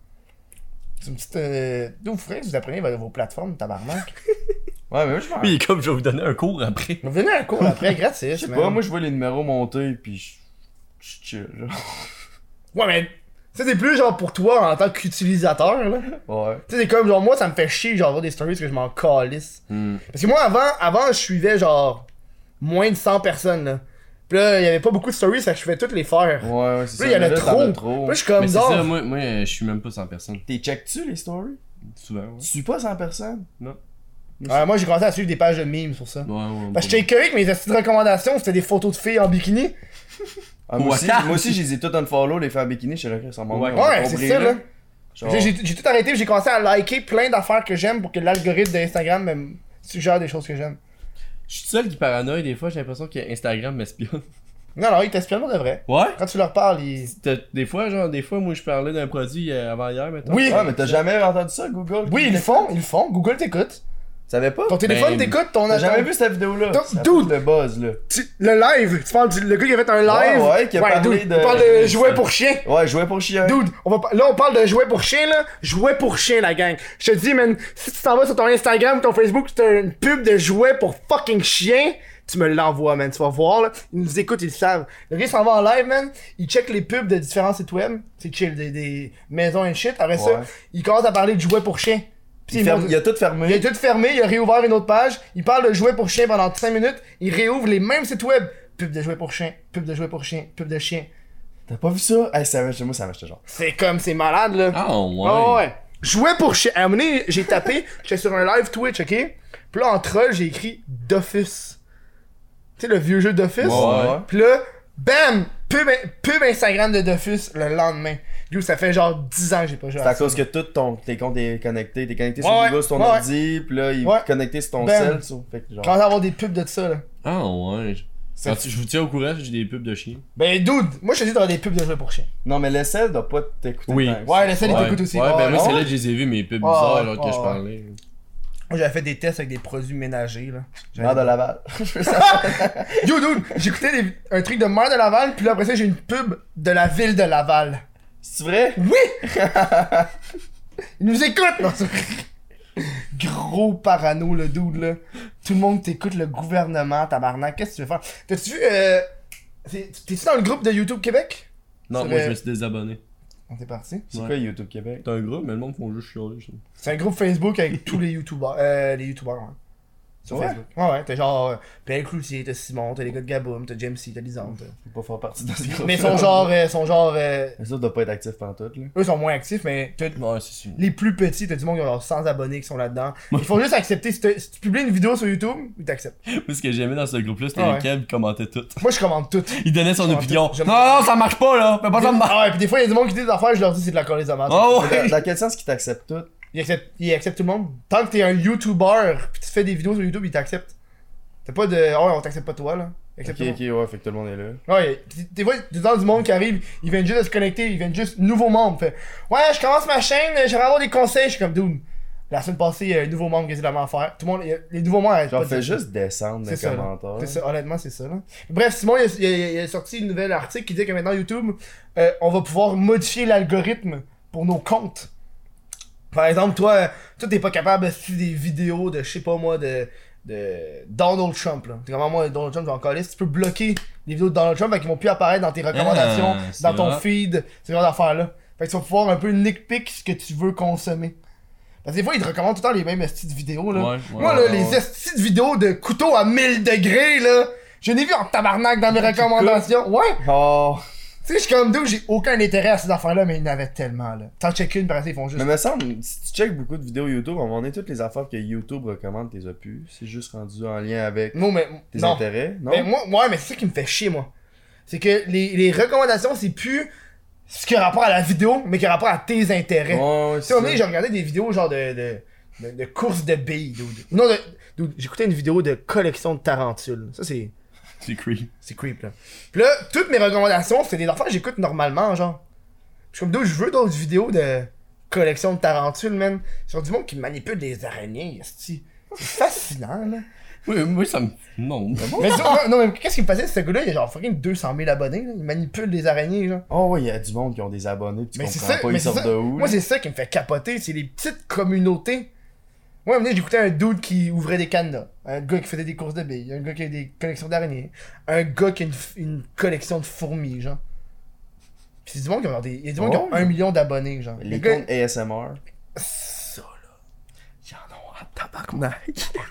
Speaker 1: C'est une petite. Euh... D'où vous ferez que vous apprenez vos plateformes, tabarnak?
Speaker 3: Ouais, mais moi, je m'en-
Speaker 5: Oui, comme je vais vous donner un cours après.
Speaker 1: Vous venez un cours après, gratis,
Speaker 3: Je sais
Speaker 1: man.
Speaker 3: pas, moi, je vois les numéros monter, pis je. Je suis chill, genre.
Speaker 1: Ouais, mais. Tu sais, c'est plus genre pour toi en tant qu'utilisateur, là.
Speaker 3: Ouais.
Speaker 1: Tu sais, c'est comme genre, moi, ça me fait chier, genre, voir des stories que je m'en calisse.
Speaker 5: Hmm.
Speaker 1: Parce que moi, avant, avant, je suivais genre moins de 100 personnes, là. Puis là, il y avait pas beaucoup de stories, ça je fais toutes les faire.
Speaker 3: Ouais, ouais, c'est ça.
Speaker 1: Puis là, il y en a
Speaker 3: Là, t'en
Speaker 1: trop.
Speaker 3: as trop.
Speaker 1: Puis là, je suis comme,
Speaker 5: Mais c'est
Speaker 1: genre,
Speaker 5: ça, moi, moi euh, je suis même pas sans personne.
Speaker 3: T'es check-tu les stories?
Speaker 5: Souvent, ouais.
Speaker 3: Tu suis pas 100 personnes?
Speaker 1: Ouais, moi, j'ai commencé à suivre des pages de memes sur ça.
Speaker 5: Ouais, ouais.
Speaker 1: Parce que j'étais curieux que mes astuces de recommandations, c'était des photos de filles en bikini.
Speaker 3: Ah, moi,
Speaker 5: Ouais.
Speaker 3: aussi, moi aussi, j'ai tout un follow, les faire bikini, je suis là, Chris, on m'en
Speaker 5: Ouais.
Speaker 1: Ouais, c'est ça, là.
Speaker 3: Genre,
Speaker 1: J'ai-
Speaker 5: Oh.
Speaker 1: J'ai j'ai tout arrêté, puis j'ai commencé à liker plein d'affaires que j'aime pour que l'algorithme d'Instagram me suggère des choses que j'aime.
Speaker 5: Je suis seul qui paranoïe des fois, j'ai l'impression que Instagram m'espionne.
Speaker 1: Non, non, ils t'espionnent pour de vrai.
Speaker 5: Ouais?
Speaker 1: Quand tu leur parles, ils.
Speaker 5: Des fois, genre, des fois, moi, je parlais d'un produit euh, avant hier, mettons.
Speaker 1: Oui!
Speaker 3: Ah, mais t'as jamais entendu ça, Google?
Speaker 1: Oui, ils le font, ils le font. Google t'écoute.
Speaker 3: Tu savais pas?
Speaker 1: Ton téléphone
Speaker 5: Ben,
Speaker 1: t'écoute, ton
Speaker 3: T'as jamais
Speaker 1: ton-
Speaker 3: vu cette vidéo-là?
Speaker 1: Dude.
Speaker 3: Ça fout le buzz, là.
Speaker 1: Tu- le live, tu parles du le gars qui a fait un live.
Speaker 3: Ouais, ouais, qui a parlé
Speaker 1: dude,
Speaker 3: de-
Speaker 1: On parle de jouets pour chien.
Speaker 3: Ouais, jouer pour chien.
Speaker 1: Dude, on va par- là on parle de jouets pour chien là, jouets pour chien la gang. Je te dis man, si tu t'en vas sur ton Instagram ou ton Facebook, c'est une pub de jouets pour fucking chien, tu me l'envoies man, tu vas voir là, ils nous écoutent, ils le savent. Le gars il s'en va en live man, il check les pubs de différents sites web, c'est chill des, des maisons et shit, après ça,
Speaker 3: Ouais.
Speaker 1: il commence à parler de jouets pour chien. Puis
Speaker 3: Il, ferme- il a tout
Speaker 1: il a
Speaker 3: fermé.
Speaker 1: tout fermé, il a réouvert une autre page, il parle de jouets pour chien pendant 5 minutes, il réouvre les mêmes sites web. Pub de jouets pour chien, pub de jouets pour chien, pub de chien.
Speaker 3: T'as pas vu ça? Hey, ça m'achète, moi, ça m'achète genre.
Speaker 1: C'est comme, c'est malade là.
Speaker 5: Ah, ouais.
Speaker 1: Ah ouais. Jouais pour chien. À un moment donné, j'ai tapé, j'étais sur un live Twitch, ok? Puis là, en troll, j'ai écrit D'Office. Tu sais, le vieux jeu d'Office.
Speaker 5: Ouais.
Speaker 1: Puis là, bam! Pub, pub Instagram de Dofus le lendemain. Yo, ça fait genre 10 ans que j'ai pas joué
Speaker 3: C'est à
Speaker 1: à ça.
Speaker 3: cause que tout ton, tes comptes est connecté. T'es connecté
Speaker 1: Ouais,
Speaker 3: sur
Speaker 1: ouais.
Speaker 3: Google, sur ton
Speaker 1: Ouais, ouais.
Speaker 3: ordi, pis là, il
Speaker 1: Ouais.
Speaker 3: est connecté sur ton
Speaker 1: Ben.
Speaker 3: cell. sur- Fait que genre.
Speaker 1: Je commence à avoir des pubs de ça, là.
Speaker 5: Ah, ouais. Quand tu- je vous tiens au courant, j'ai des pubs de chiens.
Speaker 1: Ben, dude, moi, je te dis, t'auras des pubs de jouets pour chien.
Speaker 3: Non, mais le cell doit pas t'écouter.
Speaker 5: Oui.
Speaker 3: tant que ça.
Speaker 1: Ouais, la scène,
Speaker 5: ouais.
Speaker 1: ils t'écoutent aussi.
Speaker 5: Ouais,
Speaker 1: Oh,
Speaker 5: ben, moi,
Speaker 1: non?
Speaker 5: c'est là que j'ai vu mes pubs
Speaker 1: Ah,
Speaker 5: bizarres,
Speaker 1: ouais,
Speaker 5: alors que
Speaker 1: ah,
Speaker 5: je
Speaker 1: ouais.
Speaker 5: parlais.
Speaker 1: Moi, j'avais fait des tests avec des produits ménagers, là. J'avais-
Speaker 3: Merde de Laval.
Speaker 1: Yo, dude, j'écoutais des- un truc de Mère de Laval, puis là, après ça, j'ai une pub de la ville de Laval.
Speaker 3: C'est vrai?
Speaker 1: Oui! Il nous écoute! Non, c'est vrai. Gros parano, le dude, là. Tout le monde t'écoute, le gouvernement, tabarnak. Qu'est-ce que tu veux faire? T'as-tu vu... Euh... c'est- T'es-tu dans le groupe de YouTube Québec?
Speaker 5: Non,
Speaker 1: C'est
Speaker 5: moi,
Speaker 1: vrai.
Speaker 5: je me suis désabonné.
Speaker 1: On est parti.
Speaker 3: C'est
Speaker 5: Ouais.
Speaker 3: quoi YouTube Québec?
Speaker 5: C'est un groupe, mais le monde font juste chialer. je trouve.
Speaker 1: C'est un groupe Facebook avec tous les YouTubers. Euh, les YouTubers, ouais. Sur
Speaker 3: Ouais.
Speaker 1: Facebook. Ouais, ouais. T'as genre... Euh, Pierre Cloutier, t'as Simon, t'as les gars de Gaboum, t'as James C, t'as Lisande. t'as-
Speaker 3: Je peux pas faire partie de ce groupe.
Speaker 1: Mais ils sont genre... euh, sont genre euh,
Speaker 3: Les autres doivent pas être actifs pantoute, là.
Speaker 1: Eux sont moins actifs, mais t'as-
Speaker 5: Ouais, c'est sûr.
Speaker 1: les plus petits, t'as du monde qui ont leurs 100 abonnés qui sont là-dedans. Il faut juste accepter. Si, t'as- si tu publies une vidéo sur YouTube, ils t'acceptent.
Speaker 5: Moi, ce que j'aimais dans ce groupe-là, c'était
Speaker 1: Ah
Speaker 5: les Kev qui commentaient tout.
Speaker 1: Moi, je commande tout.
Speaker 5: Il donnait son
Speaker 1: J'aime
Speaker 5: opinion.
Speaker 1: tout, j'aime
Speaker 5: Non, non, ça marche pas, là. Fais pas Oh, ça de marche.
Speaker 1: Ah ouais, puis des fois, il y a du monde qui dit des affaires, je leur dis c'est de la colère des amateurs.
Speaker 5: Oh,
Speaker 3: Dans,
Speaker 5: ouais.
Speaker 3: dans quel sens qu'ils t'acceptent tout?
Speaker 1: Ils acceptent, ils acceptent tout le monde. Tant que t'es un YouTuber, puis tu fais des vidéos sur YouTube, ils t'acceptent. T'as pas de. Ouais, on t'accepte pas toi, là.
Speaker 3: Ok,
Speaker 1: Accepte
Speaker 3: ok, ouais, fait que tout le monde est là.
Speaker 1: Ouais, des fois, des gens du monde qui arrive, ils viennent juste de se connecter, ils viennent juste nouveaux membres. Fait, ouais, je commence ma chaîne, euh, j'aimerais avoir des conseils. Je suis comme, dude, la semaine passée, il y a un nouveau membre qui a dit la même affaire. Tout le monde, les nouveaux membres arrêtent
Speaker 3: Genre,
Speaker 1: pas de
Speaker 3: fais
Speaker 1: dire-
Speaker 3: juste descendre
Speaker 1: C'est
Speaker 3: les
Speaker 1: ça, là.
Speaker 3: commentaires.
Speaker 1: C'est ça, honnêtement, c'est ça. Là. Bref, Simon, il a, il a- il a sorti une nouvelle article qui dit que maintenant, YouTube, euh, on va pouvoir modifier l'algorithme pour nos comptes. Par exemple, toi, euh, toi, t'es pas capable de suivre des vidéos de, je sais pas moi, de, de Donald Trump. là. T'es vraiment moi, Donald Trump, j'en calisse. Tu peux bloquer les vidéos de Donald Trump, fait qu'ils vont plus apparaître dans tes recommandations,
Speaker 2: Ah, c'est
Speaker 1: dans ton
Speaker 2: vrai.
Speaker 1: feed, ce genre d'affaires-là. Fait que tu vas pouvoir un peu nick-pick ce que tu veux consommer. Parce que des fois, ils te recommandent tout le temps les mêmes styles de vidéos, là.
Speaker 2: Ouais, ouais,
Speaker 1: Moi, là,
Speaker 2: ouais,
Speaker 1: les
Speaker 2: ouais.
Speaker 1: estis de vidéos de couteau à 1000 degrés, là, je n'ai vu en tabarnak dans mes recommandations. Ouais!
Speaker 3: Oh!
Speaker 1: Tu sais, je suis comme d'où j'ai aucun intérêt à ces affaires-là, mais il y en avait tellement, là. T'en check une, par exemple, ils font juste.
Speaker 3: Mais me semble, si tu checkes beaucoup de vidéos YouTube, à un moment donné, toutes les affaires que YouTube recommande, t'es as pu. C'est juste rendu en lien avec
Speaker 1: Non, mais.
Speaker 3: tes
Speaker 1: non.
Speaker 3: intérêts, non?
Speaker 1: Mais moi, ouais, mais c'est ça qui me fait chier, moi. C'est que les, les recommandations, c'est plus ce qui a rapport à la vidéo, mais qui a rapport à tes intérêts.
Speaker 3: Ouais, ouais,
Speaker 1: Tu sais, un
Speaker 3: c'est ça.
Speaker 1: moment donné, j'ai regardé des vidéos genre de, de, de, de course de billes, dude. Non, de, dude, j'écoutais une vidéo de collection de tarentules. Ça, c'est.
Speaker 2: C'est creep.
Speaker 1: C'est creep, là. Puis là, toutes mes recommandations, c'est des affaires que j'écoute normalement, genre. Je suis comme, d'où je veux d'autres vidéos de collection de tarentules, man. Genre du monde qui manipule des araignées, esti. C'est fascinant, là.
Speaker 2: Oui, moi, ça me. Non.
Speaker 1: Mais tu vois, non, mais qu'est-ce qui me faisait, ce gars-là, il a genre fucking 200 000 abonnés, là. Il manipule des araignées, genre.
Speaker 3: Oh, ouais, il y a du monde qui ont des abonnés, pis tu
Speaker 1: Mais c'est
Speaker 3: comprends
Speaker 1: ça,
Speaker 3: pas,
Speaker 1: mais
Speaker 3: ils
Speaker 1: c'est
Speaker 3: sortent
Speaker 1: ça.
Speaker 3: de où.
Speaker 1: Moi, c'est ça qui me fait capoter, c'est les petites communautés. Moi, un moment donné, j'écoutais un dude qui ouvrait des cadenas, un gars qui faisait des courses de billes, un gars qui a des collections d'araignées, un gars qui a une, f- une collection de fourmis, genre. Pis c'est du monde qui ont des. Il y a du monde qui ont
Speaker 3: Oh.
Speaker 1: un million d'abonnés, genre. Les
Speaker 3: Les
Speaker 1: gars.
Speaker 3: comptes ASMR.
Speaker 1: Ça, là. Ils en ont un tabarnak.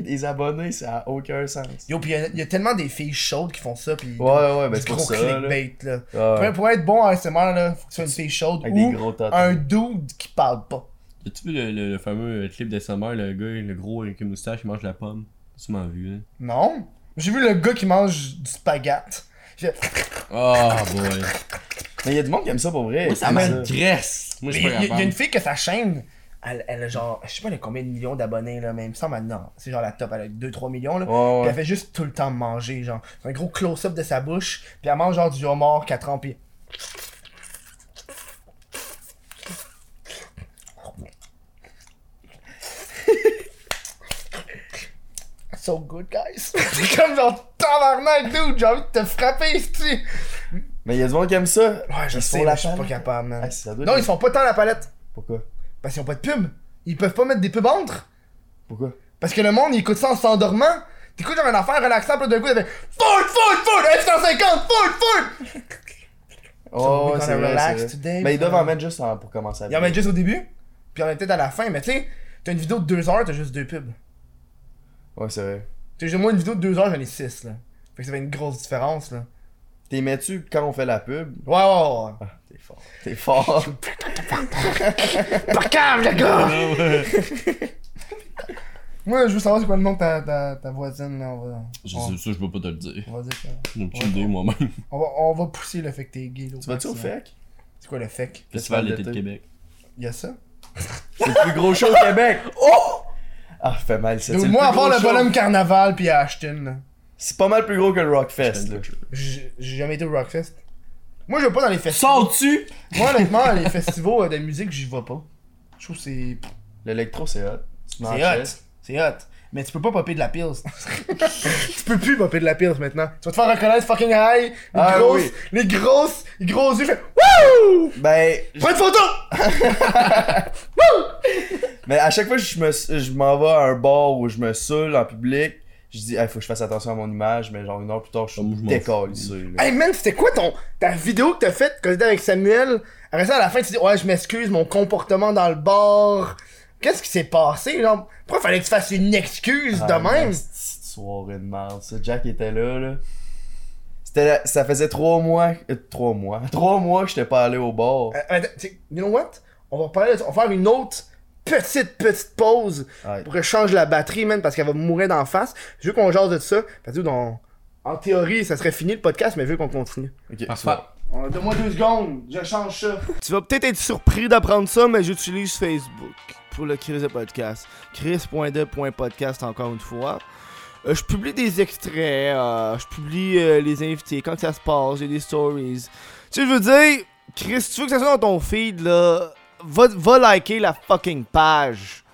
Speaker 3: Des abonnés, ça a aucun sens.
Speaker 1: Yo, pis il y a- il y, a tellement des filles chaudes qui font ça, pis.
Speaker 3: Ouais, ouais, ben
Speaker 1: du
Speaker 3: c'est pour
Speaker 1: gros
Speaker 3: ça. là.
Speaker 1: clickbait, là.
Speaker 3: Ah, ouais.
Speaker 1: Pour- Pour être bon à ASMR, là, faut que tu sois une fille chaude
Speaker 3: Avec des
Speaker 1: ou
Speaker 3: gros totes.
Speaker 1: un dude qui parle pas.
Speaker 2: As-tu vu le, le- le
Speaker 5: euh,
Speaker 2: fameux clip de Summer, le gars, le gros avec une moustache, il mange la pomme? Tu m'as vu, hein?
Speaker 1: Non. J'ai vu le gars qui mange du spaghette. J'ai-
Speaker 2: Oh
Speaker 5: Ah,
Speaker 2: boy.
Speaker 3: Mais il y a du monde qui aime ça pour vrai.
Speaker 2: Moi, ça
Speaker 3: C'est
Speaker 2: m'agresse. Moi, je
Speaker 1: Mais
Speaker 2: suis
Speaker 1: Il y,
Speaker 2: pas
Speaker 1: a- il y a une
Speaker 2: capable.
Speaker 1: fille que sa chaîne, elle, elle a genre, je sais pas elle a combien de millions d'abonnés là, mais il me semble maintenant, c'est genre la top, elle a 2-3 millions là.
Speaker 3: Ouais,
Speaker 1: Puis elle
Speaker 3: ouais.
Speaker 1: fait juste tout le temps manger, genre. Un gros close-up de sa bouche, puis elle mange genre du homard 4 ans, puis. So good, guys. C'est comme genre tabarnak, dude. J'ai envie de te frapper, tu
Speaker 3: Mais il y a du monde qui aime ça.
Speaker 1: Ouais, je
Speaker 3: Ils
Speaker 1: sais,
Speaker 3: font
Speaker 1: mais
Speaker 3: la
Speaker 1: je suis pas
Speaker 3: palette.
Speaker 1: capable, man.
Speaker 3: Ah, ça doit être-
Speaker 1: Non, ils font pas tant la palette.
Speaker 3: Pourquoi
Speaker 1: Parce qu'ils ont pas de pub. Ils peuvent pas mettre des pubs entre.
Speaker 3: Pourquoi
Speaker 1: Parce que le monde, il écoute ça en s'endormant. T'écoutes genre une affaire relaxante, puis d'un coup, ça fait Food, food, food, F-150, food, food.
Speaker 3: Oh,
Speaker 1: we're
Speaker 3: ouais, c'est
Speaker 1: gonna
Speaker 3: vrai,
Speaker 1: relax
Speaker 3: c'est vrai.
Speaker 1: today,
Speaker 3: Mais ils doivent
Speaker 1: man.
Speaker 3: en mettre juste en- pour commencer à
Speaker 1: Ils en mettent juste au début, puis on est peut-être à la fin, mais tu sais, t'as une vidéo de 2 heures, t'as juste deux pubs.
Speaker 3: Ouais, c'est vrai.
Speaker 1: Tu sais, moi, une vidéo de 2 heures, j'en ai 6, là. Fait que ça fait une grosse différence, là.
Speaker 3: T'es mets-tu quand on fait la pub
Speaker 1: Ouais, ouais, ouais.
Speaker 3: T'es fort. T'es fort.
Speaker 1: Par câble, les gars! Moi, je veux savoir c'est quoi le nom de ta, ta, ta voisine, là. On va,
Speaker 2: Je
Speaker 1: on,
Speaker 2: sais, ça, je peux pas te le dire.
Speaker 1: on va dire ça.
Speaker 2: J'ai une petite idée, moi-même.
Speaker 1: On va, on va pousser le fait que t'es gay, là.
Speaker 3: tu vas-tu au E
Speaker 1: maximum.
Speaker 3: FEC
Speaker 1: C'est quoi le fait?
Speaker 2: Festival d'été de
Speaker 3: d'été.
Speaker 2: Québec.
Speaker 1: Y'a ça?
Speaker 3: C'est le plus gros show au Québec. Oh Ah, fait mal cette
Speaker 1: Donc,
Speaker 3: c'est le
Speaker 1: moi,
Speaker 3: plus
Speaker 1: à part
Speaker 3: gros
Speaker 1: le
Speaker 3: show.
Speaker 1: bonhomme carnaval puis à Ashton, là,
Speaker 3: C'est pas mal plus gros que le Rockfest, là.
Speaker 1: j'ai j'ai jamais été au Rockfest. Moi, je vais pas dans les festivals.
Speaker 2: Sors-tu?
Speaker 1: Moi, honnêtement, les festivals euh, de musique, j'y vais pas. Je trouve que c'est.
Speaker 3: L'électro, c'est hot. Tu
Speaker 1: C'est
Speaker 3: manges
Speaker 1: hot. C'est hot. Mais tu peux pas popper de la pills. tu peux plus popper de la pills maintenant. Tu vas te faire reconnaître fucking high. Les
Speaker 3: Ah
Speaker 1: grosses.
Speaker 3: oui.
Speaker 1: Les grosses. Les gros yeux. Fait... Wouh!
Speaker 3: Ben,
Speaker 1: Prends une photo!
Speaker 3: mais à chaque fois que je me- je m'en vais à un bar où je me saoule en public, je dis, il faut que je fasse attention à mon image, mais genre une heure plus tard, je
Speaker 2: Ah,
Speaker 3: suis
Speaker 2: moi, je m'en
Speaker 3: décolle ici.
Speaker 1: Hey man, c'était quoi ton, ta vidéo que t'as faite quand t'étais avec Samuel? Après ça, à la fin, tu dis, ouais, je m'excuse, mon comportement dans le bar. Qu'est-ce qui s'est passé, genre? Pourquoi fallait que tu fasses une excuse de même?
Speaker 3: Ah, Petite soirée de merde, ça. Jack était là, là. C'était la- Ça faisait trois mois. euh, trois mois. Trois mois que j'étais pas allé au bar.
Speaker 1: Euh, attends, tu sais, you know what? On va reparler de ça. On va faire une autre petite, petite pause
Speaker 3: Ouais.
Speaker 1: pour que je change la batterie, man, parce qu'elle va mourir d'en face. Je veux qu'on jase de ça. Parce que, dans... en théorie, ça serait fini le podcast, mais je veux qu'on continue.
Speaker 3: Ok,
Speaker 2: Parfait.
Speaker 1: Euh, Donne-moi deux secondes, je change ça. Tu vas peut-être être surpris d'apprendre ça, mais j'utilise Facebook pour le Chris de podcast. Chris.de.podcast encore une fois. Euh, je publie des extraits, euh, je publie euh, les invités, quand ça se passe, j'ai des stories. Tu sais, je veux dire, Chris, si tu veux que ça soit dans ton feed, là, va, va liker la fucking page.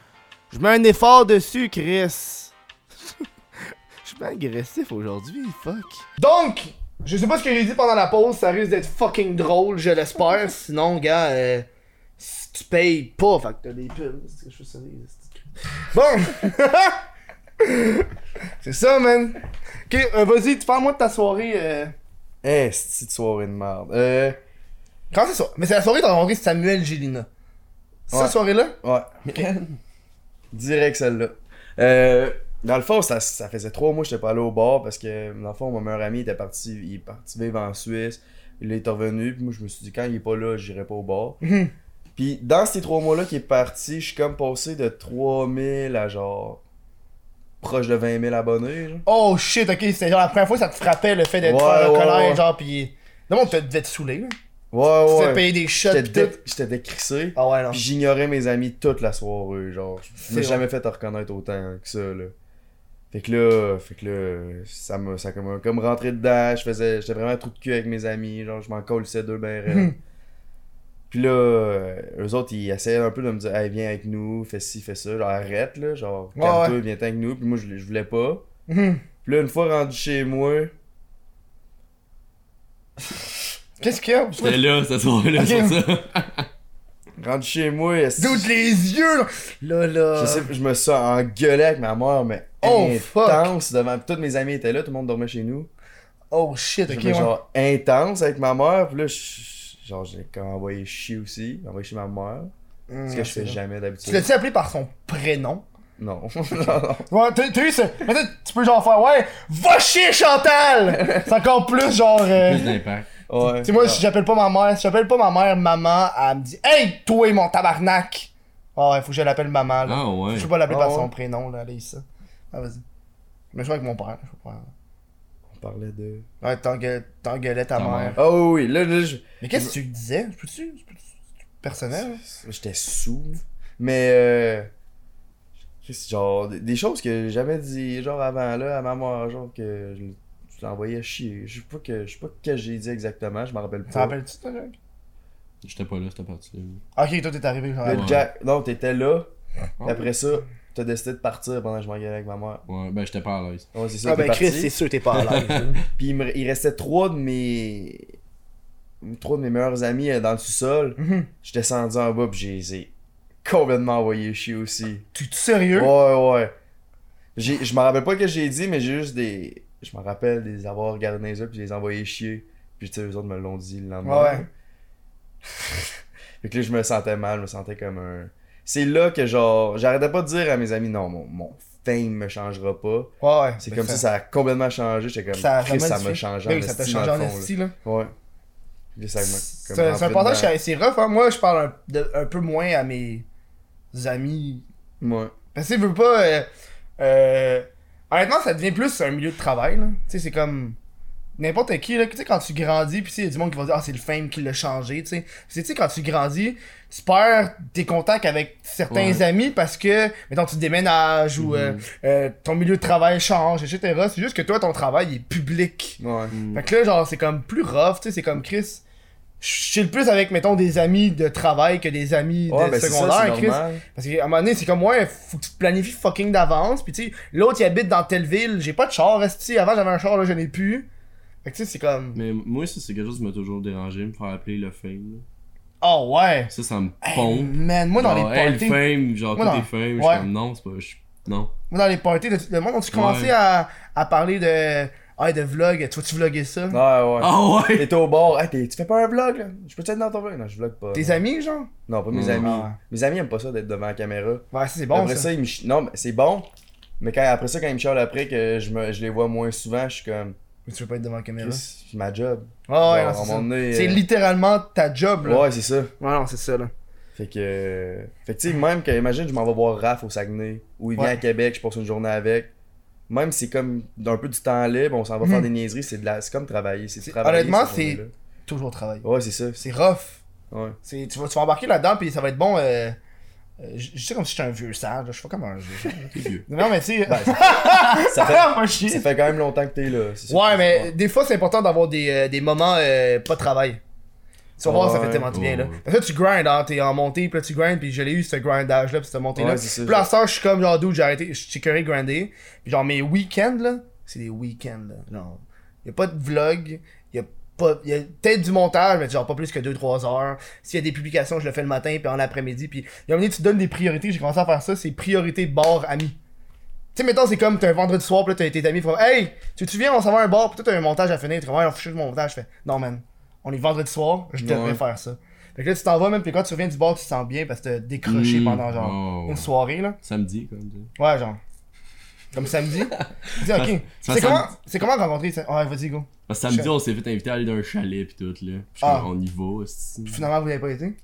Speaker 1: Je mets un effort dessus, Chris. je suis pas agressif aujourd'hui, fuck. Donc, je sais pas ce que j'ai dit pendant la pause, ça risque d'être fucking drôle, je l'espère. Sinon, gars, euh, si tu payes pas, fait que t'as des pubs. C'est que je suis sérieux, c'est- Bon! c'est ça, man. Ok, euh, vas-y, tu parles-moi de ta soirée. euh,
Speaker 3: Eh, c'est de soirée de merde. Euh,
Speaker 1: Quand c'est ça? Mais c'est la soirée t'as rencontré Samuel Gélina. C'est
Speaker 3: Ouais.
Speaker 1: cette soirée-là?
Speaker 3: ouais. Direct celle-là. Euh, dans le fond, ça, ça faisait trois mois que j'étais pas allé au bar parce que, dans le fond, mon meilleur ami était parti, il est parti vivre en Suisse. Il est revenu, puis moi, je me suis dit, quand il est pas là, j'irai pas au bar.
Speaker 1: Mhm.
Speaker 3: puis dans ces trois mois-là qu'il est parti, je suis comme passé de 3000 à genre. proche de 20 000 abonnés, genre.
Speaker 1: Oh shit, ok, c'était genre la première fois que ça te frappait le fait d'être
Speaker 3: Ouais,
Speaker 1: fort en
Speaker 3: ouais,
Speaker 1: colère,
Speaker 3: ouais.
Speaker 1: genre pis. Le monde te devait te saouler, là.
Speaker 3: Ouais,
Speaker 1: Tu te
Speaker 3: ouais.
Speaker 1: fais payer des shots
Speaker 3: J'étais
Speaker 1: pis tout.
Speaker 3: dé- J'étais décrissé.
Speaker 1: Ah ouais, non.
Speaker 3: Puis j'ignorais mes amis toute la soirée, genre. Je
Speaker 1: C'est
Speaker 3: m'ai jamais fait te reconnaître autant que ça, là. Fait que là, fait que là, ça m'a ça comme, comme rentré dedans, je faisais, j'étais vraiment un trou de cul avec mes amis, genre je m'en colissais deux ben raides.
Speaker 1: Hmm.
Speaker 3: Puis là, euh, eux autres, ils essayaient un peu de me dire, hey, viens avec nous, fais ci, fais ça, genre arrête, là, genre,
Speaker 1: Ouais,
Speaker 3: calme-toi,
Speaker 1: ouais.
Speaker 3: viens avec nous, puis moi, je, voulais- je voulais pas.
Speaker 1: Mhm.
Speaker 3: Puis là, une fois rendu chez moi,
Speaker 1: Qu'est-ce qu'il y a? Pourquoi-
Speaker 5: C'était là, cette soirée-là,
Speaker 1: Ok.
Speaker 5: c'est ça.
Speaker 3: rendu chez moi, est-ce-
Speaker 1: Dude, les yeux, là! Là, là.
Speaker 3: Je sais, je me suis engueulé avec ma mère, mais
Speaker 1: Oh,
Speaker 3: intense devant. Toutes mes amis étaient là, tout le monde dormait chez nous.
Speaker 1: Oh shit, ok,
Speaker 3: J'étais
Speaker 1: ouais.
Speaker 3: genre intense avec ma mère, puis là, je- genre, j'ai comme envoyé chier aussi, j'ai envoyé chez ma mère.
Speaker 1: Hum,
Speaker 3: ce que je
Speaker 1: c'est
Speaker 3: fais
Speaker 1: vrai.
Speaker 3: jamais
Speaker 1: Tu
Speaker 3: d'habitude.
Speaker 1: l'as-tu appelé par son prénom?
Speaker 3: Non. non, non.
Speaker 1: Ouais, t'as t'as eu ce. Mais t'sais, tu peux genre faire, ouais, va chier Chantal! C'est encore plus genre. euh,
Speaker 5: Plus d'impact.
Speaker 3: Ouais.
Speaker 1: Tu sais, moi, si j'appelle pas ma mère, si j'appelle pas ma mère, maman, elle me dit Hey, toi, mon tabarnak! Ah ouais, faut que je l'appelle maman, là.
Speaker 5: Ah ouais.
Speaker 1: Je peux pas l'appeler par
Speaker 3: Ah ouais.
Speaker 1: son prénom, là, allez, ça. Ah, vas-y. Mais je suis avec mon père, je sais pas.
Speaker 3: On parlait de.
Speaker 1: Ouais, t'engueulais, t'engueulais ta
Speaker 5: Ta
Speaker 1: mère.
Speaker 5: mère.
Speaker 3: Oh oui, là, là, je-
Speaker 1: Mais qu'est-ce que tu disais? Je peux-tu? je peux-tu- Personnel?
Speaker 3: j'étais saoul. Mais, euh, c'est genre, des- des choses que j'ai jamais dit, genre, avant là, à ma mère, genre, que je, je l'envoyais chier. Je sais pas que, je sais pas que j'ai dit exactement, je m'en rappelle
Speaker 1: T'en
Speaker 3: pas.
Speaker 1: rappelles-tu, toi, Jacques?
Speaker 5: J'étais pas là, c'était parti.
Speaker 1: Ok, toi, t'es arrivé, genre.
Speaker 3: Là,
Speaker 5: Ouais.
Speaker 3: Jack, non, t'étais là.
Speaker 5: Ah
Speaker 3: puis après ça, t'as décidé de partir pendant que je m'engueulais avec ma mère.
Speaker 5: Ouais, ben j'étais pas à l'aise.
Speaker 3: Ouais, c'est ça,
Speaker 1: Ah,
Speaker 3: t'es
Speaker 1: ben, Chris,
Speaker 3: parti.
Speaker 1: c'est sûr, t'es pas à l'aise.
Speaker 3: Puis il, me- il restait trois de mes. Trois de mes meilleurs amis euh, dans le sous-sol.
Speaker 1: Mhm.
Speaker 3: Je suis descendu en bas, puis j'ai j'ai complètement envoyé chier aussi.
Speaker 1: T'es sérieux?
Speaker 3: Ouais, ouais. J'ai- Je me rappelle pas ce que j'ai dit, mais j'ai juste des. Je me rappelle des avoir regardé les yeux, puis je les envoyé chier. Puis tu sais, eux autres me l'ont dit le lendemain.
Speaker 1: Ouais.
Speaker 3: fait que là, je me sentais mal, je me sentais comme un. C'est là que genre. J'arrêtais pas de dire à mes amis, non, mon, mon fame me changera pas.
Speaker 1: Ouais, ouais.
Speaker 3: C'est
Speaker 1: Ben,
Speaker 3: comme si ça a complètement changé. J'étais comme,
Speaker 1: Ça a
Speaker 3: Chris, ça
Speaker 1: vraiment
Speaker 3: m'a
Speaker 1: différé.
Speaker 3: changé
Speaker 1: Ben
Speaker 3: en
Speaker 1: oui, ça t'a
Speaker 3: esti, dans
Speaker 1: changé
Speaker 3: le
Speaker 1: en
Speaker 3: fond,
Speaker 1: esti, là.
Speaker 3: là. Ouais. Puis ça m'a comme
Speaker 1: C'est c'est un
Speaker 3: rentré
Speaker 1: partage qui
Speaker 3: dedans.
Speaker 1: est assez rough, hein. Moi, je parle un, de- un peu moins à mes amis.
Speaker 3: Ouais.
Speaker 1: Parce que, veux pas. euh, euh, honnêtement, ça devient plus un milieu de travail, là. Tu sais, c'est comme. N'importe qui, là. Tu sais, quand tu grandis, puis tu sais, il y a du monde qui va dire, ah, c'est le fame qui l'a changé, tu sais. Puis tu sais, quand tu grandis, tu perds tes contacts avec certains
Speaker 5: Ouais.
Speaker 1: amis parce que, mettons, tu déménages
Speaker 3: Mhm.
Speaker 1: ou euh, euh, ton milieu de travail change, etc. C'est juste que toi, ton travail est public.
Speaker 3: Ouais.
Speaker 1: Fait que là, genre, c'est comme plus rough, tu sais, c'est comme Chris. Je chill plus avec, mettons, des amis de travail que des amis de
Speaker 3: Ouais, ben c'est ça,
Speaker 1: secondaire,
Speaker 3: c'est
Speaker 1: Chris.
Speaker 3: normal.
Speaker 1: Parce qu'à un moment donné, c'est comme, ouais, faut que tu te planifies fucking d'avance. Puis tu sais, l'autre, il habite dans telle ville, j'ai pas de char, esti. Avant, j'avais un char, là, je n'ai plus. Fait que tu sais, c'est comme,
Speaker 5: Mais moi, ça, c'est quelque chose qui m'a toujours dérangé, me faire appeler le fame. là.
Speaker 1: oh ouais.
Speaker 5: Ça, ça me
Speaker 1: Hey,
Speaker 5: pompe.
Speaker 1: man, moi dans,
Speaker 5: Genre,
Speaker 1: les
Speaker 5: hey,
Speaker 1: parties,
Speaker 5: le fame, genre,
Speaker 1: Moi,
Speaker 5: tout
Speaker 1: dans-
Speaker 5: est fame.
Speaker 1: Ouais.
Speaker 5: Je suis comme, non, c'est pas. je- Non.
Speaker 1: moi dans les parties, le, le monde, on tu commencé
Speaker 5: Ouais.
Speaker 1: à, à parler de, ah, de vlog, tu vas-tu vlogger ça?
Speaker 3: Ouais, ouais.
Speaker 5: Ah ouais!
Speaker 3: T'étais au bord, hey, t'es- tu fais pas un vlog là? Je peux être dans ton vlog? Non, je vlog pas.
Speaker 1: Tes
Speaker 3: non.
Speaker 1: amis, genre?
Speaker 3: Non, pas mes
Speaker 5: Mm.
Speaker 3: amis.
Speaker 1: Ah ouais.
Speaker 3: Mes amis aiment pas ça d'être devant la caméra.
Speaker 1: Ouais, ça, c'est bon,
Speaker 3: après
Speaker 1: ça.
Speaker 3: ça, ils me ch- Non, mais c'est bon. Mais quand, après ça, quand ils me chialent après que je, me, je les vois moins souvent, je suis comme,
Speaker 1: Mais tu veux pas être devant la caméra.
Speaker 3: Chris, c'est ma job.
Speaker 1: Ouais, Ah ouais, non,
Speaker 3: Genre, à un
Speaker 1: c'est ça.
Speaker 3: moment donné,
Speaker 1: C'est
Speaker 3: euh,
Speaker 1: littéralement ta job, là.
Speaker 3: Ouais, c'est ça.
Speaker 1: Ouais, non, c'est ça, là.
Speaker 3: Fait que. Fait que, tu sais, même que, imagine, je m'en vais voir Raph au Saguenay, ou il vient
Speaker 1: Ouais.
Speaker 3: à Québec, je passe une journée avec. Même si c'est comme un peu du temps libre, on s'en va
Speaker 1: Mhm.
Speaker 3: faire des niaiseries, c'est de la... c'est comme travailler. C'est
Speaker 1: C'est-
Speaker 3: de travailler.
Speaker 1: honnêtement,
Speaker 3: cette
Speaker 1: c'est-
Speaker 3: journée-là.
Speaker 1: Toujours travail.
Speaker 3: Ouais, c'est ça.
Speaker 1: C'est rough.
Speaker 3: Ouais.
Speaker 1: C'est- Tu vas, tu vas embarquer là-dedans, puis ça va être bon. euh, euh, je je sais comme si j'étais un vieux sage, là, je suis pas comme un vieux sage. Non, mais tu sais.
Speaker 3: Ça fait,
Speaker 1: Ah, moi, je
Speaker 3: ça
Speaker 1: chie.
Speaker 3: fait quand même longtemps que t'es là. c'est sûr
Speaker 1: Ouais,
Speaker 3: que-
Speaker 1: mais des fois, c'est important d'avoir des, euh, des moments euh, pas de travail. Tu vas voir, ça fait
Speaker 3: Ouais,
Speaker 1: tellement du bien, là.
Speaker 12: ouais.
Speaker 1: Parce que là, tu grindes, hein, t'es en montée, puis là, tu grindes, puis je l'ai eu, ce grindage-là, puis cette montée-là.
Speaker 3: Ouais, c'est ça,
Speaker 1: puis là, à cette heure, je suis comme, genre, dude, j'ai arrêté, je suis curé de grinder. Puis genre, mes week-ends, là, c'est des week-ends, là. Genre, y a pas de vlog, y a pas, y a peut-être du montage, mais genre, pas plus que 2-3 heures. S'il y a des publications, je le fais le matin, puis en après-midi, puis il y a un moment donné, tu donnes des priorités, j'ai commencé à faire ça, c'est priorité bar ami. Tu sais, mettons, c'est comme t'as un vendredi soir, pis là, t'as tes amis, font Hey, tu tu viens, on s'en va à un bar, pis toi, t'as un montage à finir, tu vas, ouais, on fiche mon montage. Je fais Non, man, on est vendredi soir, je devrais faire ça. Fait que là, tu t'en vas, même, pis quand tu reviens du bar, tu te sens bien parce que t'as décroché
Speaker 2: Mm.
Speaker 1: pendant genre
Speaker 2: Oh.
Speaker 1: une soirée, là.
Speaker 2: Samedi, comme ça.
Speaker 1: Ouais, genre. Comme samedi. Tu dis, ok.
Speaker 2: Ça-
Speaker 1: C'est
Speaker 2: ça-
Speaker 1: comment, c'est comment rencontrer ça? Ouais, vas-y, go.
Speaker 2: Parce que samedi, on s'est fait inviter à aller dans un chalet pis tout, là. Puis
Speaker 1: Ah.
Speaker 2: comme, on y va, c'est
Speaker 1: Puis finalement, vous avez pas été.
Speaker 2: Hein?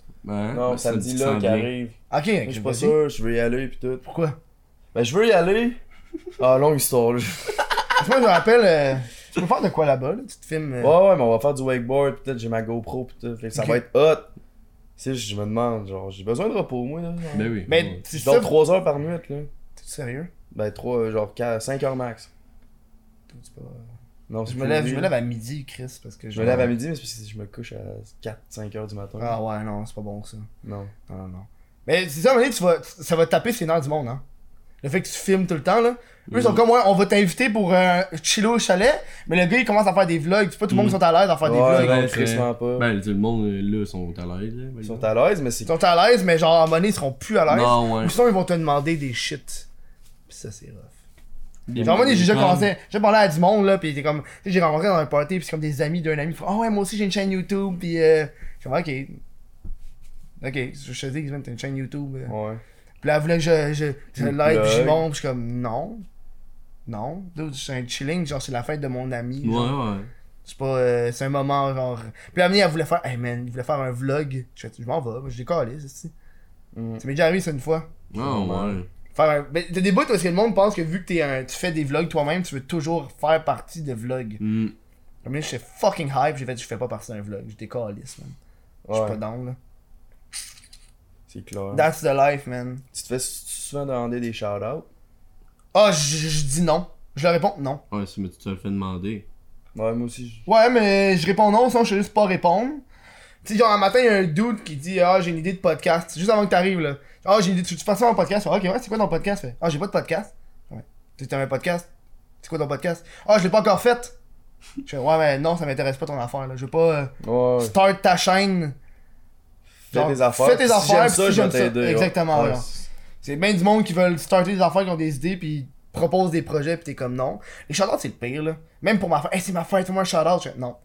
Speaker 3: Non,
Speaker 2: Ouais,
Speaker 3: ça me dit
Speaker 2: samedi
Speaker 3: là
Speaker 2: s'en
Speaker 3: qui
Speaker 2: vient.
Speaker 3: arrive.
Speaker 1: Ok, ok,
Speaker 3: Je suis pas
Speaker 1: vas-y.
Speaker 3: sûr, je veux y aller pis tout.
Speaker 1: Pourquoi?
Speaker 3: Ben, je veux y aller. Ah, longue histoire, là.
Speaker 1: Parce que moi, je me rappelle, euh, tu peux faire de quoi là-bas, là? Tu te filmes. euh,
Speaker 3: Ouais, ouais, mais on va faire du wakeboard, peut-être j'ai ma GoPro pis tout. Fait que ça
Speaker 1: Ok.
Speaker 3: va être hot. Tu sais, je me demande, genre, j'ai besoin de repos, moi, là. genre.
Speaker 2: Ben oui.
Speaker 1: Mais tu
Speaker 3: Je
Speaker 1: sais,
Speaker 3: dors 3 heures par nuit, là.
Speaker 1: t'es sérieux?
Speaker 3: Ben, 3, genre 4, 5 heures max.
Speaker 1: C'est pas-
Speaker 3: Non,
Speaker 1: Je
Speaker 3: c'est
Speaker 1: me
Speaker 3: pas
Speaker 1: lève,
Speaker 3: vrai.
Speaker 1: je me lève à midi, Chris, parce que
Speaker 3: Je me lève à midi, mais c'est parce que je me couche à 4, 5 heures du matin.
Speaker 1: Ah ouais, non, c'est pas bon ça.
Speaker 3: Non.
Speaker 1: Non, non. Mais c'est ça, à un moment donné, tu vas, tu- ça va taper ses nerfs du monde, hein. Le fait que tu filmes tout le temps, là. Eux, ils
Speaker 3: Mm.
Speaker 1: sont comme, ouais, on va t'inviter pour euh, chiller au chalet, mais le gars, il commence à faire des vlogs. C'est pas tout le monde qui sont à l'aise d'en faire Ah, des
Speaker 3: Mm. ouais,
Speaker 1: vlogs.
Speaker 3: non,
Speaker 2: ouais,
Speaker 3: tristement pas.
Speaker 2: Ben, tu sais, le monde, euh, là, sont à l'aise, là. ben,
Speaker 3: Ils sont à l'aise, mais c'est.
Speaker 1: Ils sont à l'aise, mais genre, à un moment donné, ils seront plus à l'aise.
Speaker 2: Non, ouais.
Speaker 1: Ou sinon, ils vont te demander des shit. Pis ça, c'est rough.
Speaker 2: Des-
Speaker 1: Genre, moi, j'ai
Speaker 2: des
Speaker 1: déjà
Speaker 2: pommes.
Speaker 1: commencé, j'ai parlé à du monde, là, pis t'es comme, tu sais, j'ai rencontré dans un party, pis c'est comme des amis d'un ami, ils font, ah ouais, moi aussi, j'ai une chaîne YouTube, pis euh, je suis comme, ok. Ok, je te dis que t'as une chaîne YouTube. euh.
Speaker 3: Ouais.
Speaker 1: Puis là, elle voulait que je, je, je
Speaker 3: Tu
Speaker 1: l'aide, puis je
Speaker 3: plug.
Speaker 1: monte, puis je suis comme non. Non. Dude, c'est un chilling, genre c'est la fête de mon ami.
Speaker 2: Ouais,
Speaker 1: genre.
Speaker 2: ouais.
Speaker 1: C'est pas. euh, c'est un moment genre. Puis la minute, elle voulait faire. Hey man, elle voulait faire un vlog. Je fais, je m'en vais, moi, je décalais, c'est ça.
Speaker 3: Mm.
Speaker 1: Ça m'est déjà arrivé ça une fois.
Speaker 2: Ah, ouais.
Speaker 1: Faire un. Mais t'as des bouts parce que le monde pense que vu que t'es un... tu fais des vlogs toi-même, tu veux toujours faire partie de vlogs.
Speaker 2: Mm.
Speaker 1: La minute, j'étais fucking hype, j'ai fait, je fais pas partie d'un vlog, je décalisse, man. Je suis
Speaker 3: Ouais.
Speaker 1: pas down, là.
Speaker 3: C'est clair.
Speaker 1: That's the life, man.
Speaker 3: Tu te fais souvent demander des shout-outs.
Speaker 1: Ah, je- je je dis non. Je leur réponds non.
Speaker 2: Ouais, c'est- mais tu te le fais demander.
Speaker 3: Ouais, moi aussi. je-
Speaker 1: Ouais, mais je réponds non, sinon je sais juste pas répondre. Tu sais, genre, un matin, il y a un dude qui dit Ah, j'ai une idée de podcast. Juste avant que t'arrives, là. Ah, j'ai une idée. Tu tu passes ça en podcast Je fais, Ok, ouais, c'est quoi ton podcast Fait, Ah, j'ai pas de podcast. Ouais. Tu sais, t'as un podcast C'est quoi ton podcast Ah, je l'ai pas encore fait. Je fais Ouais, mais non, ça m'intéresse pas ton affaire, là. Je veux pas euh,
Speaker 3: Ouais. ouais.
Speaker 1: start ta chaîne.
Speaker 3: Fais
Speaker 1: Genre,
Speaker 3: tes affaires.
Speaker 1: Fais tes
Speaker 3: si
Speaker 1: affaires,
Speaker 3: j'aime
Speaker 1: puis si
Speaker 3: ça, je vais
Speaker 1: j'aime ça.
Speaker 3: t'aider. ouais.
Speaker 1: Exactement,
Speaker 3: Ouais,
Speaker 1: genre.
Speaker 3: c'est-
Speaker 1: C'est bien du monde qui veulent starter des affaires, qui ont des idées, puis ils proposent des projets, puis t'es comme non. Les shoutouts, c'est le pire, là. Même pour ma fête, hey, c'est ma fête, fais-moi un shoutout. Je fais, non.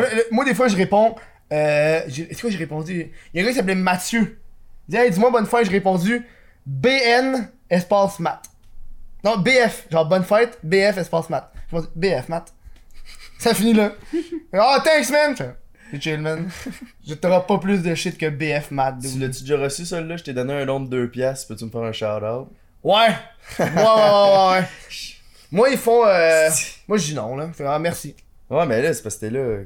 Speaker 1: Moi, le- moi, des fois, je réponds. Euh, j'ai- c'est quoi j'ai répondu Il y a un gars qui s'appelait Mathieu. Il dit, hey, dis-moi bonne fête, j'ai répondu BN espace mat. Non, BF, genre bonne fête, BF espace mat. Je pense BF mat. Ça finit là. Ah, thanks man Je fais, C'est chill man. Je t'aurai pas plus de shit que BF mat. dude.
Speaker 3: Tu l'as-tu déjà reçu, celle-là? Je t'ai donné un don de 2 piastres, peux-tu me faire un shout-out?
Speaker 1: Ouais. Ouais, ouais, ouais, ouais. Moi, ils font. euh, Moi, je dis non, là. Je fais, ah, merci.
Speaker 3: Ouais, mais là, c'est parce que t'es là.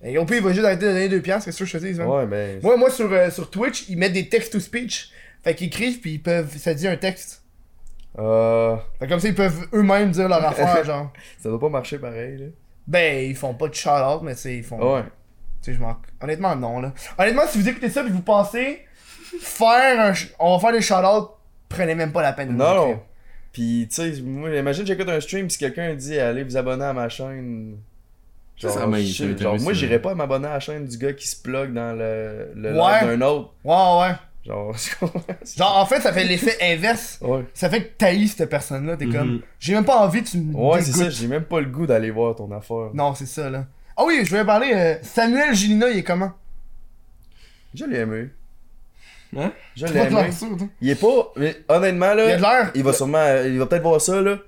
Speaker 1: Et au pire, il va juste arrêter de donner deux piastres, c'est sûr que je te dis, man.
Speaker 3: Ouais, mais...
Speaker 1: Moi, moi sur, euh, sur Twitch, ils mettent des text-to-speech. Fait qu'ils écrivent, puis ils peuvent. Ça dit un texte.
Speaker 3: Euh...
Speaker 1: Fait que comme ça, ils peuvent eux-mêmes dire leur affaire, genre.
Speaker 3: Ça doit pas marcher pareil, là.
Speaker 1: Ben, ils font pas de shout-out, mais tu sais, ils font.
Speaker 3: Ouais.
Speaker 1: Tu sais, je m'en. Honnêtement, non, là. Honnêtement, si vous écoutez ça, puis vous pensez faire un. sh- On va faire des shout-outs, prenez même pas la peine de nous
Speaker 3: Non,
Speaker 1: écrire.
Speaker 3: non. Pis, tu sais, moi, imagine, j'écoute un stream, si quelqu'un dit « Allez vous abonner à ma chaîne... »
Speaker 2: Ça, ça m'a-
Speaker 3: je-
Speaker 2: ça m'a
Speaker 3: genre,
Speaker 2: intéressé,
Speaker 3: moi,
Speaker 2: ça.
Speaker 3: j'irais pas m'abonner à la chaîne du gars qui se plug dans le, le
Speaker 1: Ouais.
Speaker 3: live d'un autre.
Speaker 1: Ouais, ouais.
Speaker 3: Genre, tu comprends?
Speaker 1: Genre, en fait, ça fait l'effet inverse.
Speaker 3: Ouais,
Speaker 1: Ça fait que t'haïs cette personne-là, t'es comme, j'ai même pas envie, tu me
Speaker 3: Mhm. ouais c'est
Speaker 1: dégoûtes.
Speaker 3: ça, j'ai même pas le goût d'aller voir ton affaire.
Speaker 1: Non, c'est ça, là. Ah oui, je voulais parler, euh, Samuel Gilina, il est comment?
Speaker 3: Je l'ai aimé.
Speaker 2: Hein?
Speaker 3: Je
Speaker 1: Pas
Speaker 3: l'ai
Speaker 1: de
Speaker 3: aimé.
Speaker 1: l'air sûr, toi.
Speaker 3: Il est pas... mais honnêtement,
Speaker 1: Il
Speaker 3: là...
Speaker 1: a de l'air.
Speaker 3: Il va sûrement. euh, Il va peut-être voir ça, là.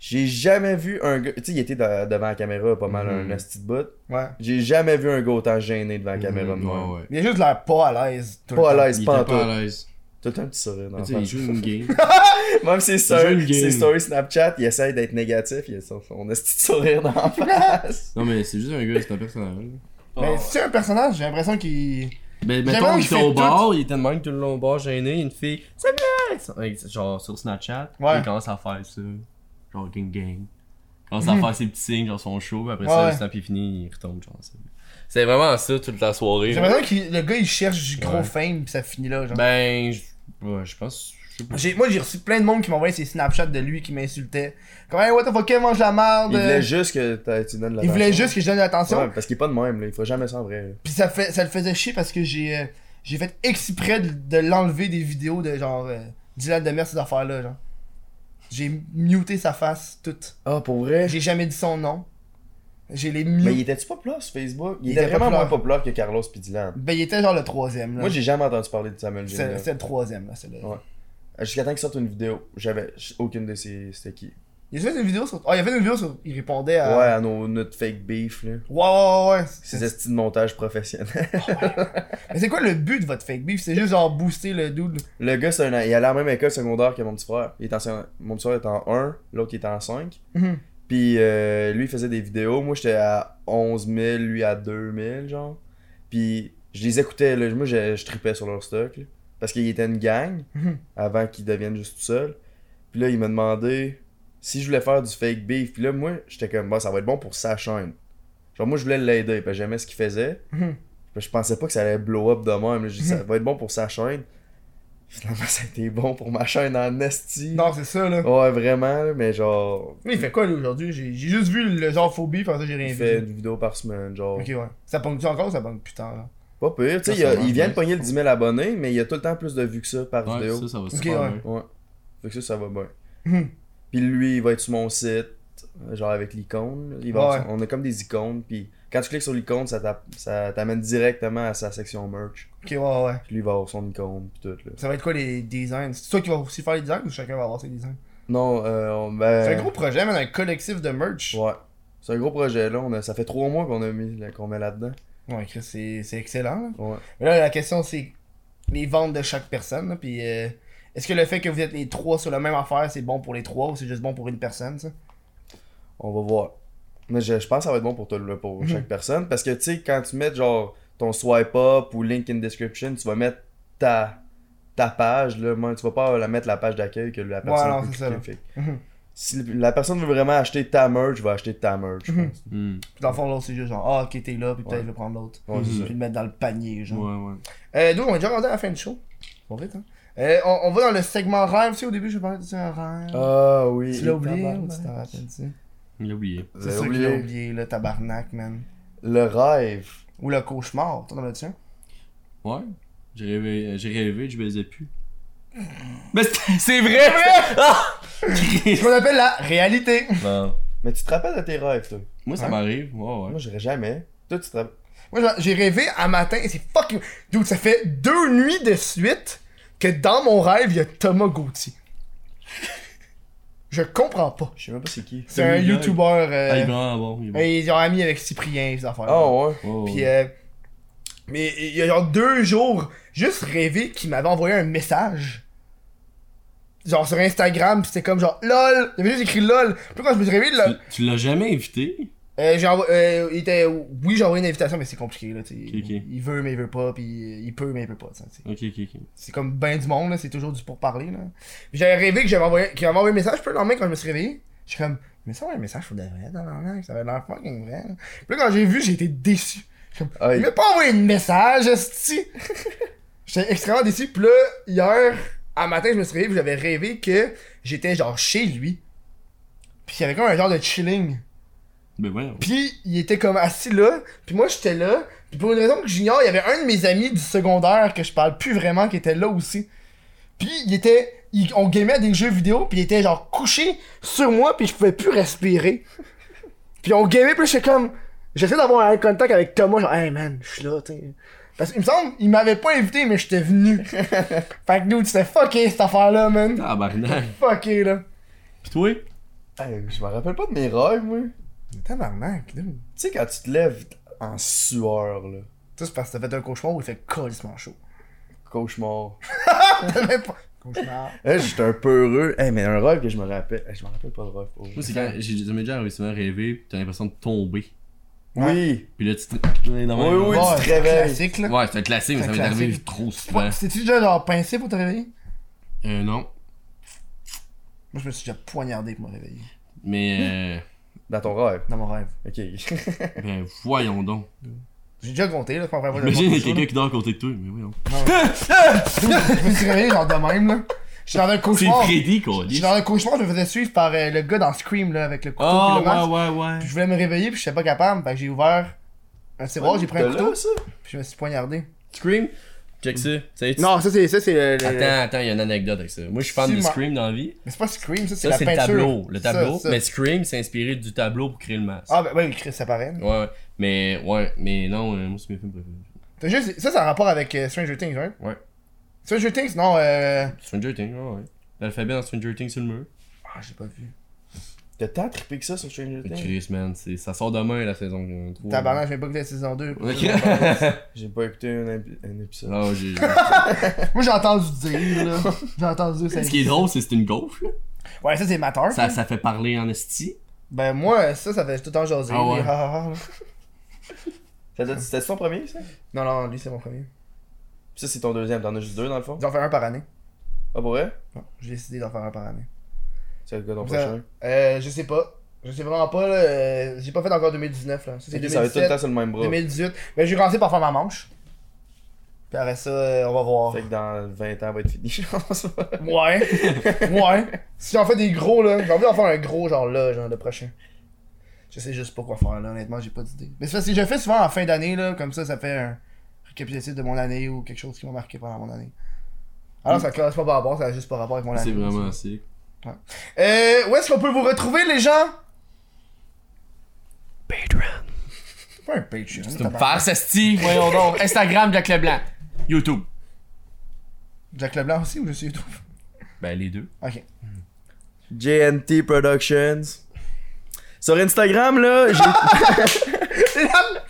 Speaker 3: J'ai jamais vu un gars. Tu sais, il était de- devant la caméra pas mal
Speaker 2: Mm-hmm.
Speaker 3: un asti de bout.
Speaker 1: Ouais.
Speaker 3: J'ai jamais vu un gars autant gêné devant la caméra. de moi.
Speaker 2: Ouais, ouais.
Speaker 1: Il a juste l'air pas à l'aise. tout le
Speaker 3: Pas
Speaker 1: temps.
Speaker 3: à
Speaker 2: Il
Speaker 3: l'aise,
Speaker 2: était
Speaker 3: pas en tout.
Speaker 2: pas à l'aise.
Speaker 3: Tout le temps, un petit sourire. dans
Speaker 2: Tu
Speaker 3: la
Speaker 2: sais, il
Speaker 3: face.
Speaker 2: joue une game.
Speaker 3: Même ses
Speaker 2: joue une
Speaker 3: stories,
Speaker 2: game.
Speaker 3: ses stories Snapchat, il essaye d'être négatif. Il a son, son asti de sourire dans la face.
Speaker 2: Non, mais c'est juste un gars, c'est un personnage.
Speaker 1: Mais c'est un personnage, j'ai l'impression qu'il.
Speaker 2: Ben,
Speaker 1: J'avais
Speaker 2: mettons,
Speaker 1: un
Speaker 2: il
Speaker 1: qui
Speaker 2: était
Speaker 1: fait
Speaker 2: au
Speaker 1: tout.
Speaker 2: bar, il était de même tout le long au bar, gêné, une fille, ça va! Genre, sur Snapchat,
Speaker 1: Ouais.
Speaker 2: il commence à faire ça. Genre, gang gang. Il commence à faire ses petits signes, genre son show, puis après
Speaker 1: Ouais.
Speaker 2: ça, le snap est fini, il retombe, genre ça. C'est vraiment ça toute la soirée.
Speaker 1: J'ai l'impression que le gars il cherche du gros
Speaker 2: Ouais.
Speaker 1: fame pis ça finit là. Genre.
Speaker 2: Ben, je ouais, je pense. je sais pas.
Speaker 1: J'ai- moi j'ai reçu plein de monde qui m'envoyait ces snapshots de lui qui m'insultait. Comme hey, what the fuck, mange la merde.
Speaker 3: Il voulait
Speaker 1: euh,
Speaker 3: juste que t'a- tu donnes de la
Speaker 1: Il voulait
Speaker 3: passion.
Speaker 1: juste que je donne de l'attention.
Speaker 3: Ouais, parce qu'il est pas de même, là. Il ferait jamais ça en vrai.
Speaker 1: Puis ça, fait, ça le faisait chier parce que j'ai euh, j'ai fait exprès de, de l'enlever des vidéos de genre euh, Dylan de ces affaires-là. genre. J'ai muté sa face toute.
Speaker 3: Ah, pour vrai?
Speaker 1: J'ai jamais dit son nom. J'ai les
Speaker 3: Mais Ben, il
Speaker 1: mute.
Speaker 3: était-tu populaire sur Facebook? Il,
Speaker 1: Il
Speaker 3: était,
Speaker 1: était
Speaker 3: vraiment
Speaker 1: populaire.
Speaker 3: moins populaire que Carlos puis Dylan.
Speaker 1: Ben, il était genre le troisième. Là.
Speaker 3: Moi, j'ai jamais entendu parler de Samuel
Speaker 1: C'est
Speaker 3: Gendel.
Speaker 1: c'est le troisième, là, celui-là.
Speaker 3: Ouais. Jusqu'à temps qu'il sorte une vidéo, j'avais j- aucune de ces. C'était qui?
Speaker 1: Il a fait une vidéo sur. Oh, il a fait une vidéo sur. Il répondait à.
Speaker 3: Ouais, à nos, notre fake beef, là.
Speaker 1: Ouais, ouais, ouais, ouais.
Speaker 3: Ces
Speaker 1: Euh. C'est-
Speaker 3: esti de montage professionnel.
Speaker 1: Mais c'est quoi le but de votre fake beef C'est juste genre booster le dude.
Speaker 3: Le gars, c'est un, il est à la même école secondaire que mon petit frère. Il est en, secondaire- mon petit frère est en 1, l'autre il est en 5.
Speaker 1: Mhm.
Speaker 3: Puis euh, lui, il faisait des vidéos. Moi, j'étais à 11 000, lui à 2 000, genre. Puis je les écoutais, là. Moi, je, je tripais sur leur stock, là. Parce qu'il était une gang
Speaker 1: Mhm.
Speaker 3: avant qu'ils deviennent juste tout seuls. Puis là, il m'a demandé si je voulais faire du fake beef. Puis là, moi, j'étais comme, bah, ça va être bon pour sa chaîne. Genre, moi, je voulais l'aider, parce que j'aimais ce qu'il faisait.
Speaker 1: Mhm.
Speaker 3: Puis Je pensais pas que ça allait blow up de même. là. J'ai dit, ça va être bon pour sa chaîne. Finalement, ça a été bon pour ma chaîne en esti.
Speaker 1: Non, c'est ça, là.
Speaker 3: Ouais, vraiment, là, mais genre,
Speaker 1: Mais il fait quoi, lui, aujourd'hui J'ai j'ai juste vu le genre faux beef, parce que j'ai rien
Speaker 3: il
Speaker 1: vu.
Speaker 3: fait une vidéo par semaine, genre.
Speaker 1: Ok, ouais. Ça pogne-tu encore ou ça pogne plus tard, là
Speaker 3: Pas pire, tu sais,
Speaker 2: Ça,
Speaker 3: il, y a-
Speaker 2: ça marche
Speaker 3: il vient
Speaker 2: bien.
Speaker 3: de pogner le 10 000 abonnés, mais il y a tout le temps plus de vues que ça par
Speaker 2: Ouais,
Speaker 3: vidéo.
Speaker 2: ça, ça va
Speaker 1: Ok,
Speaker 2: super
Speaker 1: ouais.
Speaker 2: bien.
Speaker 3: Ouais. Fait que ça, ça va bien.
Speaker 1: Mhm.
Speaker 3: Puis lui, il va être sur mon site, euh, genre avec l'icône. Il va-
Speaker 1: Ouais.
Speaker 3: On a comme des icônes, puis quand tu cliques sur l'icône, ça t'app- ça t'amène directement à sa section merch.
Speaker 1: Ok, ouais, ouais.
Speaker 3: Puis lui, il va avoir son icône, puis tout, là.
Speaker 1: Ça va être quoi les designs C'est toi qui vas aussi faire les designs ou chacun va avoir ses designs
Speaker 3: Non, euh, on- ben...
Speaker 1: C'est un gros projet, man, un collectif de merch.
Speaker 3: Ouais. C'est un gros projet, là. On a- Ça fait trois mois qu'on a mis là, qu'on met là-dedans.
Speaker 1: Ouais, Chris, c'est c'est excellent, là.
Speaker 3: Ouais.
Speaker 1: Mais là, la question, c'est les ventes de chaque personne, là, puis euh, Est-ce que le fait que vous êtes les trois sur la même affaire, c'est bon pour les trois ou c'est juste bon pour une personne, ça?
Speaker 3: On va voir. Mais je, je pense que ça va être bon pour, tout le- pour
Speaker 1: Mhm.
Speaker 3: chaque personne. Parce que, tu sais, quand tu mets genre ton swipe up ou link in description, tu vas mettre ta, ta page. Là, Moi, tu vas pas la mettre la page d'accueil que la personne
Speaker 1: non,
Speaker 3: peut
Speaker 1: c'est ça,
Speaker 3: cliquer. Fait que
Speaker 1: Mhm.
Speaker 3: Si la personne veut vraiment acheter ta merch, va acheter ta merch. je
Speaker 1: Mhm.
Speaker 3: pense.
Speaker 2: Hmm.
Speaker 1: Puis dans le fond, l'autre, c'est juste genre, ah, ok, t'es là, puis peut-être je vais prendre l'autre.
Speaker 3: Ouais, c'est
Speaker 1: Puis le mettre dans le panier, genre.
Speaker 2: Ouais, ouais.
Speaker 1: Euh, donc, on est déjà rendu à la fin du show. On vite, hein. Euh, on, on va dans le segment rêve, tu sais, au début, je parlais de ça, rêve.
Speaker 3: Ah oui.
Speaker 1: tu l'as oublié, ou
Speaker 3: tabarnak.
Speaker 1: tu t'en rappelles, tu sais.
Speaker 2: Il l'a oublié.
Speaker 3: Vous
Speaker 1: C'est
Speaker 3: avez
Speaker 1: ça qu'il
Speaker 3: oublié.
Speaker 1: a oublié, le tabarnak, man.
Speaker 3: Le rêve.
Speaker 1: Ou le cauchemar, t'en as-tu un?
Speaker 2: Ouais. J'ai rêvé, j'ai rêvé, que je baisais plus. Mais c'est c'est vrai! Ah!
Speaker 1: Ce qu'on appelle la réalité.
Speaker 2: Non.
Speaker 3: Mais tu te rappelles de tes rêves, toi
Speaker 2: Ah! Moi, ça
Speaker 1: Hein?
Speaker 2: m'arrive. Ouais,
Speaker 3: Moi,
Speaker 2: ouais.
Speaker 3: j'aurais jamais. Toi, tu te rappelles.
Speaker 1: Moi, genre, j'ai rêvé un matin, et c'est fucking. Dude, ça fait deux nuits de suite que dans mon rêve, il y a Thomas Gauthier. je comprends pas.
Speaker 3: Je sais même pas c'est qui.
Speaker 1: C'est un
Speaker 2: Demi-gag.
Speaker 1: YouTuber.
Speaker 2: Ah, il est
Speaker 1: Euh,
Speaker 2: vraiment bon. Il est bon.
Speaker 1: et ils ont ami avec Cyprien, ces affaires.
Speaker 3: Ah ouais.
Speaker 2: Ouais, ouais.
Speaker 1: Puis, euh, mais il y a genre deux jours, juste rêvé qu'il m'avait envoyé un message. Genre sur Instagram, pis c'était comme genre LOL! Il avait juste écrit LOL! Puis quand je me suis réveillé, là,
Speaker 2: Tu- Tu l'as jamais invité?
Speaker 1: euh, j'ai envo- euh, il était. Oui, j'ai envoyé une invitation, mais c'est compliqué, là, tu sais.
Speaker 2: Ok, ok.
Speaker 1: Il veut, mais il veut pas, pis il peut, mais il peut pas, tu sais, tu sais.
Speaker 2: Ok, ok, ok.
Speaker 1: C'est comme ben du monde, là, c'est toujours du pourparler, là. Puis J'avais rêvé que j'avais envoyé, qu'il m'avait envoyé un message, puis le lendemain, quand je me suis réveillé, j'ai comme, mais ça, un message, faut de vrai, dans l'an, ça avait l'air fucking vrai, là. Puis là, quand j'ai vu, j'ai été déçu.
Speaker 3: Ah,
Speaker 1: Il
Speaker 3: il-
Speaker 1: m'a pas envoyé de message, esti! J'étais extrêmement déçu. Puis là, hier, à matin, je me suis réveillé, puis j'avais rêvé que j'étais genre chez lui. Puis il y avait comme un genre de chilling.
Speaker 2: Ben ouais.
Speaker 1: Puis il était comme assis là, puis moi j'étais là. Puis pour une raison que j'ignore, il y avait un de mes amis du secondaire que je parle plus vraiment qui était là aussi. Puis il était. il- on gamait à des jeux vidéo, puis il était genre couché sur moi, puis je pouvais plus respirer. puis on gamait, puis là, j'étais comme. J'essaie d'avoir un eye contact avec Thomas, genre, hey man, je suis là, tu sais. Parce qu'il me semble, il m'avait pas invité, mais j'étais venu. fait que nous, c'était fucké cette affaire-là, man.
Speaker 2: Tabarnak.
Speaker 1: Fucké, là.
Speaker 2: Pis toi?
Speaker 3: Hey, je me rappelle pas de mes rêves, moi.
Speaker 1: Tabarnak, dude.
Speaker 3: Tu sais, quand tu te lèves en sueur, là,
Speaker 1: Ça, c'est parce que t'as fait un cauchemar où il fait colissement chaud.
Speaker 3: cauchemar.
Speaker 1: T'avais pas. Cauchemar.
Speaker 3: Hey, J'étais un peu heureux. Hey, mais un rêve que Eh, je me rappelle. Hey, je me rappelle pas de rêve. Oh. pour vrai.
Speaker 2: Moi, c'est quand j'ai ça m'est déjà arrivé souvent rêvé, pis t'as l'impression de tomber.
Speaker 3: Oui,
Speaker 2: Puis là, tu te. Ouais,
Speaker 3: oui, oui,
Speaker 1: Ouais,
Speaker 3: tu te réveilles.
Speaker 1: classique, là.
Speaker 2: Ouais, c'est un classique, mais
Speaker 1: C'est
Speaker 2: ça
Speaker 1: un
Speaker 2: m'est arrivé
Speaker 1: classique.
Speaker 2: trop souvent.
Speaker 1: C'est-tu déjà genre pincé pour te réveiller?
Speaker 2: Euh, non.
Speaker 1: Moi, je me suis déjà poignardé pour me réveiller.
Speaker 2: Mais.
Speaker 3: Dans ton rêve.
Speaker 1: Dans mon rêve.
Speaker 3: Ok.
Speaker 2: Euh, ben, voyons donc.
Speaker 1: J'ai déjà compté, là, c'est pas la première fois que je
Speaker 2: Imagine, il y a
Speaker 1: raconte ça, là.
Speaker 2: quelqu'un qui dort à côté de toi. Mais voyons.
Speaker 1: Je me suis réveillé genre de même, là. J'étais dans un
Speaker 2: C'est
Speaker 1: cauchemar.
Speaker 2: Freddy, qu'on
Speaker 1: J'étais
Speaker 2: dit.
Speaker 1: dans un cauchemar, je me faisais suivre par euh, le gars dans Scream, là, avec le couteau
Speaker 13: Ah,
Speaker 2: Oh,
Speaker 1: puis le masque.
Speaker 2: ouais, ouais, ouais.
Speaker 1: Puis je voulais me réveiller, puis j'étais pas capable. Fait que j'ai ouvert un tiroir, j'ai pris un
Speaker 3: De
Speaker 1: couteau,
Speaker 3: là, ça?
Speaker 1: puis je me suis poignardé.
Speaker 13: Scream? Check ça. C'est-
Speaker 14: Non, ça c'est ça c'est le- le-
Speaker 1: euh,
Speaker 13: Attends, attends, il y a une anecdote avec ça. Moi, je suis fan de
Speaker 1: Sûrement.
Speaker 13: Scream dans la vie.
Speaker 1: Mais c'est pas Scream, ça, c'est
Speaker 13: Ça,
Speaker 1: la
Speaker 13: c'est le
Speaker 1: peinture.
Speaker 13: tableau. Le
Speaker 1: Ça,
Speaker 13: tableau.
Speaker 1: ça.
Speaker 13: Mais Scream s'est inspiré du tableau pour créer le masque.
Speaker 1: Ah, ben oui, Chris, ça paraît.
Speaker 13: Ouais, ouais. Mais, ouais, mais non, euh, moi, c'est mes films préférés.
Speaker 1: T'as juste... Ça, c'est en rapport avec euh, Stranger Things, right?
Speaker 13: Ouais.
Speaker 1: Stranger Things, non, euh.
Speaker 13: Stranger Things, ouais, ouais. L'alphabet dans Stranger Things sur le mur.
Speaker 1: Ah, j'ai pas vu.
Speaker 3: T'as tant trippé que ça sur Stranger
Speaker 13: Mais
Speaker 3: Things?
Speaker 13: Chris, man, c'est- ça sort demain la saison euh, 3.
Speaker 1: Tabarnak, j'ai pas écouté la saison 2.
Speaker 13: Ok.
Speaker 3: J'ai pas écouté un, épi- un épisode.
Speaker 13: Non, j'ai-
Speaker 1: Moi, j'ai entendu dire, là. J'ai entendu dire, ça.
Speaker 2: Ce qui est drôle, c'est que c'est une gaufre. là.
Speaker 1: Ouais, ça, c'est mateur.
Speaker 2: Ça, ça fait parler en esti.
Speaker 1: Ben, moi, ça, ça fait tout le temps jaser.
Speaker 2: Ah ouais.
Speaker 1: les ha, ha, ha, là.
Speaker 3: Ça doit- C'était ton premier, ça?
Speaker 1: Non, non, lui, c'est mon premier.
Speaker 3: Puis ça, c'est ton deuxième. T'en as juste deux, dans le fond?
Speaker 1: J'en fais un par année.
Speaker 3: Ah, pour vrai?
Speaker 1: Bon, j'ai décidé d'en faire un par année.
Speaker 3: C'est le gars ton
Speaker 1: Vous
Speaker 3: prochain.
Speaker 1: Euh, je sais pas. Je sais vraiment pas, là. euh, J'ai pas fait encore 2019, là. Ça, c'est
Speaker 3: Ok, Ça va être tout
Speaker 1: 2017,
Speaker 3: le temps sur le même bras.
Speaker 1: 2018. Mais j'ai commencé par faire ma manche. Puis après ça, euh, on va voir.
Speaker 3: Fait que dans 20 ans, va être fini, je pense.
Speaker 1: Ouais. ouais. Si j'en fais des gros, là, j'ai envie d'en faire un gros, genre là, genre le prochain. Je sais juste pas quoi faire, là, honnêtement, j'ai pas d'idée. Mais c'est parce que je le fais souvent en fin d'année, là, comme ça, ça fait un récapitulatif de mon année ou quelque chose qui m'a marqué pendant mon année. Alors, ça classe pas par rapport, ça a juste pas rapport avec mon année.
Speaker 2: C'est vraiment sick.
Speaker 1: Euh, où est-ce qu'on peut vous retrouver, les gens? Patreon. Pas un Patreon. tabarnak.
Speaker 2: Farce esti, voyons donc. Instagram, Jack Leblanc. YouTube.
Speaker 1: Jack Leblanc aussi ou je suis tout?
Speaker 2: Ben, les deux.
Speaker 1: Ok.
Speaker 3: JNT Productions. Sur Instagram, là, j'ai-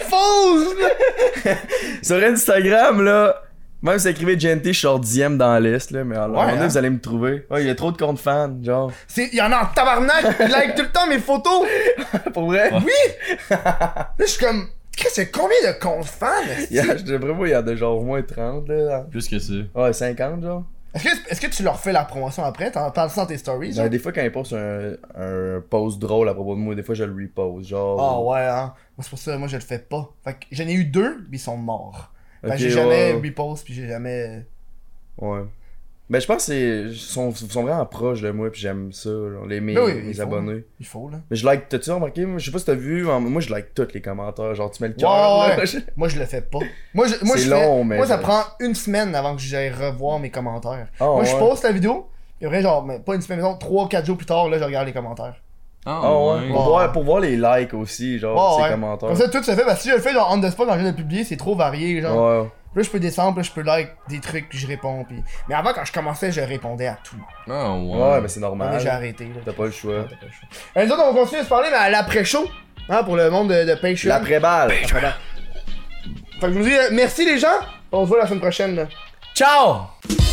Speaker 1: Fausse!
Speaker 3: sur Instagram, là, même si vous écrivez JNT, je suis genre dixième dans la liste, là, mais alors,
Speaker 1: Ouais, hein.
Speaker 3: vous allez me trouver. Ouais, il y a trop de comptes fans, genre.
Speaker 1: C'est- Il y en a en tabarnak, il like tout le temps mes photos!
Speaker 3: Pour vrai?
Speaker 1: Là, je suis comme. Qu'est-ce que c'est combien de comptes fans?
Speaker 3: Il y a, je devrais voir, il y en a de genre au moins 30, là.
Speaker 2: Plus que ça.
Speaker 3: Ouais, 50, genre.
Speaker 1: Est-ce que, est-ce que tu leur fais la promotion après? T'en parles sans tes stories?
Speaker 3: Genre,
Speaker 1: genre?
Speaker 3: Ben, des fois, quand ils postent un, un post drôle à propos de moi, des fois, je le repose, genre.
Speaker 1: Ah ouais, hein. Moi, c'est pour ça, moi, je le fais pas. Fait que j'en ai eu deux, puis ils sont morts. Fait que Ben,
Speaker 3: Ok,
Speaker 1: j'ai jamais
Speaker 3: ouais.
Speaker 1: repost, puis j'ai jamais.
Speaker 3: Ouais. Ben, je pense que c'est- ils sont, ils sont vraiment proches de moi, puis j'aime ça, genre, les, mes,
Speaker 1: Ben oui,
Speaker 3: mes
Speaker 1: il faut.
Speaker 3: abonnés.
Speaker 1: Il faut, là.
Speaker 3: Mais je like, t'as-tu remarqué, moi, je sais pas si t'as vu, en- moi, je like tous les commentaires, genre, tu mets le
Speaker 1: Ouais,
Speaker 3: cœur,
Speaker 1: ouais.
Speaker 3: là, je-
Speaker 1: Moi, je le fais pas. Moi, je, moi,
Speaker 3: C'est
Speaker 1: je
Speaker 3: long,
Speaker 1: fais-
Speaker 3: mais-
Speaker 1: Moi, ça prend une semaine avant que j'aille revoir mes commentaires.
Speaker 3: Ah,
Speaker 1: moi, je
Speaker 3: ouais.
Speaker 1: poste la vidéo, et après, genre, mais pas une semaine, mettons, 3-4 jours plus tard, là, je regarde les commentaires.
Speaker 2: Ah,
Speaker 3: Ah ouais.
Speaker 2: ouais.
Speaker 3: Pour,
Speaker 1: Ouais.
Speaker 3: voir, pour voir les likes aussi, genre,
Speaker 1: Ouais,
Speaker 3: ces
Speaker 1: ouais.
Speaker 3: commentaires.
Speaker 1: Comme ça, tout se fait, parce que si je le fais, genre, on the spot, quand je viens de publier, c'est trop varié, genre.
Speaker 3: ouais.
Speaker 1: Là, je peux descendre, puis là, je peux like des trucs, puis je réponds, puis... Mais avant, quand je commençais, je répondais à tout.
Speaker 2: Ah, ouais.
Speaker 3: Ouais, mais c'est
Speaker 1: Là, j'ai
Speaker 3: normal.
Speaker 1: arrêté, là.
Speaker 3: T'as pas le choix.
Speaker 1: Euh, nous autres, on va continuer de se parler, mais à l'après-show, hein, pour le monde de, de Patreon.
Speaker 3: L'après-balle.
Speaker 1: Fait que je vous dis, euh, merci les gens, on se voit la semaine prochaine, là.
Speaker 2: Ciao!